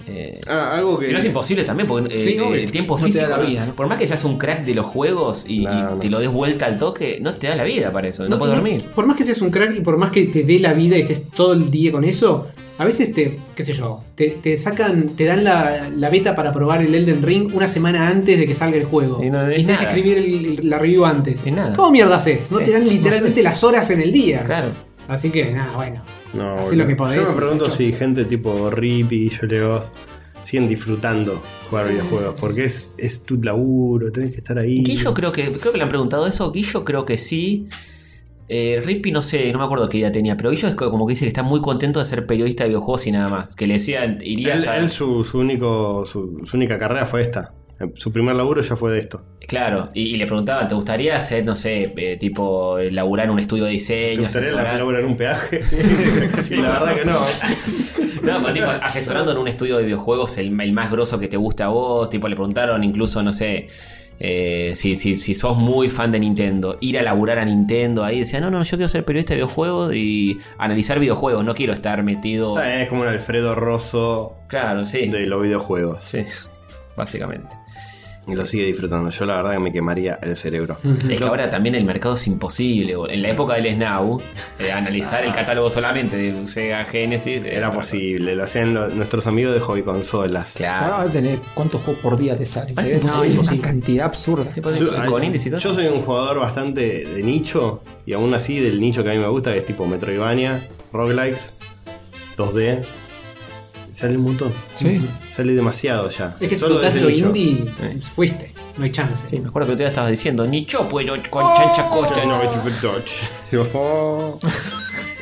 Speaker 1: Eh,
Speaker 2: Ah, algo que.
Speaker 1: Si no es imposible también, porque eh,
Speaker 5: Sí,
Speaker 1: eh,
Speaker 5: obvio.
Speaker 1: el tiempo
Speaker 3: No te
Speaker 1: físico.
Speaker 3: da la vida, ¿no?
Speaker 1: Por más que seas un crack de los juegos y, y
Speaker 2: No, no.
Speaker 1: te lo des vuelta al toque, no te da la vida para eso. No, puedes dormir.
Speaker 5: Por más que seas un crack y por más que te dé la vida y estés todo el día con eso, a veces te, qué sé yo, te, te sacan, te dan la, la beta para probar el Elden Ring una semana antes de que salga el juego.
Speaker 1: Y no es
Speaker 5: tenés que
Speaker 1: nada.
Speaker 5: escribir el- el- la review antes.
Speaker 1: Es nada.
Speaker 5: ¿Cómo mierda haces? No
Speaker 1: Sí,
Speaker 5: te dan
Speaker 1: no
Speaker 5: literalmente
Speaker 1: haces.
Speaker 5: las horas en el día.
Speaker 1: Claro.
Speaker 5: Así que nada, bueno.
Speaker 2: No,
Speaker 5: Así lo que podés,
Speaker 2: Yo me pregunto
Speaker 5: muchacho.
Speaker 2: si gente tipo Rippy y Yoleos siguen disfrutando
Speaker 5: Mm.
Speaker 2: jugar videojuegos. Porque es, es tu laburo, tenés que estar ahí.
Speaker 1: Guillo creo que creo que le han preguntado eso. Guillo creo que sí. Eh, Rippy no sé, no me acuerdo qué idea tenía, pero Guillo es co- como que dice que está muy contento de ser periodista de videojuegos y nada más. Que le decían, irías
Speaker 2: Él,
Speaker 1: a-
Speaker 2: él su, su único, su, su única carrera fue esta. Su primer laburo ya fue de esto.
Speaker 1: Claro, y, y le preguntaban, ¿te gustaría ser, no sé, eh, tipo, laburar en un estudio de
Speaker 2: ¿Te
Speaker 1: diseño?
Speaker 2: gustaría
Speaker 1: asesorar?
Speaker 2: laburar en un peaje? Y la verdad que no.
Speaker 1: No, pero tipo, asesorando en un estudio de videojuegos, el, el más grosso que te gusta a vos, tipo, le preguntaron incluso, no sé, eh, si, si, si sos muy fan de Nintendo, ir a laburar a Nintendo ahí, decía, no, no, yo quiero ser periodista de videojuegos y analizar videojuegos, no quiero estar metido...
Speaker 2: Ah, Es como un Alfredo Rosso
Speaker 1: Claro, sí.
Speaker 2: de los videojuegos.
Speaker 1: Sí, básicamente.
Speaker 2: Y lo sigue disfrutando. Yo la verdad que me quemaría el cerebro.
Speaker 1: Es que ahora también el mercado es imposible. boludo. En la época del SNAU, eh, analizar el catálogo solamente de Sega Genesis eh,
Speaker 2: Ah. Era posible, lo hacían lo- nuestros amigos de Hobby Consolas.
Speaker 1: Claro.
Speaker 3: Ahora vas a tener cuántos juegos por día te salen.
Speaker 1: Parece
Speaker 3: Te debe salir
Speaker 5: imposible.
Speaker 3: una cantidad absurda.
Speaker 1: Sí, podés-
Speaker 2: Yo,
Speaker 1: con
Speaker 2: ay,
Speaker 1: índice y todo.
Speaker 2: yo soy un jugador bastante de nicho y aún así del nicho que a mí me gusta, que es tipo Metroidvania, roguelikes, 2D. Sale un montón.
Speaker 3: Sí.
Speaker 2: Sale demasiado ya.
Speaker 5: Es que
Speaker 2: Solo
Speaker 5: si
Speaker 2: de ese
Speaker 5: tocás lo
Speaker 2: nicho.
Speaker 5: indie, fuiste. No hay chance.
Speaker 1: Sí, me acuerdo que tú ya estabas diciendo, ni yo puedo con
Speaker 2: Oh.
Speaker 1: chancha cocha.
Speaker 2: Ya no, es super touch. Ojo.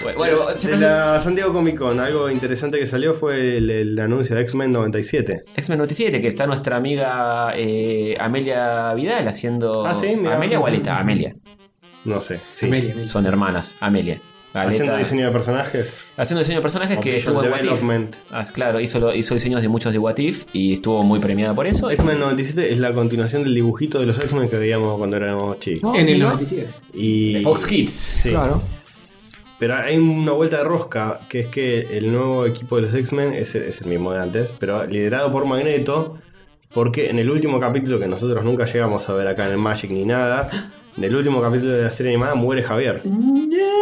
Speaker 1: Bueno, bueno, se
Speaker 2: Oh. De
Speaker 1: presenta-
Speaker 2: la San Diego Comic Con, algo interesante que salió fue el, el anuncio de X-Men 97.
Speaker 1: X-Men 97, que está nuestra amiga eh, Amelia Vidal haciendo.
Speaker 2: Ah, sí, mira.
Speaker 1: Amelia o Aleta, Amelia.
Speaker 2: No sé. sí.
Speaker 5: Amelia, Amelia.
Speaker 1: Son hermanas, Amelia.
Speaker 2: Haciendo
Speaker 1: Galeta.
Speaker 2: diseño de personajes.
Speaker 1: Haciendo diseño de personajes que
Speaker 2: Visual
Speaker 1: estuvo en What If.
Speaker 2: Development.
Speaker 1: Ah, claro, hizo, lo- hizo diseños de muchos de What If y estuvo muy premiada por eso.
Speaker 2: X-Men 97 es la continuación del dibujito de los X-Men que veíamos cuando éramos chicos.
Speaker 3: No,
Speaker 5: en el
Speaker 3: mira,
Speaker 5: 97.
Speaker 2: Y
Speaker 1: De Fox Kids.
Speaker 2: Sí.
Speaker 3: Claro.
Speaker 2: Pero hay una vuelta de rosca, que es que el nuevo equipo de los X-Men es, el- es el mismo de antes, pero liderado por Magneto, porque en el último capítulo que nosotros nunca llegamos a ver acá en el Magic ni nada, en el último capítulo de la serie animada muere Javier.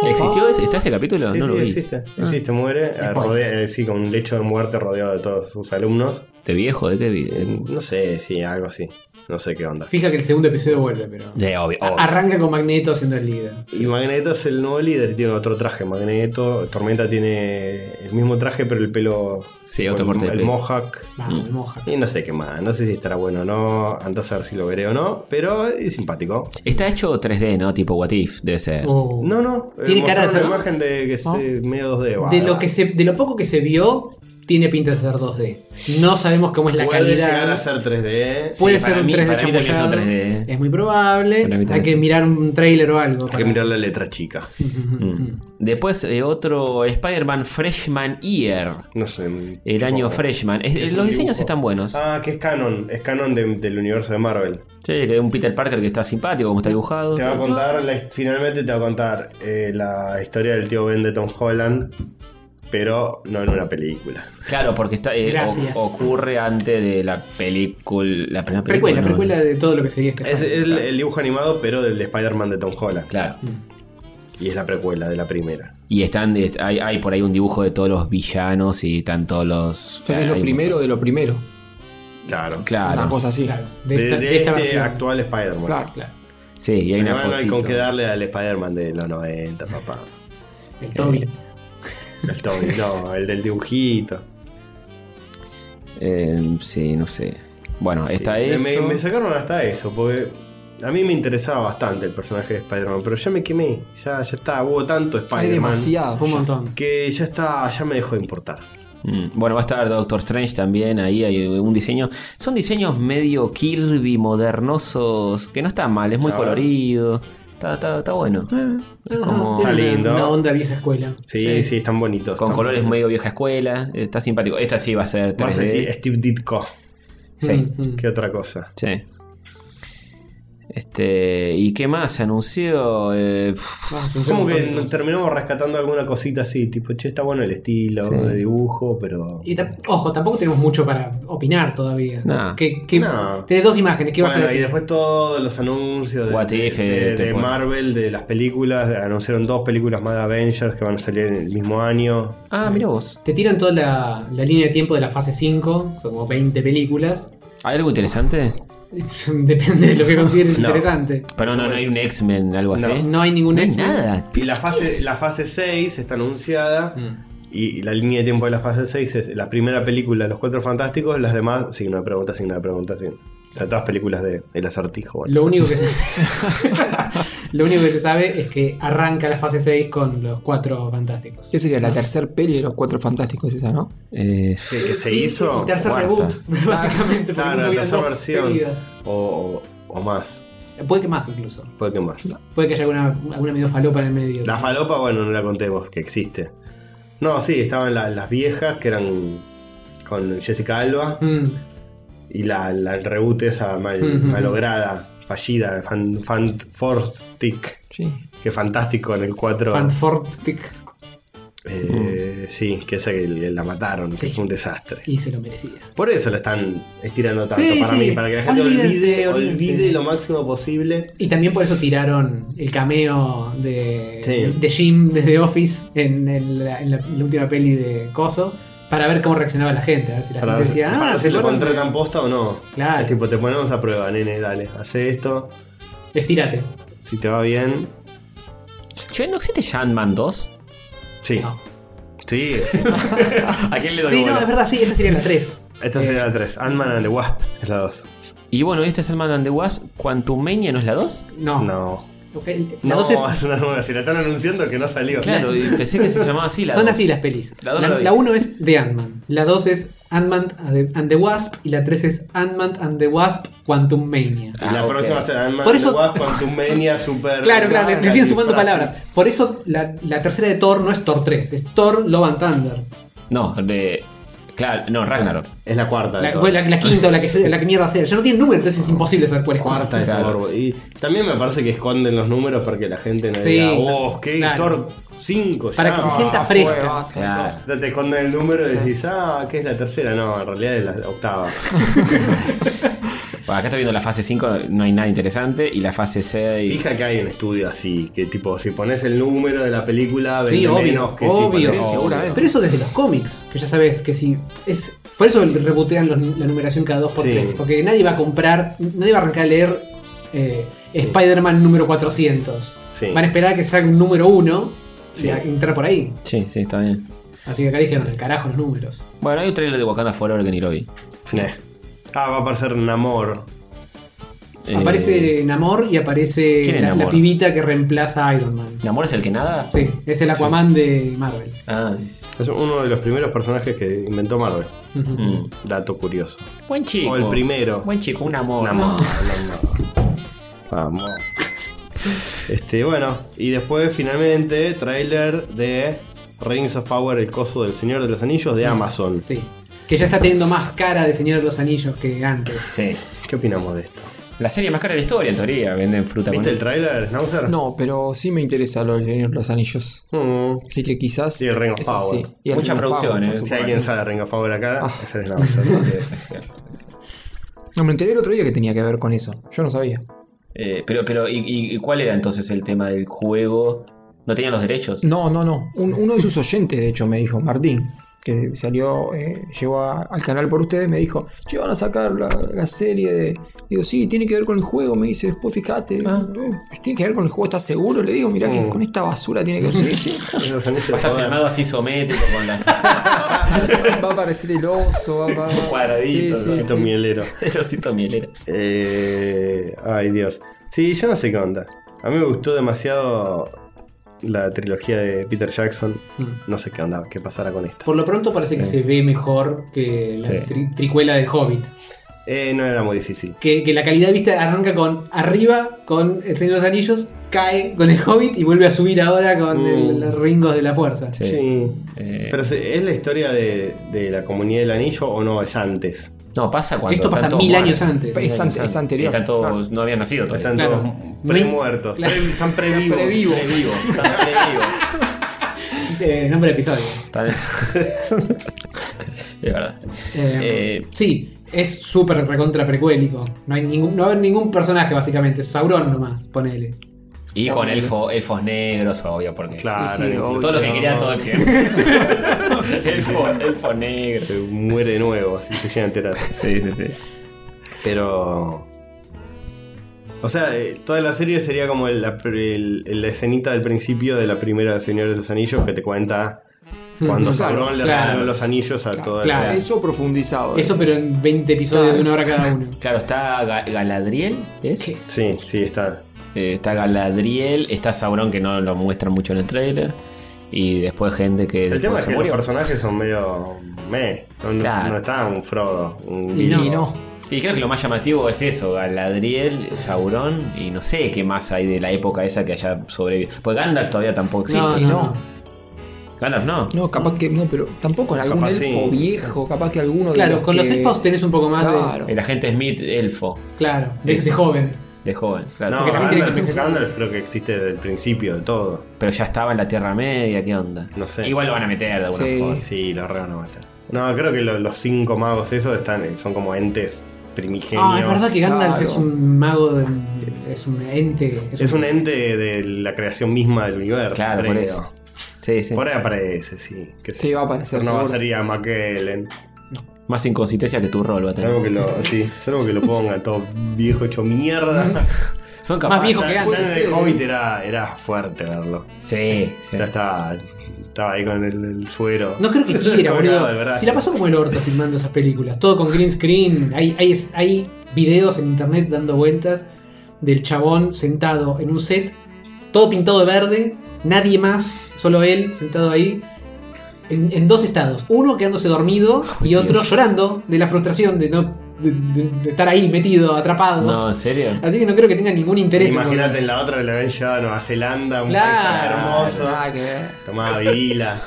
Speaker 1: ¿Existió? ese- ¿Está ese capítulo?
Speaker 2: Oh. Sí,
Speaker 1: no
Speaker 2: sí,
Speaker 1: lo vi. Ah.
Speaker 2: existe, existe, muere, eh, rodea- eh, sí, con un lecho de muerte rodeado de todos sus alumnos.
Speaker 1: ¿De viejo? ¿De qué vi?
Speaker 2: Eh, No sé, sí, algo así. No sé qué onda.
Speaker 5: Fija que el segundo episodio vuelve, pero.
Speaker 1: De obvio.
Speaker 5: A-
Speaker 1: obvio.
Speaker 2: Ah,
Speaker 5: Arranca con Magneto siendo el líder.
Speaker 2: Y Magneto es el nuevo líder, y tiene otro traje. Magneto, Tormenta tiene el mismo traje, pero el pelo.
Speaker 1: Sí, otro corte de
Speaker 2: El
Speaker 1: pelo.
Speaker 2: mohawk.
Speaker 1: Mm.
Speaker 5: Vamos, moja.
Speaker 2: Y no sé qué más. No sé si estará bueno o no. Andás a ver si lo veré o no. Pero es simpático.
Speaker 1: Está hecho 3D, ¿no? Tipo What If, debe ser.
Speaker 5: Oh.
Speaker 2: No, no. eh,
Speaker 5: Tiene cara de
Speaker 2: mostraron
Speaker 5: ser-
Speaker 2: la imagen de que es
Speaker 5: ¿No?
Speaker 2: eh, medio 2D. va,
Speaker 5: De lo,
Speaker 2: va.
Speaker 5: que se, de lo poco que se vio, tiene pinta de ser 2D. No sabemos cómo es la
Speaker 2: Puede
Speaker 5: calidad.
Speaker 2: llegar a ser 3D.
Speaker 5: Puede
Speaker 1: Sí,
Speaker 5: ser
Speaker 1: para
Speaker 5: un
Speaker 1: mí-
Speaker 5: 3D
Speaker 1: para mí también
Speaker 5: chamullado.
Speaker 1: son 3D, eh.
Speaker 5: Es muy probable.
Speaker 1: Para mí también
Speaker 5: Hay que
Speaker 1: sí.
Speaker 5: mirar un trailer o algo.
Speaker 2: Hay que mirar la letra chica.
Speaker 1: Mm. Después eh, otro Spider-Man Freshman Year.
Speaker 2: No sé.
Speaker 1: El año
Speaker 2: tampoco.
Speaker 1: Freshman. Es- eh,
Speaker 2: Es un
Speaker 1: los diseños
Speaker 2: dibujo.
Speaker 1: están buenos.
Speaker 2: Ah, que es canon. Es canon de- del universo de Marvel.
Speaker 1: Sí, que hay un Peter Parker que está simpático, como está dibujado.
Speaker 2: Te va a contar, la- finalmente te va a contar eh, la historia del tío Ben de Tom Holland, pero no en una película.
Speaker 1: Claro, porque está eh,
Speaker 5: Gracias.
Speaker 1: o- ocurre antes de la película. La primera película.
Speaker 5: Precuela,
Speaker 1: no,
Speaker 5: precuela
Speaker 1: no.
Speaker 5: de todo lo que sería este.
Speaker 2: Es
Speaker 5: juego.
Speaker 2: el, el dibujo animado, pero del de Spider-Man de Tom Holland.
Speaker 1: Claro.
Speaker 5: Mm.
Speaker 2: Y es la precuela de la primera.
Speaker 1: Y están es- hay, hay por ahí un dibujo de todos los villanos y están todos los.
Speaker 3: O sea, que es
Speaker 1: hay
Speaker 3: lo
Speaker 1: un
Speaker 3: primero de lo primero.
Speaker 2: Claro.
Speaker 1: Claro.
Speaker 3: Una cosa así.
Speaker 5: Claro, de
Speaker 2: De,
Speaker 5: esta,
Speaker 2: de
Speaker 5: de esta
Speaker 2: este
Speaker 5: versión.
Speaker 2: actual Spider-Man.
Speaker 3: Claro.
Speaker 5: Claro,
Speaker 1: Sí, y hay
Speaker 2: Pero
Speaker 1: una
Speaker 2: bueno, no hay
Speaker 1: fotito.
Speaker 2: con qué darle al Spider-Man de los 90, papá.
Speaker 5: el
Speaker 2: Eh,
Speaker 5: Toby.
Speaker 2: El Toby, no, el del dibujito.
Speaker 1: Eh, sí, no sé. Bueno, está
Speaker 2: Sí.
Speaker 1: eso.
Speaker 2: Me, me sacaron hasta eso, porque a mí me interesaba bastante el personaje de Spider-Man, pero ya me quemé. Ya, ya está, hubo tanto
Speaker 3: Hay
Speaker 2: Spider-Man.
Speaker 3: demasiado.
Speaker 5: Ah, Fue un
Speaker 3: ya.
Speaker 5: montón.
Speaker 2: Que ya está, ya me dejó de importar.
Speaker 1: Mm, Bueno, va a estar Doctor Strange también, ahí hay un diseño. Son diseños medio Kirby, modernosos, que no están mal, es muy
Speaker 2: Ah.
Speaker 1: colorido. Está, está, está bueno. Es como
Speaker 5: Tiene
Speaker 2: Está
Speaker 5: una-
Speaker 2: lindo.
Speaker 5: Una onda vieja escuela.
Speaker 2: Sí,
Speaker 1: Sí.
Speaker 2: sí, están bonitos.
Speaker 1: con
Speaker 2: están
Speaker 1: colores
Speaker 2: bonitos.
Speaker 1: medio vieja escuela, está simpático. Esta sí va a ser
Speaker 2: Más esti-
Speaker 1: 3D.
Speaker 2: Steve Ditko
Speaker 1: Sí,
Speaker 5: Mm, mm.
Speaker 2: que otra cosa.
Speaker 1: sí. Este, ¿y qué más se anunció? Eh,
Speaker 5: Vamos, un
Speaker 2: Como que
Speaker 5: montón de
Speaker 2: nos
Speaker 5: cosas.
Speaker 2: terminamos rescatando alguna cosita así, tipo, che, está bueno el estilo
Speaker 1: Sí.
Speaker 2: de dibujo, pero.
Speaker 5: Y ta- ojo, tampoco tenemos mucho para opinar todavía.
Speaker 1: No.
Speaker 5: Que, que-
Speaker 2: No.
Speaker 5: Tenés dos imágenes, ¿qué vas
Speaker 2: Bueno,
Speaker 5: a
Speaker 2: y
Speaker 5: decir?
Speaker 2: después todos los anuncios de,
Speaker 1: What If,
Speaker 2: de- de-
Speaker 1: eh, te
Speaker 2: de
Speaker 1: pone.
Speaker 2: Marvel, de las películas. Anunciaron dos películas más de Avengers que van a salir en el mismo año.
Speaker 1: ah, mira vos.
Speaker 5: Te tiran toda la, la línea de tiempo de la fase 5, son como 20 películas.
Speaker 1: ¿Hay algo interesante?
Speaker 5: Depende de lo que consideres
Speaker 2: No.
Speaker 5: interesante.
Speaker 1: Pero no, no hay un X-Men, algo así.
Speaker 2: No.
Speaker 1: No,
Speaker 5: No hay ningún
Speaker 1: hay
Speaker 5: X-Men.
Speaker 1: nada.
Speaker 2: Y la fase, la fase 6 está anunciada.
Speaker 5: Mm.
Speaker 2: Y la línea de tiempo de la fase 6 es la primera película, Los Cuatro Fantásticos, las demás, signo de pregunta, signo de pregunta, signo. O sea, todas películas de El Acertijo. bueno,
Speaker 5: Lo
Speaker 2: sí.
Speaker 5: único, que se, lo único que se sabe es que arranca la fase 6 con los cuatro fantásticos.
Speaker 3: ¿Qué sería? La tercera peli de los cuatro fantásticos esa, ¿no?
Speaker 1: Eh,
Speaker 2: que, que se
Speaker 5: Sí,
Speaker 2: hizo.
Speaker 5: el tercer
Speaker 1: cuarta.
Speaker 5: reboot, básicamente. porque
Speaker 2: Claro,
Speaker 5: nunca
Speaker 2: la
Speaker 5: hubieron
Speaker 2: tercera
Speaker 5: dos
Speaker 2: versión.
Speaker 5: seguidas.
Speaker 2: O, o- o más.
Speaker 5: Puede que más incluso.
Speaker 2: Puede que más.
Speaker 5: Puede que haya alguna, alguna medio falopa en el medio.
Speaker 2: La falopa, bueno, no la contemos, que existe. No, sí, estaban la- las viejas, que eran con Jessica Alba,
Speaker 5: Mm,
Speaker 2: y la, la el reboot esa mal-
Speaker 5: Ujú.
Speaker 2: malograda, fallida, fan, fan Forstic,
Speaker 3: Sí.
Speaker 2: que fantástico en el 4.
Speaker 5: Fanfortic.
Speaker 2: Eh, Sí, que esa que le- la mataron,
Speaker 5: Sí.
Speaker 2: que fue un desastre.
Speaker 5: Y se lo merecía.
Speaker 2: Por eso la están estirando tanto
Speaker 5: Sí,
Speaker 2: para
Speaker 5: sí.
Speaker 2: mí, para que la gente
Speaker 5: Olvídense,
Speaker 2: olvide,
Speaker 5: olvídense.
Speaker 2: olvide lo máximo posible.
Speaker 5: Y también por eso tiraron el cameo de,
Speaker 2: Sí.
Speaker 5: de Jim desde Office en, el- en la, en la última peli de Coso. Para ver cómo reaccionaba la gente. A ver si la
Speaker 2: Para,
Speaker 5: gente decía,
Speaker 2: para
Speaker 5: ah,
Speaker 2: si
Speaker 5: se
Speaker 2: lo
Speaker 5: acuerdan de-
Speaker 2: contratan posta o no.
Speaker 5: Claro.
Speaker 2: Es tipo, te ponemos a prueba, nene, dale, hace esto.
Speaker 5: Estírate.
Speaker 2: Si te va bien,
Speaker 1: Che, ¿no existe Shandman 2?
Speaker 2: sí.
Speaker 5: No.
Speaker 2: Sí,
Speaker 1: ¿A quién le
Speaker 5: Sí, no, es verdad, sí, esta sería la 3.
Speaker 2: esta sería la 3. Ant-Man and the Wasp es la 2.
Speaker 1: Y bueno, este es el Man and the Wasp. ¿Quantumania no es la 2?
Speaker 5: No.
Speaker 2: No.
Speaker 5: El- la
Speaker 2: No,
Speaker 5: dos es-
Speaker 2: va a sonar nueva. Si la están anunciando que no salió.
Speaker 1: Claro, y pensé que se llamaba así la
Speaker 5: son
Speaker 1: dos.
Speaker 5: así las pelis.
Speaker 1: La dos no la vi.
Speaker 5: 1 es The Ant-Man. La 2 es Ant-Man and the Wasp. Y la 3 es Ant-Man and the Wasp Quantum Mania.
Speaker 2: Y la
Speaker 1: Ah, ok.
Speaker 2: próxima será Ant-Man
Speaker 5: Por
Speaker 2: and the
Speaker 5: eso-
Speaker 2: Wasp, Quantum Mania, Super.
Speaker 5: Claro, claro, le, le siguen sumando
Speaker 2: Disfraz.
Speaker 5: palabras. Por eso la, la tercera de Thor no es Thor 3, es Thor Love and Thunder.
Speaker 1: No, de. Claro, no, Ragnarok.
Speaker 2: Es la cuarta. de
Speaker 5: La,
Speaker 2: todas.
Speaker 5: la- la quinta o la que, sea- la que mierda sea. Ya no tiene número, entonces es imposible saber cuál es cuál.
Speaker 2: Cuarta de
Speaker 1: Claro.
Speaker 2: Thor. Y también me parece que esconden los números para que la gente no
Speaker 5: Sí,
Speaker 2: diga,
Speaker 5: claro.
Speaker 2: oh, ¿qué?
Speaker 5: Claro.
Speaker 2: Thor 5
Speaker 5: Para que se sienta
Speaker 3: Ah,
Speaker 5: fresca.
Speaker 3: fue, basta,
Speaker 1: Claro.
Speaker 2: Te esconden el número y decís, ah, ¿qué es la tercera? No, en realidad es la octava.
Speaker 1: Bueno, acá estoy viendo la fase 5, no hay nada interesante. Y la fase 6.
Speaker 2: Fija que hay un estudio así, que tipo, si pones el número de la película, vende
Speaker 5: Sí, obvio,
Speaker 2: menos que si
Speaker 5: obvio.
Speaker 2: pones-
Speaker 3: Sí, seguramente.
Speaker 5: Pero eso desde los cómics, que ya sabes que si es por eso rebotean los- la numeración cada 2 por
Speaker 2: Sí.
Speaker 5: 3 porque nadie va a comprar, nadie va a arrancar a leer eh, Spider-Man número 400.
Speaker 2: Sí.
Speaker 5: Van a esperar a que salga un número 1
Speaker 2: Sí.
Speaker 5: y a entrar por ahí.
Speaker 1: Sí, sí, está bien.
Speaker 5: Así que acá dijeron, el carajo los números.
Speaker 1: Bueno, hay un trailer de Wakanda Forever que ni lo vi.
Speaker 2: Neh. Ah, va a aparecer Namor.
Speaker 1: Eh,
Speaker 5: Aparece Namor y aparece
Speaker 1: ¿Quién es
Speaker 5: la, la
Speaker 1: Namor?
Speaker 5: pibita que reemplaza a Iron Man.
Speaker 1: ¿Namor es el que nada?
Speaker 5: Sí, es el Aquaman de Marvel.
Speaker 1: Ah, es.
Speaker 2: Es uno de los primeros personajes que inventó Marvel.
Speaker 1: Mm.
Speaker 2: Dato curioso.
Speaker 1: Buen chico.
Speaker 2: O el primero.
Speaker 1: Buen chico, un amor.
Speaker 2: Namor, Namor. Vamos. Este, bueno, y después finalmente, trailer de Rings of Power, el coso del Señor de los Anillos de Amazon.
Speaker 5: Sí. Que ya está teniendo más cara de Señor de los Anillos que antes.
Speaker 1: Sí.
Speaker 2: ¿Qué opinamos de esto?
Speaker 1: La serie más cara de la historia, en teoría. Venden fruta
Speaker 2: ¿Viste
Speaker 1: con-
Speaker 2: el trailer, Snauzer?
Speaker 3: No, pero sí me interesa lo del Señor de los Anillos.
Speaker 2: Mm.
Speaker 3: Así que quizás.
Speaker 2: Sí, el Ring of
Speaker 3: eso
Speaker 2: Power. ¿eh?
Speaker 3: sí. Y el
Speaker 1: Muchas
Speaker 3: Ring of Power,
Speaker 1: producciones,
Speaker 3: por
Speaker 2: Si
Speaker 3: supuesto.
Speaker 2: alguien sabe Ring of Power acá, es el Schnauzer, así que-
Speaker 3: No, me enteré el otro día que tenía que ver con eso. Yo no sabía.
Speaker 1: Eh, pero, pero ¿y- ¿y, y cuál era entonces el tema del juego? ¿No tenían los derechos?
Speaker 3: No, no, no. Un- uno de sus oyentes, de hecho, me dijo, Martín, que salió, eh, llegó a- al canal por ustedes, me dijo, che, van a sacar la, la serie de... Digo, sí, tiene que ver con el juego, me dice, después fijate. "Eh, tiene que ver con el juego, ¿estás seguro? Le digo, mirá que
Speaker 2: Mm.
Speaker 3: con esta basura tiene que ver. Sí, sí.
Speaker 2: Los Anillos
Speaker 1: Va a
Speaker 2: de
Speaker 1: estar
Speaker 2: Poder.
Speaker 1: filmado así isométrico con las.
Speaker 3: Va a aparecer el oso, va a aparecer...
Speaker 1: Cuadradito,
Speaker 3: sí,
Speaker 1: ¿no?
Speaker 3: sí,
Speaker 2: Osito
Speaker 3: sí.
Speaker 2: mielero.
Speaker 1: el osito mielera.
Speaker 2: Eh, ay, Dios. Sí, yo no sé qué onda. A mí me gustó demasiado la trilogía de Peter Jackson. No sé qué onda, qué pasará con esta.
Speaker 5: Por lo pronto parece que se ve mejor que la
Speaker 1: Sí.
Speaker 5: tri- tricuela del Hobbit.
Speaker 2: Eh, no era muy difícil.
Speaker 5: Que, que la calidad de vista arranca con arriba, con el Señor de los Anillos, cae con el Hobbit y vuelve a subir ahora con el-
Speaker 2: Mm.
Speaker 5: los ringos de la fuerza.
Speaker 1: Sí. Eh,
Speaker 2: Pero se- ¿es la historia de, de la comunidad del anillo o no? Es antes.
Speaker 1: no, pasa cuando.
Speaker 5: Esto pasa
Speaker 1: están todos
Speaker 5: mil
Speaker 1: muertos.
Speaker 5: años antes.
Speaker 3: Es, ante- es anterior.
Speaker 1: Están todos,
Speaker 3: Claro.
Speaker 1: no habían nacido todavía.
Speaker 2: Están
Speaker 5: Claro.
Speaker 2: todos pre-muertos.
Speaker 5: Claro.
Speaker 2: pre- están pre-vivos.
Speaker 3: Previvo.
Speaker 1: Previvos, están previvos.
Speaker 5: Eh, nombre de episodio.
Speaker 1: Están- es verdad.
Speaker 5: Eh,
Speaker 1: Eh,
Speaker 5: sí, es súper recontra precuélico. No, hay ningún, no va a haber ningún personaje básicamente. Sauron nomás, ponele.
Speaker 1: Y con elfo- elfos negros, obvio, porque.
Speaker 2: Claro,
Speaker 3: Sí, sí,
Speaker 2: el-
Speaker 3: obvio.
Speaker 1: Todo lo que quería todo el tiempo. elfo, elfo negro.
Speaker 2: Se muere de nuevo, así se llega a enterar.
Speaker 1: Sí, sí, sí.
Speaker 2: Pero. O sea, eh, toda la serie sería como el- la, pre- el- la escenita del principio de la primera del Señor de los Anillos que te cuenta cuando
Speaker 3: Mm, claro,
Speaker 2: Sauron le
Speaker 5: claro.
Speaker 2: regaló los anillos a toda
Speaker 5: claro.
Speaker 2: la.
Speaker 3: Eso profundizado.
Speaker 5: Eso,
Speaker 3: es.
Speaker 5: pero en 20 episodios
Speaker 3: Claro.
Speaker 5: de una hora cada uno.
Speaker 1: Claro, está Ga- Galadriel. ¿es?
Speaker 2: Sí, sí, está.
Speaker 1: Eh, está Galadriel, está Sauron, que no lo muestran mucho en el trailer. Y después gente que.
Speaker 2: El
Speaker 1: después
Speaker 2: tema es
Speaker 1: se
Speaker 2: que los
Speaker 1: murió.
Speaker 2: personajes son medio. meh. No, no-
Speaker 1: Claro.
Speaker 2: no está un Frodo. Un
Speaker 5: Y no.
Speaker 3: Y no.
Speaker 1: Y creo que lo más llamativo es eso: Galadriel, Sauron. Y no sé qué más hay de la época esa que haya sobrevivido. Pues Gandalf todavía tampoco existe.
Speaker 5: No,
Speaker 3: Y no.
Speaker 1: Gandalf no.
Speaker 3: No, capaz que... No, pero tampoco algún
Speaker 2: Capaz sí,
Speaker 3: elfo
Speaker 2: sí.
Speaker 3: viejo, capaz que alguno de
Speaker 5: Claro, con los
Speaker 3: que-
Speaker 5: elfos tenés un poco más
Speaker 3: Claro.
Speaker 1: El agente Smith, elfo,
Speaker 5: de. Claro, de, de joven.
Speaker 1: de joven. Claro.
Speaker 2: No,
Speaker 5: Porque también tiene que
Speaker 2: Gandalf,
Speaker 5: ser-
Speaker 2: Gandalf creo que existe desde el principio de todo.
Speaker 1: Pero ya estaba en la Tierra Media, ¿qué onda?
Speaker 2: No sé.
Speaker 1: Igual lo van a meter de alguna
Speaker 3: Sí.
Speaker 1: forma.
Speaker 2: Sí, lo re no va a estar. No, creo que lo- los cinco magos esos están, eh, son como entes primigenios.
Speaker 5: Ah, es verdad que Gandalf
Speaker 3: Claro.
Speaker 5: es un mago, de, es un ente.
Speaker 2: Es un ente de la creación misma del universo.
Speaker 1: Claro, por
Speaker 2: creo.
Speaker 1: eso. Sí, sí.
Speaker 2: Por ahí aparece, sí. qué sé
Speaker 3: Sí,
Speaker 2: yo.
Speaker 3: va a aparecer,
Speaker 2: Pero No va a
Speaker 3: seguro.
Speaker 2: salir a McKellen.
Speaker 1: Más inconsistencia que tu rol va a tener.
Speaker 2: Salvo que lo, sí, salvo que lo pongan todo viejo hecho mierda.
Speaker 1: Son capaces.
Speaker 5: Más viejo
Speaker 2: Ya-
Speaker 5: que
Speaker 2: ya
Speaker 5: antes,
Speaker 2: en el
Speaker 5: sí.
Speaker 2: Hobbit era, era fuerte verlo.
Speaker 1: Sí, sí.
Speaker 2: Ya estaba, estaba ahí con el, el suero.
Speaker 5: No creo que quiera,
Speaker 2: Colgado
Speaker 5: boludo.
Speaker 2: del brazo.
Speaker 5: Si la pasó como el orto filmando esas películas. Todo con green screen. Hay, hay, hay videos en internet dando vueltas del chabón sentado en un set todo pintado de verde, nadie más, solo él sentado ahí, en, en dos estados. Uno quedándose dormido y otro llorando de la frustración de no de, de- de estar ahí metido, atrapado.
Speaker 1: No, en serio.
Speaker 5: Así que no creo que tenga ningún interés. en
Speaker 2: Imagínate en la otra la ven llevada a Nueva Zelanda, un
Speaker 5: Claro.
Speaker 2: país hermoso.
Speaker 3: Nada que ver.
Speaker 2: Tomá, vivila.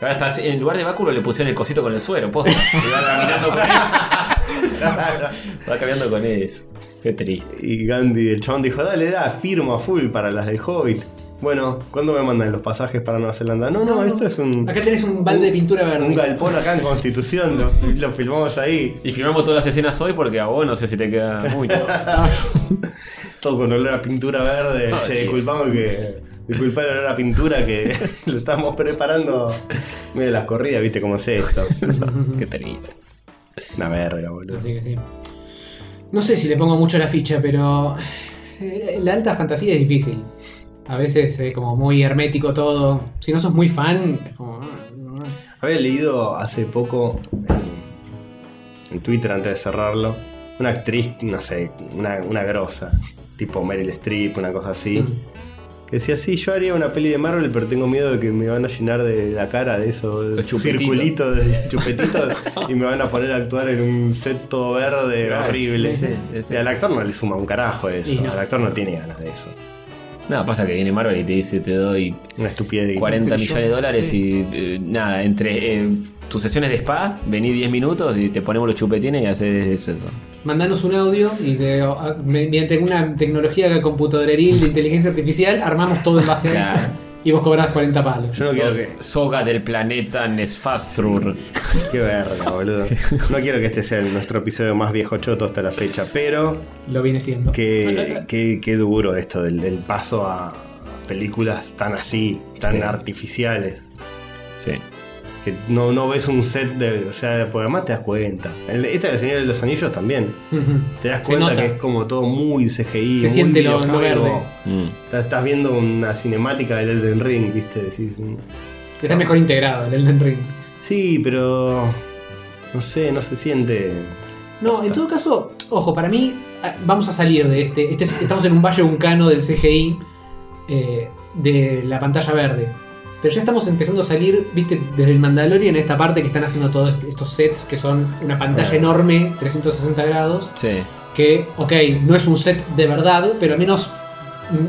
Speaker 1: Ahora está- en lugar de báculo le pusieron el cosito con el suero, posta. Y va caminando con eso. Va caminando con eso. Qué triste.
Speaker 2: Y Gandhi, el chabón dijo, dale, da, firmo a full para las del Hobbit. Bueno, ¿cuándo me mandan los pasajes para Nueva Zelanda? No, no, esto es un...
Speaker 5: Acá tenés un balde de pintura verde.
Speaker 2: Un galpón acá en Constitución, lo, lo filmamos ahí,
Speaker 1: Y filmamos todas las escenas hoy porque a vos no sé si te queda mucho.
Speaker 2: todo con olor a pintura verde. che, disculpame que. Disculpa el olor a pintura que lo estamos preparando. Mira las corridas, viste cómo es esto.
Speaker 1: Qué triste.
Speaker 2: Una verga, boludo.
Speaker 5: Así que sí. No sé si le pongo mucho la ficha, pero eh, la alta fantasía es difícil. A veces es como muy hermético todo. Si no sos muy fan, es como... ah, no.
Speaker 2: Había leído hace poco eh, en- en Twitter antes de cerrarlo. Una actriz, no sé, una, una grosa, tipo Meryl Streep, una cosa así.
Speaker 1: Mm.
Speaker 2: Que decía, sí, yo haría una peli de Marvel, pero tengo miedo de que me van a llenar de la cara de esos
Speaker 1: chupetitos.
Speaker 2: circulitos de chupetitos y me van a poner a actuar en un set todo verde
Speaker 1: Ah,
Speaker 2: horrible.
Speaker 1: sí, sí, sí.
Speaker 2: Y al actor no le suma un carajo eso.
Speaker 5: Y no.
Speaker 2: Al actor no tiene ganas de eso.
Speaker 1: No, pasa que viene Marvel y te dice, te doy
Speaker 2: Una estupidez.
Speaker 1: 40 millones de dólares y eh, nada, entre eh, tus sesiones de spa, vení 10 minutos y te ponemos los chupetines y haces eso.
Speaker 5: Mandanos un audio y de- a- me- mediante una tecnología computadoreril de inteligencia artificial armamos todo en base a eso.
Speaker 1: Claro.
Speaker 5: Y vos cobrás 40 palos.
Speaker 2: Yo no quiero
Speaker 1: Sos
Speaker 2: que.
Speaker 1: Soga del planeta Nesfastrur.
Speaker 2: Qué verga, boludo. No quiero que este sea nuestro episodio más viejo choto hasta la fecha, pero
Speaker 5: Lo viene siendo.
Speaker 2: qué, qué, qué duro esto del, del paso a películas tan así, tan artificiales.
Speaker 1: Sí.
Speaker 2: Que no, no ves un set de. O sea, porque además te das cuenta. El- Esta del Señor de los Anillos también.
Speaker 5: Ujú.
Speaker 2: Te das
Speaker 5: Se
Speaker 2: cuenta
Speaker 5: nota.
Speaker 2: que es como todo muy CGI.
Speaker 5: Se
Speaker 2: muy
Speaker 5: siente lo- lo
Speaker 2: videojuego.
Speaker 5: verde.
Speaker 1: Mm.
Speaker 2: Estás- Estás viendo una cinemática del Elden Ring, ¿viste? Decís, mm,
Speaker 5: Está mejor integrado el Elden Ring.
Speaker 2: sí, pero. No sé, no se siente.
Speaker 5: No, en todo caso, ojo, para mí ah, vamos a salir de este. este es- estamos en un valle buncano del CGI eh, de la pantalla verde. Pero ya estamos empezando a salir, viste, desde el Mandalorian en esta parte que están haciendo todos est- estos sets que son una pantalla
Speaker 2: Ah.
Speaker 5: enorme, 360 grados,
Speaker 1: Sí.
Speaker 5: que, ok, no es un set de verdad, pero al menos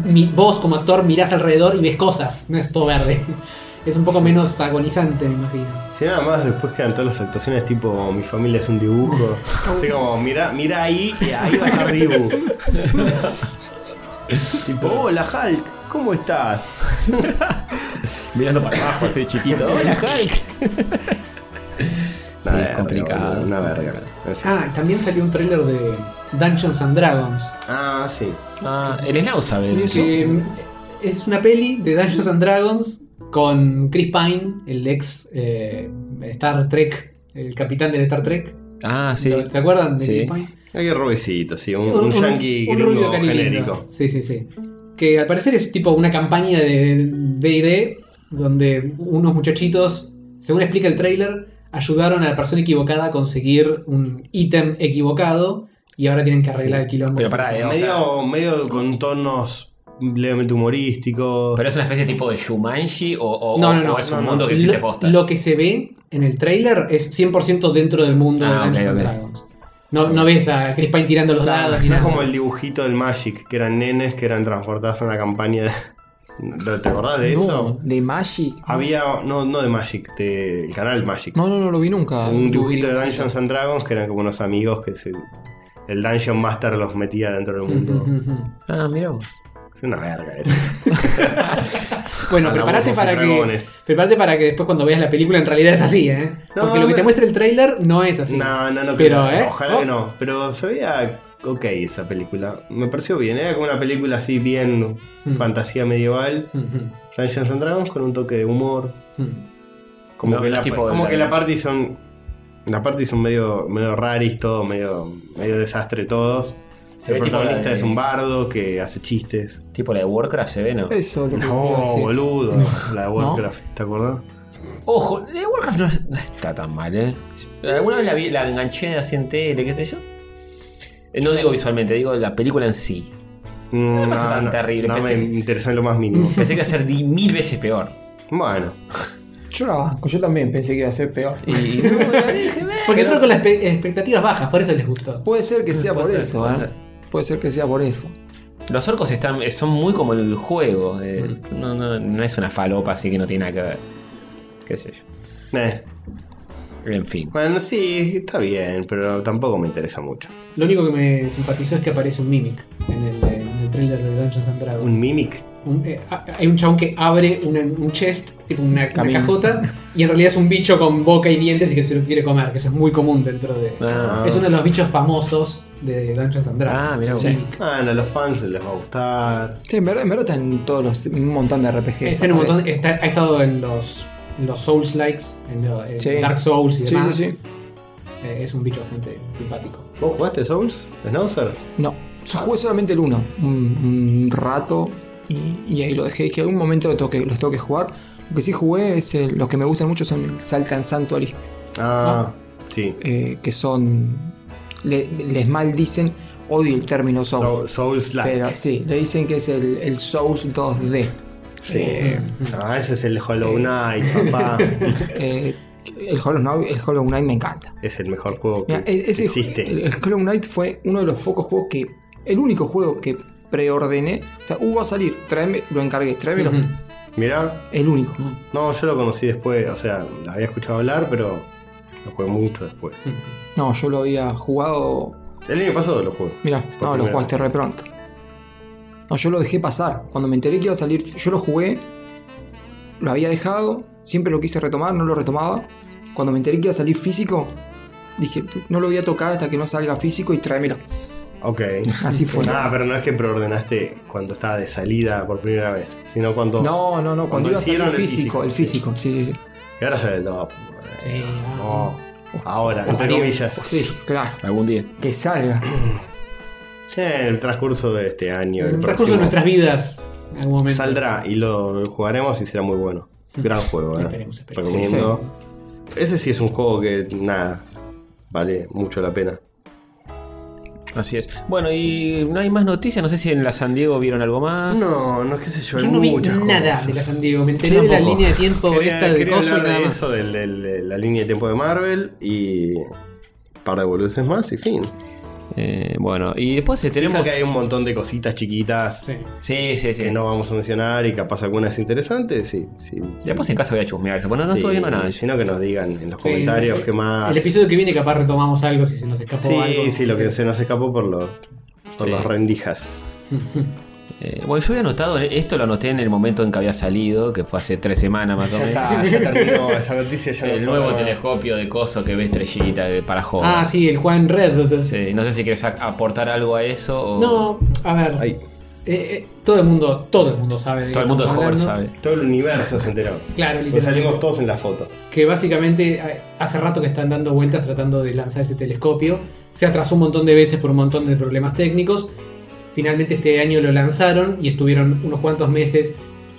Speaker 5: mi- vos como actor mirás alrededor y ves cosas, no es todo verde. Es un poco menos agonizante, me imagino.
Speaker 2: Si nada más después quedan todas las actuaciones tipo mi familia es un dibujo. Así como, mirá, mirá ahí y ahí va a estar Dibu. tipo, hola Hulk, ¿cómo estás?
Speaker 1: Mirando para abajo, así chiquito. Hola, Hulk.
Speaker 2: Una
Speaker 1: es
Speaker 2: verga,
Speaker 1: complicado.
Speaker 2: boludo, Una verga.
Speaker 5: Ah, y también salió un tráiler de Dungeons and Dragons.
Speaker 2: Ah, sí.
Speaker 1: Ah, el Snow sabe. de eso.
Speaker 5: que es una peli de Dungeons and Dragons con Chris Pine, el ex eh, Star Trek, el capitán del Star Trek.
Speaker 1: Ah, sí.
Speaker 5: ¿Lo- ¿Se acuerdan de
Speaker 1: Sí.
Speaker 5: Chris Pine?
Speaker 2: Hay robecito, sí, un, un yankee
Speaker 5: un
Speaker 2: gringo
Speaker 5: rubio caribeño.
Speaker 2: genérico.
Speaker 5: Sí, sí, sí. Que al parecer es tipo una campaña de DD donde unos muchachitos, según explica el trailer, ayudaron a la persona equivocada a conseguir un ítem equivocado y ahora tienen que arreglar el quilombo.
Speaker 1: Pero
Speaker 5: que se
Speaker 1: pará,
Speaker 5: hizo.
Speaker 1: eh, o sea,
Speaker 2: medio, medio con tonos levemente humorísticos.
Speaker 1: pero es una especie tipo de Shumanji o, o-
Speaker 5: No, no, no,
Speaker 1: o es
Speaker 5: no,
Speaker 1: un
Speaker 5: no.
Speaker 1: mundo que existe
Speaker 5: lo,
Speaker 1: posta.
Speaker 5: Lo que se ve en el trailer es 100% dentro del mundo
Speaker 1: Ah,
Speaker 5: de Dungeons
Speaker 1: ok,
Speaker 5: and
Speaker 1: ok.
Speaker 5: Dragons. No, no ves a Chris Pine tirando los dados ni
Speaker 2: No es
Speaker 5: nada.
Speaker 2: como el dibujito del Magic, que eran nenes que eran transportados a una campaña de... ¿Te acordás de eso?
Speaker 3: No, de Magic.
Speaker 2: Había, no, no de Magic, del canal Magic.
Speaker 3: No, no, no lo vi
Speaker 5: ah,
Speaker 3: nunca.
Speaker 2: un
Speaker 3: Lo vi-
Speaker 2: dibujito de Dungeons and Dragons que eran como unos amigos que se, el Dungeon Master los metía dentro del
Speaker 5: Ujú,
Speaker 2: mundo.
Speaker 5: ujú.
Speaker 1: Ah, mirá vos.
Speaker 2: es una verga. eh.
Speaker 5: Bueno,
Speaker 2: Hablamos
Speaker 5: prepárate
Speaker 2: de
Speaker 5: para que,
Speaker 2: dragones.
Speaker 5: prepárate para que después cuando veas la película en realidad es así, ¿eh?
Speaker 2: No,
Speaker 5: Porque lo que
Speaker 2: no.
Speaker 5: te muestra el trailer no es así.
Speaker 2: No, no, no.
Speaker 5: Pero,
Speaker 2: creo.
Speaker 5: ¿eh?
Speaker 2: Ojalá
Speaker 5: Oh.
Speaker 2: que no. Pero se veía ok esa película. Me pareció bien. Era como una película así bien
Speaker 5: Mm.
Speaker 2: fantasía medieval.
Speaker 5: Ujú,
Speaker 2: Dungeons and Dragons con un toque de humor.
Speaker 5: ujú.
Speaker 2: Como
Speaker 1: No,
Speaker 2: que,
Speaker 1: no
Speaker 2: la,
Speaker 1: es tipo
Speaker 2: como
Speaker 1: la-
Speaker 2: que la party son... La party son medio, medio raris, todo medio, medio desastre todos.
Speaker 1: Se
Speaker 2: el
Speaker 1: ve tipo eh, la
Speaker 2: protagonista
Speaker 1: de-
Speaker 2: es un bardo que hace chistes.
Speaker 1: Tipo la de Warcraft se ve, ¿no?
Speaker 3: Eso lo que te iba a
Speaker 2: No,
Speaker 3: decir.
Speaker 2: boludo. La de Warcraft, ¿te acordás?
Speaker 1: Ojo, la de Warcraft no, es- no está tan mal, ¿eh? Alguna vez la, vi- la enganché así en tele, qué sé yo. Eh, No digo visualmente, digo la película en sí.
Speaker 2: No,
Speaker 1: me pasó tan terrible,
Speaker 2: No me
Speaker 1: pensé-
Speaker 2: interesa en lo más mínimo.
Speaker 1: Pensé que iba a ser di- mil veces peor.
Speaker 2: bueno,
Speaker 3: Yo la banco, yo también pensé que iba a ser peor.
Speaker 1: Y, y no, la dije, "Ve".
Speaker 5: Porque entró con las espe- expectativas bajas, por eso les gustó.
Speaker 3: Puede ser que sea
Speaker 1: Mm, Puede
Speaker 3: por
Speaker 1: ser,
Speaker 3: eso,
Speaker 1: puede
Speaker 3: ¿eh?
Speaker 1: ser.
Speaker 3: Puede ser que sea por eso.
Speaker 1: Los orcos están, eh, son muy como el juego. eh, no, no- no es una falopa, así que no tiene nada que ver. Qué sé yo.
Speaker 2: eh,
Speaker 1: En fin.
Speaker 2: bueno, sí, está bien, pero tampoco me interesa mucho.
Speaker 5: Lo único que me simpatizó es que aparece un Mimic en el, en el trailer de Dungeons and Dragons.
Speaker 2: Un Mimic.
Speaker 5: Un- eh, a- hay un chabón que abre una- un chest, tipo una, una
Speaker 3: Camino.
Speaker 5: cajota, y en realidad es un bicho con boca y dientes y que se lo quiere comer, que eso es muy común dentro de.
Speaker 1: Ah,
Speaker 5: Es uno de los bichos famosos de Dungeons and Dragons.
Speaker 1: Ah, mirá vos.
Speaker 5: Sí.
Speaker 2: Bueno, a los fans les va a gustar.
Speaker 3: Sí, en verdad, en verdad está en todos los. un montón de RPGs.
Speaker 5: Está en un montón-
Speaker 3: aparece.
Speaker 5: está- ha estado en los, en los Souls likes, en, lo- en
Speaker 3: Sí.
Speaker 5: Dark Souls y
Speaker 3: Sí,
Speaker 5: demás.
Speaker 3: sí, sí.
Speaker 5: Eh, es un bicho bastante simpático.
Speaker 2: ¿Vos jugaste Souls? ¿Snauzer?
Speaker 3: No, yo jugué solamente el 1, un, un rato, y, y ahí lo dejé. Que algún momento los tengo que, los tengo que jugar. Lo que sí jugué es. el- los que me gustan mucho son el Salt and Sanctuary,
Speaker 2: Ah, sí.
Speaker 3: eh, que son. le- les mal dicen, odio el término Souls.
Speaker 2: Soul- Souls
Speaker 3: pero
Speaker 2: Like.
Speaker 3: sí, le dicen que es el, el Souls 2D.
Speaker 2: Sí.
Speaker 3: Eh,
Speaker 2: Ah, ese es el Hollow Knight, papá.
Speaker 3: eh, el, Hollow Knight, el Hollow Knight me encanta.
Speaker 2: es el mejor juego que
Speaker 3: Mira, e- ese,
Speaker 2: existe.
Speaker 3: El, el Hollow Knight fue uno de los pocos juegos que. El único juego que preordené. O sea, hubo a salir, tráeme, lo encargué, tráemelo.
Speaker 5: Ujú.
Speaker 2: Mirá,
Speaker 3: El único.
Speaker 2: no, yo lo conocí después, o sea, lo había escuchado hablar, pero lo jugué mucho después.
Speaker 5: Mm.
Speaker 3: No, yo lo había jugado.
Speaker 2: El año pasado lo jugué.
Speaker 3: Mirá,
Speaker 2: Por
Speaker 3: no, lo
Speaker 2: primera
Speaker 3: jugaste
Speaker 2: vez.
Speaker 3: re pronto. No, yo lo dejé pasar. Cuando me enteré que iba a salir, yo lo jugué. Lo había dejado. Siempre lo quise retomar, no lo retomaba. Cuando me enteré que iba a salir físico, dije, no lo voy a tocar hasta que no salga físico y tráemelo.
Speaker 2: Ok.
Speaker 3: Así fue.
Speaker 2: Ah, pero no es que preordenaste cuando estaba de salida por primera vez, sino cuando.
Speaker 3: No, no,
Speaker 2: Cuando
Speaker 3: no. Cuando, iba a salir
Speaker 2: hicieron el
Speaker 3: físico, el
Speaker 2: físico,
Speaker 3: físico, sí, sí, sí.
Speaker 2: Y ahora sale el top.
Speaker 5: Sí, ah,
Speaker 2: No. Ahora, entre
Speaker 5: Ojalá.
Speaker 2: comillas.
Speaker 3: Sí, claro.
Speaker 1: Algún día.
Speaker 3: Que salga.
Speaker 2: En el transcurso de este año.
Speaker 5: En
Speaker 2: el
Speaker 5: el transcurso
Speaker 2: próximo,
Speaker 5: de nuestras vidas, en algún momento.
Speaker 2: Saldrá y lo jugaremos y será muy bueno. Gran juego, ¿eh?
Speaker 5: Mm. Esperemos, esperemos.
Speaker 2: Recomiendo. Ese sí es un juego que, nada, vale mucho la pena.
Speaker 1: Así es. Bueno, y no hay más noticias. No sé si en la San Diego vieron algo más.
Speaker 2: No, no es que sé yo,
Speaker 5: Yo no vi nada de la San Diego. Me enteré de la
Speaker 1: tampoco.
Speaker 5: línea de tiempo
Speaker 2: Quería,
Speaker 5: esta de
Speaker 2: quería
Speaker 5: coso y
Speaker 2: hablar
Speaker 5: nada
Speaker 2: de
Speaker 5: más.
Speaker 2: eso, del- del- de la línea de tiempo de Marvel y un par de boludeces más y fin.
Speaker 1: Eh, bueno, y después eh,
Speaker 2: Tenemos
Speaker 1: tenemos.
Speaker 2: que hay un montón de cositas chiquitas
Speaker 5: Sí.
Speaker 1: Sí, sí, sí.
Speaker 2: que no vamos a mencionar y capaz algunas interesantes. Sí, sí,
Speaker 1: Después
Speaker 2: sí.
Speaker 1: en casa voy a chusmear eso. Bueno, no
Speaker 2: Sí,
Speaker 1: estoy viendo nada.
Speaker 2: Sino que nos digan en los
Speaker 5: Sí,
Speaker 2: comentarios qué más.
Speaker 5: El episodio que viene capaz retomamos algo si se nos escapó
Speaker 2: Sí,
Speaker 5: algo.
Speaker 2: sí, lo que se nos escapó por los por
Speaker 1: Sí.
Speaker 2: los rendijas.
Speaker 1: Eh, bueno, yo había anotado, esto lo anoté en el momento en que había salido, que fue hace tres semanas más o menos.
Speaker 2: Ah, ya terminó esa noticia. ya no
Speaker 1: El
Speaker 2: puedo
Speaker 1: nuevo
Speaker 2: más.
Speaker 1: telescopio de coso que ve estrellita de- para joven.
Speaker 5: Ah, sí, el Juan Red.
Speaker 1: Sí, No sé si quieres aportar algo a eso o.
Speaker 5: No, a ver.
Speaker 2: Ay,
Speaker 5: eh, eh, todo el mundo, todo el mundo sabe. de
Speaker 1: Todo
Speaker 5: qué
Speaker 1: el mundo de
Speaker 5: estamos
Speaker 1: joven
Speaker 5: hablando.
Speaker 1: sabe.
Speaker 2: todo el universo se enteró.
Speaker 5: Claro,
Speaker 2: Pues salimos
Speaker 5: literalmente.
Speaker 2: todos en la foto.
Speaker 5: Que básicamente eh, hace rato que están dando vueltas tratando de lanzar este telescopio. Se atrasó un montón de veces por un montón de problemas técnicos. Finalmente este año lo lanzaron y estuvieron unos cuantos meses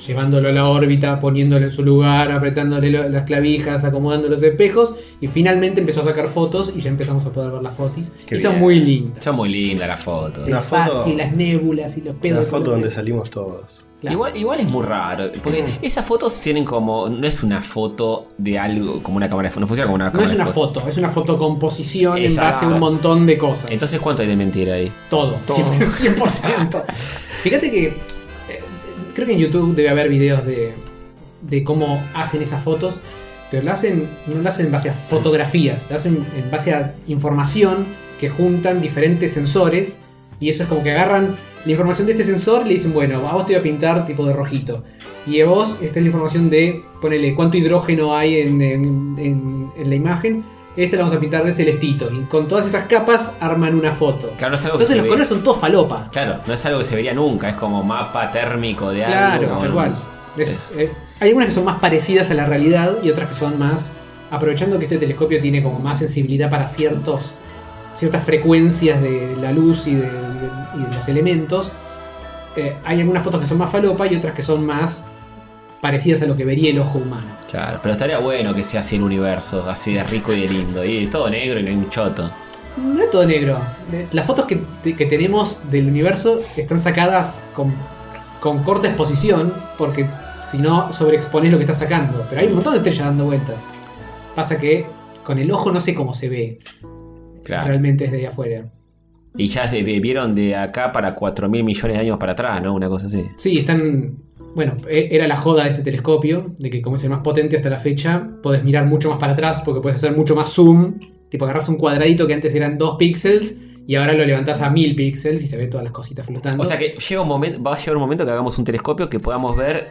Speaker 5: llevándolo a la órbita, poniéndolo en su lugar, apretándole lo- las clavijas, acomodando los espejos. Y finalmente empezó a sacar fotos y ya empezamos a poder ver las fotos.
Speaker 2: Qué
Speaker 5: y son
Speaker 2: bien.
Speaker 5: muy lindas.
Speaker 1: Son muy lindas las fotos.
Speaker 5: El
Speaker 2: Una
Speaker 5: espacio
Speaker 2: foto-
Speaker 5: y las nébulas y los pedos.
Speaker 2: La
Speaker 5: de
Speaker 2: foto
Speaker 5: colores.
Speaker 2: donde salimos todos.
Speaker 5: Claro. Mm.
Speaker 1: Igual, igual es muy raro, porque esas fotos tienen como. No es una foto de algo, como una cámara de foto. No funciona como una
Speaker 5: No
Speaker 1: cámara
Speaker 5: es
Speaker 1: de
Speaker 5: una foto, es una fotocomposición en
Speaker 1: Exacto.
Speaker 5: base a un montón de cosas.
Speaker 1: Entonces, ¿cuánto hay de mentira ahí?
Speaker 5: Todo,
Speaker 3: Todo.
Speaker 5: 100%. Fíjate que eh, creo que en YouTube debe haber videos de, de cómo hacen esas fotos, pero lo hacen, no lo hacen en base a fotografías, lo hacen en base a información que juntan diferentes sensores y eso es como que agarran la información de este sensor y le dicen, bueno, a vos te voy a pintar tipo de rojito. Y a vos, esta es la información de, ponele, cuánto hidrógeno hay en, en- en- en la imagen. Esta la vamos a pintar de celestito. Y con todas esas capas arman una foto.
Speaker 1: Claro, no es algo que
Speaker 5: Entonces
Speaker 1: se
Speaker 5: los
Speaker 1: ve.
Speaker 5: colores son todos falopa.
Speaker 1: Claro, no es algo que se vería nunca, es como mapa térmico de algo.
Speaker 5: Claro,
Speaker 1: como-
Speaker 5: tal cual. Es- eh, hay algunas que son más parecidas a la realidad y otras que son más. Aprovechando que este telescopio tiene como más sensibilidad para ciertos, ciertas frecuencias de la luz y de, y de los elementos, eh, hay algunas fotos que son más falopa y otras que son más parecidas a lo que vería el ojo humano.
Speaker 1: Claro, pero estaría bueno que sea así el universo, así de rico y de lindo. Y todo negro y no hay un choto.
Speaker 5: No es todo negro. De- Las fotos que, te- que tenemos del universo están sacadas con, con corta exposición, porque si no, sobreexpones lo que estás sacando. Pero hay un montón de estrellas dando vueltas. Pasa que con el ojo no sé cómo se ve
Speaker 1: Claro.
Speaker 5: realmente desde ahí afuera.
Speaker 1: Y ya se vi- vieron de acá para 4 mil millones de años para atrás, ¿no? Una cosa así.
Speaker 5: Sí, están. Bueno, e- era la joda de este telescopio, de que como es el más potente hasta la fecha, podés mirar mucho más para atrás porque puedes hacer mucho más zoom. Tipo, agarras un cuadradito que antes eran 2 píxeles y ahora lo levantás a 1000 píxeles y se ve todas las cositas flotando.
Speaker 1: O sea que llega un momento, va a llegar un momento que hagamos un telescopio que podamos ver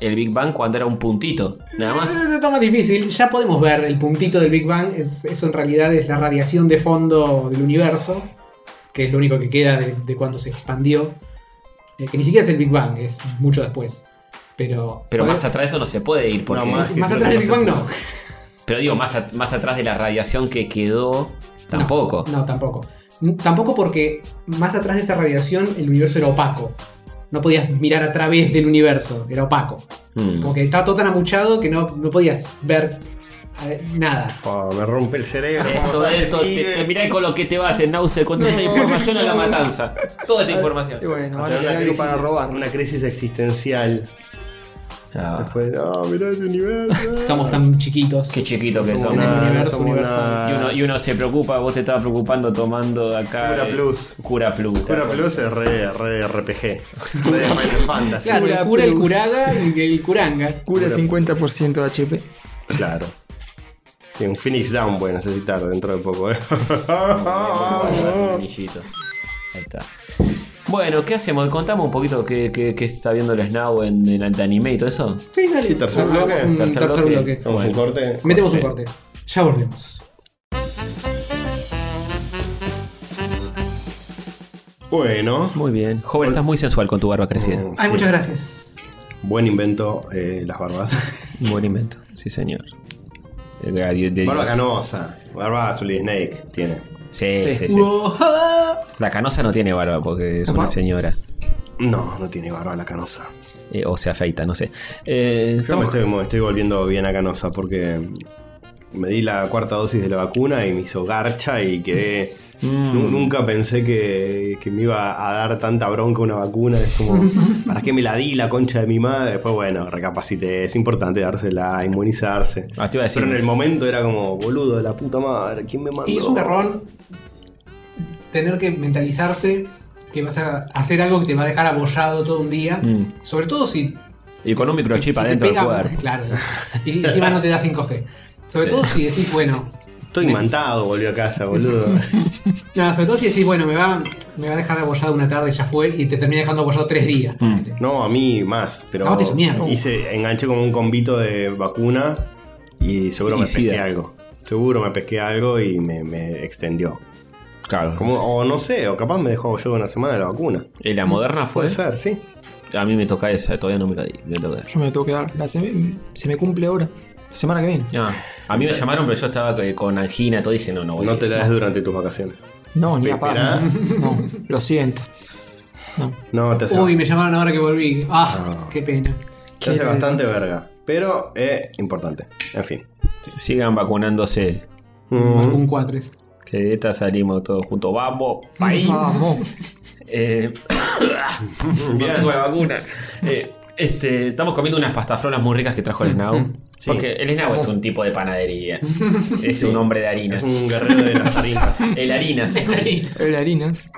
Speaker 1: el Big Bang cuando era un puntito. Nada más.
Speaker 5: Es está más difícil. Ya podemos ver el puntito del Big Bang. Es- eso en realidad es la radiación de fondo del universo, que es lo único que queda de, de cuando se expandió. Eh, que ni siquiera es el Big Bang, es mucho después. Pero,
Speaker 1: Pero
Speaker 5: podés-
Speaker 1: más atrás eso no se puede ir. Porque,
Speaker 2: No, más.
Speaker 5: más
Speaker 2: Sí,
Speaker 5: atrás del
Speaker 2: no
Speaker 5: Big
Speaker 2: se
Speaker 5: Bang
Speaker 2: puede.
Speaker 5: no.
Speaker 1: Pero digo, más, at- más atrás de la radiación que quedó, tampoco.
Speaker 5: No, no, tampoco. N- Tampoco porque más atrás de esa radiación el universo era opaco. No podías mirar a través del universo, era opaco.
Speaker 1: Mm.
Speaker 5: Como que estaba todo tan amuchado que no, no podías ver eh, nada.
Speaker 2: Fa, me rompe el cerebro.
Speaker 1: Esto, esto, te,
Speaker 2: Pibe.
Speaker 1: te- mirá con lo que te vas en náusea con toda esta información a la matanza. Toda esta
Speaker 3: Y
Speaker 1: información.
Speaker 3: bueno,
Speaker 2: Va a
Speaker 3: van a
Speaker 2: tener
Speaker 3: tener algo para robar.
Speaker 2: Una crisis existencial.
Speaker 1: Ah,
Speaker 2: Después, ah, mirá ese universo.
Speaker 5: Somos tan chiquitos.
Speaker 1: qué chiquito que
Speaker 2: No
Speaker 1: son.
Speaker 2: somos nada,
Speaker 5: universo,
Speaker 2: no somos
Speaker 5: universo.
Speaker 2: nada.
Speaker 1: Y uno, y uno se preocupa, vos te estabas preocupando tomando acá.
Speaker 2: Cura
Speaker 1: eh,
Speaker 2: Plus.
Speaker 1: Cura Plus.
Speaker 2: Cura
Speaker 1: claro.
Speaker 2: Plus es re, re RPG. Re Final Fantasy.
Speaker 5: Claro,
Speaker 3: Cura
Speaker 5: el cura, el
Speaker 3: plus.
Speaker 5: curaga y el curanga.
Speaker 3: Cura
Speaker 2: Cura-
Speaker 3: 50% de HP.
Speaker 2: Claro. Sí, un Phoenix Down voy a necesitar dentro de poco, eh. Ah,
Speaker 1: Anillito. Ahí está. Bueno, ¿qué hacemos? Contamos un poquito qué, qué- qué está viendo el Snow en, en el anime y todo eso.
Speaker 5: Sí, dale.
Speaker 2: Sí, tercer bloque,
Speaker 5: Hagamos un
Speaker 1: tercer
Speaker 5: tercer,
Speaker 1: bloque.
Speaker 5: bloque.
Speaker 2: Somos un corte.
Speaker 5: Metemos un corte. Ya volvemos.
Speaker 2: Bueno,
Speaker 1: Muy bien. Joven, estás muy sensual con tu barba crecida.
Speaker 5: Ay,
Speaker 2: Sí.
Speaker 5: muchas gracias.
Speaker 2: buen invento eh, las barbas.
Speaker 1: Buen invento. Sí, señor. Eh, de- de-
Speaker 2: Barba canosa. Barba azul y Snake tiene.
Speaker 1: Sí, sí, sí.
Speaker 5: Uoha.
Speaker 1: La canosa no tiene barba porque es una señora.
Speaker 2: No, no tiene barba la canosa.
Speaker 1: Eh, o se afeita, no sé. Eh,
Speaker 2: Yo me
Speaker 1: estamos-
Speaker 2: estoy, me estoy volviendo bien a canosa porque me di la cuarta dosis de la vacuna y me hizo garcha y quedé.
Speaker 5: Mm.
Speaker 2: Nu- Nunca pensé que, que me iba a dar tanta bronca una vacuna. Es como, ¿para qué me la di la concha de mi madre? Después, bueno, recapacité. Es importante dársela, inmunizarse.
Speaker 1: Ah, te iba a decir.
Speaker 2: Pero en el momento era como, boludo, la puta madre, ¿quién me mandó?
Speaker 5: Y es un garrón tener que mentalizarse que vas a hacer algo que te va a dejar abollado todo un día.
Speaker 1: Mm.
Speaker 5: Sobre todo si.
Speaker 1: Y con un
Speaker 5: si- si
Speaker 1: microchip
Speaker 5: te
Speaker 1: adentro del
Speaker 5: pega-
Speaker 2: eh,
Speaker 1: cuerpo.
Speaker 5: Claro. Y encima no te da 5G. Sobre
Speaker 1: Sí.
Speaker 5: todo si decís, bueno.
Speaker 2: Estoy imantado, volvió a casa, boludo.
Speaker 5: Nada, sobre todo si decís, bueno, me va, me va a dejar abollado una tarde y ya fue. Y te termina dejando abollado tres días. ponele.
Speaker 2: No, a mí más, pero
Speaker 1: Ah,
Speaker 5: A vos te hizo mierda.
Speaker 2: hice, enganché como un combito de vacuna y seguro
Speaker 1: Y
Speaker 2: me
Speaker 1: sida.
Speaker 2: pesqué algo. Seguro me pesqué algo y me, me extendió.
Speaker 1: Claro.
Speaker 2: Como, o no sé, o capaz me dejó yo una semana la vacuna.
Speaker 1: ¿Y la moderna fue?
Speaker 2: Puede ser, sí.
Speaker 1: A mí me toca esa, todavía no me la di. me toca esa.
Speaker 3: Yo me tengo que dar. La seme- se me cumple ahora. La semana que viene.
Speaker 1: Ah, a mí me llamaron, pero yo estaba eh, con angina, todo dije, no, no voy.
Speaker 2: No te la des durante tus vacaciones.
Speaker 3: No, ni a
Speaker 2: Esperá.
Speaker 3: paz. No, lo siento. No.
Speaker 2: No, te hace,
Speaker 5: Uy, me llamaron ahora que volví. Ah,
Speaker 2: Ah.
Speaker 5: qué pena.
Speaker 2: te hace bastante verga. Pero es importante. En fin.
Speaker 1: Sigan vacunándose.
Speaker 2: Mm,
Speaker 5: Un 4.
Speaker 1: Que de esta salimos todos juntos. ¡Vamos!
Speaker 3: Vamos.
Speaker 1: Eh, no tengo la vacuna. Eh, este, estamos comiendo unas pastafrolas muy ricas que trajo el Snow.
Speaker 2: Sí.
Speaker 1: Porque el Snow es un tipo de panadería. Es un hombre de harinas.
Speaker 2: es un guerrero de las harinas.
Speaker 1: El harinas.
Speaker 3: El harinas.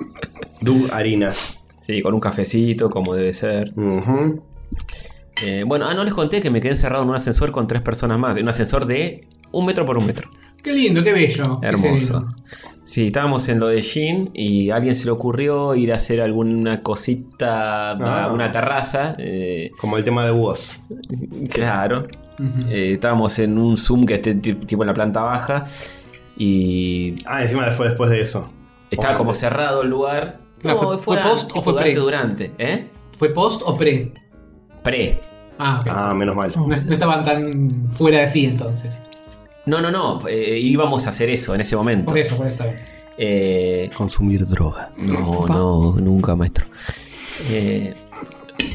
Speaker 2: Doug Harinas.
Speaker 1: Sí, con un cafecito, como debe ser.
Speaker 2: Ujú.
Speaker 1: Eh, bueno, ah, no les conté que me quedé encerrado en un ascensor con tres personas más. En un ascensor de un metro por un metro.
Speaker 5: Qué lindo, qué bello. qué
Speaker 1: Hermoso.
Speaker 5: sereno.
Speaker 1: Sí, estábamos en lo de Jin y a alguien se le ocurrió ir a hacer alguna cosita a
Speaker 2: Ah.
Speaker 1: una terraza. eh,
Speaker 2: Como el tema de vos.
Speaker 1: Claro.
Speaker 5: Ujú.
Speaker 1: Eh, estábamos en un Zoom que esté ti- tipo en la planta baja y
Speaker 2: Ah, encima fue después de eso.
Speaker 1: estaba como
Speaker 2: Antes.
Speaker 1: cerrado el lugar.
Speaker 5: Claro, fue- fue
Speaker 1: antes,
Speaker 5: post o
Speaker 1: tipo,
Speaker 5: fue pre?
Speaker 1: Durante, durante, ¿eh?
Speaker 5: ¿Fue post o pre?
Speaker 1: Pre.
Speaker 5: Ah, ok.
Speaker 2: Ah, menos mal.
Speaker 1: Oh.
Speaker 5: No, no estaban tan fuera de sí entonces.
Speaker 1: No, no, no. eh, íbamos a hacer eso en ese momento.
Speaker 5: Por eso, por eso. está bien.
Speaker 1: Eh,
Speaker 2: Consumir droga.
Speaker 1: No, no, nunca, maestro. Eh,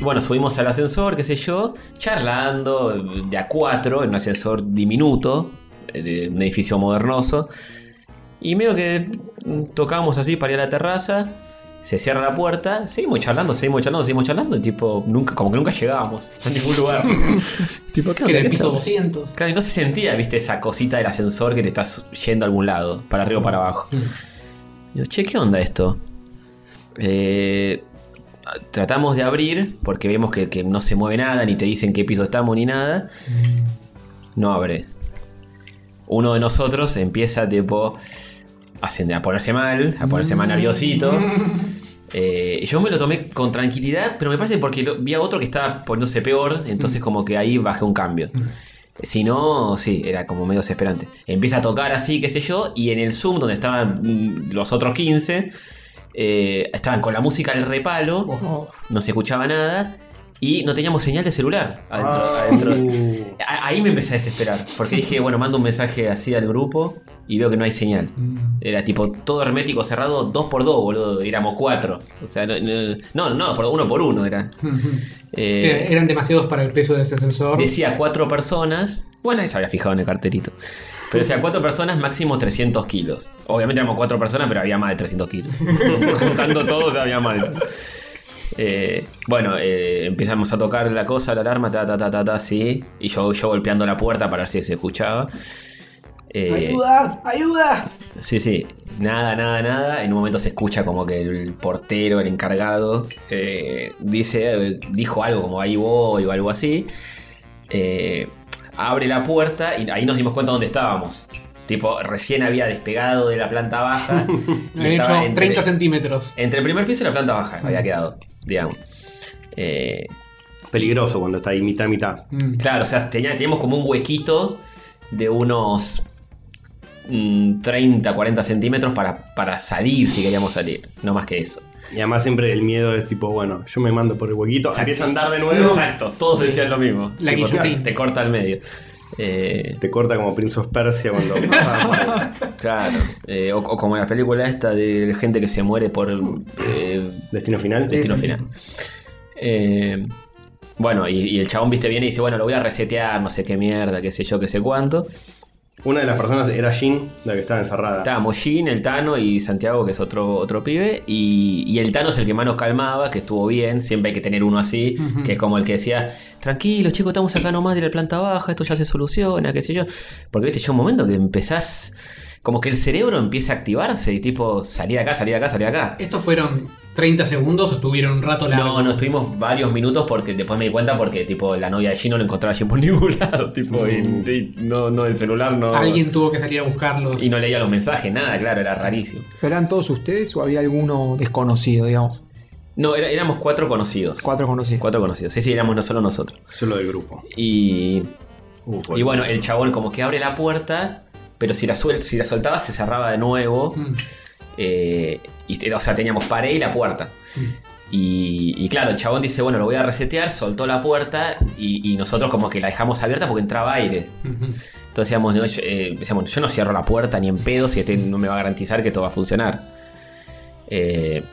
Speaker 1: bueno, subimos al ascensor, qué sé yo, charlando de a cuatro en un ascensor diminuto, eh, de un edificio modernoso. Y medio que tocábamos así para ir a la terraza. Se cierra la puerta, seguimos charlando, seguimos charlando, seguimos charlando, y tipo, nunca, como que nunca llegábamos a ningún lugar. tipo, ¿qué
Speaker 5: Que
Speaker 1: onda?
Speaker 5: era el
Speaker 1: ¿Qué
Speaker 5: piso
Speaker 1: estamos?
Speaker 5: 200.
Speaker 1: Claro, y no se sentía, viste, esa cosita del ascensor que te estás yendo a algún lado, para arriba o para abajo. Digo, che, ¿qué onda esto? Eh, tratamos de abrir, porque vemos que, que no se mueve nada, ni te dicen qué piso estamos, ni nada. No abre. Uno de nosotros empieza, tipo, a, sen- a ponerse mal, a ponerse más nerviosito. Eh, yo me lo tomé con tranquilidad, pero me parece porque lo- vi a otro que estaba poniéndose peor, entonces como que ahí bajé un cambio. Si no, sí, era como medio desesperante. Empieza a tocar así, qué sé yo, y en el Zoom donde estaban mm, los otros 15, eh, estaban con la música al repalo,
Speaker 2: Oh.
Speaker 1: no se escuchaba nada, y no teníamos señal de celular adentro.
Speaker 2: Ah.
Speaker 1: adentro.
Speaker 2: Uh.
Speaker 1: A- Ahí me empecé a desesperar, porque dije, bueno, mando un mensaje así al grupo y veo que no hay señal. Era tipo todo hermético cerrado, dos por dos, boludo. Éramos cuatro. O sea, no, no, no, no, por uno por uno era. Eh,
Speaker 5: Que eran demasiados para el peso de ese ascensor.
Speaker 1: Decía cuatro personas. Bueno, ahí se había fijado en el carterito. Pero decía cuatro personas, máximo 300 kilos. Obviamente éramos cuatro personas, pero había más de 300 kilos. Juntando todos había más. de- Eh, bueno, eh, empezamos a tocar la cosa, la alarma, ta, ta, ta, ta, ta, sí. Y yo, yo golpeando la puerta para ver si se escuchaba. Eh,
Speaker 5: ¡Ayuda! ¡Ayuda!
Speaker 1: Sí, sí. Nada, nada, nada. En un momento se escucha como que el portero, el encargado, eh, dice, dijo algo como ahí voy o algo así. Eh, abre la puerta y ahí nos dimos cuenta dónde estábamos. Tipo, recién había despegado de la planta baja. y
Speaker 5: De hecho,
Speaker 1: estaba entre-
Speaker 5: 30 centímetros.
Speaker 1: Entre el primer piso y la planta baja había quedado, digamos. Eh,
Speaker 2: Peligroso cuando está ahí mitad, mitad.
Speaker 5: Mm.
Speaker 1: Claro, o sea, tenía- teníamos como un huequito de unos mm, 30, 40 centímetros para, para salir si queríamos salir, no más que eso.
Speaker 2: Y además siempre el miedo es tipo, bueno, yo me mando por el huequito, empieza a andar de nuevo,
Speaker 1: Exacto, todos decían lo mismo.
Speaker 5: La
Speaker 1: Tipo,
Speaker 5: guillotina.
Speaker 1: Te corta al medio. Eh,
Speaker 2: te corta como Prince of Persia cuando pasa
Speaker 1: claro, eh, o, o como la película esta de gente que se muere por eh,
Speaker 2: destino final.
Speaker 1: destino final. Eh, bueno, y, y el chabón viste bien y dice, bueno, lo voy a resetear, no sé qué mierda, qué sé yo, qué sé cuánto.
Speaker 2: Una de las personas era Jin, la que estaba encerrada.
Speaker 1: Estábamos Jin, el Tano y Santiago, que es otro, otro pibe. Y, y el Tano es el que más nos calmaba, que estuvo bien. Siempre hay que tener uno así, que es como el que decía: Tranquilos, chicos, estamos acá nomás de la planta baja, esto ya se soluciona, qué sé yo. Porque viste, llega un momento que empezás. Como que el cerebro empieza a activarse y tipo, salí de acá, salí de acá, salí de acá.
Speaker 5: ¿Estos fueron 30 segundos o estuvieron un rato largo?
Speaker 1: No, no, estuvimos varios minutos porque después me di cuenta porque tipo la novia de Jin no lo encontraba allí por ningún lado. Tipo, y- y no, no, el celular no.
Speaker 5: Alguien tuvo que salir a buscarlos.
Speaker 1: Y no leía los mensajes, nada, claro, era rarísimo.
Speaker 3: ¿Pero eran todos ustedes o había alguno desconocido, digamos?
Speaker 1: No, era- éramos cuatro conocidos.
Speaker 3: Cuatro conocidos.
Speaker 1: Cuatro conocidos. Sí, sí, éramos no solo nosotros.
Speaker 2: Solo del grupo.
Speaker 1: Y,
Speaker 2: Uh,
Speaker 1: y bueno, el chabón como que abre la puerta, pero si la, suel- si la soltaba se cerraba de nuevo.
Speaker 5: Mm.
Speaker 1: Eh, y, te- o sea, teníamos pared y la puerta. Y, y claro, el chabón dice, bueno, lo voy a resetear, soltó la puerta y, y nosotros como que la dejamos abierta porque entraba aire.
Speaker 5: Ujú.
Speaker 1: Entonces decíamos no, yo, eh, decíamos, yo no cierro la puerta ni en pedo si este no me va a garantizar que esto va a funcionar. Eh,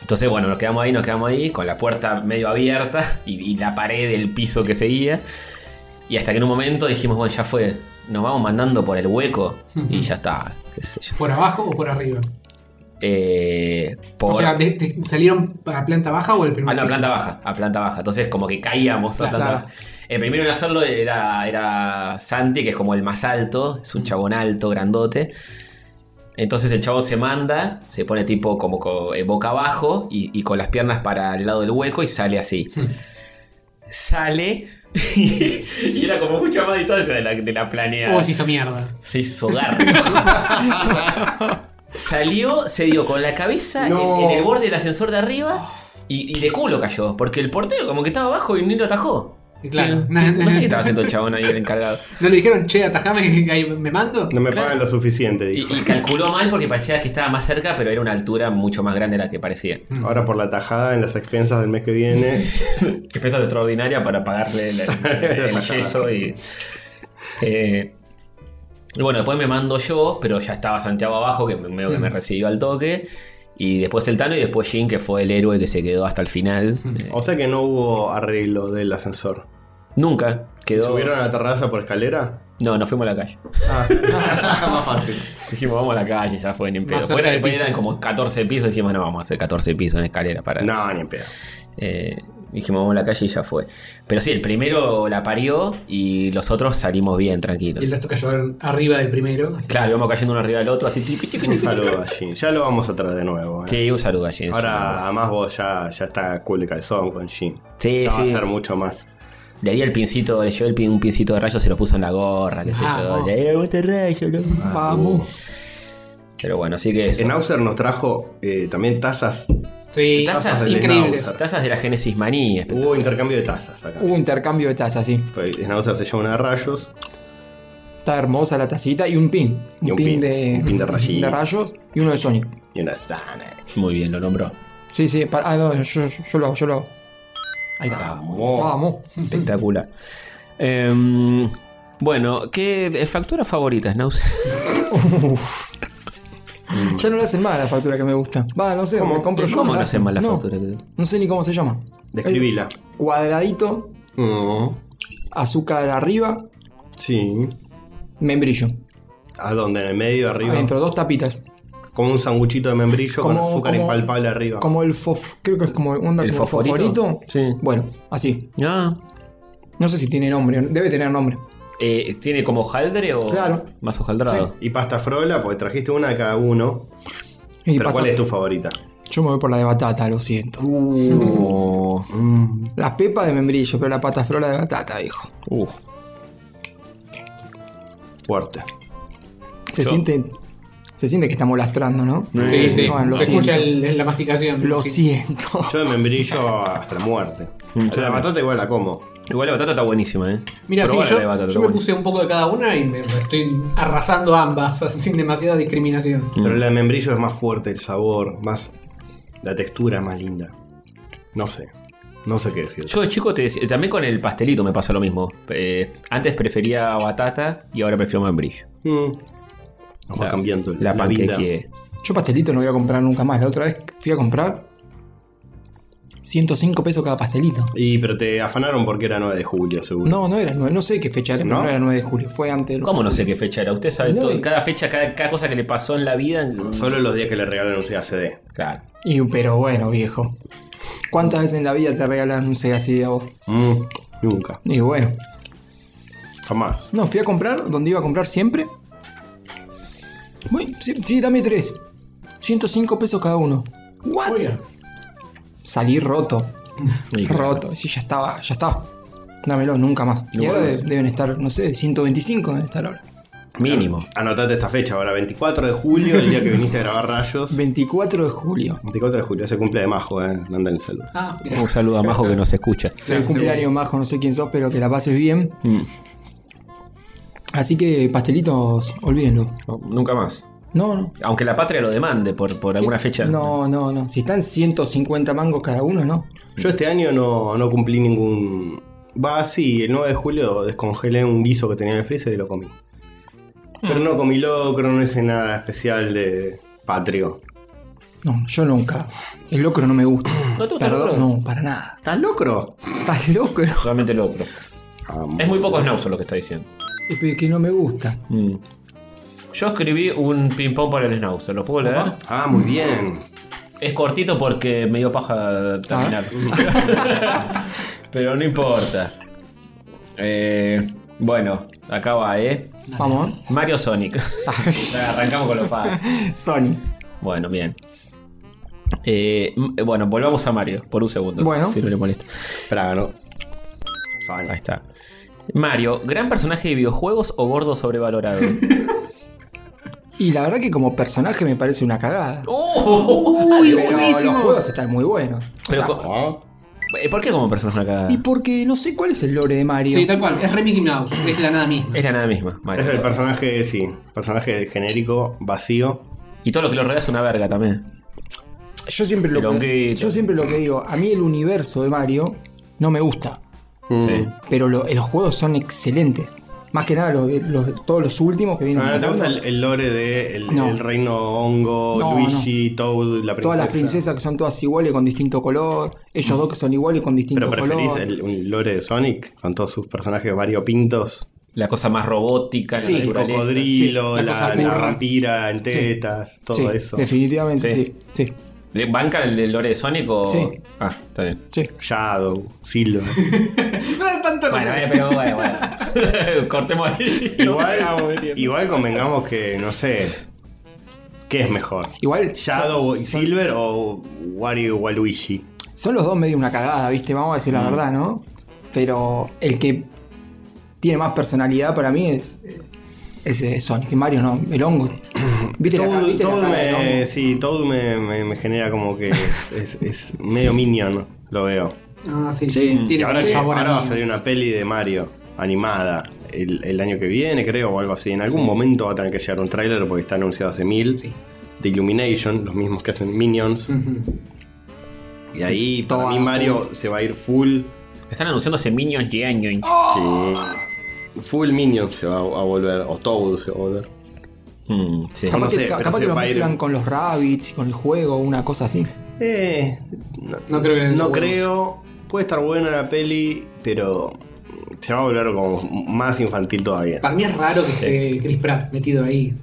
Speaker 1: entonces, bueno, nos quedamos ahí, nos quedamos ahí, con la puerta medio abierta y, y la pared del piso que seguía. Y hasta que en un momento dijimos, bueno, ya fue, nos vamos mandando por el hueco y ya está, qué sé yo.
Speaker 5: ¿Por abajo o por arriba?
Speaker 1: Eh, por,
Speaker 5: O sea, de- de- ¿salieron a planta baja o el primer
Speaker 1: Ah, no, a
Speaker 5: piso?
Speaker 1: planta baja, a planta baja. Entonces como que caíamos a
Speaker 3: Claro.
Speaker 1: planta baja. El primero en hacerlo era, era Santi, que es como el más alto,
Speaker 3: Mm.
Speaker 1: es un chabón alto, grandote. Entonces el chabón se manda, se pone tipo como co- eh, boca abajo y, y con las piernas para el lado del hueco y sale así.
Speaker 3: Mm.
Speaker 1: sale y, y era como mucha más distancia de la, de la planeada.
Speaker 5: Oh, se hizo mierda.
Speaker 1: Se hizo garro. Salió, se dio con la cabeza
Speaker 2: No.
Speaker 1: en, en el borde del ascensor de arriba y, y de culo cayó. Porque el portero como que estaba abajo y ni lo atajó.
Speaker 5: Y claro.
Speaker 1: Y- no, sé qué estaba haciendo el chabón ahí el encargado.
Speaker 5: ¿No le dijeron, che, atajame que ahí me mando?
Speaker 2: No me
Speaker 1: Claro.
Speaker 2: pagan lo suficiente,
Speaker 1: Y,
Speaker 2: dijo.
Speaker 1: y calculó mal porque parecía que estaba más cerca, pero era una altura mucho más grande de la que parecía.
Speaker 2: Ahora por la tajada en las expensas del mes que viene.
Speaker 1: que pesas extraordinaria para pagarle el, el- el yeso y. eh, y bueno, después me mando yo, pero ya estaba Santiago abajo, que me- medio que
Speaker 5: Mm.
Speaker 1: me recibió al toque. Y después el Tano y después
Speaker 5: Mm.
Speaker 1: Jin, que fue el héroe que se quedó hasta el final. Eh,
Speaker 2: O sea que no hubo arreglo del ascensor.
Speaker 1: Nunca quedó.
Speaker 2: ¿Subieron a la terraza por escalera?
Speaker 1: No, nos fuimos a la calle.
Speaker 2: Ah, más fácil.
Speaker 1: Dijimos, vamos a la calle, ya fue ni en pedo.
Speaker 5: Más cerca
Speaker 1: Fuera
Speaker 5: del
Speaker 1: después
Speaker 5: piso.
Speaker 1: eran como 14 pisos, dijimos, no, vamos a hacer 14 pisos en escalera para.
Speaker 2: No, ni en pedo.
Speaker 1: Eh, dijimos, vamos a la calle y ya fue. Pero sí, el primero la parió y los otros salimos bien,
Speaker 5: Y el
Speaker 1: tranquilos.
Speaker 5: resto cayó arriba del primero. así que-
Speaker 1: Claro, íbamos cayendo uno arriba del otro, así tiqui, tiqui,
Speaker 2: Un
Speaker 1: tiqui.
Speaker 2: saludo allí. Ya lo vamos a traer de nuevo. eh.
Speaker 1: Sí, un saludo a Jens.
Speaker 2: Ahora, además, vos ya, ya está cool de calzón con Jin.
Speaker 1: Sí,
Speaker 3: Eh,
Speaker 2: No va a
Speaker 1: sí.
Speaker 2: ser mucho más.
Speaker 1: Le di el pincito, le llevé el pin- un pincito de rayo, se lo puso en la gorra, qué sé
Speaker 5: Vamos.
Speaker 1: yo. Le, "Eh, este rayo, loco".
Speaker 3: Vamos.
Speaker 1: Pero bueno, así que eso.
Speaker 2: En Auser nos trajo eh, también tazas.
Speaker 5: Sí,
Speaker 1: Tazas
Speaker 2: del
Speaker 5: increíbles.
Speaker 2: Schnauzer.
Speaker 1: Tazas de la Génesis Maní. espe-
Speaker 2: Hubo intercambio de tazas acá.
Speaker 3: Hubo intercambio de tazas, sí.
Speaker 2: En Auser se llama una de rayos.
Speaker 3: Está hermosa la tacita y un pin.
Speaker 2: Y un pin, un pin de rayitos.
Speaker 3: de rayos y uno de Sonic.
Speaker 2: Y una sana.
Speaker 1: Muy bien, lo nombró.
Speaker 3: Sí, sí. para- ah, no, yo, yo- yo lo hago, yo lo hago. Ahí está.
Speaker 2: Vamos.
Speaker 3: Vamos.
Speaker 1: Espectacular. Em, bueno, ¿qué eh, facturas favoritas, Naus?
Speaker 3: Ya no le hacen mal la factura que me gusta. Va, no sé,
Speaker 2: ¿Cómo?
Speaker 3: me compro yo.
Speaker 1: ¿Cómo
Speaker 3: me
Speaker 1: no hacen mal la
Speaker 3: no,
Speaker 1: factura que-
Speaker 3: No sé ni cómo se llama.
Speaker 2: Describila.
Speaker 3: Eh, Cuadradito,
Speaker 2: Mm,
Speaker 3: azúcar arriba,
Speaker 2: sí.
Speaker 3: membrillo.
Speaker 2: ¿A dónde? ¿En el medio, arriba?
Speaker 3: Adentro, dos tapitas.
Speaker 2: Como un sanguchito de membrillo con azúcar impalpable arriba.
Speaker 3: Como el fof, creo que es como onda
Speaker 1: ¿El
Speaker 3: como
Speaker 1: fosforito? Sí.
Speaker 3: Bueno, así.
Speaker 1: Ah,
Speaker 3: No sé si tiene nombre, debe tener nombre.
Speaker 1: eh, ¿Tiene como hojaldre o
Speaker 3: Claro.
Speaker 1: más hojaldrado?
Speaker 2: Y pasta frola, porque trajiste una de cada uno.
Speaker 3: Y
Speaker 2: Pero
Speaker 3: pasta-
Speaker 2: ¿cuál es tu favorita?
Speaker 3: Yo me voy por la de batata, lo siento.
Speaker 1: Uh,
Speaker 3: Las pepas de membrillo, pero la pata flora de batata, hijo.
Speaker 1: uh.
Speaker 2: Fuerte.
Speaker 3: Se siente. Se siente que estamos lastrando, ¿no?
Speaker 5: Sí, sí.
Speaker 3: Bueno, lo
Speaker 5: Se escucha
Speaker 3: siento.
Speaker 5: el- la masticación.
Speaker 3: Lo
Speaker 5: Sí.
Speaker 3: siento.
Speaker 2: Yo de membrillo hasta la muerte. La batata igual la como.
Speaker 1: Igual la batata está buenísima, ¿eh?
Speaker 5: Mira, sí,
Speaker 1: Probá la
Speaker 5: yo,
Speaker 1: de batata,
Speaker 5: yo
Speaker 1: está
Speaker 5: me
Speaker 1: buena.
Speaker 5: puse un poco de cada una y me me estoy arrasando ambas sin demasiada discriminación.
Speaker 2: Pero
Speaker 1: Mm.
Speaker 2: la de membrillo es más fuerte el sabor, más. La textura es más linda. No sé. No sé qué decir.
Speaker 1: Yo de chico te decía- eh, también con el pastelito me pasó lo mismo. Eh, antes prefería batata y ahora prefiero membrillo.
Speaker 2: Mm. Vamos
Speaker 1: La-
Speaker 2: cambiando
Speaker 1: La,
Speaker 2: la, vida.
Speaker 1: panqueque.
Speaker 3: Yo pastelito no voy a comprar nunca más. La otra vez fui a comprar 105 pesos cada pastelito.
Speaker 2: Y pero te afanaron porque era 9 de julio, seguro.
Speaker 3: No, no era el 9, no sé qué fecha era, pero
Speaker 2: ¿No?
Speaker 3: no era el 9 de julio, fue antes del
Speaker 1: ¿Cómo no sé qué fecha era? Usted sabe
Speaker 3: No,
Speaker 1: todo.
Speaker 3: y-
Speaker 1: Cada fecha, cada, cada cosa que le pasó en la vida.
Speaker 2: Solo los días que le regalan un CACD.
Speaker 1: Claro.
Speaker 3: Y pero bueno, viejo. ¿Cuántas veces en la vida te regalan un Sega así a vos?
Speaker 2: Mm, Nunca.
Speaker 3: Y bueno.
Speaker 2: Jamás.
Speaker 3: No, fui a comprar donde iba a comprar siempre. Muy, sí, sí, dame tres. 105 pesos cada uno. What?
Speaker 5: Oiga.
Speaker 3: Salí roto.
Speaker 1: Y claro.
Speaker 3: roto. Sí, ya estaba, ya estaba. Dámelo, nunca más. Y ahora de- deben estar, no sé, 125 deben estar ahora.
Speaker 1: Mínimo.
Speaker 2: Anotate esta fecha ahora, 24 de julio, el día que viniste a grabar rayos.
Speaker 3: 24 de julio.
Speaker 2: 24 de julio, ese cumple de Majo, eh. Manda el saludo.
Speaker 5: Ah, mira.
Speaker 1: Un saludo a Majo que nos escucha.
Speaker 3: el cumpleaños, Majo, no sé quién sos, pero que la pases bien.
Speaker 1: Mm.
Speaker 3: Así que pastelitos, olvídenlo.
Speaker 1: No, nunca más.
Speaker 3: No, no.
Speaker 1: Aunque la patria lo demande por, por alguna fecha.
Speaker 3: No, no, no. Si están 150 mangos cada uno, no.
Speaker 2: Yo este año no, no cumplí ningún. Va, sí, el 9 de julio descongelé un guiso que tenía en el freezer y lo comí. Pero no comí locro, no hice nada especial de patrio.
Speaker 3: No, yo nunca. El locro no me gusta.
Speaker 1: ¿No te gusta el
Speaker 3: Perdón,
Speaker 1: locro?
Speaker 3: No, para nada.
Speaker 2: ¿Estás locro?
Speaker 3: ¿Estás loco? no?
Speaker 1: Realmente lo otro.
Speaker 2: Vamos.
Speaker 1: Es muy poco snauso lo que está diciendo.
Speaker 3: Eh, pero Que no me gusta.
Speaker 1: Mm. Yo escribí un ping-pong para el Snauzer, ¿lo puedo leer?
Speaker 2: Ah, muy bien.
Speaker 1: Es cortito porque me dio paja terminar.
Speaker 2: Ah.
Speaker 1: Pero no importa. Eh, bueno, acá va, ¿eh?
Speaker 3: Vamos, ¿eh?
Speaker 1: Mario Sonic. Arrancamos con los padres.
Speaker 3: Sony.
Speaker 1: Bueno, bien. Eh, m- bueno, volvamos a Mario por un segundo.
Speaker 3: Bueno.
Speaker 1: Si no le molesta.
Speaker 2: Espera, ganó.
Speaker 1: Ahí
Speaker 2: Sale.
Speaker 1: está. Mario, ¿gran personaje de videojuegos o gordo sobrevalorado?
Speaker 3: Y la verdad que como personaje me parece una cagada.
Speaker 2: ¡Oh!
Speaker 1: ¡Uy!
Speaker 3: Pero Los juegos están muy buenos.
Speaker 1: Pero,
Speaker 3: O sea,
Speaker 1: co- eh, ¿Por qué como personaje una cagada?
Speaker 3: y porque no sé cuál es el lore de Mario.
Speaker 5: Sí, tal cual. Es re Mickey Mouse. Es la nada misma.
Speaker 1: Es la nada misma,
Speaker 2: Es el
Speaker 1: Mario.
Speaker 2: personaje, sí, personaje genérico, vacío.
Speaker 1: Y todo lo que lo rodea es una verga también.
Speaker 3: yo siempre lo que,
Speaker 1: Longuito.
Speaker 3: yo siempre lo que digo, a mí el universo de Mario no me gusta.
Speaker 2: Mm.
Speaker 1: Sí.
Speaker 3: Pero lo- los juegos son excelentes. Más que nada los, de- los de- todos los últimos que vienen.
Speaker 2: Ah, ¿Te
Speaker 3: sacando.
Speaker 2: gusta el, el lore de el,
Speaker 3: No.
Speaker 2: el reino hongo,
Speaker 3: No,
Speaker 2: Luigi, Toad, la princesa?
Speaker 3: Todas las princesas que son todas iguales con distinto color. Ellos dos que son iguales con distinto
Speaker 2: ¿Pero
Speaker 3: color.
Speaker 2: preferís el, un lore de Sonic con todos sus personajes variopintos?
Speaker 1: La cosa más robótica,
Speaker 3: Sí.
Speaker 1: la
Speaker 2: el
Speaker 1: naturaleza.
Speaker 2: cocodrilo,
Speaker 3: sí, la
Speaker 2: la,
Speaker 3: cosa
Speaker 2: la
Speaker 3: furra.
Speaker 2: vampira en tetas, todo
Speaker 3: sí,
Speaker 2: eso.
Speaker 3: Definitivamente,
Speaker 1: Sí.
Speaker 3: sí. Sí,
Speaker 1: ¿Le ¿Banca el del lore de Sonic o.?
Speaker 3: Sí.
Speaker 1: Ah, está bien.
Speaker 3: sí.
Speaker 2: Shadow, Silva.
Speaker 5: No es tanto
Speaker 1: Bueno,
Speaker 5: no.
Speaker 1: eh, pero bueno, bueno. Cortemos ahí.
Speaker 2: igual, igual convengamos que, no sé, ¿qué es mejor?
Speaker 3: Igual.
Speaker 2: ¿Shadow
Speaker 3: son-
Speaker 2: y Silver o Wario y Waluigi?
Speaker 3: Son los dos medio una cagada, ¿viste? Vamos a decir
Speaker 2: Mm.
Speaker 3: la verdad, ¿no? Pero el que tiene más personalidad para mí es. Es eh, Sonic. Mario, ¿no? El hongo. ¿Viste la, ca-
Speaker 2: Toad,
Speaker 3: viste la
Speaker 2: Toad
Speaker 3: cara del hongo?
Speaker 2: me, sí, Toad me, me- me genera como que es, es- es medio minion, lo veo.
Speaker 5: Ah, sí,
Speaker 3: Sí.
Speaker 5: sí.
Speaker 2: Y
Speaker 5: Tiene
Speaker 2: ahora,
Speaker 5: mucho
Speaker 2: que-
Speaker 5: sabor a
Speaker 2: ahora va a
Speaker 5: mí.
Speaker 2: salir una peli de Mario animada el, el año que viene, creo, o algo así. En algún momento va a tener que llegar un tráiler porque está anunciado hace mil.
Speaker 5: Sí.
Speaker 2: De Illumination, los mismos que hacen Minions.
Speaker 5: Ujú.
Speaker 2: Y ahí para
Speaker 3: Toda
Speaker 2: mí Mario se va a ir full.
Speaker 1: Están anunciándose Minions y Añoin.
Speaker 2: Sí. Full Minions se va a, a volver, o Toad se va a volver.
Speaker 1: Mm, sí.
Speaker 3: Capaz,
Speaker 2: No sé,
Speaker 3: que, ca-
Speaker 2: pero
Speaker 3: capaz
Speaker 2: se
Speaker 3: que lo
Speaker 2: va a ir-
Speaker 3: mezclan con los rabbits y con el juego, una cosa así.
Speaker 2: Eh, no,
Speaker 5: No creo que
Speaker 2: No creo. Puede estar buena la peli, pero se va a volver como más infantil todavía.
Speaker 5: Para mí es raro que esté Chris Pratt metido ahí.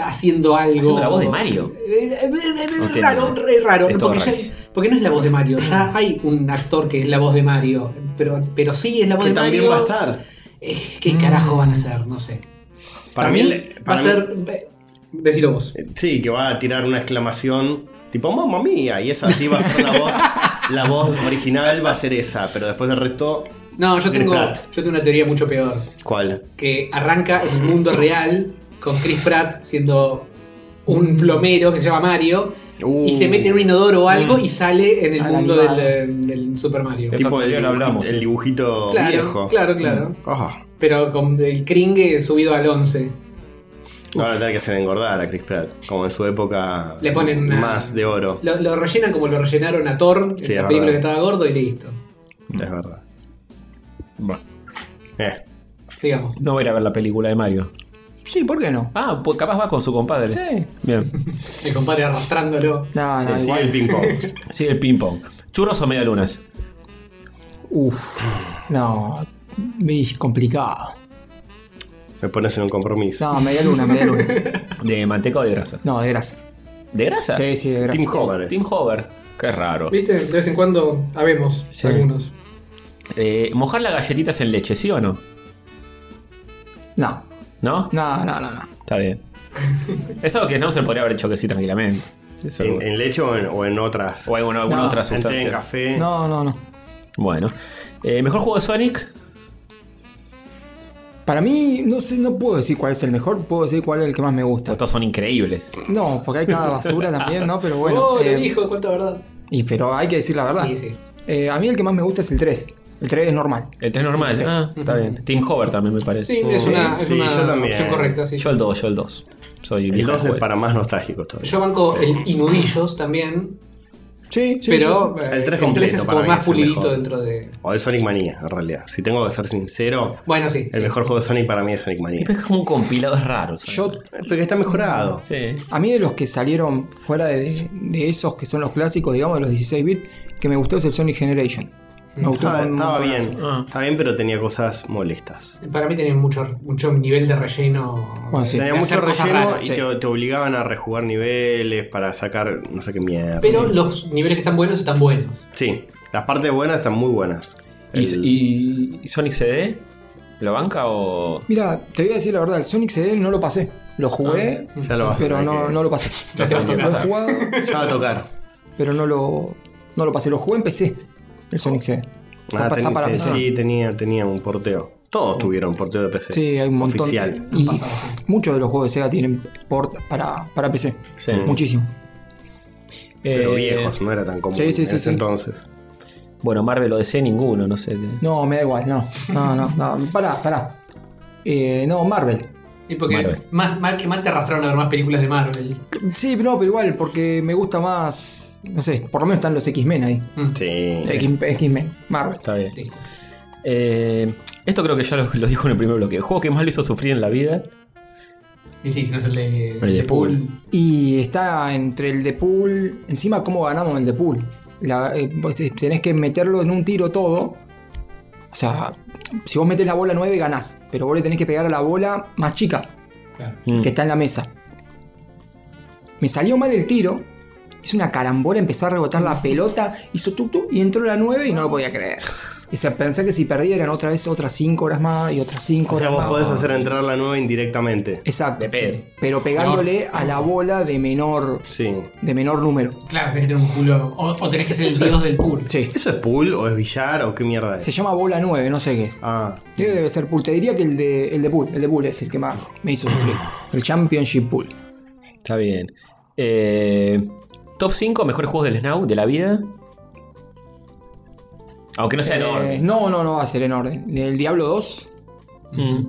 Speaker 5: Haciendo algo.
Speaker 1: Haciendo la voz de Mario.
Speaker 5: Eh, eh, eh, eh,
Speaker 1: entiendo.
Speaker 5: raro, re raro.
Speaker 1: Es todo
Speaker 5: Porque, ya-
Speaker 1: rarísimo.
Speaker 5: porque no es la voz de Mario. Ya hay un actor que es la voz de Mario. Pero, pero sí es la voz
Speaker 2: Que
Speaker 5: de
Speaker 2: también
Speaker 5: Mario.
Speaker 2: va a estar.
Speaker 5: Eh, ¿Qué carajo van a hacer? No sé.
Speaker 2: Para mí, el-
Speaker 5: va
Speaker 2: para
Speaker 5: a
Speaker 2: mí-
Speaker 5: ser. eh, Decilo vos.
Speaker 2: Sí, que va a tirar una exclamación tipo mamma mía. Y esa sí va a ser la voz. La voz original va a ser esa, pero después el resto.
Speaker 5: No, yo
Speaker 2: Chris
Speaker 5: tengo, yo
Speaker 2: Pratt.
Speaker 5: tengo una teoría mucho peor.
Speaker 2: ¿Cuál?
Speaker 5: que arranca en el mundo real con Chris Pratt siendo
Speaker 3: Mm.
Speaker 5: un plomero que se llama Mario y se mete en un inodoro o algo y sale en el
Speaker 3: Mm. Al
Speaker 5: mundo
Speaker 3: animal.
Speaker 5: del, del Super Mario.
Speaker 1: Eso
Speaker 2: Tipo el,
Speaker 1: todavía lo
Speaker 2: dibuji-
Speaker 1: hablamos.
Speaker 2: el dibujito
Speaker 5: Claro,
Speaker 2: viejo.
Speaker 5: claro,
Speaker 3: Mm.
Speaker 5: claro.
Speaker 2: Ah,
Speaker 5: Pero con el cringe subido al 11.
Speaker 2: Ahora va a tener que hacer engordar a Chris Pratt. Como en su época.
Speaker 5: Le ponen una-
Speaker 2: Más de oro.
Speaker 5: Lo, lo rellenan como lo rellenaron a Thor,
Speaker 2: Sí,
Speaker 5: en
Speaker 2: es
Speaker 5: la película
Speaker 2: verdad.
Speaker 5: que estaba gordo y listo.
Speaker 2: Es verdad.
Speaker 1: Bueno,
Speaker 2: Eh.
Speaker 5: Sigamos.
Speaker 1: no voy a ir a ver la película de Mario.
Speaker 3: Sí, ¿por qué no?
Speaker 1: Ah, pues capaz va con su compadre.
Speaker 3: Sí.
Speaker 1: Bien.
Speaker 5: El compadre arrastrándolo.
Speaker 3: No, no,
Speaker 2: Sí,
Speaker 3: Ah, igual.
Speaker 2: el ping-pong.
Speaker 1: Sigue el ping-pong. ¿Churros o medialunas?
Speaker 3: Uf. No. vi- Complicado.
Speaker 2: Me pones en un compromiso.
Speaker 3: No, media luna, media luna.
Speaker 1: ¿De manteca o de grasa?
Speaker 3: No, de grasa.
Speaker 1: ¿De grasa?
Speaker 3: Sí, sí, de grasa.
Speaker 2: Team Hover.
Speaker 1: Team Hover. Qué raro.
Speaker 5: ¿Viste? De vez en cuando habemos
Speaker 1: Sí.
Speaker 5: algunos.
Speaker 1: Eh, ¿Mojar las galletitas en leche, sí o no?
Speaker 3: No,
Speaker 1: ¿No?
Speaker 3: no, no, no. no.
Speaker 1: Está bien. Eso que no se podría haber hecho que sí tranquilamente. Eso-
Speaker 2: ¿En, en leche o en, o en otras?
Speaker 1: o alguna, alguna
Speaker 3: No,
Speaker 1: otra
Speaker 2: en té, en
Speaker 1: sustancia.
Speaker 2: café.
Speaker 3: No, no, no.
Speaker 1: Bueno. Eh, ¿Mejor juego de Sonic?
Speaker 3: Para mí, no sé, no puedo decir cuál es el mejor, puedo decir cuál es el que más me gusta.
Speaker 1: Todos son increíbles.
Speaker 3: No, porque hay cada basura también, ¿no? Pero bueno.
Speaker 5: oh,
Speaker 3: eh,
Speaker 5: lo dijo, cuánta verdad.
Speaker 3: y pero hay que decir la verdad.
Speaker 5: Sí, sí.
Speaker 3: Eh, a mí el que más me gusta es el 3. El 3 es normal.
Speaker 1: El 3 normal.
Speaker 3: Sí.
Speaker 1: Ah, está bien. Team Hover también me parece.
Speaker 5: Sí, es una, es
Speaker 2: Oh. Sí,
Speaker 5: una
Speaker 2: yo también.
Speaker 5: opción correcta. Sí.
Speaker 1: Yo el 2, yo el 2. Soy
Speaker 2: El
Speaker 1: viejo
Speaker 2: 2 es
Speaker 1: escuela.
Speaker 2: para más nostálgicos todavía.
Speaker 5: Yo banco el Inudillos también,
Speaker 3: Sí,
Speaker 5: pero
Speaker 2: sí.
Speaker 5: eh,
Speaker 2: El tres
Speaker 5: el
Speaker 2: completo
Speaker 5: 3 es
Speaker 2: para
Speaker 5: como
Speaker 2: mí
Speaker 5: más
Speaker 2: es el
Speaker 5: pulidito
Speaker 2: mejor.
Speaker 5: dentro de.
Speaker 2: O el Sonic Manía, en realidad. Si tengo que ser sincero,
Speaker 5: Bueno, sí. sí.
Speaker 2: el mejor juego de Sonic para mí es Sonic Manía.
Speaker 1: Es como un compilado, es raro. Sonic.
Speaker 3: Yo,
Speaker 2: Porque está mejorado.
Speaker 1: Sí.
Speaker 3: a mí de los que salieron fuera de, de esos que son los clásicos, digamos, de los 16 bits, que me gustó es el Sonic Generation. Me gustó
Speaker 2: Estaba,
Speaker 3: un
Speaker 2: estaba
Speaker 3: montonazo.
Speaker 2: bien.
Speaker 1: Ah.
Speaker 2: Estaba bien, pero tenía cosas molestas.
Speaker 5: Para mí tienen mucho, mucho nivel de relleno.
Speaker 3: Bueno, sí.
Speaker 5: de
Speaker 2: Tenía
Speaker 5: hacer
Speaker 2: mucho
Speaker 5: cosas
Speaker 2: relleno
Speaker 5: raras,
Speaker 2: y
Speaker 5: sí.
Speaker 2: te, te obligaban a rejugar niveles para sacar no sé qué mierda.
Speaker 5: Pero los niveles que están buenos están buenos.
Speaker 2: Sí, las partes buenas están muy buenas.
Speaker 1: ¿Y,
Speaker 2: El-
Speaker 1: y- y Sonic CD? ¿Lo banca o.?
Speaker 3: Mira, te voy a decir la verdad, el Sonic CD no lo pasé. Lo jugué,
Speaker 2: Ah, ya lo vas a
Speaker 3: pero
Speaker 2: tener
Speaker 3: no,
Speaker 2: que-
Speaker 3: no lo pasé.
Speaker 5: No te vas a
Speaker 3: Lo he
Speaker 5: tocar.
Speaker 3: jugado,
Speaker 2: Ya va a tocar.
Speaker 3: pero no lo, no lo pasé. Lo jugué en PC, el Sonic CD. Está
Speaker 2: Ah,
Speaker 3: pa-
Speaker 2: ten-
Speaker 3: está para
Speaker 2: ten-
Speaker 3: PC.
Speaker 2: sí, tenía, tenía un porteo. Todos tuvieron porteo de PC.
Speaker 3: Sí, hay un montón.
Speaker 2: Oficial.
Speaker 3: Y muchos de los juegos de Sega tienen port para, para PC.
Speaker 1: Sí.
Speaker 3: Muchísimo.
Speaker 2: Mm. Pero
Speaker 1: Eh,
Speaker 2: viejos, no era tan común
Speaker 3: sí, sí,
Speaker 2: en
Speaker 3: sí,
Speaker 2: ese
Speaker 3: sí.
Speaker 2: entonces.
Speaker 1: Bueno, Marvel o DC, ninguno, no sé. qué.
Speaker 3: No, me da igual, no. No, no, no. Pará, pará. Eh, no, Marvel.
Speaker 5: Y porque
Speaker 1: Marvel.
Speaker 5: más, mal que mal te arrastraron a ver más películas de Marvel.
Speaker 3: Sí, pero no, pero igual, porque me gusta más. No sé, por lo menos están los X-Men ahí.
Speaker 5: Mm,
Speaker 2: Sí.
Speaker 3: X- X-Men, Marvel.
Speaker 1: Está bien.
Speaker 5: listo.
Speaker 1: Eh, Esto creo que ya lo, lo dijo en el primer bloque. El juego que más lo hizo sufrir en la vida.
Speaker 5: Y sí, si no es el de.
Speaker 1: El de Pool.
Speaker 3: Y está entre el de pool. Encima, ¿cómo ganamos el de pool? La- eh, vos te- tenés que meterlo en un tiro todo. O sea, si vos metes la bola 9, ganás. Pero vos le tenés que pegar a la bola más chica
Speaker 5: Claro.
Speaker 1: Mm.
Speaker 3: que está en la mesa. Me salió mal el tiro. Hizo una carambola, empezó a rebotar la pelota, hizo tuk tuk y entró la 9 y no lo podía creer. Y se pensé que si perdieran otra vez otras 5 horas más y otras 5
Speaker 2: O sea,
Speaker 3: horas
Speaker 2: vos
Speaker 3: más.
Speaker 2: podés hacer entrar la nueva indirectamente.
Speaker 3: Exacto.
Speaker 1: De pedo.
Speaker 3: Pero pegándole a la bola de menor
Speaker 2: Sí.
Speaker 3: de menor número.
Speaker 5: Claro, tenés que tener un culo. O, o tenés que ser el dios del pool.
Speaker 3: Sí.
Speaker 2: ¿Eso es pool o es billar o qué mierda es?
Speaker 3: Se llama bola 9, no sé qué es.
Speaker 2: Ah,
Speaker 3: Debe, debe ser pool. Te diría que el de, el de pool. El de pool es el que más me hizo sufrir. El Championship Pool.
Speaker 1: Está bien. Eh, top 5 mejores juegos del Snow de la vida. Aunque no sea
Speaker 3: Eh,
Speaker 1: enorme.
Speaker 3: no, no, no va a ser en orden. El Diablo 2,
Speaker 1: Mm.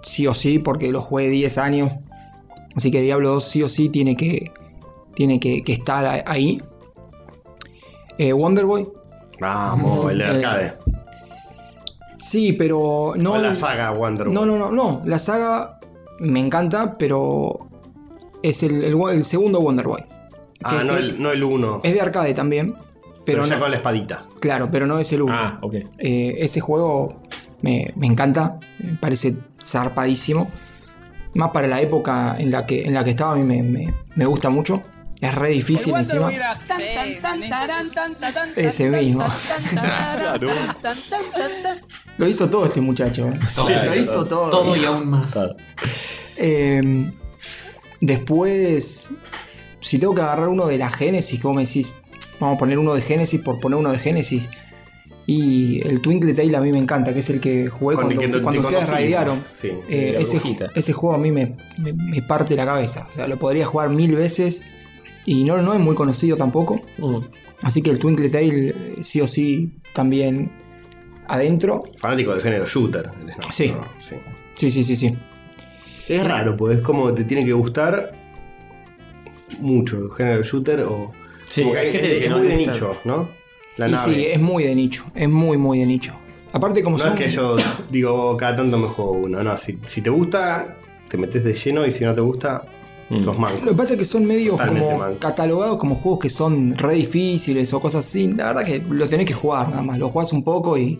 Speaker 3: sí o sí, porque lo jugué 10 años. Así que Diablo 2 sí o sí tiene que, tiene que, que estar a- ahí. Eh, Wonder Boy,
Speaker 2: vamos, el de
Speaker 3: Eh,
Speaker 2: arcade.
Speaker 3: sí, pero no.
Speaker 2: o la
Speaker 3: el-
Speaker 2: saga Wonder
Speaker 3: No,
Speaker 2: Woman.
Speaker 3: no, no, no. La saga me encanta, pero es el, el- el segundo Wonder Boy.
Speaker 2: Ah,
Speaker 3: Que-
Speaker 2: no,
Speaker 3: que-
Speaker 2: el, no el uno.
Speaker 3: Es de arcade también,
Speaker 2: pero
Speaker 3: pero,
Speaker 2: ya
Speaker 3: no.
Speaker 2: con la espadita.
Speaker 3: Claro, pero no es el uno.
Speaker 1: Ah, ok.
Speaker 3: Eh, ese juego me, me encanta, me parece zarpadísimo. Más para la época en la que, en la que estaba, a mí me, me- me gusta mucho. Es re difícil encima. Ese mismo. Lo hizo todo este muchacho. ¿eh?
Speaker 5: Todo.
Speaker 3: Lo hizo todo.
Speaker 5: Todo y aún más.
Speaker 1: Claro.
Speaker 3: Eh, después, si tengo que agarrar uno de la Génesis, como me decís, vamos a poner uno de Génesis por poner uno de Génesis. Y el Twinkle Tail a mí me encanta, que es el que jugué
Speaker 2: Con el
Speaker 3: cuando,
Speaker 2: que te-
Speaker 3: cuando
Speaker 2: te
Speaker 3: ustedes
Speaker 2: conocimos.
Speaker 3: raidearon.
Speaker 2: Sí,
Speaker 3: Eh,
Speaker 1: la
Speaker 3: ese,
Speaker 1: brujita.
Speaker 3: ese juego a mí me, me- me parte la cabeza. O sea, lo podría jugar mil veces y no, no es muy conocido tampoco.
Speaker 1: Mm.
Speaker 3: Así que el Twinkle Tail eh, sí o sí también adentro.
Speaker 2: Fanático del género shooter. el Snow.
Speaker 3: Sí.
Speaker 2: No, sí.
Speaker 3: Sí, sí, sí, sí.
Speaker 2: Es raro, pues es como te tiene que gustar mucho el género shooter o.
Speaker 1: Sí,
Speaker 2: como que
Speaker 1: hay
Speaker 2: es-
Speaker 1: gente
Speaker 2: es,
Speaker 1: que no
Speaker 2: muy
Speaker 1: le
Speaker 2: de
Speaker 1: gusta.
Speaker 2: nicho, ¿no? La
Speaker 3: y
Speaker 2: nave.
Speaker 3: sí, es muy de nicho. Es muy, muy de nicho. Aparte, como
Speaker 2: no
Speaker 3: son-
Speaker 2: es que yo digo, "Oh, cada tanto me juego uno. No, si, si te gusta, te metes de lleno y si no te gusta,
Speaker 1: Mm.
Speaker 2: sos
Speaker 3: Lo
Speaker 2: manco.
Speaker 3: que pasa es que son medios
Speaker 2: Totalmente
Speaker 3: como
Speaker 2: mal.
Speaker 3: catalogados como juegos que son re difíciles o cosas así. La verdad que lo tenés que jugar nada más. Lo jugás un poco y,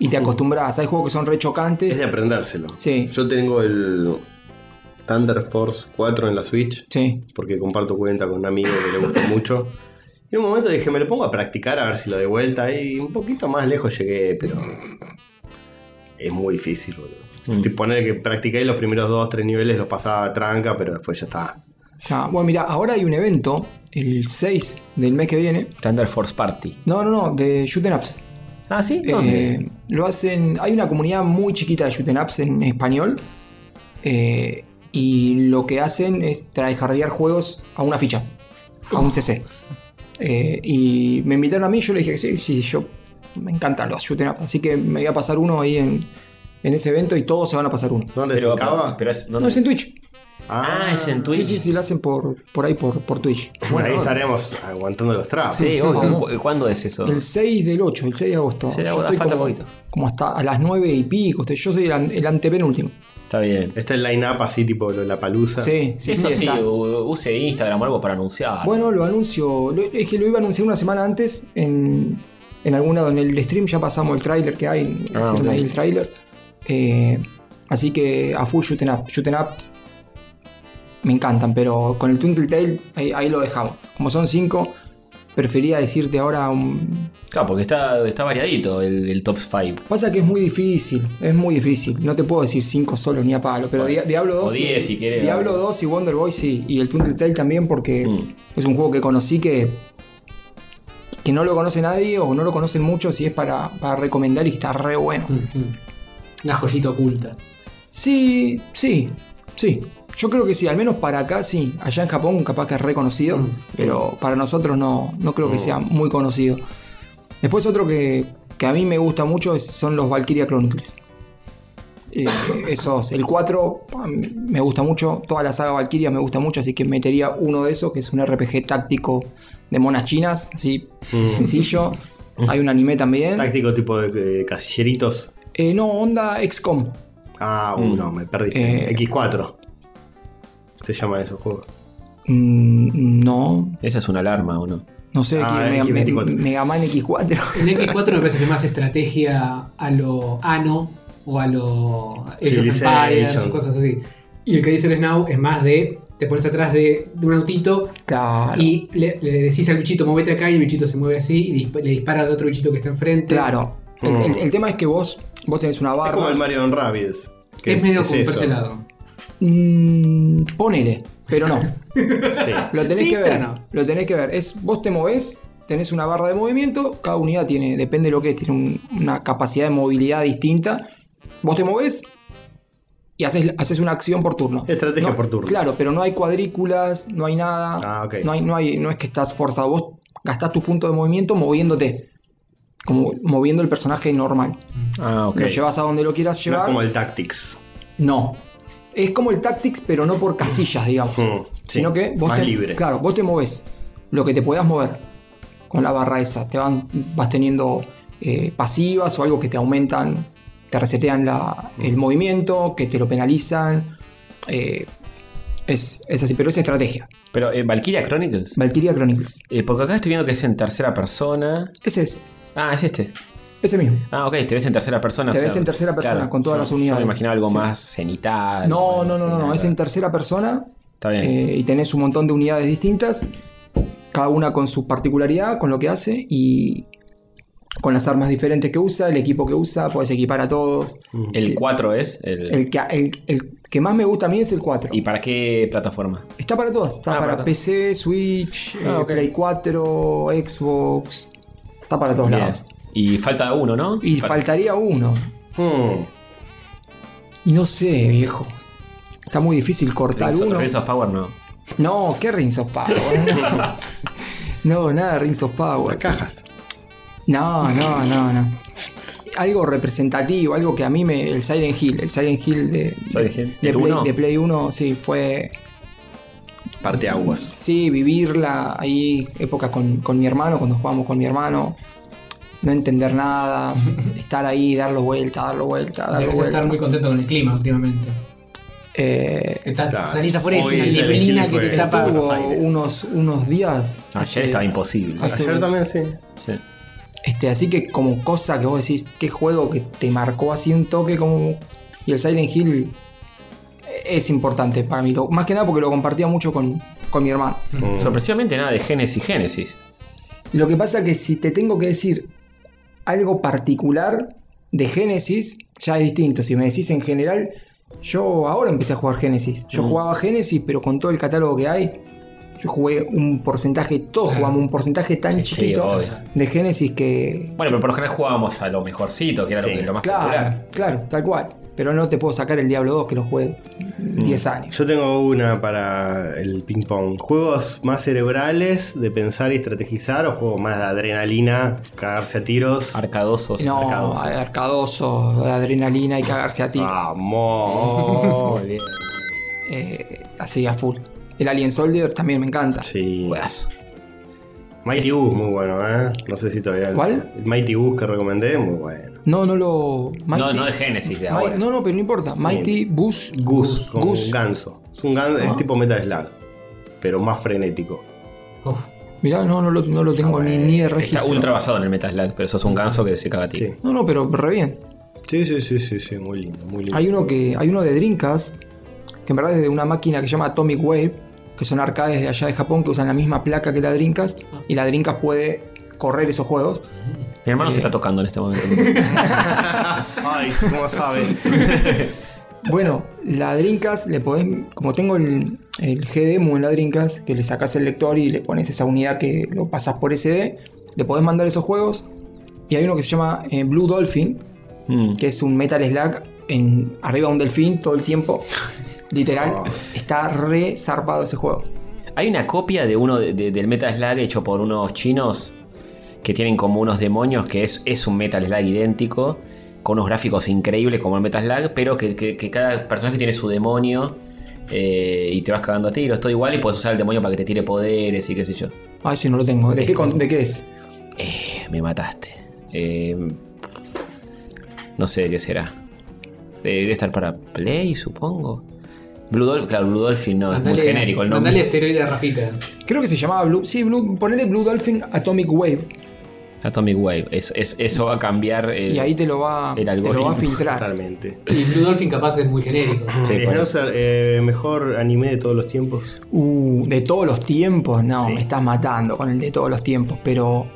Speaker 3: y te acostumbrás. Hay juegos que son re chocantes.
Speaker 2: Es de aprendérselo.
Speaker 3: Sí.
Speaker 2: Yo tengo el Thunder Force 4 en la Switch.
Speaker 3: Sí.
Speaker 2: porque comparto cuenta con un amigo que le gusta mucho. Y en un momento dije, me lo pongo a practicar a ver si lo de vuelta. Y un poquito más lejos llegué, pero. Es muy difícil, boludo.
Speaker 1: Mm.
Speaker 2: Te Poner que practiqué los primeros dos, tres niveles, los pasaba a tranca, pero después ya está.
Speaker 3: Ya, Ah, Bueno, mira, ahora hay un evento, el 6 del mes que viene.
Speaker 1: Thunder Force Party.
Speaker 3: No, no, no, de Shooten Ups.
Speaker 1: Ah, sí, ¿dónde?
Speaker 3: Eh, lo hacen. Hay una comunidad muy chiquita de Shooten Ups en español. eh, y lo que hacen es tryhardear juegos a una ficha, a un CC. Eh, y me invitaron a mí, yo le dije que sí, sí, yo me encantan los Shooten Ups. Así que me voy a pasar uno ahí en, en ese evento y todos se van a pasar uno.
Speaker 2: ¿Dónde se
Speaker 1: pero,
Speaker 2: acaba?
Speaker 1: pero, pero es, ¿dónde
Speaker 3: No, es en Twitch.
Speaker 1: Ah, es en Twitch.
Speaker 3: Sí, sí, sí, lo hacen por, por ahí, por, por Twitch.
Speaker 2: Bueno, ahí estaremos aguantando los trapos.
Speaker 1: Sí, obvio.
Speaker 3: Vamos.
Speaker 1: ¿Cu- ¿Cuándo es eso?
Speaker 3: El 6 del 8, el 6 de agosto.
Speaker 1: 6 de
Speaker 3: Yo
Speaker 1: agosto,
Speaker 3: estoy
Speaker 1: falta
Speaker 3: como,
Speaker 1: poquito.
Speaker 3: como hasta a las 9 y pico. Yo soy el, an- el antepenúltimo.
Speaker 1: Está bien.
Speaker 2: Este es el line-up así, tipo la palusa.
Speaker 3: Sí, sí,
Speaker 1: Eso
Speaker 3: sí,
Speaker 1: sí,
Speaker 3: está.
Speaker 1: u- use Instagram o algo para anunciar.
Speaker 3: Bueno, lo anuncio. lo- es que lo iba a anunciar una semana antes en, en alguna en el stream. Ya pasamos el tráiler que hay.
Speaker 1: Ah,
Speaker 3: hicieron
Speaker 1: ok.
Speaker 3: ahí el tráiler. Eh, así que a full shooten up. Shooten up me encantan, pero con el Twinkle Tail ahí, ahí lo dejamos. Como son cinco, prefería decirte ahora un.
Speaker 1: Claro, porque está, está variadito el, el top 5.
Speaker 3: Pasa que es muy difícil, es muy difícil. No te puedo decir cinco solo ni a palo, pero Dia- Diablo
Speaker 1: o
Speaker 3: 2.
Speaker 1: diez, si querés.
Speaker 3: Diablo 2 y Wonder Boy sí, y el Twinkle Tail también porque
Speaker 1: Mm.
Speaker 3: es un juego que conocí que que no lo conoce nadie o no lo conocen muchos y es para, para recomendar y está re bueno.
Speaker 5: Ujú. Mm, Una joyita oculta.
Speaker 3: Sí, sí, sí. Yo creo que sí, al menos para acá sí. Allá en Japón capaz que es reconocido,
Speaker 5: Mm.
Speaker 3: pero para nosotros no, no creo que sea muy conocido. Después otro que, que a mí me gusta mucho es- son los Valkyria Chronicles. Eh, esos, el 4 a mí me gusta mucho, toda la saga Valkyria me gusta mucho, así que metería uno de esos, que es un RPG táctico de monas chinas, así sencillo. Hay un anime también.
Speaker 2: Táctico tipo de, de casilleritos.
Speaker 3: Eh, no, Honda XCOM.
Speaker 2: Ah, uh, no, me perdiste.
Speaker 3: Mm. Eh.
Speaker 2: X4. Se llama eso, juego.
Speaker 3: Mm, no,
Speaker 1: Esa es una alarma, ¿o no?
Speaker 3: no sé,
Speaker 2: Ah,
Speaker 3: qué- Mega,
Speaker 2: X24.
Speaker 3: Me- Mega Man X4.
Speaker 5: En X4 me parece que es más estrategia a lo Ano o a lo Age of Empires
Speaker 2: Civilization.
Speaker 5: y cosas así. Y el que dice el Snow es más de. Te pones atrás de, de un autito
Speaker 3: Claro.
Speaker 5: y le, le decís al bichito, movete acá, y el bichito se mueve así y disp- le dispara al otro bichito que está enfrente.
Speaker 3: Claro. El, el- el tema es que vos, vos tenés una
Speaker 2: Oh. Es como
Speaker 3: barba.
Speaker 2: el Mario on Rabbids. que
Speaker 5: Es, medio como
Speaker 2: eso.
Speaker 5: por ese lado.
Speaker 3: Mm, ponele, pero no.
Speaker 2: Sí.
Speaker 3: Lo tenés
Speaker 5: Sí,
Speaker 3: que ver.
Speaker 5: pero no.
Speaker 3: Lo tenés que ver. Es, vos te movés, tenés una barra de movimiento, cada unidad tiene, depende de lo que es, tiene un- una capacidad de movilidad distinta. Vos te movés y haces, haces una acción por turno.
Speaker 2: Estrategia
Speaker 3: No,
Speaker 2: por turno.
Speaker 3: Claro, pero no hay cuadrículas, no hay nada.
Speaker 2: Ah, ok.
Speaker 3: no, hay, no, hay, no es que estás forzado. Vos gastás tu punto de movimiento moviéndote. Como moviendo el personaje normal.
Speaker 1: Ah, ok.
Speaker 3: Lo llevas a donde lo quieras
Speaker 2: No es
Speaker 3: llevar.
Speaker 2: como el Tactics.
Speaker 3: No. Es como el Tactics, pero no por casillas, digamos.
Speaker 2: Mm, sí.
Speaker 3: Sino que vos
Speaker 2: Más
Speaker 3: te,
Speaker 2: libre.
Speaker 3: Claro, vos te moves lo que te puedas mover con la barra esa. Te van, vas teniendo eh, pasivas o algo que te aumentan, te resetean la- el movimiento, que te lo penalizan. Eh, es, es así, pero es estrategia.
Speaker 1: Pero eh, Valkyria Chronicles.
Speaker 3: Valkyria Chronicles.
Speaker 1: Eh, porque acá estoy viendo que es en tercera persona.
Speaker 3: Ese es,
Speaker 1: Ah, es este.
Speaker 3: ese mismo.
Speaker 1: Ah, ok, te ves en tercera persona.
Speaker 3: Te ves en tercera persona, con todas
Speaker 1: yo-
Speaker 3: las unidades.
Speaker 1: Yo me imaginaba algo
Speaker 3: Sí.
Speaker 1: más cenital.
Speaker 3: No,
Speaker 1: más
Speaker 3: no, no, no, no,
Speaker 1: nada.
Speaker 3: es en tercera persona
Speaker 1: Está bien.
Speaker 3: eh, y tenés un montón de unidades distintas, cada una con su particularidad, con lo que hace y con las armas diferentes que usa, el equipo que usa, podés equipar a todos.
Speaker 1: el 4 es. El...
Speaker 3: eh, El que, el- el que más me gusta a mí es el 4.
Speaker 1: ¿Y para qué plataforma?
Speaker 3: Está para todas, está
Speaker 1: Ah,
Speaker 3: para
Speaker 1: para
Speaker 3: PC, Switch,
Speaker 1: Ah,
Speaker 3: eh,
Speaker 1: ok.
Speaker 3: Play 4, Xbox, está para todos
Speaker 2: Bien.
Speaker 3: lados.
Speaker 1: Y falta uno, ¿no?
Speaker 3: Y
Speaker 1: Fal-
Speaker 3: faltaría uno.
Speaker 2: Mm,
Speaker 3: Y no sé, viejo. Está muy difícil cortar
Speaker 1: Rings of-
Speaker 3: uno.
Speaker 1: Rings of Power no.
Speaker 3: No, ¿qué Rings of Power? No, No, nada de Rings of Power.
Speaker 2: cajas.
Speaker 3: No, no, no, no. Algo representativo, algo que a mí me. El Silent Hill, el Silent Hill de,
Speaker 1: Silent Hill,
Speaker 3: de,
Speaker 1: ¿el
Speaker 3: Play,
Speaker 1: uno?
Speaker 3: de Play 1, sí, fue.
Speaker 2: Parte aguas.
Speaker 3: Sí, vivirla ahí, época con, con mi hermano, cuando jugábamos con mi hermano. No entender nada, estar ahí, darlo vuelta, darlo vuelta, darlo
Speaker 5: Debes
Speaker 3: vuelta.
Speaker 5: estar muy contento con el clima últimamente.
Speaker 3: Eh,
Speaker 5: Estás,
Speaker 2: Claro.
Speaker 5: Salís afuera y es
Speaker 2: Hoy
Speaker 5: una
Speaker 2: el Silent
Speaker 5: neblina
Speaker 2: Hill
Speaker 5: que te
Speaker 2: fue-
Speaker 5: tapa.
Speaker 2: Buenos
Speaker 3: tuvo
Speaker 2: Aires.
Speaker 3: unos, unos días.
Speaker 1: Ayer
Speaker 3: hace-
Speaker 1: estaba imposible.
Speaker 3: hace-
Speaker 2: Ayer también, sí.
Speaker 1: Sí.
Speaker 3: Este, así que como cosa que vos decís, qué juego que te marcó así un toque como... Y el Silent Hill eh, es importante para mí. Lo- más que nada porque lo compartía mucho con, con mi hermano.
Speaker 2: Mm.
Speaker 1: Sorpresivamente nada de Genesis Genesis. Mm.
Speaker 3: Lo que pasa que si te tengo que decir algo particular de Genesis, ya es distinto. Si me decís en general, yo ahora empecé a jugar Genesis.
Speaker 1: Mm.
Speaker 3: Yo jugaba Genesis, pero con todo el catálogo que hay, yo jugué un porcentaje, todos jugamos un porcentaje tan
Speaker 1: Sí, sí,
Speaker 3: chiquito
Speaker 1: obvio.
Speaker 3: de Genesis que
Speaker 1: Bueno, pero por lo general jugábamos a lo mejorcito, que era
Speaker 2: Sí.
Speaker 1: lo, que- lo más
Speaker 3: Claro,
Speaker 1: popular.
Speaker 3: claro, tal cual. Pero no te puedo sacar el Diablo 2 que lo jugué
Speaker 1: Mm.
Speaker 3: 10 años.
Speaker 2: Yo tengo una para el ping pong. ¿Juegos más cerebrales de pensar y estrategizar o juegos más de adrenalina, cagarse a tiros?
Speaker 1: Arcadosos. Ah.
Speaker 3: No,
Speaker 2: arcadoso.
Speaker 3: arcadoso, de adrenalina y cagarse a ti.
Speaker 2: ¡Vamos!
Speaker 1: Muy bien.
Speaker 3: Eh, así a full. El Alien Soldier también me encanta.
Speaker 2: sí.
Speaker 1: Juegazo.
Speaker 2: Mighty Goose, muy bueno, ¿eh? No sé si todavía...
Speaker 3: ¿Cuál?
Speaker 2: El Mighty Goose que recomendé, muy bueno.
Speaker 3: No, no lo.
Speaker 1: No,
Speaker 3: Mighty-
Speaker 1: no de Genesis de
Speaker 3: Mi-
Speaker 1: ahora.
Speaker 3: no, no, pero no importa. Mighty Bus.
Speaker 2: Goose, como
Speaker 3: Goose.
Speaker 2: un ganso. Es un ganso, es tipo Metal Slug, pero más frenético.
Speaker 5: Uf.
Speaker 3: Mirá, no, no lo, no lo tengo ni, ni de registro.
Speaker 1: Está ultra basado en el Metal Slug, pero sos un ganso que se caga a ti.
Speaker 2: Sí.
Speaker 3: No, no, pero re bien.
Speaker 2: Sí, sí, sí, sí, sí, muy lindo, muy lindo.
Speaker 3: Hay uno que. Hay uno de Dreamcast, que en verdad es de una máquina que se llama Atomic Wave, que son arcades de allá de Japón que usan la misma placa que la Dreamcast,
Speaker 1: Ah.
Speaker 3: y la Dreamcast puede correr esos juegos.
Speaker 1: Mi hermano se está tocando en este momento.
Speaker 2: Ay, ¿cómo saben?
Speaker 3: Bueno, la Dreamcast le podés. Como tengo el, el GDMU en la Dreamcast, que le sacás el lector y le pones esa unidad que lo pasas por SD, le podés mandar esos juegos. Y hay uno que se llama eh, Blue Dolphin,
Speaker 1: Mm.
Speaker 3: que es un Metal Slug en, arriba de un delfín todo el tiempo.
Speaker 1: Ah.
Speaker 3: Literal, está re zarpado ese juego.
Speaker 1: Hay una copia de uno de- de- del Metal Slug hecho por unos chinos que tienen como unos demonios que es, es un Metal Slug idéntico, con unos gráficos increíbles como el Metal Slug, pero que, que- que cada personaje tiene su demonio eh, y te vas cagando a tiros, todo igual, y puedes usar el demonio para que te tire poderes y qué sé yo. Eh,
Speaker 3: Ah, ese no lo tengo. ¿De,
Speaker 1: Es
Speaker 3: qué, con-
Speaker 1: como-
Speaker 3: de qué es?
Speaker 1: Eh, me mataste. Eh, No sé de qué será. Eh, Debe estar para Play, supongo. Blue Dolphin, claro, Blue Dolphin no, es muy genérico el nombre.
Speaker 5: Mandale esteroide a Rafita.
Speaker 3: Creo que se llamaba Blue. Sí, Blue, ponele Blue Dolphin Atomic Wave.
Speaker 1: Atomic Wave, eso, es- eso va a cambiar eh, el-
Speaker 3: Y ahí te lo va,
Speaker 1: El
Speaker 3: te lo va
Speaker 1: algoritmo.
Speaker 3: a filtrar.
Speaker 2: Totalmente.
Speaker 5: Y Blue Dolphin capaz es muy genérico.
Speaker 1: Sí, por-
Speaker 2: Schnauzer, eh, mejor anime de todos los tiempos.
Speaker 3: Uh, de todos los tiempos, no,
Speaker 2: Sí.
Speaker 3: me estás matando con el de todos los tiempos. Pero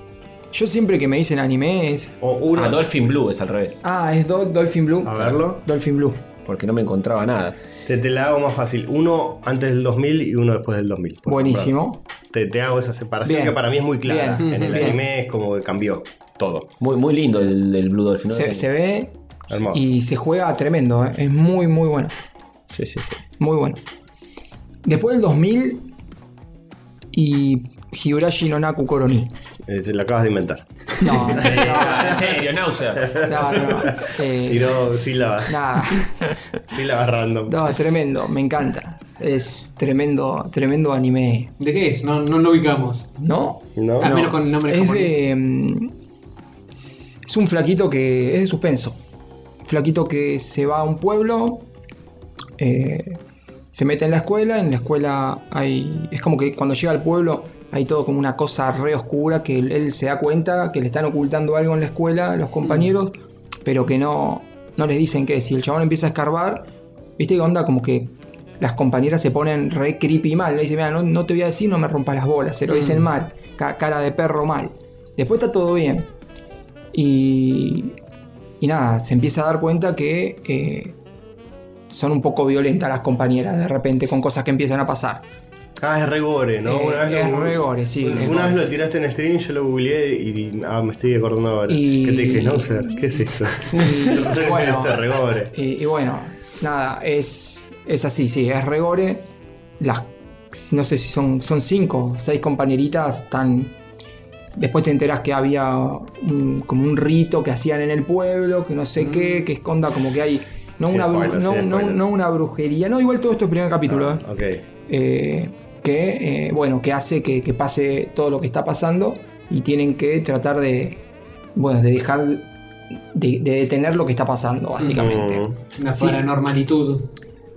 Speaker 3: yo siempre que me dicen anime es.
Speaker 2: O uno.
Speaker 1: Ah, Dolphin Blue es al revés,
Speaker 3: Ah, es Do- Dolphin Blue.
Speaker 2: A verlo.
Speaker 3: Dolphin Blue.
Speaker 1: porque no me encontraba nada.
Speaker 2: Te, te la hago más fácil. Uno antes del 2000 y uno después del 2000. por
Speaker 3: Buenísimo.
Speaker 2: ejemplo. Te, te hago esa separación
Speaker 3: Bien.
Speaker 2: que para mí es muy clara.
Speaker 3: Bien.
Speaker 2: En el
Speaker 3: Bien.
Speaker 2: anime es como que cambió todo.
Speaker 1: Muy, muy lindo el, el Blue Dolphin. ¿no?
Speaker 3: Se, se ve
Speaker 2: Hermoso.
Speaker 3: y se juega tremendo. eh. Es muy, muy bueno.
Speaker 1: Sí, sí, sí.
Speaker 3: Muy bueno. Después del 2000 y Higurashi no Naku Koroni.
Speaker 2: Eh, te lo acabas de inventar.
Speaker 3: No, no,
Speaker 1: Ah, en serio, Nauser.
Speaker 3: no. no. Eh,
Speaker 2: Tiró sílabas,
Speaker 3: nada.
Speaker 2: sílabas random.
Speaker 3: No, es tremendo, me encanta. Es tremendo, tremendo anime.
Speaker 5: ¿De qué es? No, no lo ubicamos.
Speaker 3: ¿No?
Speaker 2: No,
Speaker 5: Al
Speaker 2: no.
Speaker 5: menos con el nombre
Speaker 3: es
Speaker 5: japonés.
Speaker 3: de. mm, Es un flaquito que. Es de suspenso. Flaquito que se va a un pueblo. eh, se mete en la escuela. En la escuela hay. Es como que cuando llega al pueblo hay todo como una cosa re oscura que él, él se da cuenta que le están ocultando algo en la escuela, los compañeros, pero que no. No les dicen que si el chabón empieza a escarbar, ¿viste qué onda? Como que las compañeras se ponen re creepy mal. Le dicen, mira, no, no te voy a decir, no me rompas las bolas. Se lo dicen mal. Ca- cara de perro mal. Después está todo bien. Y. Y nada, se empieza a dar cuenta que. eh, son un poco violentas las compañeras de repente con cosas que empiezan a pasar.
Speaker 2: Ah, es regore, ¿no?
Speaker 3: Eh, es re gore, sí,
Speaker 2: Una
Speaker 3: es
Speaker 2: una vez
Speaker 3: gore.
Speaker 2: lo tiraste en stream, yo lo googleé y. Ah, me estoy acordando ahora.
Speaker 3: Y-
Speaker 2: ¿Qué te dije, Schnauzer? ¿Qué es esto?
Speaker 3: Y, y bueno,
Speaker 2: este regore.
Speaker 3: y- y bueno, nada, es, es así, sí, es regore. Las, no sé si son, son cinco o seis compañeritas están... Después te enterás que había un- como un rito que hacían en el pueblo, que no sé qué, que esconda como que hay... No,
Speaker 2: Mm. Sí,
Speaker 3: una, bru-
Speaker 2: spoiler, sí,
Speaker 3: no- no-
Speaker 2: spoiler.
Speaker 3: no una brujería. No, igual todo esto es primer capítulo. eh.
Speaker 2: Ah, ok.
Speaker 3: eh, que eh, bueno que hace que, que pase todo lo que está pasando y tienen que tratar de bueno de dejar de, de detener lo que está pasando básicamente
Speaker 2: Mm.
Speaker 5: Una
Speaker 3: Sí.
Speaker 5: paranormalitud.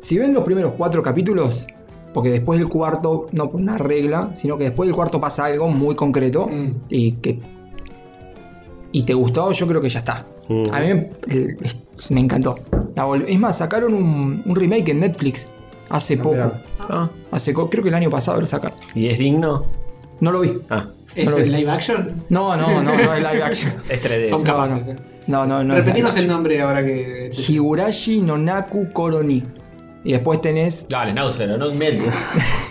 Speaker 3: si ven los primeros cuatro capítulos porque después del cuarto no por una regla sino que después del cuarto pasa algo muy concreto
Speaker 5: Mm.
Speaker 3: y que y te gustó yo creo que ya está
Speaker 2: Mm.
Speaker 3: a mí me, eh, me encantó La vol- es más sacaron un, un remake en Netflix hace poco
Speaker 4: mirá.
Speaker 1: Ah,
Speaker 3: hace co- creo que el año pasado lo sacaron
Speaker 1: ¿Y es digno?
Speaker 3: no lo vi
Speaker 1: Ah,
Speaker 5: ¿Es
Speaker 3: No lo
Speaker 5: el
Speaker 3: vi.
Speaker 5: live action?
Speaker 3: No, no, no, no es live action.
Speaker 1: es 3D.
Speaker 5: Son
Speaker 1: sí.
Speaker 5: capaces.
Speaker 3: no.
Speaker 5: eh.
Speaker 3: No, no, no. es
Speaker 5: Repetimos
Speaker 3: live
Speaker 5: el nombre ahora que.
Speaker 3: action. Higurashi Nonaku Koroni. Y después tenés.
Speaker 1: Dale, Nauser, no inventes.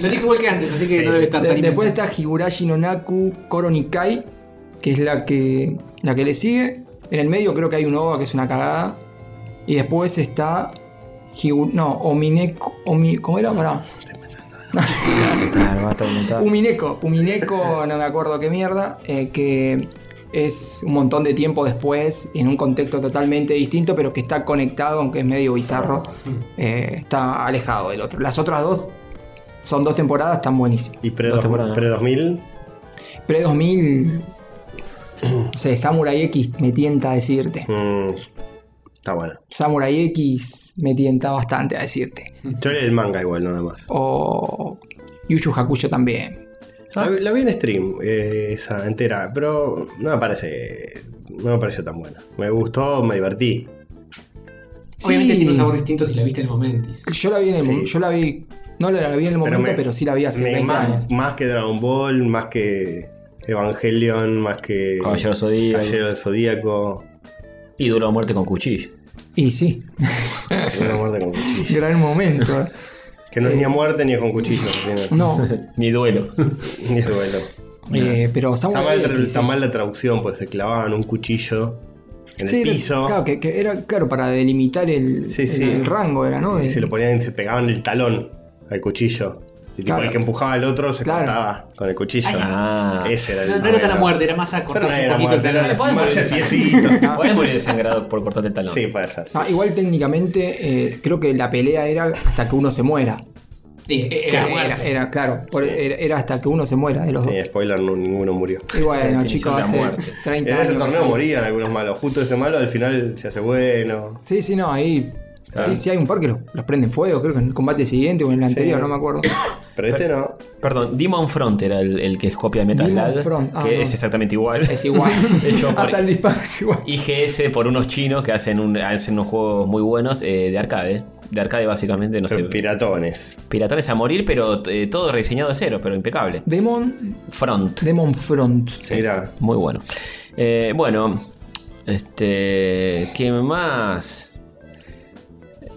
Speaker 5: Lo dije igual que antes, así que no debe estar
Speaker 3: de-
Speaker 5: tan
Speaker 3: después
Speaker 5: inventado.
Speaker 3: está Higurashi Nonaku Koronikai, que es la que, la que le sigue. En el medio creo que hay un OVA que es una cagada. Y después está. Higu- no, Omineko. Omi- ¿Cómo era? Pará.
Speaker 1: Claro, va a estar aumentado.
Speaker 3: Umineko, Umineko, no me acuerdo qué mierda, eh, que es un montón de tiempo después, en un contexto totalmente distinto, pero que está conectado, aunque es medio bizarro, eh, está alejado del otro. Las otras dos son dos temporadas, están buenísimas.
Speaker 2: Y pre-
Speaker 1: Dos temporadas.
Speaker 2: pre-2000.
Speaker 3: Pre-2000, no sé, Samurai X me tienta a decirte.
Speaker 2: mm, Está bueno.
Speaker 3: Samurai X me tienta bastante a decirte.
Speaker 1: Mm.
Speaker 2: Yo leí el manga igual, nada más.
Speaker 3: O Yu Yu Hakusho también.
Speaker 1: Ah.
Speaker 2: La, la vi en stream, eh, esa entera, pero no me parece. No me pareció tan buena. Me gustó, me divertí.
Speaker 5: Obviamente
Speaker 3: Sí.
Speaker 5: tiene un sabor distinto si la viste en el momento.
Speaker 3: Yo la vi en el
Speaker 2: Sí.
Speaker 3: mom- yo la vi, no la, la vi en el momento, pero,
Speaker 2: me-
Speaker 3: sí la vi hace
Speaker 2: me-
Speaker 3: 20
Speaker 2: más,
Speaker 3: años.
Speaker 2: más que Dragon Ball, más que Evangelion, más que.
Speaker 1: Caballero Zodíaco.
Speaker 2: Caballero del Zodíaco.
Speaker 1: Y duró a muerte con cuchillo.
Speaker 3: Y sí,
Speaker 2: Una muerte con cuchillo.
Speaker 3: gran momento.
Speaker 2: Que no es ni a muerte ni a con cuchillo. ni-
Speaker 3: No,
Speaker 1: Ni duelo.
Speaker 2: Ni es duelo.
Speaker 3: eh, pero
Speaker 2: Está
Speaker 3: Samurai
Speaker 2: mal,
Speaker 3: X,
Speaker 2: está mal la traducción, pues se clavaban un cuchillo en el
Speaker 3: sí, era-
Speaker 2: piso.
Speaker 3: Claro, que, que era claro para delimitar el,
Speaker 2: Sí,
Speaker 3: el-
Speaker 2: sí.
Speaker 3: el rango, era, ¿no?
Speaker 2: Y
Speaker 3: De-
Speaker 2: se lo ponían, se pegaban el talón al cuchillo. Y tipo,
Speaker 3: Claro.
Speaker 2: el que empujaba al otro se
Speaker 3: Claro.
Speaker 2: cortaba con el cuchillo.
Speaker 1: Ah.
Speaker 2: Ese era el
Speaker 5: No, no era tan a muerte, era más a
Speaker 2: Pero no
Speaker 5: cortarse un
Speaker 2: era
Speaker 5: poquito
Speaker 2: muerte,
Speaker 5: el
Speaker 2: era
Speaker 5: talón.
Speaker 2: más
Speaker 1: poner-
Speaker 2: el piecito.
Speaker 1: Podés morir desangrado por cortarte el talón.
Speaker 5: Ah.
Speaker 2: Sí, puede ser. sí.
Speaker 3: Ah, igual técnicamente eh, creo que la pelea era hasta que uno se muera.
Speaker 5: Sí, era,
Speaker 3: era,
Speaker 5: muerto.
Speaker 3: era, claro, por- era, era hasta que uno se muera de los dos.
Speaker 2: Eh, spoiler, no, ninguno murió.
Speaker 3: Y bueno, chicos,
Speaker 2: Definición de
Speaker 3: hace
Speaker 2: muerte.
Speaker 3: 30
Speaker 2: En ese
Speaker 3: años.
Speaker 2: torneo morían algunos malos. Justo ese malo al final se hace bueno.
Speaker 3: Sí, sí, no, ahí.
Speaker 2: Claro.
Speaker 3: Sí, sí, hay un par que los, los prenden fuego, creo que en el combate siguiente o en el anterior, no me acuerdo.
Speaker 2: Pero este no.
Speaker 1: Perdón, Demon Front era el, el que es copia de Metal
Speaker 3: Demon
Speaker 1: Gear,
Speaker 3: Front, ah,
Speaker 1: que
Speaker 3: no.
Speaker 1: es exactamente igual.
Speaker 3: Es igual.
Speaker 1: Hecho por-
Speaker 3: Hasta el disparo es igual.
Speaker 1: IGS por unos chinos que hacen, un, hacen unos juegos muy buenos eh, de arcade. De arcade básicamente, no sé.
Speaker 2: Pero piratones.
Speaker 1: piratones a morir, pero eh, todo rediseñado de cero, pero impecable.
Speaker 3: Demon,
Speaker 1: Front.
Speaker 3: Demon Front.
Speaker 2: Mira.
Speaker 1: Muy bueno. Eh, bueno, este. ¿Qué más?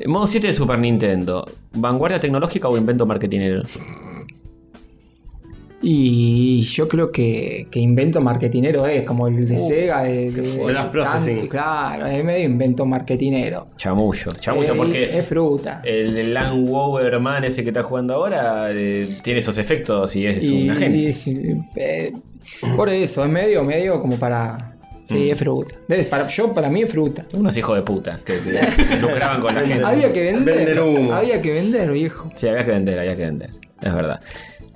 Speaker 1: Modo 7 de Super Nintendo. ¿Vanguardia tecnológica o invento marketinero?
Speaker 3: Y yo creo que, que invento marketinero es, como el
Speaker 1: Uh,
Speaker 3: de Sega, de, de-
Speaker 2: bueno. Blast Processing.
Speaker 3: tanto, claro, es medio invento marketinero.
Speaker 1: Chamullo. Chamullo
Speaker 3: Eh,
Speaker 1: porque.
Speaker 3: Es fruta.
Speaker 1: El el Land Wower Man ese que está jugando ahora eh, tiene esos efectos y es
Speaker 3: y,
Speaker 1: una genia.
Speaker 3: y- eh, por eso, es medio, medio como para. Sí,
Speaker 1: Mm.
Speaker 3: es fruta. Debe- para, yo, para mí es fruta.
Speaker 1: Unos hijos de puta que que lucraban con la gente.
Speaker 3: Había que vender.
Speaker 2: Vender humo.
Speaker 3: Había que vender, viejo.
Speaker 1: Sí, había que vender, había que vender. Es verdad.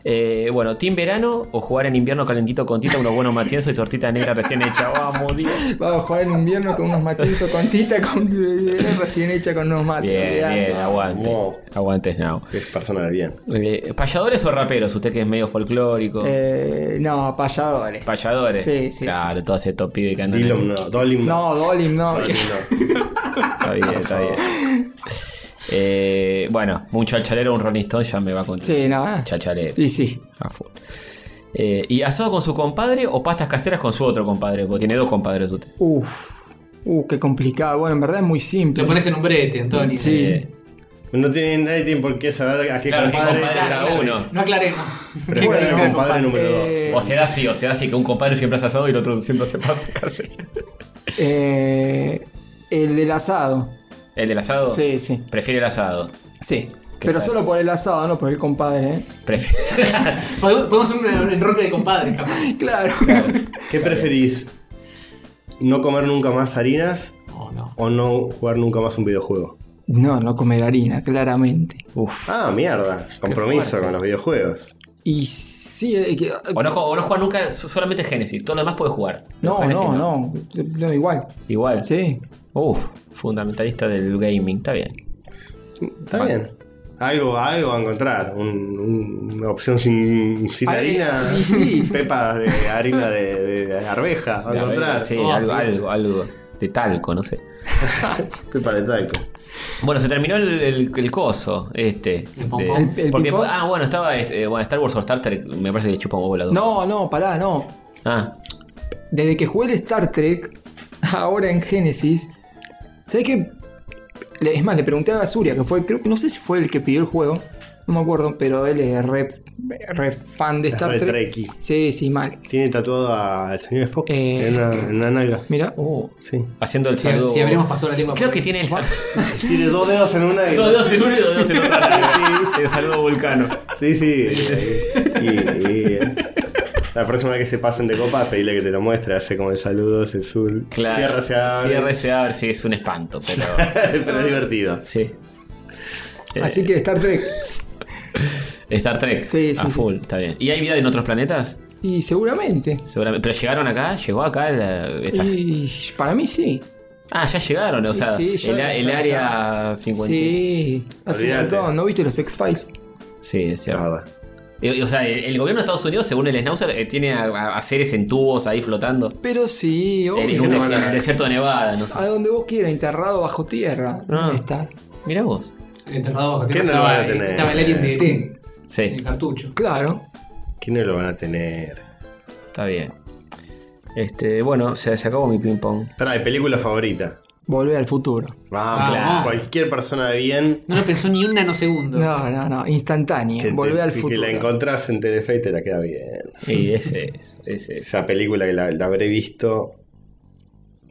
Speaker 1: Eh, bueno, ¿team verano o jugar en invierno calentito con tita, unos buenos matienzos y tortita negra recién hecha? Vamos, Dios.
Speaker 3: Vamos a jugar en invierno con unos matinzos con tita, con eh, recién hecha con unos mates.
Speaker 1: Bien,
Speaker 3: Ah, olvidate.
Speaker 1: bien, aguante.
Speaker 2: Wow.
Speaker 1: Aguantes now.
Speaker 2: Es persona del bien.
Speaker 1: Eh, ¿Payadores o raperos? Usted que es medio folclórico.
Speaker 3: Eh, no, payadores.
Speaker 1: ¿Payadores?
Speaker 3: Sí, sí,
Speaker 1: Claro, todo ese top pibe que andan en-
Speaker 2: Dylan no. Dolim no.
Speaker 3: No, Dolim no.
Speaker 2: Dolim no.
Speaker 1: Está bien, está bien. Eh, bueno, un chalchalero, un Rolling Stone ya me va a contar.
Speaker 3: Sí, no. ah.
Speaker 1: Chalchalero.
Speaker 3: Y sí.
Speaker 1: A full. Eh, ¿Y asado con su compadre o pastas caseras con su otro compadre? Porque tiene dos compadres usted.
Speaker 3: Uf. Uh, qué complicado. Bueno, en verdad es muy simple.
Speaker 5: Lo pones en un brete, Antonio.
Speaker 3: Sí.
Speaker 1: Eh,
Speaker 2: No tiene, nadie tiene por qué saber a qué
Speaker 1: Claro, qué
Speaker 2: compadre.
Speaker 1: compadre
Speaker 5: Claro,
Speaker 1: cada
Speaker 5: claro.
Speaker 1: uno.
Speaker 5: No aclaremos.
Speaker 2: Pero
Speaker 5: ¿Qué
Speaker 2: bueno,
Speaker 5: claro,
Speaker 2: compadre número dos.
Speaker 3: Eh,
Speaker 1: O se da así, o se da así que un compadre siempre hace asado y el otro siempre hace pastas caseras.
Speaker 3: eh, el del asado.
Speaker 1: ¿El del asado?
Speaker 3: Sí, sí.
Speaker 1: Prefiere el asado.
Speaker 3: Sí. Pero solo por el asado, no por el compadre, ¿eh?
Speaker 1: Prefiere.
Speaker 5: Podemos podemos hacer un enroque de compadres, capaz.
Speaker 3: Claro.
Speaker 2: ¿Qué preferís? ¿No comer nunca más harinas
Speaker 5: No, no.
Speaker 2: o no jugar nunca más un videojuego?
Speaker 3: No, no comer harina, claramente.
Speaker 1: Uf.
Speaker 2: Ah, mierda. Compromiso con los videojuegos.
Speaker 3: Y sí, eh, que-
Speaker 1: O no, o no juega nunca, so- solamente Genesis. Todo lo demás puede jugar. Pero
Speaker 3: no,
Speaker 1: Genesis
Speaker 3: no, no, no, igual.
Speaker 1: Igual.
Speaker 3: Sí.
Speaker 1: Uf, fundamentalista del gaming. Está bien.
Speaker 2: Está bien. Algo, algo va a encontrar. Un- un- una opción sin, sin
Speaker 3: Ah,
Speaker 2: harina.
Speaker 3: eh, y sí.
Speaker 2: Pepas de harina de, de- de arveja. Va a
Speaker 1: La verdad,
Speaker 2: encontrar.
Speaker 1: Sí,
Speaker 5: Oh,
Speaker 1: algo,
Speaker 5: Dios.
Speaker 1: algo, algo de talco, no sé.
Speaker 2: Pepas de talco.
Speaker 1: Bueno, se terminó el, el- el coso, este.
Speaker 5: El pompón.
Speaker 1: De-
Speaker 3: El- el
Speaker 1: porque-
Speaker 3: pipón.
Speaker 1: ah, bueno, estaba este, eh, bueno, Star Wars o Star Trek, me parece que chupa un huevo la duda.
Speaker 3: No, no, pará, no.
Speaker 1: Ah,
Speaker 3: Desde que jugué el Star Trek, ahora en Genesis, ¿sabes qué? Le- Es más, le pregunté a Gasuria, que fue, creo, no sé si fue el que pidió el juego, no me acuerdo, pero él es re, re fan de
Speaker 2: Es
Speaker 3: Star
Speaker 2: re
Speaker 3: Trek.
Speaker 2: trekkie.
Speaker 3: Sí, sí, mal.
Speaker 2: Tiene tatuado al señor Spock
Speaker 3: Eh.
Speaker 2: en, una, en una nalga.
Speaker 3: Mira, oh,
Speaker 2: Sí.
Speaker 1: haciendo el
Speaker 5: Si,
Speaker 1: saludo.
Speaker 5: si habríamos pasado la lengua.
Speaker 1: Creo
Speaker 5: por-
Speaker 1: que tiene el saludo.
Speaker 2: Tiene dos dedos en una y
Speaker 1: Dos dedos en uno y dos dedos en otro. Sí, El saludo vulcano.
Speaker 2: Sí, sí. Y, y- eh, la próxima vez que se pasen de copa, pedile que te lo muestre. Hace como el saludo, se sul.
Speaker 1: Claro.
Speaker 2: Cierra, se abre.
Speaker 1: Cierra, se abre, sí, es un espanto, pero.
Speaker 2: Pero es divertido.
Speaker 1: sí.
Speaker 2: Eh.
Speaker 1: Eh,
Speaker 3: así que Star Trek.
Speaker 1: Star Trek.
Speaker 3: Sí, sí,
Speaker 1: a
Speaker 3: sí.
Speaker 1: full, está bien. ¿Y hay vida en otros planetas?
Speaker 3: Y seguramente.
Speaker 1: Seguramente. ¿Pero llegaron acá? ¿Llegó acá la- esa-
Speaker 3: Y para mí sí.
Speaker 1: Ah, ya llegaron, o sea,
Speaker 3: Sí, ya
Speaker 1: el,
Speaker 3: llegaron
Speaker 1: el
Speaker 3: acá.
Speaker 1: área 50.
Speaker 3: Sí, hace un
Speaker 2: Olvídate.
Speaker 3: montón. ¿No viste los X-Files?
Speaker 1: Sí, es
Speaker 2: La
Speaker 1: cierto.
Speaker 2: verdad.
Speaker 1: Y- y, o sea, el, el gobierno de Estados Unidos, según el Schnauzer, eh, tiene a, a- a seres en tubos ahí flotando.
Speaker 3: Pero sí,
Speaker 1: En, en
Speaker 3: obvio.
Speaker 1: un
Speaker 2: no
Speaker 1: desi-
Speaker 2: van a-
Speaker 1: en el desierto de Nevada, no sé.
Speaker 3: A donde vos quieras, enterrado bajo tierra.
Speaker 1: Ah.
Speaker 3: Está.
Speaker 1: Mira vos.
Speaker 5: Enterrado bajo
Speaker 2: ¿Qué
Speaker 5: tierra.
Speaker 2: no lo van a
Speaker 5: Estaba,
Speaker 2: tener?
Speaker 5: estaba el alien de ET.
Speaker 1: Sí,
Speaker 5: En el cartucho.
Speaker 3: Claro.
Speaker 2: ¿Qué no lo van a tener?
Speaker 1: está bien. Este, bueno, se, se acabó mi ping pong.
Speaker 2: Pará, mi película favorita.
Speaker 3: Volver al futuro.
Speaker 2: Vamos,
Speaker 5: Claro.
Speaker 2: cualquier persona de bien
Speaker 5: No lo pensó ni un nanosegundo.
Speaker 3: No, no, no. Instantánea.
Speaker 2: que, te-
Speaker 3: Volver al
Speaker 2: que
Speaker 3: futuro.
Speaker 2: la encontrás en Telefe y te la queda bien.
Speaker 1: Y ese es, ese es.
Speaker 2: Esa película que la, la habré visto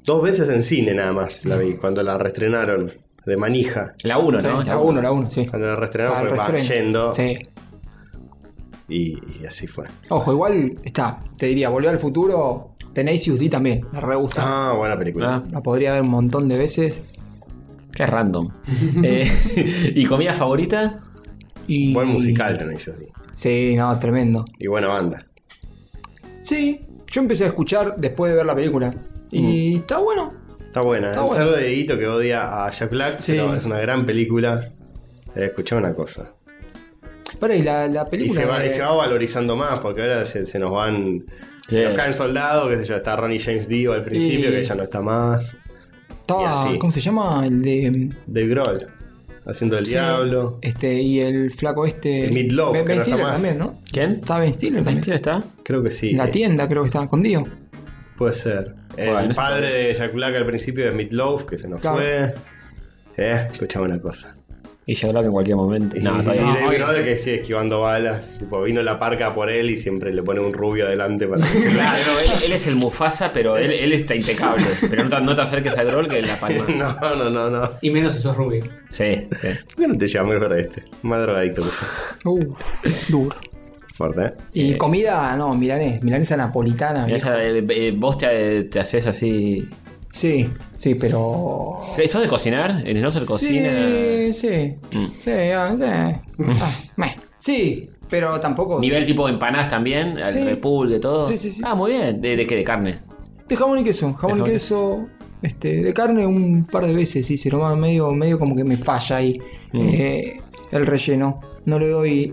Speaker 2: dos veces en cine nada más. La vi cuando la restrenaron de manija.
Speaker 1: La 1,
Speaker 3: Sí,
Speaker 1: ¿no?
Speaker 3: la 1, la 1, sí.
Speaker 2: Cuando la restrenaron
Speaker 3: Al
Speaker 2: fue va,
Speaker 3: refrén.
Speaker 2: yendo.
Speaker 3: Ah, Sí.
Speaker 2: Y, y así fue.
Speaker 3: Ojo, igual está. Te diría, Volver al futuro. Tenacious D también. Me re gusta.
Speaker 2: Ah, buena película.
Speaker 1: Ah,
Speaker 3: La podría ver un montón de veces.
Speaker 1: qué random. Eh, ¿Y comida favorita?
Speaker 3: Y...
Speaker 2: Buen musical también, yo digo.
Speaker 3: Sí, no, tremendo.
Speaker 2: Y buena banda.
Speaker 3: Sí, yo empecé a escuchar después de ver la película.
Speaker 2: Mm.
Speaker 3: Y está bueno.
Speaker 2: Está buena.
Speaker 3: Está
Speaker 2: ¿eh?
Speaker 3: buena.
Speaker 2: Salvo de Hito que odia a Jack Black,
Speaker 3: Sí.
Speaker 2: pero es una gran película. Eh, escuchá una cosa.
Speaker 3: Pero y la, la
Speaker 2: Y
Speaker 3: película.
Speaker 2: se, va, y
Speaker 3: eh,
Speaker 2: se va valorizando más, porque ahora se, se nos van. Se nos caen soldados, qué sé yo. Está Ronnie James Dio al principio,
Speaker 3: Y-
Speaker 2: que ya no está más.
Speaker 3: estaba-
Speaker 2: y así.
Speaker 3: ¿Cómo se llama? El de.
Speaker 2: Dave Grohl, haciendo el
Speaker 3: sí,
Speaker 2: diablo.
Speaker 3: Este, y el flaco este.
Speaker 2: El Meat Loaf,
Speaker 3: Ben,
Speaker 2: que
Speaker 3: Ben
Speaker 2: no está
Speaker 3: Stiller
Speaker 2: más.
Speaker 3: también, ¿no?
Speaker 10: ¿Quién?
Speaker 3: Está Ben Stiller también.
Speaker 1: ¿Este
Speaker 10: ¿Quién está?
Speaker 2: Creo que sí.
Speaker 3: En la
Speaker 2: eh,
Speaker 3: tienda creo que estaba escondido.
Speaker 2: Puede ser. El
Speaker 10: Bueno, no se
Speaker 2: padre de Jack Black al principio es Meat Loaf, que se nos
Speaker 3: Claro.
Speaker 2: fue. Eh, escuchaba una cosa.
Speaker 10: Y yo creo que en cualquier momento.
Speaker 2: Y,
Speaker 10: No,
Speaker 2: y
Speaker 10: está bien.
Speaker 2: Dave Grohl que sigue esquivando balas. Tipo, vino la parca por él y siempre le pone un rubio adelante para que se la-
Speaker 1: Claro, no, él, él es el Mufasa, pero él, él está impecable. Pero no te, no te acerques a Groll que es la palma.
Speaker 2: No, no, no, no.
Speaker 5: Y menos si sos rubio.
Speaker 1: Sí, sí.
Speaker 2: ¿Por qué no te llamé para este? Más drogadicto.
Speaker 3: Uh, duro.
Speaker 2: Fuerte, ¿eh?
Speaker 3: Y comida, no, milanés, milanesa napolitana.
Speaker 1: Mirá
Speaker 3: viejo.
Speaker 1: esa, eh, eh, vos te, te haces así. Eh,
Speaker 3: Sí, sí, pero.
Speaker 1: ¿Sos de cocinar? ¿En el Noser cocina?
Speaker 3: Sí, sí.
Speaker 1: Mm.
Speaker 3: Sí, ah, sí. Ah, meh. Sí, pero tampoco.
Speaker 1: ¿Nivel tipo de empanadas también? ¿Al
Speaker 3: Sí.
Speaker 1: repulgue, todo?
Speaker 3: Sí, sí, sí.
Speaker 1: Ah, muy bien. ¿De, de qué? ¿De carne?
Speaker 3: De jamón y queso,
Speaker 1: De
Speaker 3: jamón y
Speaker 1: jamón.
Speaker 3: queso. Este, de carne un par de veces, sí, se lo más medio, medio como que me falla ahí.
Speaker 1: Mm.
Speaker 3: eh, el relleno. No le doy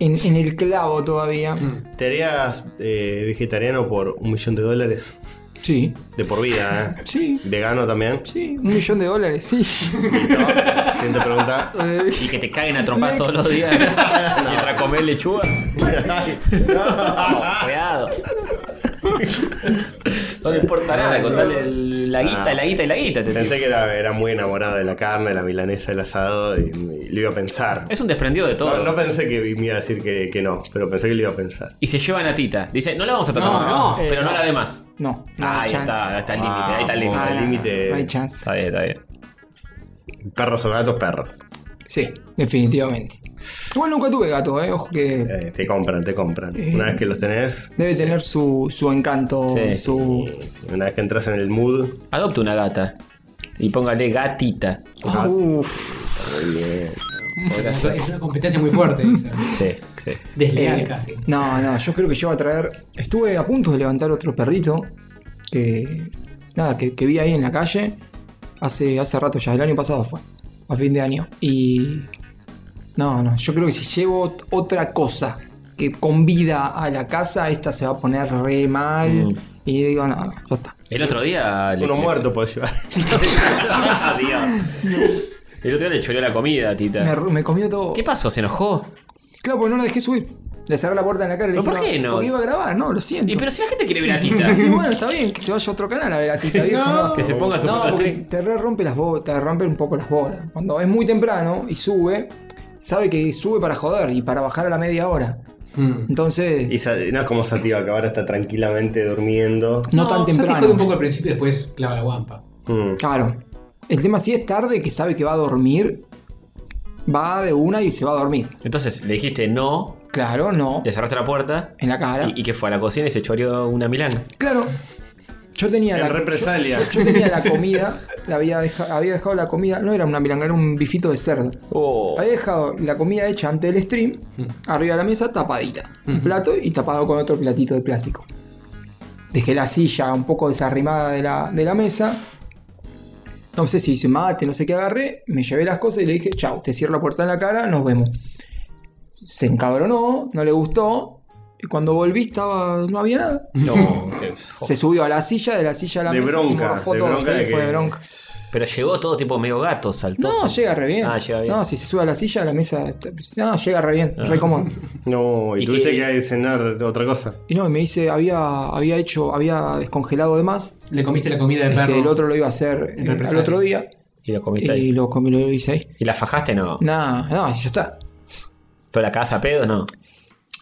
Speaker 3: en, en el clavo todavía.
Speaker 2: ¿Te harías eh, vegetariano por un millón de dólares?
Speaker 3: Sí,
Speaker 2: De por vida, ¿eh?
Speaker 3: sí,
Speaker 2: ¿Vegano también?
Speaker 3: sí. Un millón de dólares, sí.
Speaker 2: Siguiente pregunta.
Speaker 3: Eh,
Speaker 1: Y que te caguen a trompadas todos los días. Mientras comer lechuga. No, cuidado. No le importa nada, contarle la guita, la guita y la guita. este tipo.
Speaker 2: Pensé que era, era muy enamorado de la carne, de la milanesa, del asado y, y lo iba a pensar.
Speaker 1: Es un desprendido de todo.
Speaker 2: No, no pensé que me iba a decir que, que no, pero pensé que lo iba a pensar.
Speaker 1: Y se llevan a Tita. Dice, no la vamos a tratar
Speaker 5: No,
Speaker 1: más,
Speaker 5: no.
Speaker 1: pero
Speaker 3: Eh,
Speaker 1: no,
Speaker 3: no.
Speaker 1: la ve más.
Speaker 3: No, no
Speaker 1: Ah,
Speaker 3: hay
Speaker 1: ahí
Speaker 3: chance.
Speaker 1: está, ahí está el límite, ahí está el límite.
Speaker 2: Vamos,
Speaker 3: No,
Speaker 2: al
Speaker 3: no,
Speaker 2: límite.
Speaker 3: No hay chance.
Speaker 1: Está bien, está bien.
Speaker 2: Perros o gatos, perros.
Speaker 3: Sí, definitivamente. Igual nunca tuve gato, eh. Ojo que
Speaker 2: Eh, te compran, te compran. Una vez que los tenés, eh,
Speaker 3: debe tener su, su encanto,
Speaker 1: Sí.
Speaker 3: su.
Speaker 2: una vez que entras en el mood,
Speaker 1: Adopte una gata. Y póngale gatita.
Speaker 2: Ah,
Speaker 3: Uf.
Speaker 1: Podrá
Speaker 5: Es
Speaker 1: ser.
Speaker 5: es una competencia muy fuerte esa.
Speaker 1: Sí, sí.
Speaker 5: Desleal
Speaker 3: Eh,
Speaker 5: casi.
Speaker 3: No, no, yo creo que yo voy a traer. Estuve a punto de levantar otro perrito que. Nada, que, que vi ahí en la calle hace, hace rato ya, el año pasado fue, a fin de año. Y. No, no, yo creo que si llevo ot- otra cosa que convida a la casa, esta se va a poner re mal.
Speaker 1: Mm.
Speaker 3: Y digo, no, no, ya está.
Speaker 1: El otro día. le-
Speaker 2: uno muerto podés llevar.
Speaker 1: El otro día le choreó la comida a
Speaker 3: Me,
Speaker 1: Tita.
Speaker 3: arru- me comió todo.
Speaker 1: ¿Qué pasó? ¿Se enojó?
Speaker 3: Claro, porque no la dejé subir. Le cerré la puerta en la cara y le
Speaker 1: ¿Pero
Speaker 3: dije,
Speaker 1: por qué no?
Speaker 3: Porque iba a grabar, no, lo siento.
Speaker 1: Y pero si la gente quiere ver a Tita.
Speaker 3: Sí, bueno, está bien, que se vaya a otro canal a ver a Tita. viejo, no.
Speaker 1: Que se ponga su
Speaker 3: No,
Speaker 1: propio
Speaker 3: porque
Speaker 1: stream.
Speaker 3: te re rompe las bolas, te rompe un poco las bolas. Cuando es muy temprano y sube, sabe que sube para joder y para bajar a la media hora.
Speaker 5: Mm.
Speaker 3: Entonces,
Speaker 2: Y sa- no es como Sativa, que ahora está tranquilamente durmiendo.
Speaker 3: no, tan
Speaker 5: se
Speaker 3: temprano.
Speaker 5: jode un poco al principio y después clava la guampa.
Speaker 2: Mm.
Speaker 3: Claro. El tema si es tarde que sabe que va a dormir, va de una y se va a dormir.
Speaker 1: Entonces le dijiste no,
Speaker 3: Claro, no.
Speaker 1: le cerraste la puerta.
Speaker 3: En la cara.
Speaker 1: Y, y que fue a la cocina y se choreó una milanga.
Speaker 3: Claro. Yo tenía
Speaker 2: En
Speaker 3: la
Speaker 2: represalia.
Speaker 3: Yo tenía la comida, la había, deja- había dejado la comida, no era una milanga, era un bifito de cerdo.
Speaker 1: Oh.
Speaker 3: Había dejado la comida hecha antes del stream, arriba de la mesa, tapadita. Un plato y tapado con otro platito de plástico. Dejé la silla un poco desarrimada de la, de la mesa. No sé si hice mate, no sé qué agarré. Me llevé las cosas y le dije, chau, te cierro la puerta en la cara, nos vemos. Se encabronó, no le gustó. Y cuando volví estaba, no había nada.
Speaker 1: No, eh, qué-
Speaker 3: Se subió a la silla, de la silla a la
Speaker 2: De
Speaker 3: mesa.
Speaker 2: bronca,
Speaker 3: hicimos una
Speaker 2: de
Speaker 3: foto,
Speaker 2: bronca
Speaker 3: sí,
Speaker 2: de
Speaker 3: fue
Speaker 2: que-
Speaker 3: de bronca.
Speaker 1: Pero llegó todo tipo medio gato, saltó.
Speaker 3: No,
Speaker 1: saltó.
Speaker 3: llega re bien.
Speaker 1: Ah, llega bien.
Speaker 3: No, si se sube a la silla, a la mesa. está- No, llega re bien, re cómodo.
Speaker 2: No, y,
Speaker 1: ¿Y
Speaker 2: tuviste
Speaker 1: qué?
Speaker 2: que cenar otra cosa.
Speaker 3: Y no, y me dice, había, había hecho, había descongelado de más.
Speaker 5: Le comiste la comida de
Speaker 3: Este,
Speaker 5: perro.
Speaker 3: el otro lo iba a hacer
Speaker 5: En
Speaker 3: eh, al
Speaker 5: represalia.
Speaker 3: otro día.
Speaker 1: Y lo comiste ahí.
Speaker 3: Y lo comí, lo hice ahí.
Speaker 1: ¿Y la fajaste? No.
Speaker 3: Nada, no, ya está.
Speaker 1: ¿Pero la casa pedo? No.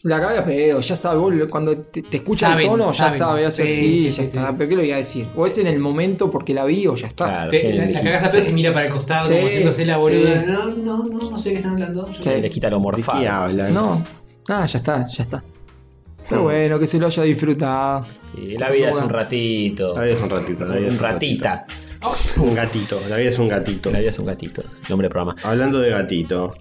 Speaker 3: La acabé a pedo, ya sabe, vos lo- cuando te, te escucha
Speaker 5: Saben,
Speaker 3: el tono,
Speaker 5: saben.
Speaker 3: ya sabe, hace
Speaker 5: Sí,
Speaker 3: así,
Speaker 5: sí,
Speaker 3: ya
Speaker 5: sí,
Speaker 3: está.
Speaker 5: sí.
Speaker 3: Pero ¿qué lo iba a decir? O es en el momento porque la vi o ya está.
Speaker 1: Claro.
Speaker 5: Te-
Speaker 1: sí,
Speaker 5: la,
Speaker 1: le,
Speaker 5: la
Speaker 1: quita-
Speaker 5: cagás a todos y mira para el costado
Speaker 3: Sí,
Speaker 5: como haciéndose la boluda.
Speaker 3: sí.
Speaker 5: No, no, no, no sé qué están hablando. Yo-
Speaker 3: Sí.
Speaker 1: le quita lo
Speaker 2: ¿De qué
Speaker 1: morfado.
Speaker 2: hablan?
Speaker 3: No, nada, ya está, ya está. Pero bueno, que se lo haya disfrutado.
Speaker 1: Y la vida es un ratito.
Speaker 2: La vida es un ratito. La vida es
Speaker 1: Un ratita.
Speaker 2: ratito. Un gatito. La vida es un gatito.
Speaker 1: La vida es un gatito. Nombre de programa.
Speaker 2: Hablando de gatito.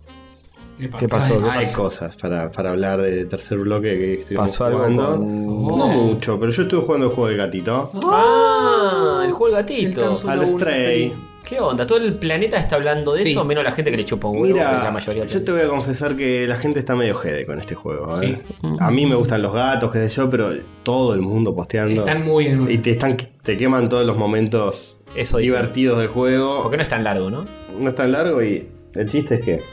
Speaker 5: Epa.
Speaker 1: ¿Qué pasó? ¿Qué
Speaker 2: Hay
Speaker 1: pasó?
Speaker 2: cosas para, para hablar de tercer bloque que estuvimos
Speaker 1: ¿Pasó algo
Speaker 2: jugando.
Speaker 1: con-
Speaker 2: No mucho, pero yo estuve jugando el juego de gatito.
Speaker 1: Ah, el juego del
Speaker 4: El
Speaker 1: gatito.
Speaker 4: Tanzu-
Speaker 2: al
Speaker 4: uno,
Speaker 2: Stray.
Speaker 4: feliz.
Speaker 1: ¿Qué onda? Todo el planeta está hablando de
Speaker 5: Sí.
Speaker 1: eso, menos la gente que le chupa un huevo, que es
Speaker 2: Mira,
Speaker 1: la mayoría.
Speaker 2: yo te voy a confesar que la gente está medio jede con este juego. ¿eh? A mí me gustan los gatos, qué sé yo, pero todo el mundo posteando.
Speaker 5: Están muy en
Speaker 2: Y
Speaker 5: un...
Speaker 2: te, están, te queman todos los momentos
Speaker 1: Eso dice.
Speaker 2: divertidos del juego.
Speaker 1: Porque no es tan largo, ¿no?
Speaker 2: No es tan largo y el chiste es que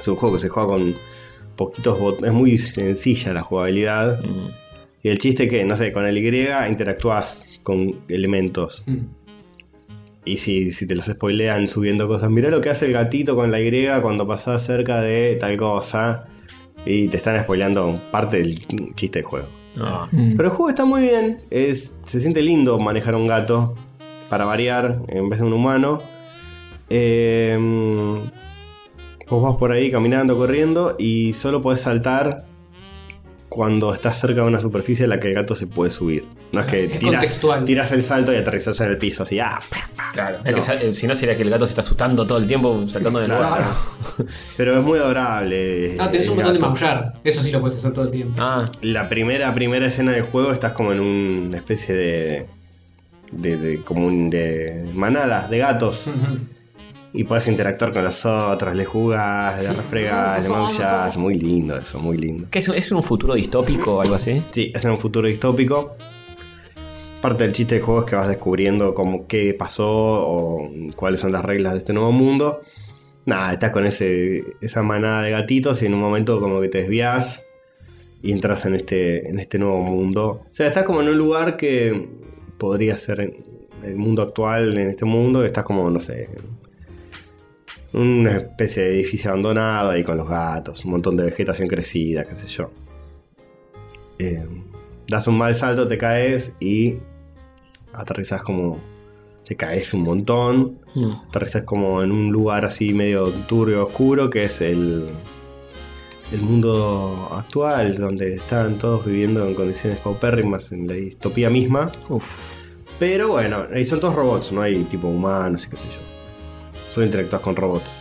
Speaker 2: es un juego que se juega con poquitos botones. Es muy sencilla la jugabilidad.
Speaker 1: Mm.
Speaker 2: Y el chiste es que, no sé, con el Y interactúas con elementos.
Speaker 5: Mm.
Speaker 2: Y si, si te los spoilean subiendo cosas, mirá lo que hace el gatito con la Y cuando pasás cerca de tal cosa. Y te están spoileando parte del chiste del juego.
Speaker 1: No.
Speaker 3: Mm.
Speaker 2: Pero el juego está muy bien. Es, se siente lindo manejar a un gato para variar en vez de un humano. Eh, vos vas por ahí caminando, corriendo y solo podés saltar cuando estás cerca de una superficie a la que el gato se puede subir. No es que
Speaker 5: Es
Speaker 2: tiras,
Speaker 5: contextual.
Speaker 2: tiras el salto y aterrizas en el piso así. ¡ah!
Speaker 1: Claro. es que sa- eh, si no, sería que el gato se está asustando todo el tiempo saltando de
Speaker 2: Claro.
Speaker 1: la
Speaker 2: Pero es muy adorable.
Speaker 5: Ah, tenés un
Speaker 2: el
Speaker 5: botón de
Speaker 2: gato.
Speaker 5: maullar. Eso sí lo puedes hacer todo el tiempo.
Speaker 1: Ah,
Speaker 2: La primera, primera escena del juego estás como en una especie de. de, de- como un. de manada de
Speaker 5: Mm.
Speaker 2: gatos. Y podés interactuar con los otros, le jugás, le refregás, le maullás. Muy lindo eso, muy lindo.
Speaker 1: ¿qué es, un- es un futuro distópico o algo así?
Speaker 2: Sí, es en un futuro distópico. Parte del chiste del juego es que vas descubriendo como qué pasó o cuáles son las reglas de este nuevo mundo. Nada, estás con ese, esa manada de gatitos y en un momento como que te desvías y entras en este, en este nuevo mundo. O sea, estás como en un lugar que podría ser en el mundo actual, en este mundo, estás como, no sé, en una especie de edificio abandonado ahí con los gatos, un montón de vegetación crecida, qué sé yo eh, das un mal salto, te caes y aterrizas como. Te caes un montón. Aterrizas como en un lugar así medio turbio, oscuro, que es el. El mundo actual, donde están todos viviendo en condiciones paupérrimas, en la distopía misma.
Speaker 3: Uf.
Speaker 2: Pero bueno, ahí son todos robots, no hay tipo humanos y qué sé yo. Solo interactúas con robots.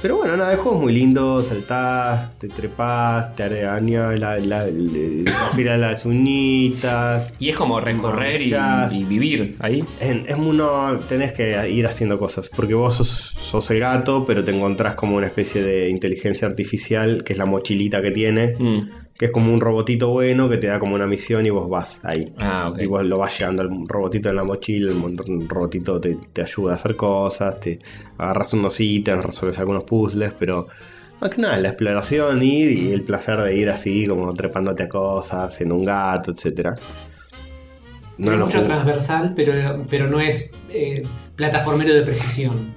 Speaker 2: Pero bueno, nada, el juego es muy lindo, saltás, te trepás, te arañas, la, la, le- afilas las uñitas.
Speaker 1: Y es como
Speaker 2: Ah,
Speaker 1: recorrer y,
Speaker 2: Maullás.
Speaker 1: y vivir ahí.
Speaker 2: En- es uno, tenés que ir haciendo cosas, porque vos sos, sos el gato, pero te encontrás como una especie de inteligencia artificial, que es la mochilita que tiene,
Speaker 1: Mm.
Speaker 2: que es como un robotito bueno que te da como una misión y vos vas ahí.
Speaker 1: Ah, ok.
Speaker 2: Y vos lo vas llevando al robotito en la mochila, el mon- robotito te, te ayuda a hacer cosas, te agarras unos ítems, resolves algunos puzzles, pero más que nada la exploración ir y el placer de ir así, como trepándote a cosas, siendo un gato, etcétera. No
Speaker 5: Tiene
Speaker 2: lo
Speaker 5: mucho
Speaker 2: jugué.
Speaker 5: transversal, pero, pero no es eh, plataformero de precisión.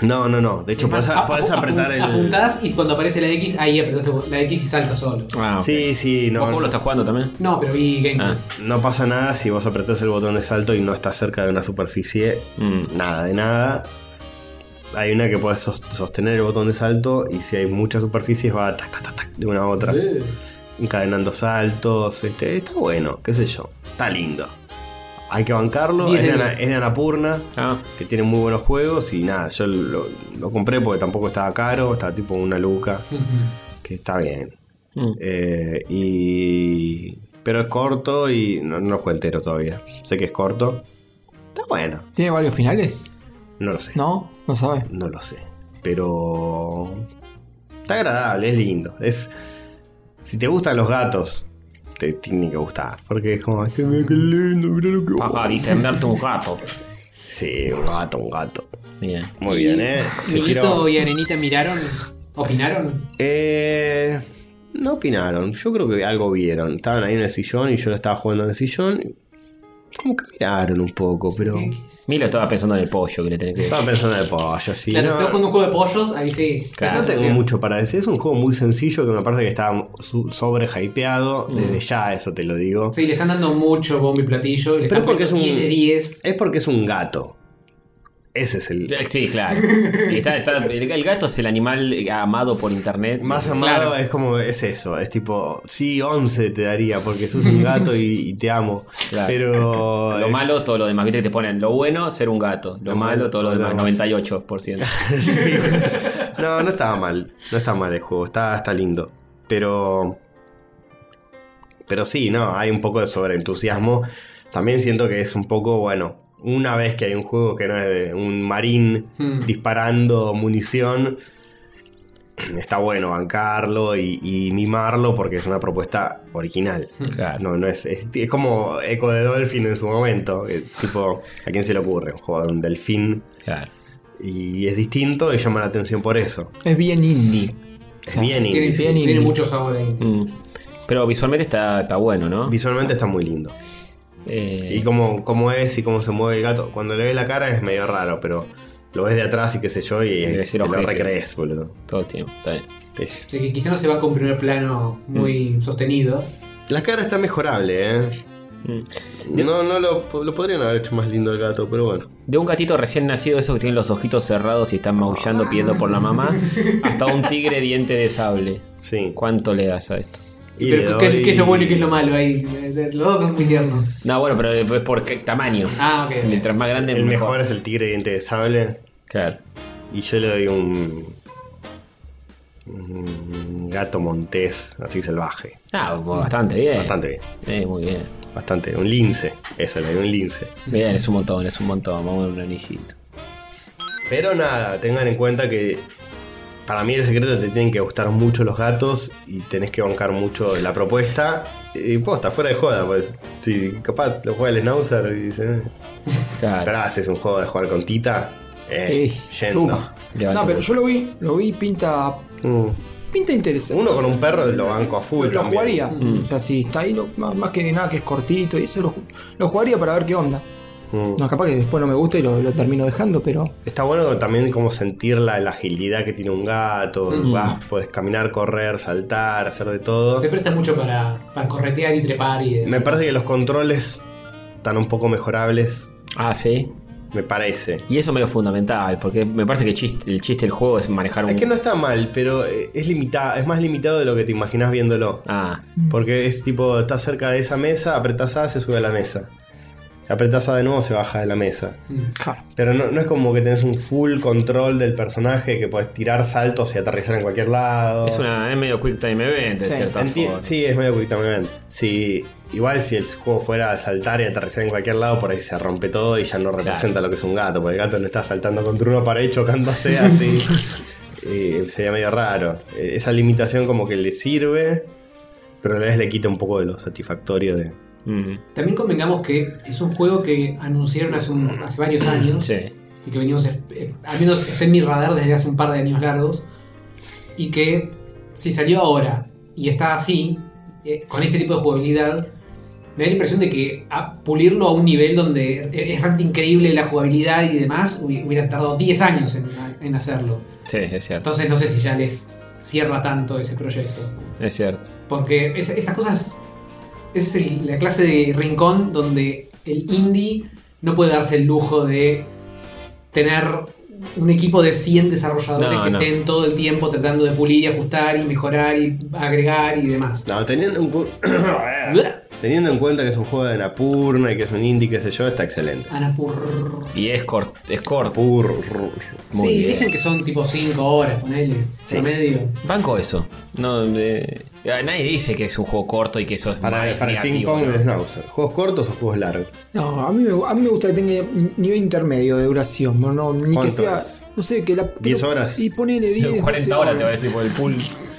Speaker 2: No, no, no. De hecho,
Speaker 5: Es más,
Speaker 2: podés,
Speaker 5: apu-
Speaker 2: podés
Speaker 5: Ah, apu-
Speaker 2: apretar el.
Speaker 5: Apuntás y cuando aparece la X, ahí apretás el- la X y salta solo.
Speaker 1: Ah, ok.
Speaker 2: Sí, sí,
Speaker 1: ¿Vos
Speaker 2: no.
Speaker 1: cómo lo estás jugando también?
Speaker 5: No, pero vi
Speaker 1: Ah.
Speaker 5: gameplays.
Speaker 2: No pasa nada si vos apretás el botón de salto y no estás cerca de una superficie
Speaker 1: Mm.
Speaker 2: nada de nada. Hay una que puedes sostener el botón de salto y si hay muchas superficies va tac, tac, tac, tac, de una a otra.
Speaker 5: Eh,
Speaker 2: Encadenando saltos. Este, está bueno, qué sé yo. Está lindo. Hay que bancarlo.
Speaker 5: Diez
Speaker 2: Es
Speaker 5: de
Speaker 2: de, Ana-
Speaker 5: diez.
Speaker 2: es de Anapurna,
Speaker 1: Ah,
Speaker 2: que tiene muy buenos juegos y nada, yo lo, lo compré porque tampoco estaba caro. Estaba tipo una luca,
Speaker 5: ujú.
Speaker 2: que está bien.
Speaker 1: Mm.
Speaker 2: Eh, y... Pero es corto y no, no lo juego entero todavía. Sé que es corto. Está bueno.
Speaker 3: ¿Tiene varios finales?
Speaker 2: No lo sé.
Speaker 3: No, no sabe.
Speaker 2: No lo sé. Pero. Está agradable, es lindo. Es. Si te gustan los gatos, te tiene que gustar. Porque es como. "Ay, Qué, qué lindo, mirá lo que.
Speaker 1: Ajá, distenderte un gato.
Speaker 2: Sí, un gato, un gato.
Speaker 1: Bien.
Speaker 2: Muy bien, eh. Te
Speaker 5: Miguelito
Speaker 2: quiero-
Speaker 5: y Arenita miraron, opinaron.
Speaker 2: Eh, No opinaron. Yo creo que algo vieron. Estaban ahí en el sillón y yo lo estaba jugando en el sillón. Como que miraron un poco, pero.
Speaker 1: Milo estaba pensando en el pollo que le tenés que.
Speaker 2: Estaba pensando en el pollo, sí.
Speaker 5: claro,
Speaker 2: no,
Speaker 5: si estás jugando un juego de pollos, ahí sí.
Speaker 2: No tengo mucho para decir, es un juego muy sencillo que me parece que está sobre hypeado,
Speaker 1: Mm.
Speaker 2: desde ya eso te lo digo.
Speaker 5: Sí, le están dando mucho bombo y platillo. y Le
Speaker 2: Pero
Speaker 5: están
Speaker 2: porque es un-
Speaker 5: 10 de 10.
Speaker 2: Es porque es un gato. Ese es el...
Speaker 1: Sí, claro. Y está- está- el, el gato es el animal amado por internet.
Speaker 2: Más amado es como, es eso, es tipo, sí, 11 te daría porque sos un gato y, y te amo.
Speaker 1: Claro.
Speaker 2: Pero...
Speaker 1: Lo malo, todo lo demás. Viste que te ponen lo bueno, ser un gato. Lo,
Speaker 2: Lo
Speaker 1: malo,
Speaker 2: malo,
Speaker 1: todo
Speaker 2: todo
Speaker 1: lo
Speaker 2: lo
Speaker 1: demás.
Speaker 2: demás.
Speaker 1: 98%.
Speaker 2: No, no estaba mal. No está mal el juego, está, está lindo. Pero. Pero sí, no, hay un poco de sobreentusiasmo. También siento que es un poco, bueno, una vez que hay un juego que no es de un marín
Speaker 5: Hmm.
Speaker 2: disparando munición, está bueno bancarlo y, y mimarlo porque es una propuesta original.
Speaker 1: Claro.
Speaker 2: No, no es, es, es como Eco de Dolphin en su momento. que, tipo, ¿a quién se le ocurre? Un juego de un delfín
Speaker 1: Claro.
Speaker 2: y es distinto y llama la atención por eso.
Speaker 3: Es bien indie.
Speaker 2: Es
Speaker 3: sea,
Speaker 2: bien indie,
Speaker 5: Tiene,
Speaker 2: sí.
Speaker 5: tiene
Speaker 3: Bien.
Speaker 5: mucho sabor ahí.
Speaker 1: Mm. Pero visualmente está, está bueno, ¿no?
Speaker 2: Visualmente está muy lindo.
Speaker 1: Eh,
Speaker 2: Y cómo, cómo es y cómo se mueve el gato. Cuando le ves la cara es medio raro, pero lo ves de atrás y qué sé yo, y,
Speaker 1: Debe
Speaker 2: te
Speaker 1: ser
Speaker 2: lo
Speaker 1: ojete.
Speaker 2: recrees, boludo.
Speaker 1: Todo el tiempo, está bien.
Speaker 2: Te-
Speaker 5: Así que quizá no se va con primer plano muy
Speaker 2: Mm.
Speaker 5: sostenido.
Speaker 2: La cara está mejorable, ¿eh?
Speaker 1: Mm.
Speaker 2: No, no lo, lo podrían haber hecho más lindo el gato, pero bueno.
Speaker 1: De un gatito recién nacido, esos que tienen los ojitos cerrados y están maullando pidiendo por la mamá, hasta un tigre diente de sable.
Speaker 2: Sí.
Speaker 1: ¿Cuánto le das a esto?
Speaker 2: Y le
Speaker 5: pero ¿qué,
Speaker 2: doy-
Speaker 5: qué es lo bueno y qué es lo malo ahí? Eh, de- Los dos son muy tiernos.
Speaker 1: No, bueno, pero es por qué tamaño.
Speaker 5: Ah, ok.
Speaker 1: Mientras más grande,
Speaker 2: El mejor es el tigre diente de sable.
Speaker 1: Claro.
Speaker 2: Y yo le doy un. un gato montés, así salvaje.
Speaker 1: Ah, bastante bien.
Speaker 2: Bastante bien.
Speaker 1: Eh, muy bien.
Speaker 2: Bastante. Un lince. Eso, le doy un lince.
Speaker 1: Bien, es un montón, es un montón. Vamos a ver un anillito.
Speaker 2: Pero nada, tengan en cuenta que para mí el secreto es que te tienen que gustar mucho los gatos y tenés que bancar mucho la propuesta. Y posta, fuera de joda, pues. Si capaz lo juega el Snauzer y dice. "Eh,
Speaker 1: Claro.
Speaker 2: Pero haces un juego de jugar con Tita. Eh, yendo.
Speaker 3: suma.
Speaker 1: Levanta
Speaker 3: No, pero
Speaker 1: mucho.
Speaker 3: yo lo vi, lo vi, pinta.
Speaker 2: Mm.
Speaker 3: Pinta interesante.
Speaker 2: Uno con un perro lo banco a
Speaker 3: Lo-
Speaker 2: full.
Speaker 3: lo
Speaker 2: también. Mm.
Speaker 3: jugaría. O sea, si está ahí, lo- más, más que nada que es cortito y eso, lo, ju- lo jugaría para ver qué onda.
Speaker 2: Mm.
Speaker 3: No, capaz que después no me gusta y lo, lo termino dejando, pero.
Speaker 2: Está bueno también como sentir la, la agilidad que tiene un gato.
Speaker 3: Mm.
Speaker 2: Vas, puedes caminar, correr, saltar, hacer de todo.
Speaker 5: Se presta mucho para, para corretear y trepar y. eh,
Speaker 2: Me parece que los controles están un poco mejorables.
Speaker 1: Ah, sí.
Speaker 2: Me parece.
Speaker 1: Y eso medio fundamental, porque me parece que chiste- el chiste del juego es manejar un.
Speaker 2: Es que no está mal, pero eh, es limitada, es más limitado de lo que te imaginas viéndolo.
Speaker 1: Ah,
Speaker 2: Porque es tipo, estás cerca de esa mesa, apretás A, se sube a la mesa. Apretás A de nuevo, se baja de la mesa.
Speaker 3: Claro.
Speaker 2: Pero no, no es como que tenés un full control del personaje que podés tirar saltos y aterrizar en cualquier lado.
Speaker 1: es, una, es medio quick time event, de
Speaker 3: Sí,
Speaker 1: cierta
Speaker 2: Enti-
Speaker 1: forma.
Speaker 2: Sí, es medio quick time event. Sí, igual si el juego fuera a saltar y aterrizar en cualquier lado, por ahí se rompe todo y ya no representa lo que es un gato, porque el gato no está saltando contra una pared y chocándose así. Eh, sería medio raro. Eh, Esa limitación como que le sirve, pero a la vez le quita un poco de lo satisfactorio de...
Speaker 1: Mm,
Speaker 5: También convengamos que es un juego que anunciaron hace, un- hace varios años.
Speaker 1: sí.
Speaker 5: y que venimos, eh, al menos está en mi radar desde hace un par de años largos, y que si salió ahora y está así, eh, con este tipo de jugabilidad, me da la impresión de que a- pulirlo a un nivel donde e-, es realmente increíble la jugabilidad y demás, hubi- hubiera tardado 10 años en, en hacerlo.
Speaker 1: Sí, es cierto.
Speaker 5: Entonces no sé si ya les cierra tanto ese proyecto,
Speaker 1: Es cierto.
Speaker 5: porque es- esas cosas, esa es el- la clase de rincón donde el indie no puede darse el lujo de tener un equipo de 100 desarrolladores
Speaker 1: No,
Speaker 5: que
Speaker 1: no.
Speaker 5: estén todo el tiempo tratando de pulir y ajustar y mejorar y agregar y demás.
Speaker 2: No, teniendo, en cu- teniendo en cuenta que es un juego de Napurna y que es un indie, qué sé yo, está excelente.
Speaker 5: Anapur.
Speaker 1: Y es corto. Es corto.
Speaker 2: Napur-
Speaker 1: Muy
Speaker 5: sí,
Speaker 1: bien.
Speaker 5: dicen que son tipo 5 horas, ponele,
Speaker 2: Sí.
Speaker 5: promedio.
Speaker 1: Banco eso. No, de- ah, nadie dice que es un juego corto y que eso es mal,
Speaker 2: Para, para el ping
Speaker 1: negativo,
Speaker 2: pong
Speaker 1: ¿no?
Speaker 2: y el schnauzer. ¿Juegos cortos o juegos largos?
Speaker 3: No, a mí, me, a mí me gusta que tenga nivel intermedio de duración. No, no, ni que
Speaker 2: ¿Cuánto
Speaker 3: sea.
Speaker 2: es?
Speaker 3: No sé, que la. que
Speaker 2: 10
Speaker 3: lo-
Speaker 2: horas.
Speaker 3: Y ponele 10. 12
Speaker 1: 40 horas te va a decir por el pool.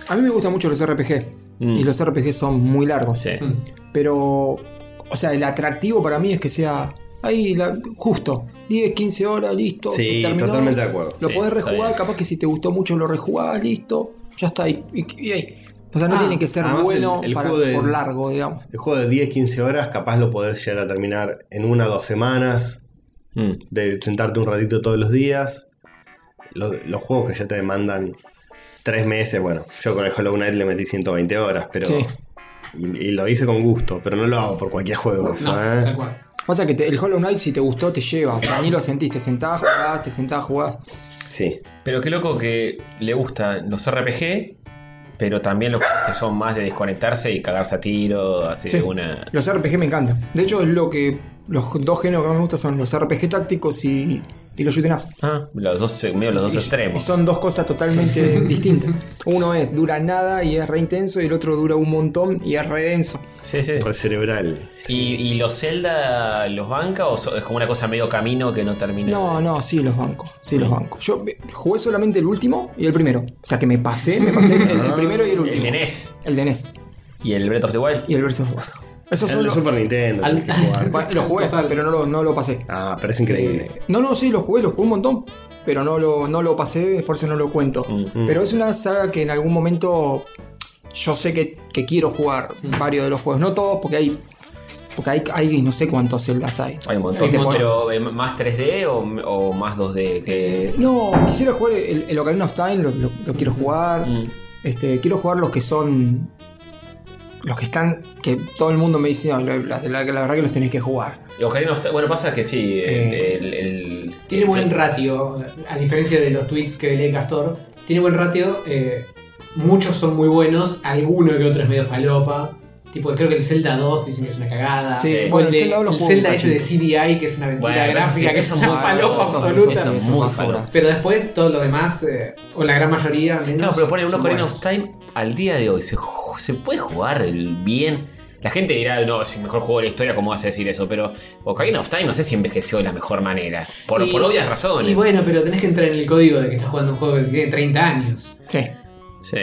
Speaker 3: A mí me gustan mucho los RPG.
Speaker 1: Mm.
Speaker 3: Y los RPG son muy largos.
Speaker 1: Sí.
Speaker 5: Mm.
Speaker 3: Pero, o sea, el atractivo para mí es que sea ahí, la- justo, 10, 15 horas, listo.
Speaker 2: Sí,
Speaker 3: se terminó.
Speaker 2: totalmente de acuerdo.
Speaker 3: Lo
Speaker 1: Sí,
Speaker 3: podés
Speaker 1: está
Speaker 3: rejugar,
Speaker 1: bien.
Speaker 3: capaz que si te gustó mucho lo rejugás, listo, ya está ahí. Y- y ahí. O sea, no
Speaker 5: Ah,
Speaker 3: tiene que ser
Speaker 2: además
Speaker 3: bueno
Speaker 2: el- el
Speaker 3: para-
Speaker 2: juego de-
Speaker 3: por largo, digamos.
Speaker 2: El juego de 10, 15 horas, capaz lo podés llegar a terminar en una o dos semanas,
Speaker 1: Mm.
Speaker 2: de sentarte un ratito todos los días. Lo- los juegos que ya te demandan tres meses, bueno, yo con el Hollow Knight le metí 120 horas, pero.
Speaker 3: Sí.
Speaker 2: Y, y lo hice con gusto, pero no lo hago por cualquier juego.
Speaker 5: No,
Speaker 2: ¿eh?
Speaker 5: tal cual.
Speaker 3: Pasa que te- el Hollow Knight, si te gustó, te lleva. O sea, ni lo sentís, te sentás, jugás, te sentás, jugás.
Speaker 2: Sí.
Speaker 1: Pero qué loco que le gustan los RPG, pero también los que son más de desconectarse y cagarse a tiro, así
Speaker 3: Sí.
Speaker 1: de una.
Speaker 3: Los RPG me encantan. De hecho, es lo que. Los dos géneros que más me gustan son los RPG tácticos y y los shoot'em ups.
Speaker 1: Ah, los dos, medio los dos
Speaker 3: Y-
Speaker 1: extremos.
Speaker 3: Y son dos cosas totalmente distintas. Uno es dura nada y es re intenso, y el otro dura un montón y es re denso.
Speaker 1: Sí, sí.
Speaker 2: Por cerebral.
Speaker 1: ¿Y, y los Zelda los banca o so- es como una cosa medio camino que no termina?
Speaker 3: No, no, sí, los bancos. Sí, los bancos. Yo eh, jugué solamente el último y el primero. O sea que me pasé, me pasé el, el primero y el último.
Speaker 1: El de NES
Speaker 3: El de NES
Speaker 1: y el Breath of the Wild.
Speaker 3: y el Versus Esos
Speaker 2: El
Speaker 3: son
Speaker 2: de
Speaker 3: los.
Speaker 2: Super Nintendo. tenés que jugar.
Speaker 3: Bueno, Lo jugué, pero no lo, no lo pasé.
Speaker 2: Ah, pero es increíble.
Speaker 3: Eh, No, no, sí, lo jugué, lo jugué un montón. Pero no lo, no lo pasé, por eso no lo cuento.
Speaker 1: Mm,
Speaker 3: Pero es una saga que en algún momento yo sé que, que quiero jugar
Speaker 1: Mm.
Speaker 3: varios de los juegos. No todos, porque hay. Porque hay, hay no sé cuántos celdas hay. Este,
Speaker 1: Hay un montón.
Speaker 3: Sí, te-
Speaker 1: pero eh, más 3D o, o más 2D que
Speaker 3: No, quisiera jugar el, el Ocarina of Time, lo, lo- lo quiero jugar.
Speaker 1: Mm.
Speaker 3: Este, quiero jugar los que son. Los que están. que todo el mundo me dice, "No, la, la- la- la verdad que los tenés que jugar.
Speaker 1: Y Ocarina of Time- bueno, pasa que sí,
Speaker 3: Eh.
Speaker 1: el, el-
Speaker 5: Tiene buen
Speaker 1: el-
Speaker 5: ratio, a diferencia de los tweets que lee Castor. Tiene buen ratio, eh, muchos son muy buenos, alguno que otro es medio falopa. Tipo, creo que el Zelda 2 dicen que es una cagada.
Speaker 3: Sí,
Speaker 5: O
Speaker 3: bueno,
Speaker 5: el,
Speaker 3: el
Speaker 5: de-
Speaker 3: Zelda 2 lo
Speaker 5: el
Speaker 3: jugué un
Speaker 5: Zelda ese de CDI, que es una aventura
Speaker 1: Bueno,
Speaker 5: gráfica,
Speaker 1: sí,
Speaker 5: que
Speaker 1: sí,
Speaker 5: es
Speaker 1: sí,
Speaker 5: una
Speaker 1: sí,
Speaker 5: falopa
Speaker 1: sí, sí, sí,
Speaker 5: absoluta.
Speaker 1: sí, sí.
Speaker 3: muy
Speaker 1: muy
Speaker 3: basura.
Speaker 1: falopa.
Speaker 5: Pero después, todos los demás, eh, o la gran mayoría, al menos,
Speaker 1: Claro, pero poner un
Speaker 5: son
Speaker 1: Ocarina
Speaker 5: buenos.
Speaker 1: of Time al día de hoy, ¿se, ju- se puede jugar el bien? La gente dirá, no, es el mejor juego de la historia, ¿cómo vas a decir eso? Pero Ocarina of Time no sé si envejeció de la mejor manera. Por,
Speaker 5: Y-
Speaker 1: por obvias razones.
Speaker 5: Y bueno, pero tenés que entrar en el código de que estás jugando un juego que tiene 30 años.
Speaker 3: Sí.
Speaker 1: Sí.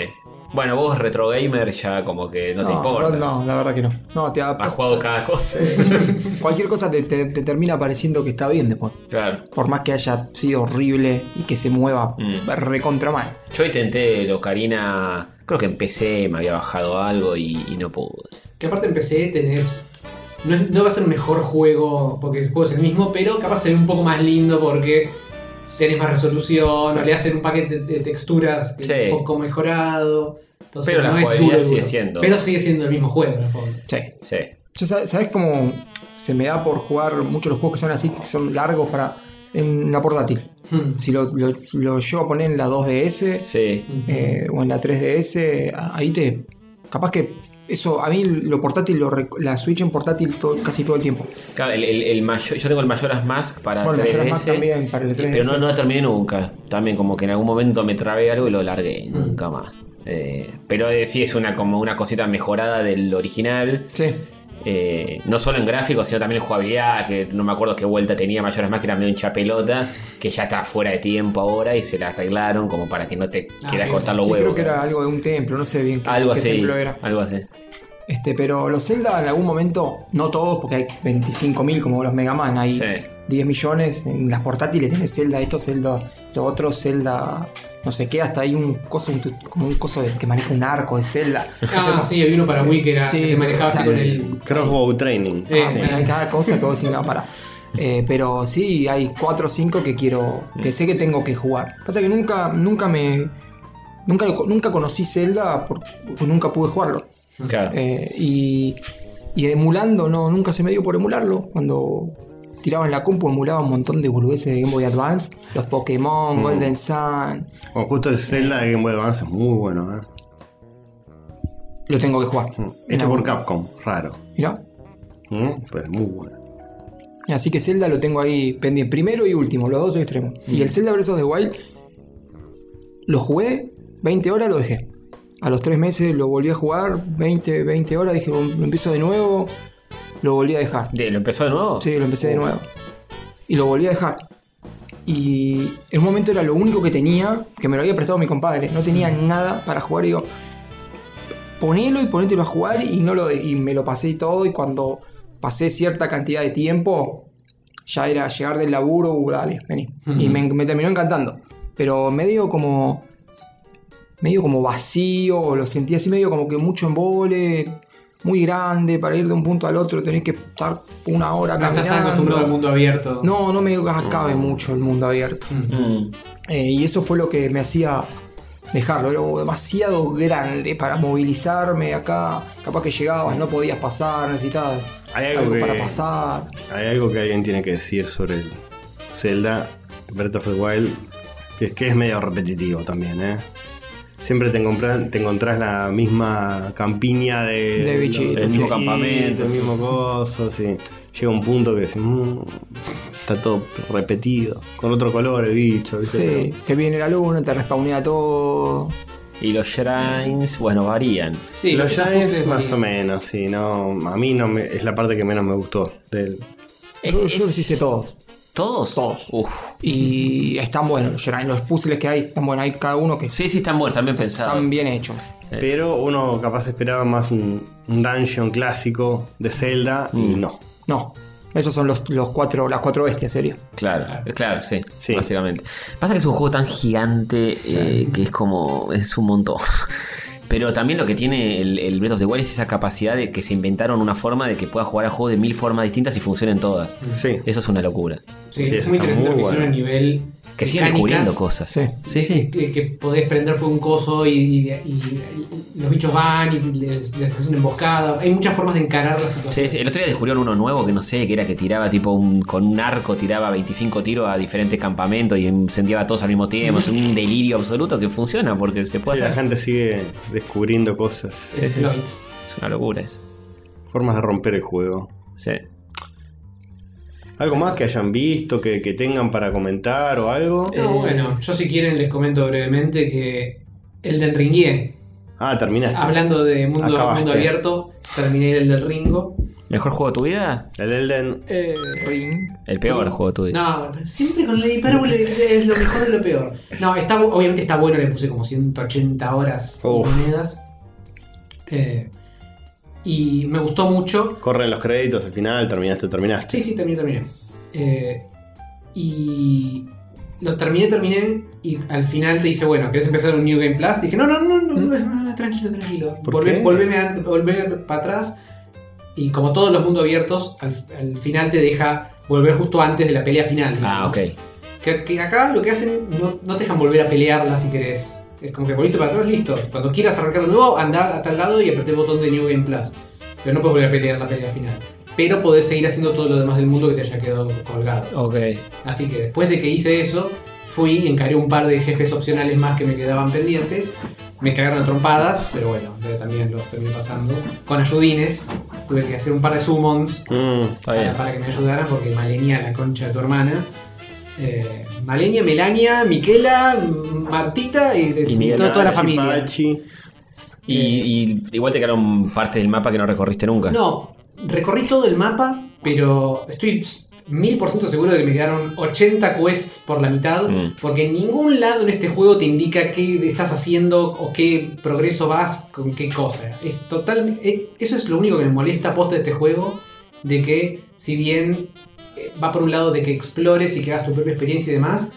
Speaker 1: Bueno, vos retro gamer ya como que no, te importa.
Speaker 3: No, la verdad que no. No, te
Speaker 1: Has
Speaker 3: adaptas.
Speaker 1: jugado cada cosa.
Speaker 3: Cualquier cosa te, te- te termina pareciendo que está bien después.
Speaker 1: Claro.
Speaker 3: Por más que haya sido horrible y que se mueva
Speaker 1: Mm.
Speaker 3: recontra mal.
Speaker 1: Yo intenté el Ocarina, creo que empecé, me había bajado algo y, y no pude.
Speaker 5: Que aparte en PC tenés. No, es- no va a ser mejor juego porque el juego es el mismo, pero capaz se ve un poco más lindo porque tenés más resolución, o le hacen un paquete de, de texturas
Speaker 1: Sí.
Speaker 5: un poco mejorado. Entonces
Speaker 1: Pero la
Speaker 5: no es
Speaker 1: jugabilidad
Speaker 5: duro,
Speaker 1: sigue
Speaker 5: duro.
Speaker 1: siendo-
Speaker 5: Pero sigue siendo el mismo juego, en el fondo.
Speaker 3: Sí.
Speaker 1: Sí.
Speaker 3: Yo, sa- ¿Sabes cómo se me da por jugar muchos los juegos que son así, que son largos para. en la portátil?
Speaker 5: Hmm.
Speaker 3: Si lo, lo, lo llevo a poner en la 2DS
Speaker 1: Sí.
Speaker 3: eh, o en la 3DS, a- ahí te. Capaz que. Eso, a mí lo portátil, lo rec- la Switch en portátil to- casi todo el tiempo.
Speaker 1: Claro, el, el- el mayor, yo tengo el Majora's Mask para
Speaker 3: Bueno, el Majora's
Speaker 1: 3DS,
Speaker 3: Mask también, para el
Speaker 1: y-
Speaker 3: 3DS.
Speaker 1: Pero no, no lo terminé nunca. También como que en algún momento me trabé algo y lo largué,
Speaker 3: Mm.
Speaker 1: nunca más. Eh, pero eh, sí es una como una cosita mejorada del original.
Speaker 3: Sí.
Speaker 1: Eh, no solo en gráficos, sino también en jugabilidad, que no me acuerdo qué vuelta tenía Mayoras Más, que era medio hincha pelota, que ya está fuera de tiempo ahora y se la arreglaron como para que no te
Speaker 5: Ah,
Speaker 1: quieras
Speaker 5: bien.
Speaker 1: cortar los
Speaker 3: sí,
Speaker 1: huevos.
Speaker 3: creo que era algo de un templo, no sé bien qué,
Speaker 1: algo
Speaker 3: qué
Speaker 1: así.
Speaker 3: templo era.
Speaker 1: Algo así.
Speaker 3: Este, pero los Zelda en algún momento, no todos, porque hay 25.000 como los Mega Man, hay
Speaker 1: Sí.
Speaker 3: 10 millones en las portátiles, tenés Zelda, esto, Zelda, lo otro, Zelda, no sé qué, hasta hay un coso, un tu- como un coso de- que maneja un arco de Zelda.
Speaker 5: Ah, sí, había uno para Wii que era
Speaker 3: Sí,
Speaker 5: que se manejaba así
Speaker 3: sí.
Speaker 5: con el.
Speaker 2: Crossbow Training.
Speaker 5: Eh,
Speaker 3: Ah, bueno, hay cada cosa que vos decís, no, para. pero sí, hay 4 o 5 que quiero, que sé que tengo que jugar. Pasa que nunca, nunca me... Nunca, lo- nunca conocí Zelda porque nunca pude jugarlo.
Speaker 1: Claro.
Speaker 3: Eh, y, y emulando, no, nunca se me dio por emularlo. Cuando tiraba en la compu, emulaba un montón de boludeces de Game Boy Advance. Los Pokémon, Golden Sun.
Speaker 2: O justo el Zelda de Game Boy Advance es muy bueno, ¿eh?
Speaker 3: Lo tengo que jugar. En
Speaker 2: Mm. Hecho
Speaker 3: algún-
Speaker 2: por Capcom, raro.
Speaker 3: Mirá.
Speaker 2: ¿Mm? Pero es muy bueno.
Speaker 3: Así que Zelda lo tengo ahí pendiente. Primero y último, los dos extremos. Y el Zelda vs. The Wild lo jugué 20 horas, lo dejé. A los 3 meses lo volví a jugar 20, 20 horas. Dije, lo empiezo de nuevo. Lo volví a dejar.
Speaker 1: De- ¿Lo empezó de nuevo?
Speaker 3: Sí, lo empecé de nuevo. Y lo volví a dejar. Y en un momento era lo único que tenía, que me lo había prestado mi compadre. No tenía nada para jugar. Y digo, ponelo y ponételo a jugar. Y, no lo de- y me lo pasé y todo. Y cuando pasé cierta cantidad de tiempo, ya era llegar del laburo. "Uh, dale, vení. Y me, me terminó encantando. Pero medio como. medio como vacío. Lo sentí así, medio como que mucho embole. Muy grande, para ir de un punto al otro tenés que estar una hora
Speaker 5: No estás tan
Speaker 3: caminando.
Speaker 5: acostumbrado al mundo abierto.
Speaker 3: No, no me acabe mucho el mundo abierto.
Speaker 1: Mm.
Speaker 3: Eh, y eso fue lo que me hacía dejarlo. Era como demasiado grande para movilizarme acá. Capaz que llegabas, no podías pasar, necesitabas
Speaker 2: Hay algo
Speaker 3: algo,
Speaker 2: que-
Speaker 3: para pasar.
Speaker 2: Hay algo que alguien tiene que decir sobre el Zelda Breath of the Wild, que es que es medio repetitivo también, ¿eh? Siempre te, encontras te encontrás la misma campiña de,
Speaker 3: De bichitos,
Speaker 2: del
Speaker 1: sí.
Speaker 2: mismo campamento, el mismo coso, sí. Llega un punto que decís, "Mm, Está todo repetido. Con otro color el bicho, ¿viste?
Speaker 3: Sí, se viene la luna, te respawnea todo.
Speaker 1: Y los shrines, bueno, varían.
Speaker 5: Sí,
Speaker 2: los Giants
Speaker 5: ajustes
Speaker 2: más
Speaker 5: varían.
Speaker 2: o menos, sí, no, a mí no me- es la parte que menos me gustó del
Speaker 1: Es-
Speaker 3: yo,
Speaker 1: es-
Speaker 3: yo los hice todos.
Speaker 1: ¿Todos?
Speaker 3: Todos.
Speaker 1: Uf.
Speaker 3: Y están buenos los Shrine, los puzzles que hay, están buenos. Hay cada uno que
Speaker 1: Sí, sí, están buenos, están bien pensados.
Speaker 3: están bien hechos.
Speaker 2: pero uno capaz esperaba más un, un dungeon clásico de Zelda y no.
Speaker 3: No, esos son los, los cuatro, las cuatro bestias, serio.
Speaker 1: Claro, claro, sí,
Speaker 2: Sí.
Speaker 1: básicamente. Pasa que es un juego tan gigante eh, que es como. es un montón. Pero también lo que tiene el, el Breath of the Wild es esa capacidad de que se inventaron una forma de que puedas jugar a juegos de mil formas distintas y funcionen todas.
Speaker 2: Sí.
Speaker 1: Eso es una locura.
Speaker 5: Sí,
Speaker 2: Sí,
Speaker 5: es muy
Speaker 2: está
Speaker 5: interesante lo
Speaker 2: muy
Speaker 5: que hicieron a
Speaker 2: bueno.
Speaker 5: nivel.
Speaker 1: Que sigan
Speaker 5: mecánicas,
Speaker 1: descubriendo cosas.
Speaker 3: Sí.
Speaker 1: sí. sí.
Speaker 5: Que, que podés prender fue un coso y, y- y los bichos van y les, les haces una emboscada. Hay muchas formas de encarar la situación.
Speaker 1: Sí, sí. El otro día descubrieron uno nuevo que no sé, que era que tiraba tipo un, con un arco, tiraba 25 tiros a diferentes campamentos y incendiaba a todos al mismo tiempo. Es un delirio absoluto que funciona porque se puede
Speaker 2: Sí, la
Speaker 1: hacer.
Speaker 2: gente sigue descubriendo cosas,
Speaker 5: Es Lloyds.
Speaker 1: Es una locura eso.
Speaker 2: formas de romper el juego.
Speaker 1: Sí.
Speaker 2: Algo más que hayan visto, que, que tengan para comentar o algo.
Speaker 1: Eh,
Speaker 5: No, bueno, yo si quieren les comento brevemente que el del Ringué,
Speaker 2: Ah, terminaste.
Speaker 5: hablando de mundo,
Speaker 2: Acabaste.
Speaker 5: mundo abierto, terminé el del Ringo.
Speaker 1: ¿Mejor juego de tu vida?
Speaker 2: El Elden.
Speaker 5: Eh,
Speaker 3: Ring.
Speaker 1: El peor juego de tu vida.
Speaker 5: no, siempre con la hipérbole es lo mejor de lo peor. No, está, bu- obviamente está bueno, le puse como 180 horas y
Speaker 2: Uf.
Speaker 5: monedas. Eh, y me gustó mucho.
Speaker 2: Corren los créditos al final, terminaste, terminaste.
Speaker 5: Sí, sí, terminé, terminé. Eh, y lo terminé, terminé. Y al final te dice, bueno, ¿querés empezar un New Game Plus? Y dije, no, no, no, no, no, no, no, tranquilo, tranquilo.
Speaker 2: ¿Mm? ¿Por
Speaker 5: Volvé-
Speaker 2: qué?
Speaker 5: volveme a- volvé para atrás. Y como todos los mundos abiertos, al, al final te deja volver justo antes de la pelea final.
Speaker 1: Ah,
Speaker 5: digamos.
Speaker 1: ok.
Speaker 5: Que, que acá lo que hacen, no, no te dejan volver a pelearla si querés. Es como que volviste para atrás, listo. Cuando quieras arrancar de nuevo, andá a tal lado y apreté el botón de New Game Plus. Pero no puedes volver a pelear la pelea final. Pero podés seguir haciendo todo lo demás del mundo que te haya quedado colgado.
Speaker 1: Ok.
Speaker 5: Así que después de que hice eso, fui y encaré un par de jefes opcionales más que me quedaban pendientes. Me cagaron a trompadas, pero bueno, yo también los terminé pasando. Con ayudines, tuve que hacer un par de summons
Speaker 2: Mm,
Speaker 1: Está
Speaker 5: para,
Speaker 1: Ah, bien.
Speaker 5: para que me ayudaran, porque Malenia, la concha de tu hermana. eh, Malenia, Melania, Miquela, M- Martita y, de-
Speaker 1: Y Miguel,
Speaker 5: toda, toda la familia.
Speaker 2: Pachi,
Speaker 1: Y, y igual te quedaron parte del mapa que no recorriste nunca.
Speaker 5: No, recorrí todo el mapa, pero estoy mil por ciento seguro de que me quedaron 80 quests por la mitad,
Speaker 1: Mm.
Speaker 5: porque en ningún lado en este juego te indica qué estás haciendo o qué progreso vas con qué cosa. Es total, eh, eso es lo único que me molesta post de este juego, de que si bien eh, va por un lado de que explores y que hagas tu propia experiencia y demás,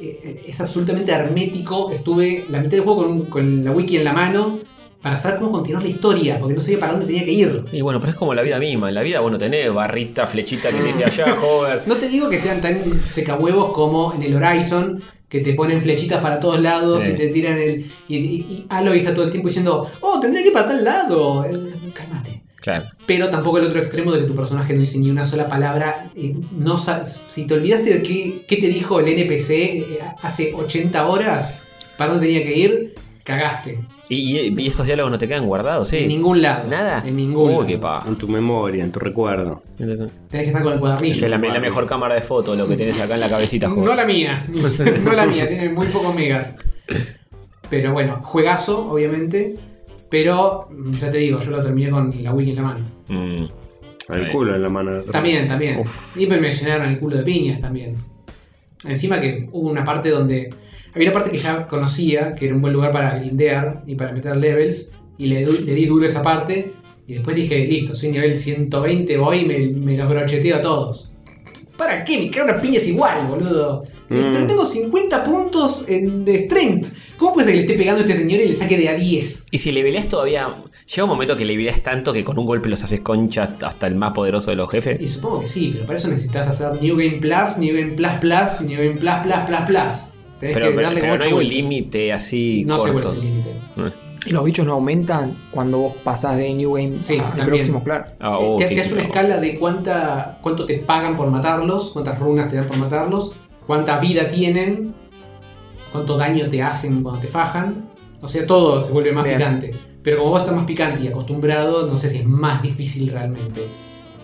Speaker 5: eh, es absolutamente hermético. Estuve la mitad del juego con, con la wiki en la mano para saber cómo continuar la historia, porque no sabía para dónde tenía que ir.
Speaker 1: Y bueno, pero es como la vida misma. En la vida, bueno, tenés barrita, flechita que te dice allá, joven.
Speaker 5: No te digo que sean tan secahuevos como en el Horizon, que te ponen flechitas para todos lados
Speaker 1: Sí.
Speaker 5: y te tiran el. Y, y, y Aloy está todo el tiempo diciendo, oh, tendría que ir para tal lado. Eh, Cálmate.
Speaker 1: Claro.
Speaker 5: Pero tampoco el otro extremo de que tu personaje no dice ni una sola palabra. eh, no sa- si te olvidaste de qué, qué te dijo el NPC eh, hace 80 horas, para dónde tenía que ir, cagaste.
Speaker 1: Y, y- y esos diálogos no te quedan guardados, ¿sí?
Speaker 5: En ningún lado.
Speaker 1: Nada.
Speaker 5: En ningún
Speaker 1: Uy,
Speaker 5: lado.
Speaker 1: qué paja.
Speaker 2: en tu memoria, en tu recuerdo.
Speaker 5: Tenés que estar con el cuadernillo.
Speaker 1: Es la, la mejor cámara de foto lo que tenés acá en la cabecita, joven.
Speaker 5: No la mía, no la mía, tiene muy pocos megas. Pero bueno, juegazo, obviamente. Pero mm, ya te digo, yo lo terminé con la wiki en la mano.
Speaker 1: Mm.
Speaker 2: El
Speaker 1: Sí.
Speaker 2: culo en la mano.
Speaker 5: También, también. Y me llenaron el culo de piñas también. Encima que hubo una parte donde. Había una parte que ya conocía, que era un buen lugar para grindear y para meter levels. Y le, du- le di duro esa parte. Y después dije, listo, soy nivel 120, voy y me, me los brocheteo a todos. ¿Para qué? Me quedaron las piñas igual, boludo. Si
Speaker 2: Mm.
Speaker 5: Pero tengo 50 puntos en, de strength. ¿Cómo puede ser que le esté pegando a este señor y le saque de a 10?
Speaker 1: Y si leveleás todavía. Llega un momento que leveleás tanto que con un golpe los haces concha hasta el más poderoso de los
Speaker 5: Y
Speaker 1: jefes.
Speaker 5: supongo que sí, pero para eso necesitas hacer New Game Plus, New Game Plus Plus, New Game Plus Plus Plus Plus.
Speaker 1: Pero,
Speaker 5: Tenés que
Speaker 1: pero-
Speaker 5: darle
Speaker 1: pero
Speaker 5: como
Speaker 1: no hay
Speaker 5: ocho
Speaker 1: un
Speaker 5: vueltas.
Speaker 1: límite así
Speaker 5: No sé cuál es
Speaker 1: corto.
Speaker 5: el límite.
Speaker 1: Eh.
Speaker 3: Los bichos no aumentan cuando vos pasás de New Game
Speaker 5: Sí,
Speaker 3: al
Speaker 5: también.
Speaker 3: próximo, claro.
Speaker 1: Ah, oh,
Speaker 5: te,
Speaker 1: qué
Speaker 5: te hace una
Speaker 1: quilombo.
Speaker 5: escala de cuánta, cuánto te pagan por matarlos, cuántas runas te dan por matarlos, cuánta vida tienen, cuánto daño te hacen cuando te fajan. O sea, todo se vuelve más
Speaker 3: Bien.
Speaker 5: picante. Pero como vos estás más picante y acostumbrado, no sé si es más difícil realmente.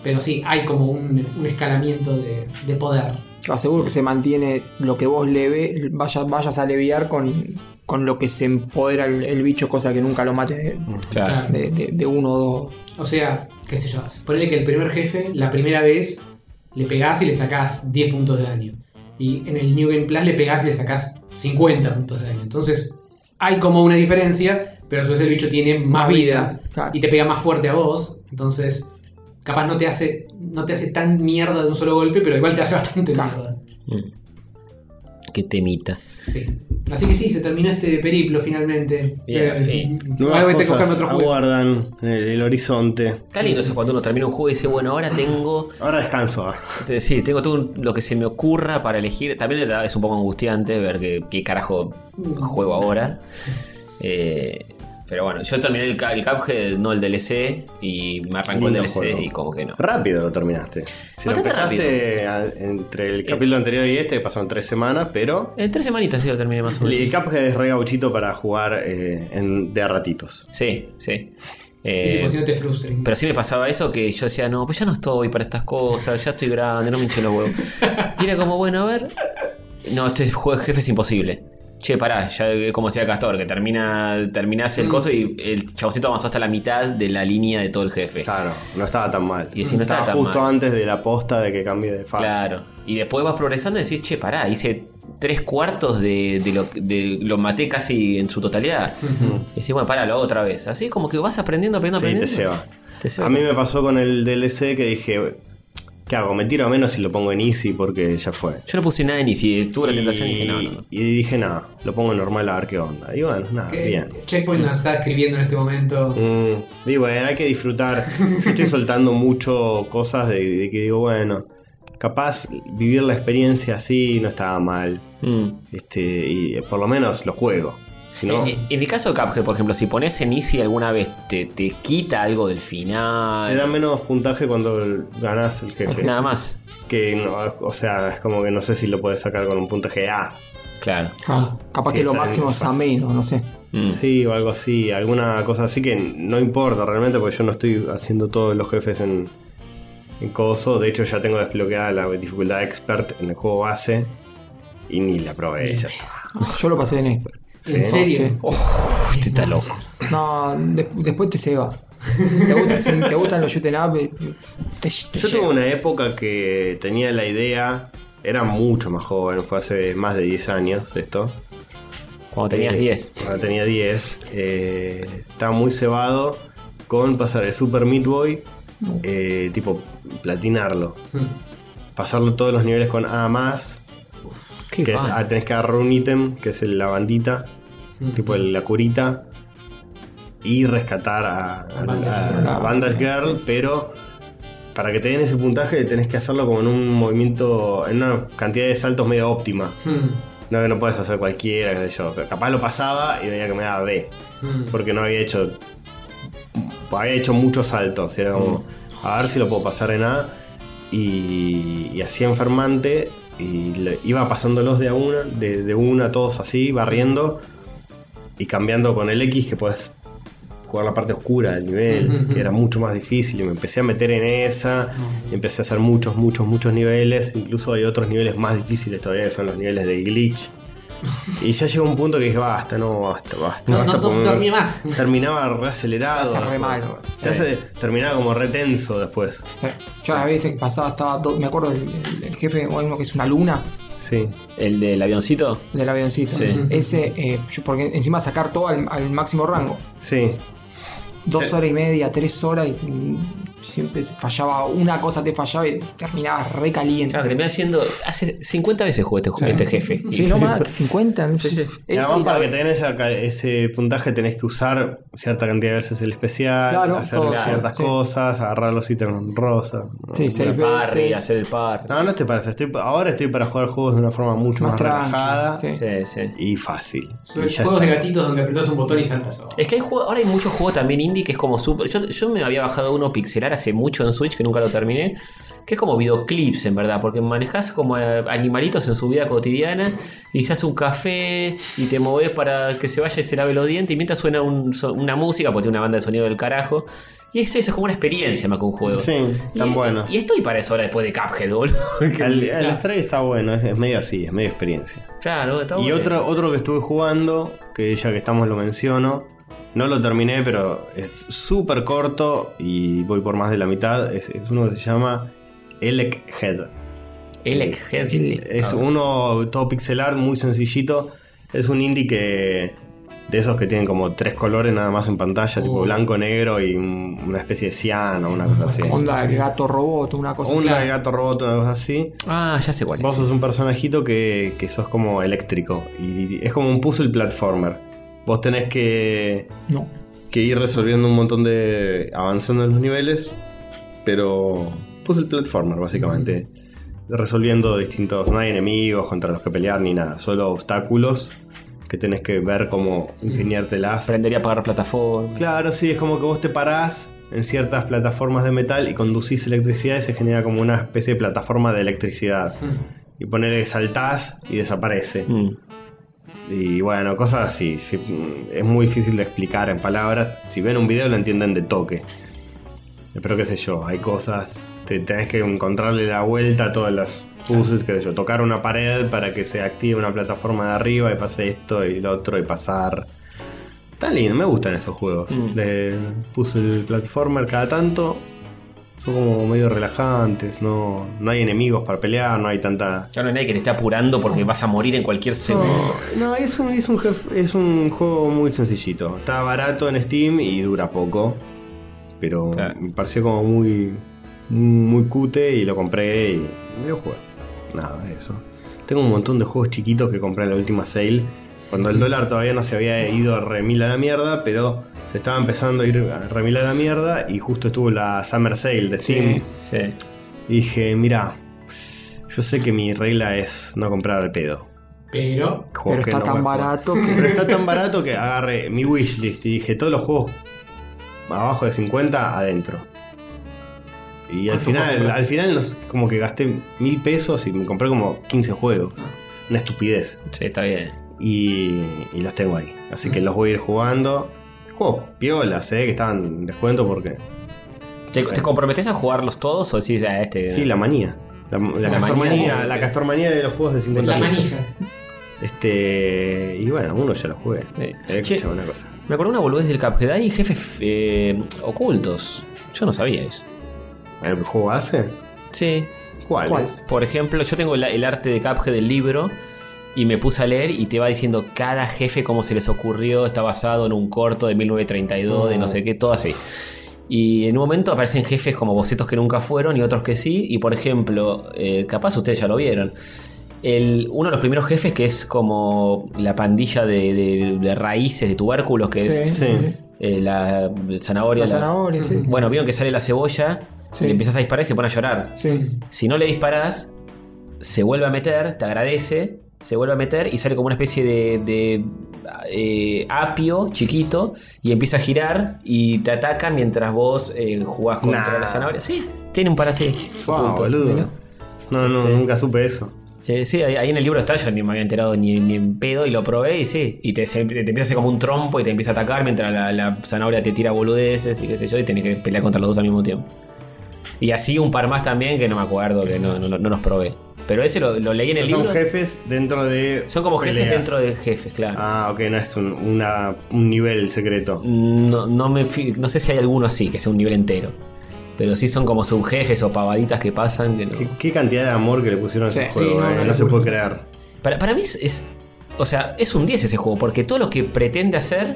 Speaker 5: Pero sí, hay como un, un escalamiento de, de poder.
Speaker 3: Aseguro que se mantiene lo que vos leve, vaya, vayas a aliviar con, con lo que se empodera el, el bicho, cosa que nunca lo mate de,
Speaker 1: Claro.
Speaker 3: de- de- de uno o dos.
Speaker 5: O sea, qué sé yo, ponele que el primer jefe, la primera vez, le pegás y le sacás 10 puntos de daño. Y en el New Game Plus le pegás y le sacás 50 puntos de daño. Entonces, hay como una diferencia, pero a su vez el bicho tiene más vida
Speaker 3: Claro.
Speaker 5: y te pega más fuerte a vos. Entonces, capaz no te hace, no te hace tan mierda de un solo golpe, pero igual te hace bastante
Speaker 3: Claro.
Speaker 5: mierda.
Speaker 7: Mm. Qué temita.
Speaker 5: Sí. Así que sí, se terminó este periplo finalmente.
Speaker 1: Bien,
Speaker 5: Eh,
Speaker 1: sí. Ah,
Speaker 5: Voy a
Speaker 2: Nuevas
Speaker 5: tener que
Speaker 2: cosas
Speaker 5: buscarme otro juego.
Speaker 2: aguardan en el, el horizonte.
Speaker 1: Está lindo eso cuando uno termina un juego y dice, bueno, ahora tengo.
Speaker 2: Ahora descanso. ah.
Speaker 1: Sí, tengo todo un- lo que se me ocurra para elegir. También es un poco angustiante ver qué, qué carajo juego ahora. Eh, pero bueno, yo terminé el, ca- el Cuphead, no el DLC, y me arrancó el
Speaker 2: Lindo
Speaker 1: DLC
Speaker 2: juego.
Speaker 1: y como que no.
Speaker 2: Rápido lo terminaste. Si lo
Speaker 1: Bastante
Speaker 2: empezaste a- entre
Speaker 1: Eh.
Speaker 2: el capítulo anterior y este, pasaron tres semanas, pero
Speaker 1: En tres semanitas sí lo terminé más o menos.
Speaker 2: el Cuphead es re gauchito para jugar eh, en- de a ratitos.
Speaker 1: Sí, sí.
Speaker 5: Y si
Speaker 1: Eh,
Speaker 5: por si no te frustren.
Speaker 1: Pero sí me pasaba eso que yo decía, no, pues ya no estoy para estas cosas, ya estoy grande, no me hinchen los huevos. Y era como, bueno, a ver. No, este juego de jefe es imposible. Che, pará, ya eh, como decía Castor, que termina, terminás
Speaker 2: Mm.
Speaker 1: el coso y el chaboncito avanzó hasta la mitad de la línea de todo el jefe.
Speaker 2: Claro, no estaba tan mal.
Speaker 1: Y si no estaba tan
Speaker 2: justo
Speaker 1: mal.
Speaker 2: antes de la posta de que cambie de fase.
Speaker 1: Claro. Y después vas progresando y decís, che, pará, hice tres cuartos de, de lo, de- lo maté casi en su totalidad. Y decís, bueno, pará, lo hago otra vez. Así como que vas aprendiendo, aprendiendo,
Speaker 2: Sí, te
Speaker 1: aprendiendo.
Speaker 2: ceba.
Speaker 1: Te ceba.
Speaker 2: A mí me pasó con el DLC que dije, ¿qué hago? ¿Me tiro a menos y lo pongo en easy? Porque ya fue.
Speaker 1: Yo no puse nada ni si tuve la
Speaker 2: Y-
Speaker 1: tentación y dije, no, no, no.
Speaker 2: Y dije, nada, lo pongo en normal a ver qué onda. Y bueno, nada,
Speaker 5: Que
Speaker 2: bien.
Speaker 5: Checkpoint nos está escribiendo en este momento.
Speaker 2: Mm, y bueno, hay que disfrutar. Yo estoy soltando mucho cosas de, de que digo, bueno, capaz vivir la experiencia así no estaba mal.
Speaker 1: Mm.
Speaker 2: Este, y por lo menos lo juego. Si no,
Speaker 1: Eh, En el caso de Cuphead, por ejemplo, si pones en Easy alguna vez, te, te quita algo del
Speaker 2: te da
Speaker 1: final.
Speaker 2: menos puntaje cuando ganas el jefe.
Speaker 1: Nada más.
Speaker 2: Que no, o sea, es como que no sé si lo puedes sacar con un puntaje A.
Speaker 1: Claro.
Speaker 3: Ah, capaz
Speaker 2: Sí,
Speaker 3: que lo
Speaker 2: está
Speaker 3: máximo es a
Speaker 2: fácil.
Speaker 3: menos, no sé.
Speaker 1: Mm.
Speaker 2: Sí, o algo así, alguna cosa así que no importa realmente porque yo no estoy haciendo todos los jefes en, en coso. De hecho, ya tengo desbloqueada la dificultad expert en el juego base y ni la probé. Ya está.
Speaker 3: Yo lo pasé en expert.
Speaker 5: ¿En serio? Oh,
Speaker 3: Sí.
Speaker 1: Este está loco.
Speaker 3: No, de- después te se va. Te, gusta- si te gustan los shoot 'em up. eh, Te, te
Speaker 2: Yo
Speaker 3: llega.
Speaker 2: tuve una época que tenía la idea, era mucho más joven, fue hace más de 10 años esto.
Speaker 1: Cuando tenías
Speaker 2: Eh,
Speaker 1: 10.
Speaker 2: Cuando tenía 10. eh, estaba muy cebado con pasar el Super Meat Boy, eh, tipo platinarlo. Pasarlo todos los niveles con A más.
Speaker 3: Qué
Speaker 2: que es,
Speaker 3: va.
Speaker 2: ah, tenés que agarrar un ítem, que es el- la bandita, tipo el- la curita, y rescatar a, a-
Speaker 5: Bandage
Speaker 2: a-
Speaker 3: Girl. Ah,
Speaker 2: a Bandage Girl, pero para que te den ese puntaje tenés que hacerlo como en un movimiento, en una cantidad de saltos medio óptima.
Speaker 5: Hmm,
Speaker 2: No que no puedes hacer cualquiera, qué sé yo. Pero capaz lo pasaba y veía que me daba B,
Speaker 5: hmm.
Speaker 2: porque no había hecho. Había hecho muchos saltos, y era como, a ver si lo puedo pasar en A. Y, y así enfermante, y le- iba pasándolos de a una, de, de una a todos así, barriendo, y cambiando con el X, que puedes jugar la parte oscura del nivel,
Speaker 5: Ujú,
Speaker 2: que era mucho más difícil, y me empecé a meter en esa, y empecé a hacer muchos, muchos, muchos niveles, incluso hay otros niveles más difíciles todavía, que son los niveles del glitch. Y ya llegó un punto que dije, basta, no, basta, basta.
Speaker 5: No,
Speaker 2: basta
Speaker 5: no, no
Speaker 2: porque
Speaker 5: dormí más.
Speaker 2: Terminaba reacelerado.
Speaker 3: Se hace re
Speaker 2: después.
Speaker 3: malo.
Speaker 2: Se hace- terminaba como retenso después.
Speaker 3: O sea, yo las veces que pasaba estaba todo. Me acuerdo el, el- el jefe, o hay uno que es una luna
Speaker 2: Sí.
Speaker 1: ¿El del avioncito?
Speaker 3: del avioncito.
Speaker 1: Sí.
Speaker 3: Ese, eh, yo- porque encima sacar todo al, al máximo rango.
Speaker 2: Sí.
Speaker 3: Dos horas y media, tres horas y mm, siempre te fallaba, una cosa te fallaba y terminabas re caliente.
Speaker 1: Claro, Ah,
Speaker 2: Ah,
Speaker 1: que terminé haciendo. Hace 50 veces jugué este, ju- este jefe.
Speaker 3: Sí,
Speaker 1: Y-
Speaker 3: no más, 50. no sé.
Speaker 2: Y
Speaker 3: Eso
Speaker 2: además,
Speaker 3: y la-
Speaker 2: para que te den esa ca- ese puntaje tenés que usar cierta cantidad de veces el especial,
Speaker 3: Claro,
Speaker 2: hacer
Speaker 3: todo,
Speaker 2: ciertas
Speaker 3: sí.
Speaker 2: cosas, agarrar los ítems rosa.
Speaker 3: Sí, seis
Speaker 1: el par, y
Speaker 3: veces.
Speaker 1: hacer el par.
Speaker 2: No, no estoy para eso. Estoy, ahora estoy para jugar juegos de una forma mucho más,
Speaker 3: Más tranqui,
Speaker 2: relajada
Speaker 3: sí.
Speaker 1: Sí, sí.
Speaker 2: y fácil.
Speaker 5: Son
Speaker 2: Y ya
Speaker 5: juegos
Speaker 2: está.
Speaker 5: de gatitos donde apretás un botón y saltas. abajo.
Speaker 1: Es que hay juego- ahora hay muchos juegos también indie que es como super. Yo, yo me había bajado uno pixelar hace mucho en Switch que nunca lo terminé. Que es como videoclips en verdad, porque manejás como eh, animalitos en su vida cotidiana y se hace un café y te moves para que se vaya y se lave los dientes y mientras suena un so- una música, porque tiene una banda de sonido del carajo. Y eso, eso es como una experiencia más que un juego.
Speaker 2: Sí, tan
Speaker 1: Y-
Speaker 2: buenos.
Speaker 1: Y estoy para eso ahora después de Cuphead, boludo. Que-
Speaker 2: El, el Astray está bueno, es, es medio así, es medio experiencia.
Speaker 1: claro, está
Speaker 2: Y
Speaker 1: bueno.
Speaker 2: otro, otro que estuve jugando, que ya que estamos lo menciono, no lo terminé, pero es súper corto y voy por más de la mitad, es, es uno que se llama Elec Head.
Speaker 1: Elec Head.
Speaker 2: Es
Speaker 1: Ah.
Speaker 2: uno todo pixel art, muy sencillito. Es un indie que. De esos que tienen como tres colores nada más en pantalla, tipo
Speaker 1: Uh.
Speaker 2: blanco, negro y un- una especie de ciano, una cosa así. O
Speaker 3: Onda, el gato robot, una cosa
Speaker 2: un
Speaker 3: así.
Speaker 2: gato robot, una cosa así.
Speaker 1: Ah, ya sé cuál es.
Speaker 2: Vos sos un personajito que, que sos como eléctrico. Y es como un puzzle platformer. Vos tenés que,
Speaker 3: No.
Speaker 2: que ir resolviendo un montón de. avanzando en los niveles. Pero. Puzzle platformer, básicamente. Resolviendo distintos. No hay enemigos contra los que pelear ni nada. Solo obstáculos que tenés que ver cómo ingeniártelas.
Speaker 1: Aprendería a pagar plataformas.
Speaker 2: Claro, sí, es como que vos te parás en ciertas plataformas de metal y conducís electricidad y se genera como una especie de plataforma de electricidad. Y ponele saltás y desaparece.
Speaker 1: Mm.
Speaker 2: Y bueno, cosas así. sí, mm, es muy difícil de explicar en palabras. Si ven un video lo entienden de toque. Pero qué sé yo, hay cosas. Te tenés que encontrarle la vuelta a todas las puzzles, qué sé yo. Tocar una pared para que se active una plataforma de arriba y pase esto y lo otro y pasar. Está lindo, me gustan esos juegos.
Speaker 1: Mm.
Speaker 2: De puzzle platformer cada tanto. Son como medio relajantes, no, no hay enemigos para pelear, no hay tanta
Speaker 1: Ya no hay nadie que te esté apurando porque vas a morir en cualquier segundo.
Speaker 2: no, no, es un, es, un jef- es un juego muy sencillito. Está barato en Steam y dura poco. Pero
Speaker 1: Claro.
Speaker 2: me pareció como muy, muy cute y lo compré y me lo jugué. Nada, eso. Tengo un montón de juegos chiquitos que compré en la última sale. Cuando el dólar todavía no se había ido remil a la mierda, pero se estaba empezando a ir a remil a la mierda y justo estuvo la Summer Sale de Steam.
Speaker 1: Sí.
Speaker 2: Y dije, mira, yo sé que mi regla es no comprar al pedo.
Speaker 5: Pero.
Speaker 2: Juegos
Speaker 3: Pero
Speaker 2: que
Speaker 3: está
Speaker 2: no voy
Speaker 3: tan
Speaker 2: a jugar.
Speaker 3: barato que.
Speaker 2: Pero está tan barato que agarré mi wishlist y dije todos los juegos abajo de 50 adentro. Y al
Speaker 5: ¿Cuánto
Speaker 2: final,
Speaker 5: compraste?
Speaker 2: al final nos- como que gasté mil pesos y me compré como 15 juegos. Una estupidez.
Speaker 1: Sí, está bien.
Speaker 2: Y, y los tengo ahí. Así que los voy a ir jugando. Juegos piolas, eh, que estaban en descuento porque.
Speaker 1: ¿Te,
Speaker 2: Sí.
Speaker 1: te comprometes a jugarlos todos o decís a este?
Speaker 2: Sí, la manía. La, la
Speaker 1: La
Speaker 2: castormanía,
Speaker 1: manía.
Speaker 2: la castormanía de los juegos de 50
Speaker 5: La
Speaker 2: pesos.
Speaker 5: manija.
Speaker 2: Este. Y bueno, uno ya lo jugué.
Speaker 1: Sí.
Speaker 2: Eh,
Speaker 1: Che.
Speaker 2: escuchame una cosa.
Speaker 1: Me acuerdo una boludez del Cuphead. Hay jefes eh, ocultos. Yo no sabía eso.
Speaker 2: ¿El juego hace?
Speaker 1: Sí.
Speaker 2: ¿Cuál?
Speaker 3: ¿Cuál?
Speaker 2: es?
Speaker 1: Por ejemplo, yo tengo la- el arte de Cuphead del libro y me puse a leer y te va diciendo cada jefe cómo se les ocurrió, está basado en un corto de 1932, de no sé qué, todo así. Y en un momento aparecen jefes como bocetos que nunca fueron y otros que sí. Y por ejemplo, eh, capaz ustedes ya lo vieron. El, uno de los primeros jefes que es como la pandilla de, de- de raíces, de tubérculos, que
Speaker 3: Sí,
Speaker 1: es
Speaker 2: Sí.
Speaker 3: sí.
Speaker 1: eh, la zanahoria.
Speaker 3: Las
Speaker 1: la-
Speaker 3: zanahorias, sí.
Speaker 1: Bueno, vieron que sale la cebolla,
Speaker 3: Sí.
Speaker 1: le empiezas a disparar y se pone a llorar.
Speaker 3: Sí.
Speaker 1: Si no le disparás, se vuelve a meter, te agradece, se vuelve a meter y sale como una especie de, de, eh, apio chiquito y empieza a girar y te ataca mientras vos eh, jugás contra
Speaker 2: Nah.
Speaker 1: la zanahoria. Sí, tiene un par así.
Speaker 2: Wow,
Speaker 1: ocultos.
Speaker 2: boludo. No, no,
Speaker 1: Este.
Speaker 2: nunca supe eso.
Speaker 1: Eh, sí, ahí, ahí en el libro está, yo ni me había enterado ni, ni en pedo y lo probé y sí. Y te, se- te empieza a hacer como un trompo y te empieza a atacar mientras la, la zanahoria te tira boludeces y qué sé yo, y tenés que pelear contra los dos al mismo tiempo. Y así un par más también que no me acuerdo, que no, no, no los probé. Pero ese lo, lo leí en el
Speaker 2: Son
Speaker 1: libro.
Speaker 2: jefes dentro de.
Speaker 1: Son como jefes
Speaker 2: peleas.
Speaker 1: dentro de jefes, claro.
Speaker 2: Ah, ok, no es un, una- un nivel secreto.
Speaker 1: No, no, me, fi- no sé si hay alguno así, que sea un nivel entero. Pero sí son como subjefes o pavaditas que pasan. Que no.
Speaker 2: ¿Qué, qué cantidad de amor que le pusieron
Speaker 3: Sí,
Speaker 2: a ese juego,
Speaker 5: no,
Speaker 2: eh,
Speaker 5: no
Speaker 2: no,
Speaker 5: le
Speaker 2: se
Speaker 5: puedo-
Speaker 2: puede creer.
Speaker 1: Para, para mí es, es- O sea, es un 10 ese juego, porque todo lo que pretende hacer.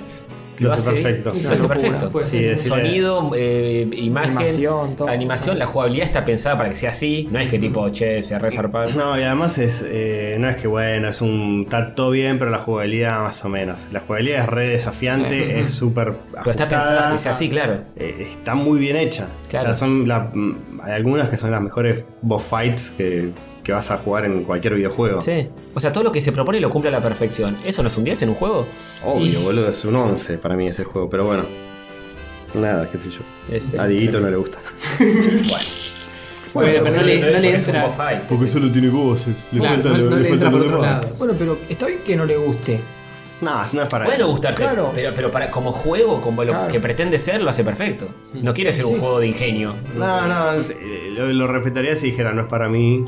Speaker 2: Lo hace perfecto.
Speaker 1: Lo
Speaker 2: Una
Speaker 1: hace
Speaker 3: locura.
Speaker 1: perfecto.
Speaker 5: Pues
Speaker 2: Sí, decirle-
Speaker 1: Sonido, eh, imagen,
Speaker 3: Animación,
Speaker 1: animación,
Speaker 3: todo.
Speaker 1: la jugabilidad está pensada para que sea así. No es que tipo, che, se resarpado.
Speaker 2: No, y además es. eh, no es que bueno, es un. Está todo bien, pero la jugabilidad más o menos. La jugabilidad es re desafiante, es súper.
Speaker 1: Pero está pensada para que sea así, claro.
Speaker 2: Eh, está muy bien hecha.
Speaker 1: Claro.
Speaker 2: O sea, son la- mm, hay algunas que son las mejores boss fights que, que vas a jugar en cualquier videojuego.
Speaker 1: Sí. O sea, todo lo que se propone lo cumple a la perfección. ¿Eso no es un 10 en un juego?
Speaker 2: Obvio, boludo, es un 11 para mí ese juego, pero bueno. Nada, qué sé yo.
Speaker 11: Es,
Speaker 2: A Dieguito no le gusta.
Speaker 5: Bueno, pero no le, no le
Speaker 12: es un
Speaker 5: entra.
Speaker 12: mofai.
Speaker 2: solo tiene voces. Le
Speaker 5: Claro, no, no le entra por otro lado.
Speaker 3: Bueno, pero está bien que no le guste.
Speaker 2: No, eso no es para
Speaker 1: Puede no gustarte,
Speaker 3: Claro.
Speaker 1: pero, pero para, como juego, como lo
Speaker 3: Claro.
Speaker 1: que pretende ser, lo hace perfecto. No quiere ser un
Speaker 3: Sí.
Speaker 1: juego de ingenio.
Speaker 2: No, no, eh, lo, lo respetaría si dijera no es para mí.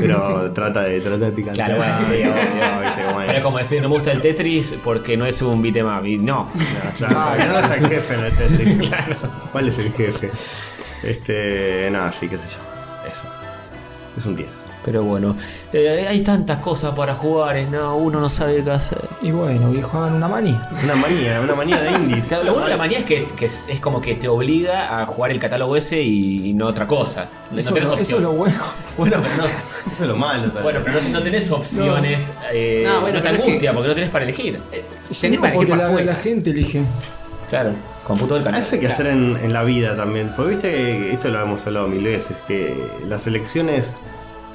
Speaker 2: Pero trata de, trata de
Speaker 1: Claro,
Speaker 2: picantear.
Speaker 1: bueno, sí, obvio.
Speaker 2: viste, como es.
Speaker 1: Pero como decir, no me gusta el Tetris porque no es un beat'em up. Y no.
Speaker 2: Claro, porque Ah, no está el jefe en el Tetris. ¿Cuál es el jefe? Este. Nada, sí, qué sé yo. Eso. Es un 10.
Speaker 1: Pero bueno, eh, hay tantas cosas para jugar, es no, uno no sabe qué hacer.
Speaker 3: Y bueno, viejo, hagan una mani.
Speaker 2: Una manía, una manía de indies.
Speaker 1: Claro, lo bueno de la manía es que, que es, es como que te obliga a jugar el catálogo ese y, y no otra cosa. No
Speaker 3: Eso,
Speaker 1: tenés
Speaker 3: lo- eso
Speaker 1: opción.
Speaker 3: es lo bueno.
Speaker 1: Bueno, pero no,
Speaker 2: Eso es lo malo. tal vez.
Speaker 1: bueno, pero no, no tenés opciones. eh, No,
Speaker 5: No, bueno,
Speaker 1: te
Speaker 5: pero es que- Eh,
Speaker 1: angustia porque no tenés para elegir.
Speaker 5: Tenés
Speaker 3: No,
Speaker 5: para elegir
Speaker 3: porque
Speaker 5: para
Speaker 3: la,
Speaker 5: afuera.
Speaker 3: la gente elige.
Speaker 1: Claro, computó el
Speaker 2: Ah,
Speaker 1: canal.
Speaker 2: Eso hay que hacer en, en la vida también. Porque viste que esto lo hemos hablado mil veces, que las elecciones.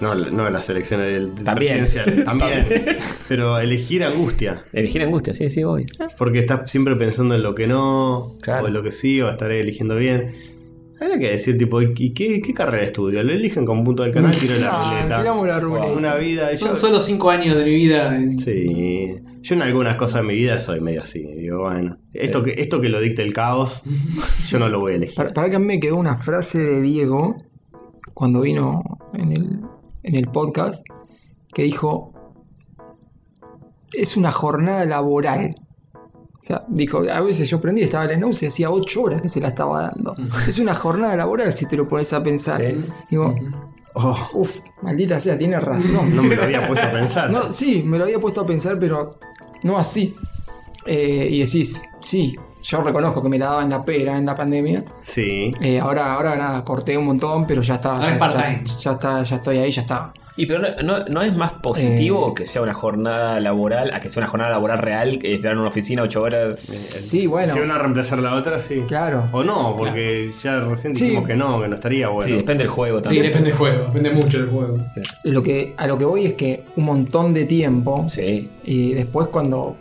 Speaker 2: No, no las elecciones del del
Speaker 1: También.
Speaker 2: presidenciales, también. pero elegir angustia.
Speaker 1: Elegir angustia, sí, sí, voy.
Speaker 5: Ah.
Speaker 2: Porque estás siempre pensando en lo que no,
Speaker 1: Claro.
Speaker 2: o en lo que sí, o estaré eligiendo bien. Habría que decir, tipo, ¿y qué, qué carrera estudio? Lo eligen con punto del canal, tiro la
Speaker 3: Ah,
Speaker 2: ruleta.
Speaker 3: tiramos la ruleta.
Speaker 2: Una vida. y Yo,
Speaker 5: Son solo 5 años de mi vida. en-
Speaker 2: Sí. Yo en algunas cosas de mi vida soy medio así. Digo, bueno, esto, que, esto que lo dicte el caos, yo no lo voy a elegir.
Speaker 3: Para, para que a mí me quedó una frase de Diego cuando vino en el, en el podcast que dijo: Es una jornada laboral. O sea, dijo, a veces yo prendí, estaba en el náusea, hacía 8 horas que se la estaba dando. Es una jornada laboral si te lo pones a pensar.
Speaker 1: Sí.
Speaker 3: Digo,
Speaker 2: Oh,
Speaker 3: uff, maldita sea, tiene razón.
Speaker 2: no me lo había puesto a pensar.
Speaker 3: No, sí, me lo había puesto a pensar, pero no así. Eh, y decís, sí, yo reconozco que me la daba en la pera en la pandemia.
Speaker 2: Sí.
Speaker 3: Eh, ahora, ahora nada, corté un montón, pero ya está.
Speaker 5: Ahora es
Speaker 3: Ya,
Speaker 5: part-time.
Speaker 3: ya- ya está, ya estoy ahí, ya está.
Speaker 1: Y pero no, no- ¿no es más positivo que sea una jornada laboral, a que sea una jornada laboral real, que estar en una oficina ocho horas.
Speaker 3: Sí, bueno.
Speaker 2: Si van a reemplazar la otra, sí.
Speaker 3: Claro.
Speaker 2: O no, porque ya recién
Speaker 3: Sí.
Speaker 2: dijimos que no, que no estaría
Speaker 1: Sí,
Speaker 2: bueno.
Speaker 1: depende del juego
Speaker 5: Sí,
Speaker 1: también.
Speaker 5: depende del juego, depende mucho del juego.
Speaker 3: Lo que, a lo que voy es que un montón de tiempo.
Speaker 1: Sí.
Speaker 3: Y después cuando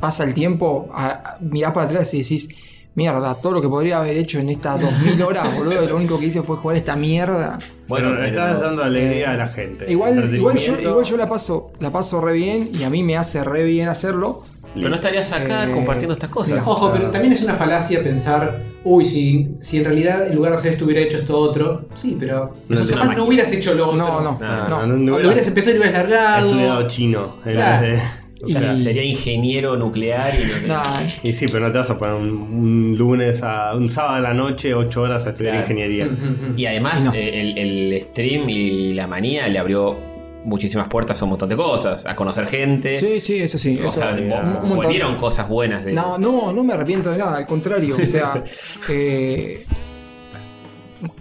Speaker 3: pasa el tiempo, a- a- mirás para atrás y decís, mierda, todo lo que podría haber hecho en estas 2000 horas, boludo, lo único que hice fue jugar esta mierda.
Speaker 2: Bueno,
Speaker 1: Bueno,
Speaker 2: le estás
Speaker 1: pero-
Speaker 2: dando alegría a la gente.
Speaker 3: Eh, Igual, igual, yo,
Speaker 2: Entretenimiento.
Speaker 3: igual yo la paso, la paso re bien y a mí me hace re bien hacerlo.
Speaker 1: Pero no estarías acá
Speaker 3: Eh,
Speaker 1: compartiendo estas cosas.
Speaker 5: Ojo, pero también es una falacia pensar, uy, si, si en realidad en lugar de hacer esto hubiera hecho esto otro. Sí, pero
Speaker 2: No,
Speaker 5: eso
Speaker 2: no,
Speaker 5: capaz no hubieras hecho lo otro.
Speaker 3: No,
Speaker 1: No,
Speaker 3: no, Ah,
Speaker 2: No, no,
Speaker 3: no.
Speaker 2: no
Speaker 5: O lo
Speaker 2: hubiera
Speaker 5: hubieras empezado y lo hubieras largado.
Speaker 2: estudiado chino. en
Speaker 5: Claro.
Speaker 2: vez
Speaker 1: O sea,
Speaker 3: Y-
Speaker 1: sería ingeniero nuclear y no
Speaker 3: Nah,
Speaker 2: de- Y sí, pero no te vas a poner un, un lunes a un sábado a la noche, ocho horas a estudiar
Speaker 1: Claro.
Speaker 2: ingeniería.
Speaker 1: Y además,
Speaker 3: Y no.
Speaker 1: eh, el, el stream y la manía le abrió muchísimas puertas a un montón de cosas, a conocer gente.
Speaker 3: Sí, sí, eso sí.
Speaker 1: o
Speaker 3: eso-
Speaker 1: sea,
Speaker 2: un
Speaker 1: vo-
Speaker 3: montón.
Speaker 1: volvieron cosas buenas de.
Speaker 3: No, no, no me arrepiento de nada, al contrario, o sea, eh,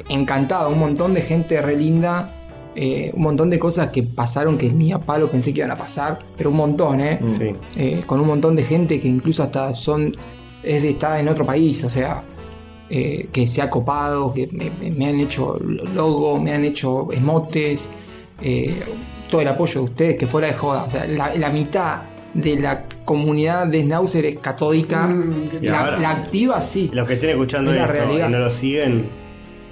Speaker 3: encantado, un montón de gente re linda, eh, un montón de cosas que pasaron que ni a palo pensé que iban a pasar, pero un montón, ¿eh?
Speaker 2: Sí.
Speaker 3: Eh, con un montón de gente que incluso hasta son, es de estar en otro país, o sea, eh, que se ha copado, que me, me- me han hecho logo, me han hecho emotes, eh, todo el apoyo de ustedes, que fuera de joda, o sea, la, la mitad de la comunidad de Snauzer es catódica,
Speaker 2: Y
Speaker 3: la,
Speaker 2: ahora-
Speaker 3: la activa sí.
Speaker 2: Los que estén escuchando
Speaker 3: Es la
Speaker 2: esto
Speaker 3: realidad.
Speaker 2: y no lo siguen,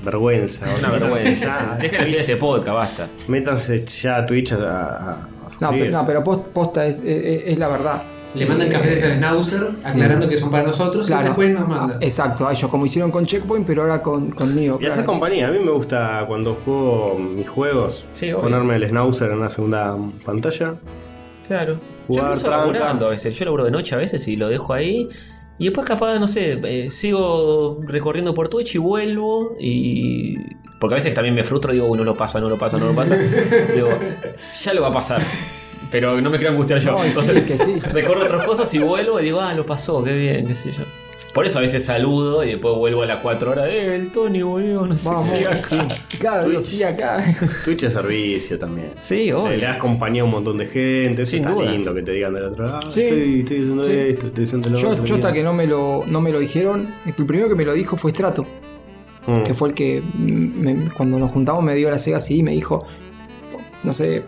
Speaker 2: vergüenza.
Speaker 1: Una vergüenza.
Speaker 2: Métanse
Speaker 1: Dejen de hacer este podcast, basta.
Speaker 2: ya- Métanse ya a Twitch a. a- a
Speaker 3: No,
Speaker 2: suscribirse.
Speaker 3: pero, no, pero post- posta es, es- es la verdad. Eh,
Speaker 5: Le mandan cafés al Schnauzer aclarando que son para nosotros y después nos
Speaker 3: Ah,
Speaker 5: mandan.
Speaker 3: Exacto, a ellos como hicieron con Checkpoint, pero ahora con, conmigo.
Speaker 2: Y hacer
Speaker 3: claro.
Speaker 2: compañía, a mí me gusta cuando juego mis juegos,
Speaker 1: Sí, obvio.
Speaker 2: ponerme el schnauzer en una segunda pantalla.
Speaker 1: Claro.
Speaker 2: Jugar
Speaker 1: yo incluso
Speaker 2: tranca.
Speaker 1: laburando a veces. Yo laburo de noche a veces y lo dejo ahí. Y después capaz, no sé, eh, sigo recorriendo por Twitch y vuelvo y... Porque a veces también me frustro, digo, uy, no lo pasa, no lo pasa, no lo pasa. digo, ya lo va a pasar. Pero no me quiero angustiar yo.
Speaker 3: No, y sí,
Speaker 1: Entonces,
Speaker 3: que sí.
Speaker 1: recorro otras cosas y vuelvo y digo, ah, lo pasó, qué bien, qué sé yo. Por eso a veces saludo y después vuelvo a las 4 horas, eh, el Tony, boludo, no sé
Speaker 3: Vamos,
Speaker 1: qué.
Speaker 3: sí. Claro, digo, sí, acá.
Speaker 2: Twitch es servicio también.
Speaker 1: Sí, obvio.
Speaker 2: Le, le das compañía a un montón de gente, eso
Speaker 1: Sin
Speaker 2: está
Speaker 1: duda.
Speaker 2: lindo que te digan del otro lado.
Speaker 3: Sí.
Speaker 2: Estoy, estoy diciendo
Speaker 3: Sí.
Speaker 2: esto, estoy diciendo lo
Speaker 3: Yo,
Speaker 2: otro.
Speaker 3: yo hasta que
Speaker 2: mirá.
Speaker 3: no me lo, no me lo dijeron, el primero que me lo dijo fue Strato,
Speaker 2: Mm.
Speaker 3: que fue el que mm, me- cuando nos juntamos me dio la Sega CD y me dijo, no sé,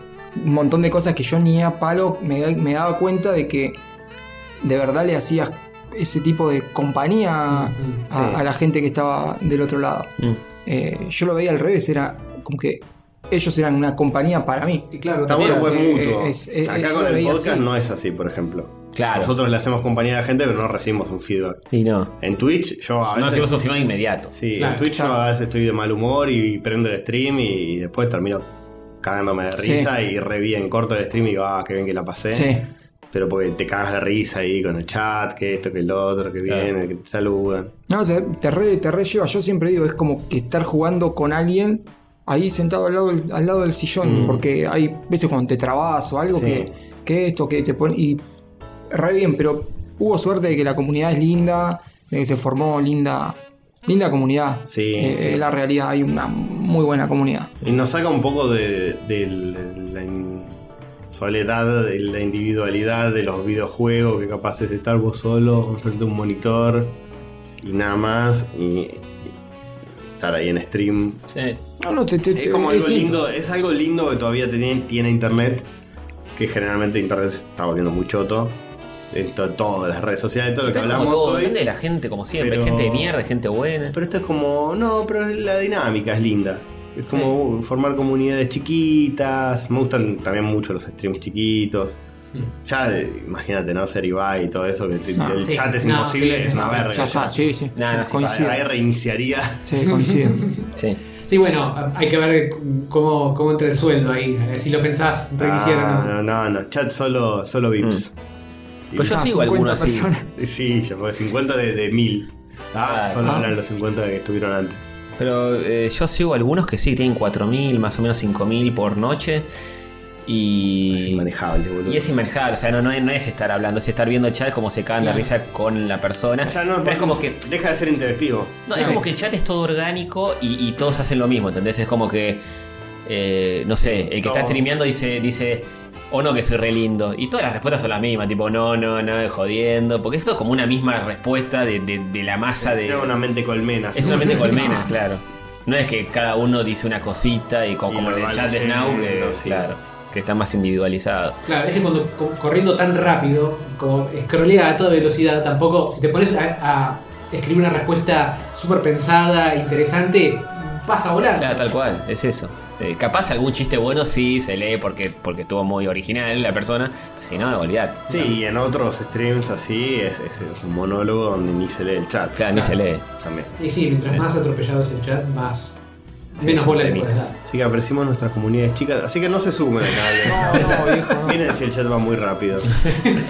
Speaker 3: un montón de cosas que yo ni a palo me, me daba cuenta de que de verdad le hacías ese tipo de compañía
Speaker 5: Ujú,
Speaker 3: a,
Speaker 2: sí.
Speaker 3: a la gente que estaba del otro lado.
Speaker 1: Mm.
Speaker 3: Eh, yo lo veía al revés, era como que ellos eran una compañía para mí.
Speaker 5: Y claro,
Speaker 2: Está
Speaker 5: también.
Speaker 2: bueno, pues
Speaker 3: eh,
Speaker 2: mutuo.
Speaker 3: es- es-
Speaker 2: Acá
Speaker 3: es-
Speaker 2: con
Speaker 3: lo
Speaker 2: el
Speaker 3: veía
Speaker 2: podcast
Speaker 3: así.
Speaker 2: no es así, por ejemplo.
Speaker 1: Claro.
Speaker 2: Nosotros le hacemos compañía a la gente, pero no recibimos un feedback.
Speaker 1: Y no.
Speaker 2: En Twitch, yo a
Speaker 1: No
Speaker 2: veces.
Speaker 1: hacemos un final inmediato.
Speaker 2: sí,
Speaker 5: Claro,
Speaker 2: en Twitch yo
Speaker 3: claro.
Speaker 2: a veces estoy de mal humor y prendo el stream y después termino cagándome de
Speaker 3: Sí.
Speaker 2: risa y re bien corto el stream y digo, ah, qué bien que la pasé.
Speaker 3: Sí.
Speaker 2: Pero porque te cagas de risa ahí con el chat, que esto, que el otro, que
Speaker 1: Claro.
Speaker 2: viene, que te saludan.
Speaker 3: No, te, te re, te re lleva. Yo siempre digo, es como que estar jugando con alguien ahí sentado al lado, del- al lado del sillón.
Speaker 2: Mm.
Speaker 3: Porque hay veces cuando te trabas o algo
Speaker 2: Sí.
Speaker 3: que, que esto, que te ponen. Y re bien, pero hubo suerte de que la comunidad es linda, de que se formó linda. Linda comunidad.
Speaker 2: Sí,
Speaker 3: Eh,
Speaker 2: sí.
Speaker 3: eh, la realidad, hay una muy buena comunidad.
Speaker 2: Y nos saca un poco de, de la in- soledad, de la individualidad de los videojuegos, que capaz es de estar vos solo frente a un monitor y nada más, y, y estar ahí en stream.
Speaker 3: No, no, te, te-
Speaker 2: Es como
Speaker 3: te-
Speaker 2: algo
Speaker 3: es
Speaker 2: lindo, es algo lindo que todavía tiene, tiene internet, que generalmente internet se está volviendo muy choto. En to- todas las redes sociales, todo lo que
Speaker 1: Depende
Speaker 2: hablamos
Speaker 1: como todo,
Speaker 2: hoy.
Speaker 1: depende de la gente, como siempre.
Speaker 2: pero-
Speaker 1: Hay gente de mierda, hay gente buena.
Speaker 2: Pero esto es como, no, pero es la dinámica es linda. Es como uh, formar comunidades chiquitas. Me gustan también mucho los streams chiquitos. Ya, eh, imagínate, ¿no? Ser Ibai y todo eso, que te-
Speaker 3: Ah,
Speaker 2: el
Speaker 5: sí.
Speaker 2: chat es
Speaker 5: No,
Speaker 2: imposible,
Speaker 5: sí,
Speaker 2: es una
Speaker 5: sí,
Speaker 2: verga.
Speaker 3: Ya está, sí, sí.
Speaker 1: No, no, sí,
Speaker 3: coincido.
Speaker 2: Ahí reiniciaría.
Speaker 3: Sí, coincido.
Speaker 1: Sí.
Speaker 5: Sí, bueno, hay que ver cómo, cómo entra el sueldo ahí. eh, Si lo pensás, reiniciar o
Speaker 2: Ah,
Speaker 5: no.
Speaker 2: no, no, no, chat solo, solo VIPs. Y-
Speaker 1: Pero yo
Speaker 3: Ah,
Speaker 1: sigo alguno
Speaker 3: 50
Speaker 1: así.
Speaker 3: personas.
Speaker 2: Sí, yo porque 50 de, de 1000. Ah,
Speaker 1: Ah,
Speaker 2: solo
Speaker 3: ah.
Speaker 2: eran los 50 que estuvieron antes.
Speaker 1: Pero eh, yo sigo algunos que sí, tienen 4.000, más o menos 5.000 por noche. Y.
Speaker 2: Es inmanejable, boludo.
Speaker 1: Y es inmerjar, o sea, no, no, es, no es estar hablando, es estar viendo el chat como se caen la risa con la persona.
Speaker 2: Ya no,
Speaker 1: Pero es como que.
Speaker 2: Deja de ser interactivo.
Speaker 1: No, es
Speaker 3: Sí.
Speaker 1: como que el chat es todo orgánico y, y todos hacen lo mismo, ¿entendés? Es como que. eh, no sé, el que
Speaker 2: No.
Speaker 1: está streameando dice. dice o no, que soy re lindo. Y todas las respuestas son las mismas, tipo, no, no, no, jodiendo. Porque esto es como una misma respuesta de, de- de la masa de.
Speaker 2: Tengo una mente colmena.
Speaker 1: Es solamente colmenas, claro. No es que cada uno dice una cosita y como,
Speaker 2: Y
Speaker 1: como
Speaker 2: lo
Speaker 1: en
Speaker 2: van
Speaker 1: el chat de
Speaker 2: leyendo,
Speaker 1: Snow, que,
Speaker 2: sí.
Speaker 1: claro, que está más individualizado.
Speaker 5: Claro, es que cuando co- corriendo tan rápido, como escrolea a toda velocidad, tampoco. Si te pones a, a escribir una respuesta súper pensada, interesante, pasa a volar.
Speaker 1: Claro, tal cual, es eso. Eh, capaz algún chiste bueno sí se lee porque, porque estuvo muy original la persona, pero si no, olvidate.
Speaker 2: Sí, y en otros streams así es, es un monólogo donde ni se lee el chat.
Speaker 1: Claro, ni se lee.
Speaker 2: También.
Speaker 5: Y sí, mientras
Speaker 1: Sí.
Speaker 5: más atropellado es el chat, más.
Speaker 2: Sí,
Speaker 5: menos
Speaker 2: sí,
Speaker 5: bola le
Speaker 2: sí.
Speaker 5: puedes dar.
Speaker 2: Así que apreciamos nuestras comunidades chicas. Así que no se sumen al canal.
Speaker 3: No, no, viejo, no.
Speaker 2: Miren si el chat va muy rápido.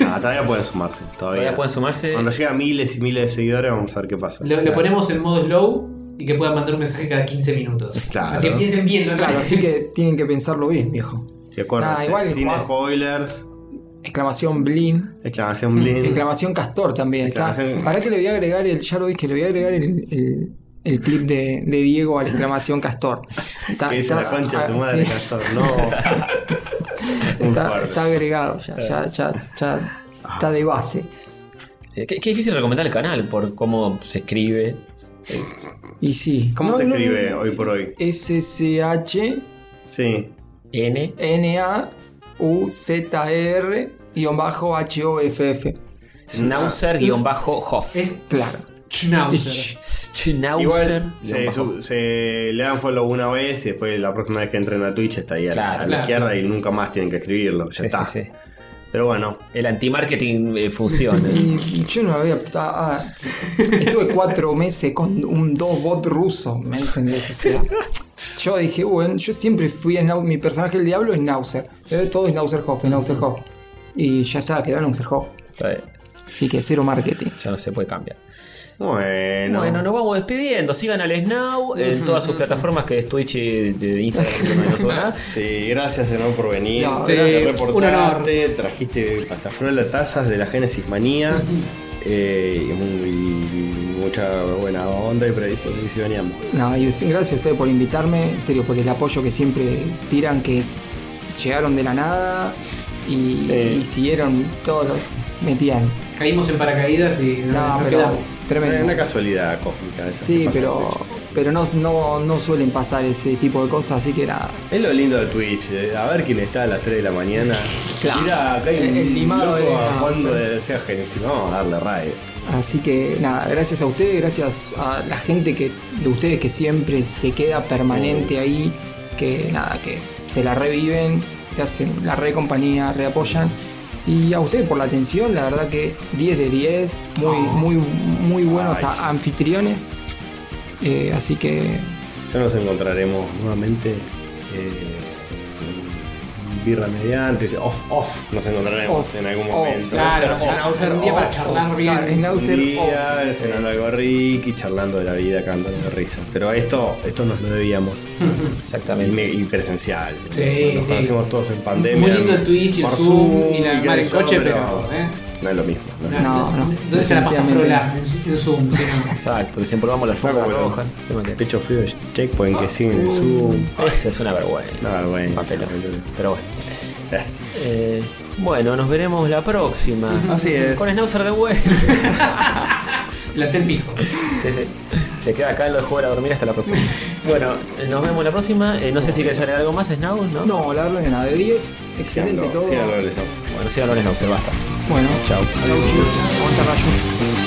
Speaker 2: Ah, todavía pueden sumarse. Todavía.
Speaker 1: Todavía pueden sumarse.
Speaker 2: Cuando llega a miles y miles de seguidores, vamos a ver qué pasa.
Speaker 5: Lo, lo ponemos en modo slow y que puedan mandar un mensaje cada 15 minutos.
Speaker 2: Claro.
Speaker 5: Así empiecen viendo,
Speaker 3: Claro, así que tienen que pensarlo bien, viejo.
Speaker 2: Y acuérdense,
Speaker 3: Nah, igual,
Speaker 2: sin
Speaker 3: Juan.
Speaker 2: spoilers,
Speaker 3: Exclamación Blin.
Speaker 2: exclamación blin.
Speaker 3: Exclamación Castor también. está.
Speaker 2: Exclamación-
Speaker 3: Para que le voy a agregar el. Ya lo dije, le voy a agregar el, el- el clip de, de Diego a la exclamación Castor. Está,
Speaker 2: Que dice
Speaker 3: está-
Speaker 2: la concha de tu
Speaker 3: ah,
Speaker 2: madre,
Speaker 3: sí,
Speaker 2: Castor. No. Muy
Speaker 3: está,
Speaker 2: fuerte. Eh.
Speaker 3: está agregado, ya, ya, ya, ya está de base.
Speaker 1: Eh, Qué, qué difícil recomendar el canal por cómo se escribe.
Speaker 3: Y sí.
Speaker 2: ¿Cómo se escribe hoy por hoy? Sí.
Speaker 1: N.
Speaker 3: E S-C-H-N-A-U-Z-R-H-O-F-F.
Speaker 1: Schnauzer-Hoff.
Speaker 5: Es
Speaker 3: Claro.
Speaker 5: Schnauzer.
Speaker 1: Schnauzer.
Speaker 2: Igual se, su- se le dan follow una vez y después la próxima vez que entren a Twitch está ahí a, la-
Speaker 1: Claro,
Speaker 2: a la
Speaker 5: claro.
Speaker 2: izquierda y nunca más tienen que escribirlo. Ya
Speaker 1: Sí,
Speaker 2: está.
Speaker 1: sí, sí.
Speaker 2: Pero bueno,
Speaker 1: El anti-marketing eh, funciona.
Speaker 3: Y yo no había. ah, ah, estuve cuatro meses con un dos bot ruso, ¿me entendés? O sea, yo dije, bueno, yo siempre fui a Nau- mi personaje el diablo es Nauser. Eh, Todo es Nauserhoff, es Nauserhoff. Y ya está, quedó Nauserhoff.
Speaker 1: Está bien,
Speaker 3: Así que cero marketing.
Speaker 1: ya no se puede cambiar.
Speaker 2: bueno.
Speaker 1: Bueno, nos vamos despidiendo. Sigan al Snow en todas sus plataformas que es Twitch y de Instagram. que no subo nada.
Speaker 2: Sí, gracias Eno por venir.
Speaker 3: No,
Speaker 2: Sí,
Speaker 5: gracias.
Speaker 2: reportaste,
Speaker 5: Un honor.
Speaker 2: trajiste pastafruela, tazas de la Génesis Manía. eh, y muy, mucha buena onda y predisposición y amor.
Speaker 3: No, y usted- gracias a ustedes por invitarme, en serio, por el apoyo que siempre tiran, que es. Llegaron de la nada y,
Speaker 2: Eh.
Speaker 3: y siguieron todos los. Metían.
Speaker 5: Caímos en paracaídas y no,
Speaker 3: No, Eh,
Speaker 5: nos
Speaker 3: pero.
Speaker 5: quedamos.
Speaker 3: Tremendo.
Speaker 2: Una casualidad cósmica esa. que
Speaker 3: Sí,
Speaker 2: pasa en
Speaker 3: pero,
Speaker 2: Twitch.
Speaker 3: pero no, no, no suelen pasar ese tipo de cosas, así que nada.
Speaker 2: Es lo lindo de Twitch, eh, a ver quién está a las 3 de la mañana.
Speaker 3: Claro.
Speaker 2: Mira, acá hay un
Speaker 3: El- el limado
Speaker 2: loco
Speaker 3: es-
Speaker 2: jugando de Sega Genesis. Vamos a darle raid.
Speaker 3: Así que nada, gracias a ustedes, gracias a la gente que, de ustedes que siempre se queda permanente ahí, que nada, que se la reviven, te hacen la re compañía, reapoyan. Y a ustedes por la atención, la verdad que 10 de 10, muy, muy, muy buenos a- anfitriones. Eh, así que
Speaker 2: Ya nos encontraremos nuevamente. eh, en birra mediante, off, off, nos encontraremos
Speaker 3: Off,
Speaker 2: en algún
Speaker 3: off,
Speaker 2: momento.
Speaker 5: Claro,
Speaker 2: Off.
Speaker 5: un día para charlar bien.
Speaker 3: claro, en
Speaker 2: Un
Speaker 3: Nauser,
Speaker 2: día
Speaker 3: off.
Speaker 2: cenando algo rico y charlando de la vida, cantando de risa. Pero a esto, esto nos lo debíamos.
Speaker 1: Exactamente.
Speaker 2: Y, me- y presencial.
Speaker 5: Sí,
Speaker 2: nos
Speaker 5: sí.
Speaker 2: conocimos todos en pandemia.
Speaker 5: Muy lindo el
Speaker 2: en-
Speaker 5: Twitch, el
Speaker 2: por
Speaker 5: Zoom y la
Speaker 2: qué
Speaker 5: mar en
Speaker 2: sé yo,
Speaker 5: coche, pero, ¿eh?
Speaker 2: No es lo mismo. no es lo mismo.
Speaker 3: No, no.
Speaker 5: ¿Dónde está la pasta
Speaker 3: Definitivamente.
Speaker 5: frola? En, Zoom- en Zoom, sí, no.
Speaker 1: Exacto, dicen probamos la foca,
Speaker 2: No,
Speaker 1: pero
Speaker 2: no.
Speaker 1: ojalá. ¿Qué más querés?
Speaker 2: Pecho frío de checkpoint que siguen en el Zoom.
Speaker 1: Esa es una vergüenza.
Speaker 2: No, bueno.
Speaker 1: Papelón. Pero bueno.
Speaker 2: Eh.
Speaker 1: Eh, bueno, nos veremos la próxima.
Speaker 2: Así es.
Speaker 1: Con Snauzer de vuelta.
Speaker 5: Plantel fijo.
Speaker 1: Sí, sí. Se queda acá en lo de jugar a dormir hasta la próxima. Bueno, eh, nos vemos la próxima. Eh, no sé si querés agregar algo más, Snow, ¿no?
Speaker 3: No, la verdad que nada, de 10, excelente
Speaker 2: Síganlo,
Speaker 3: todo.
Speaker 2: síganlo en el Snapchat.
Speaker 1: Bueno, sí, a Snauzer, basta.
Speaker 3: Bueno, chao. Chau, chicos. Aguanta, Rayo.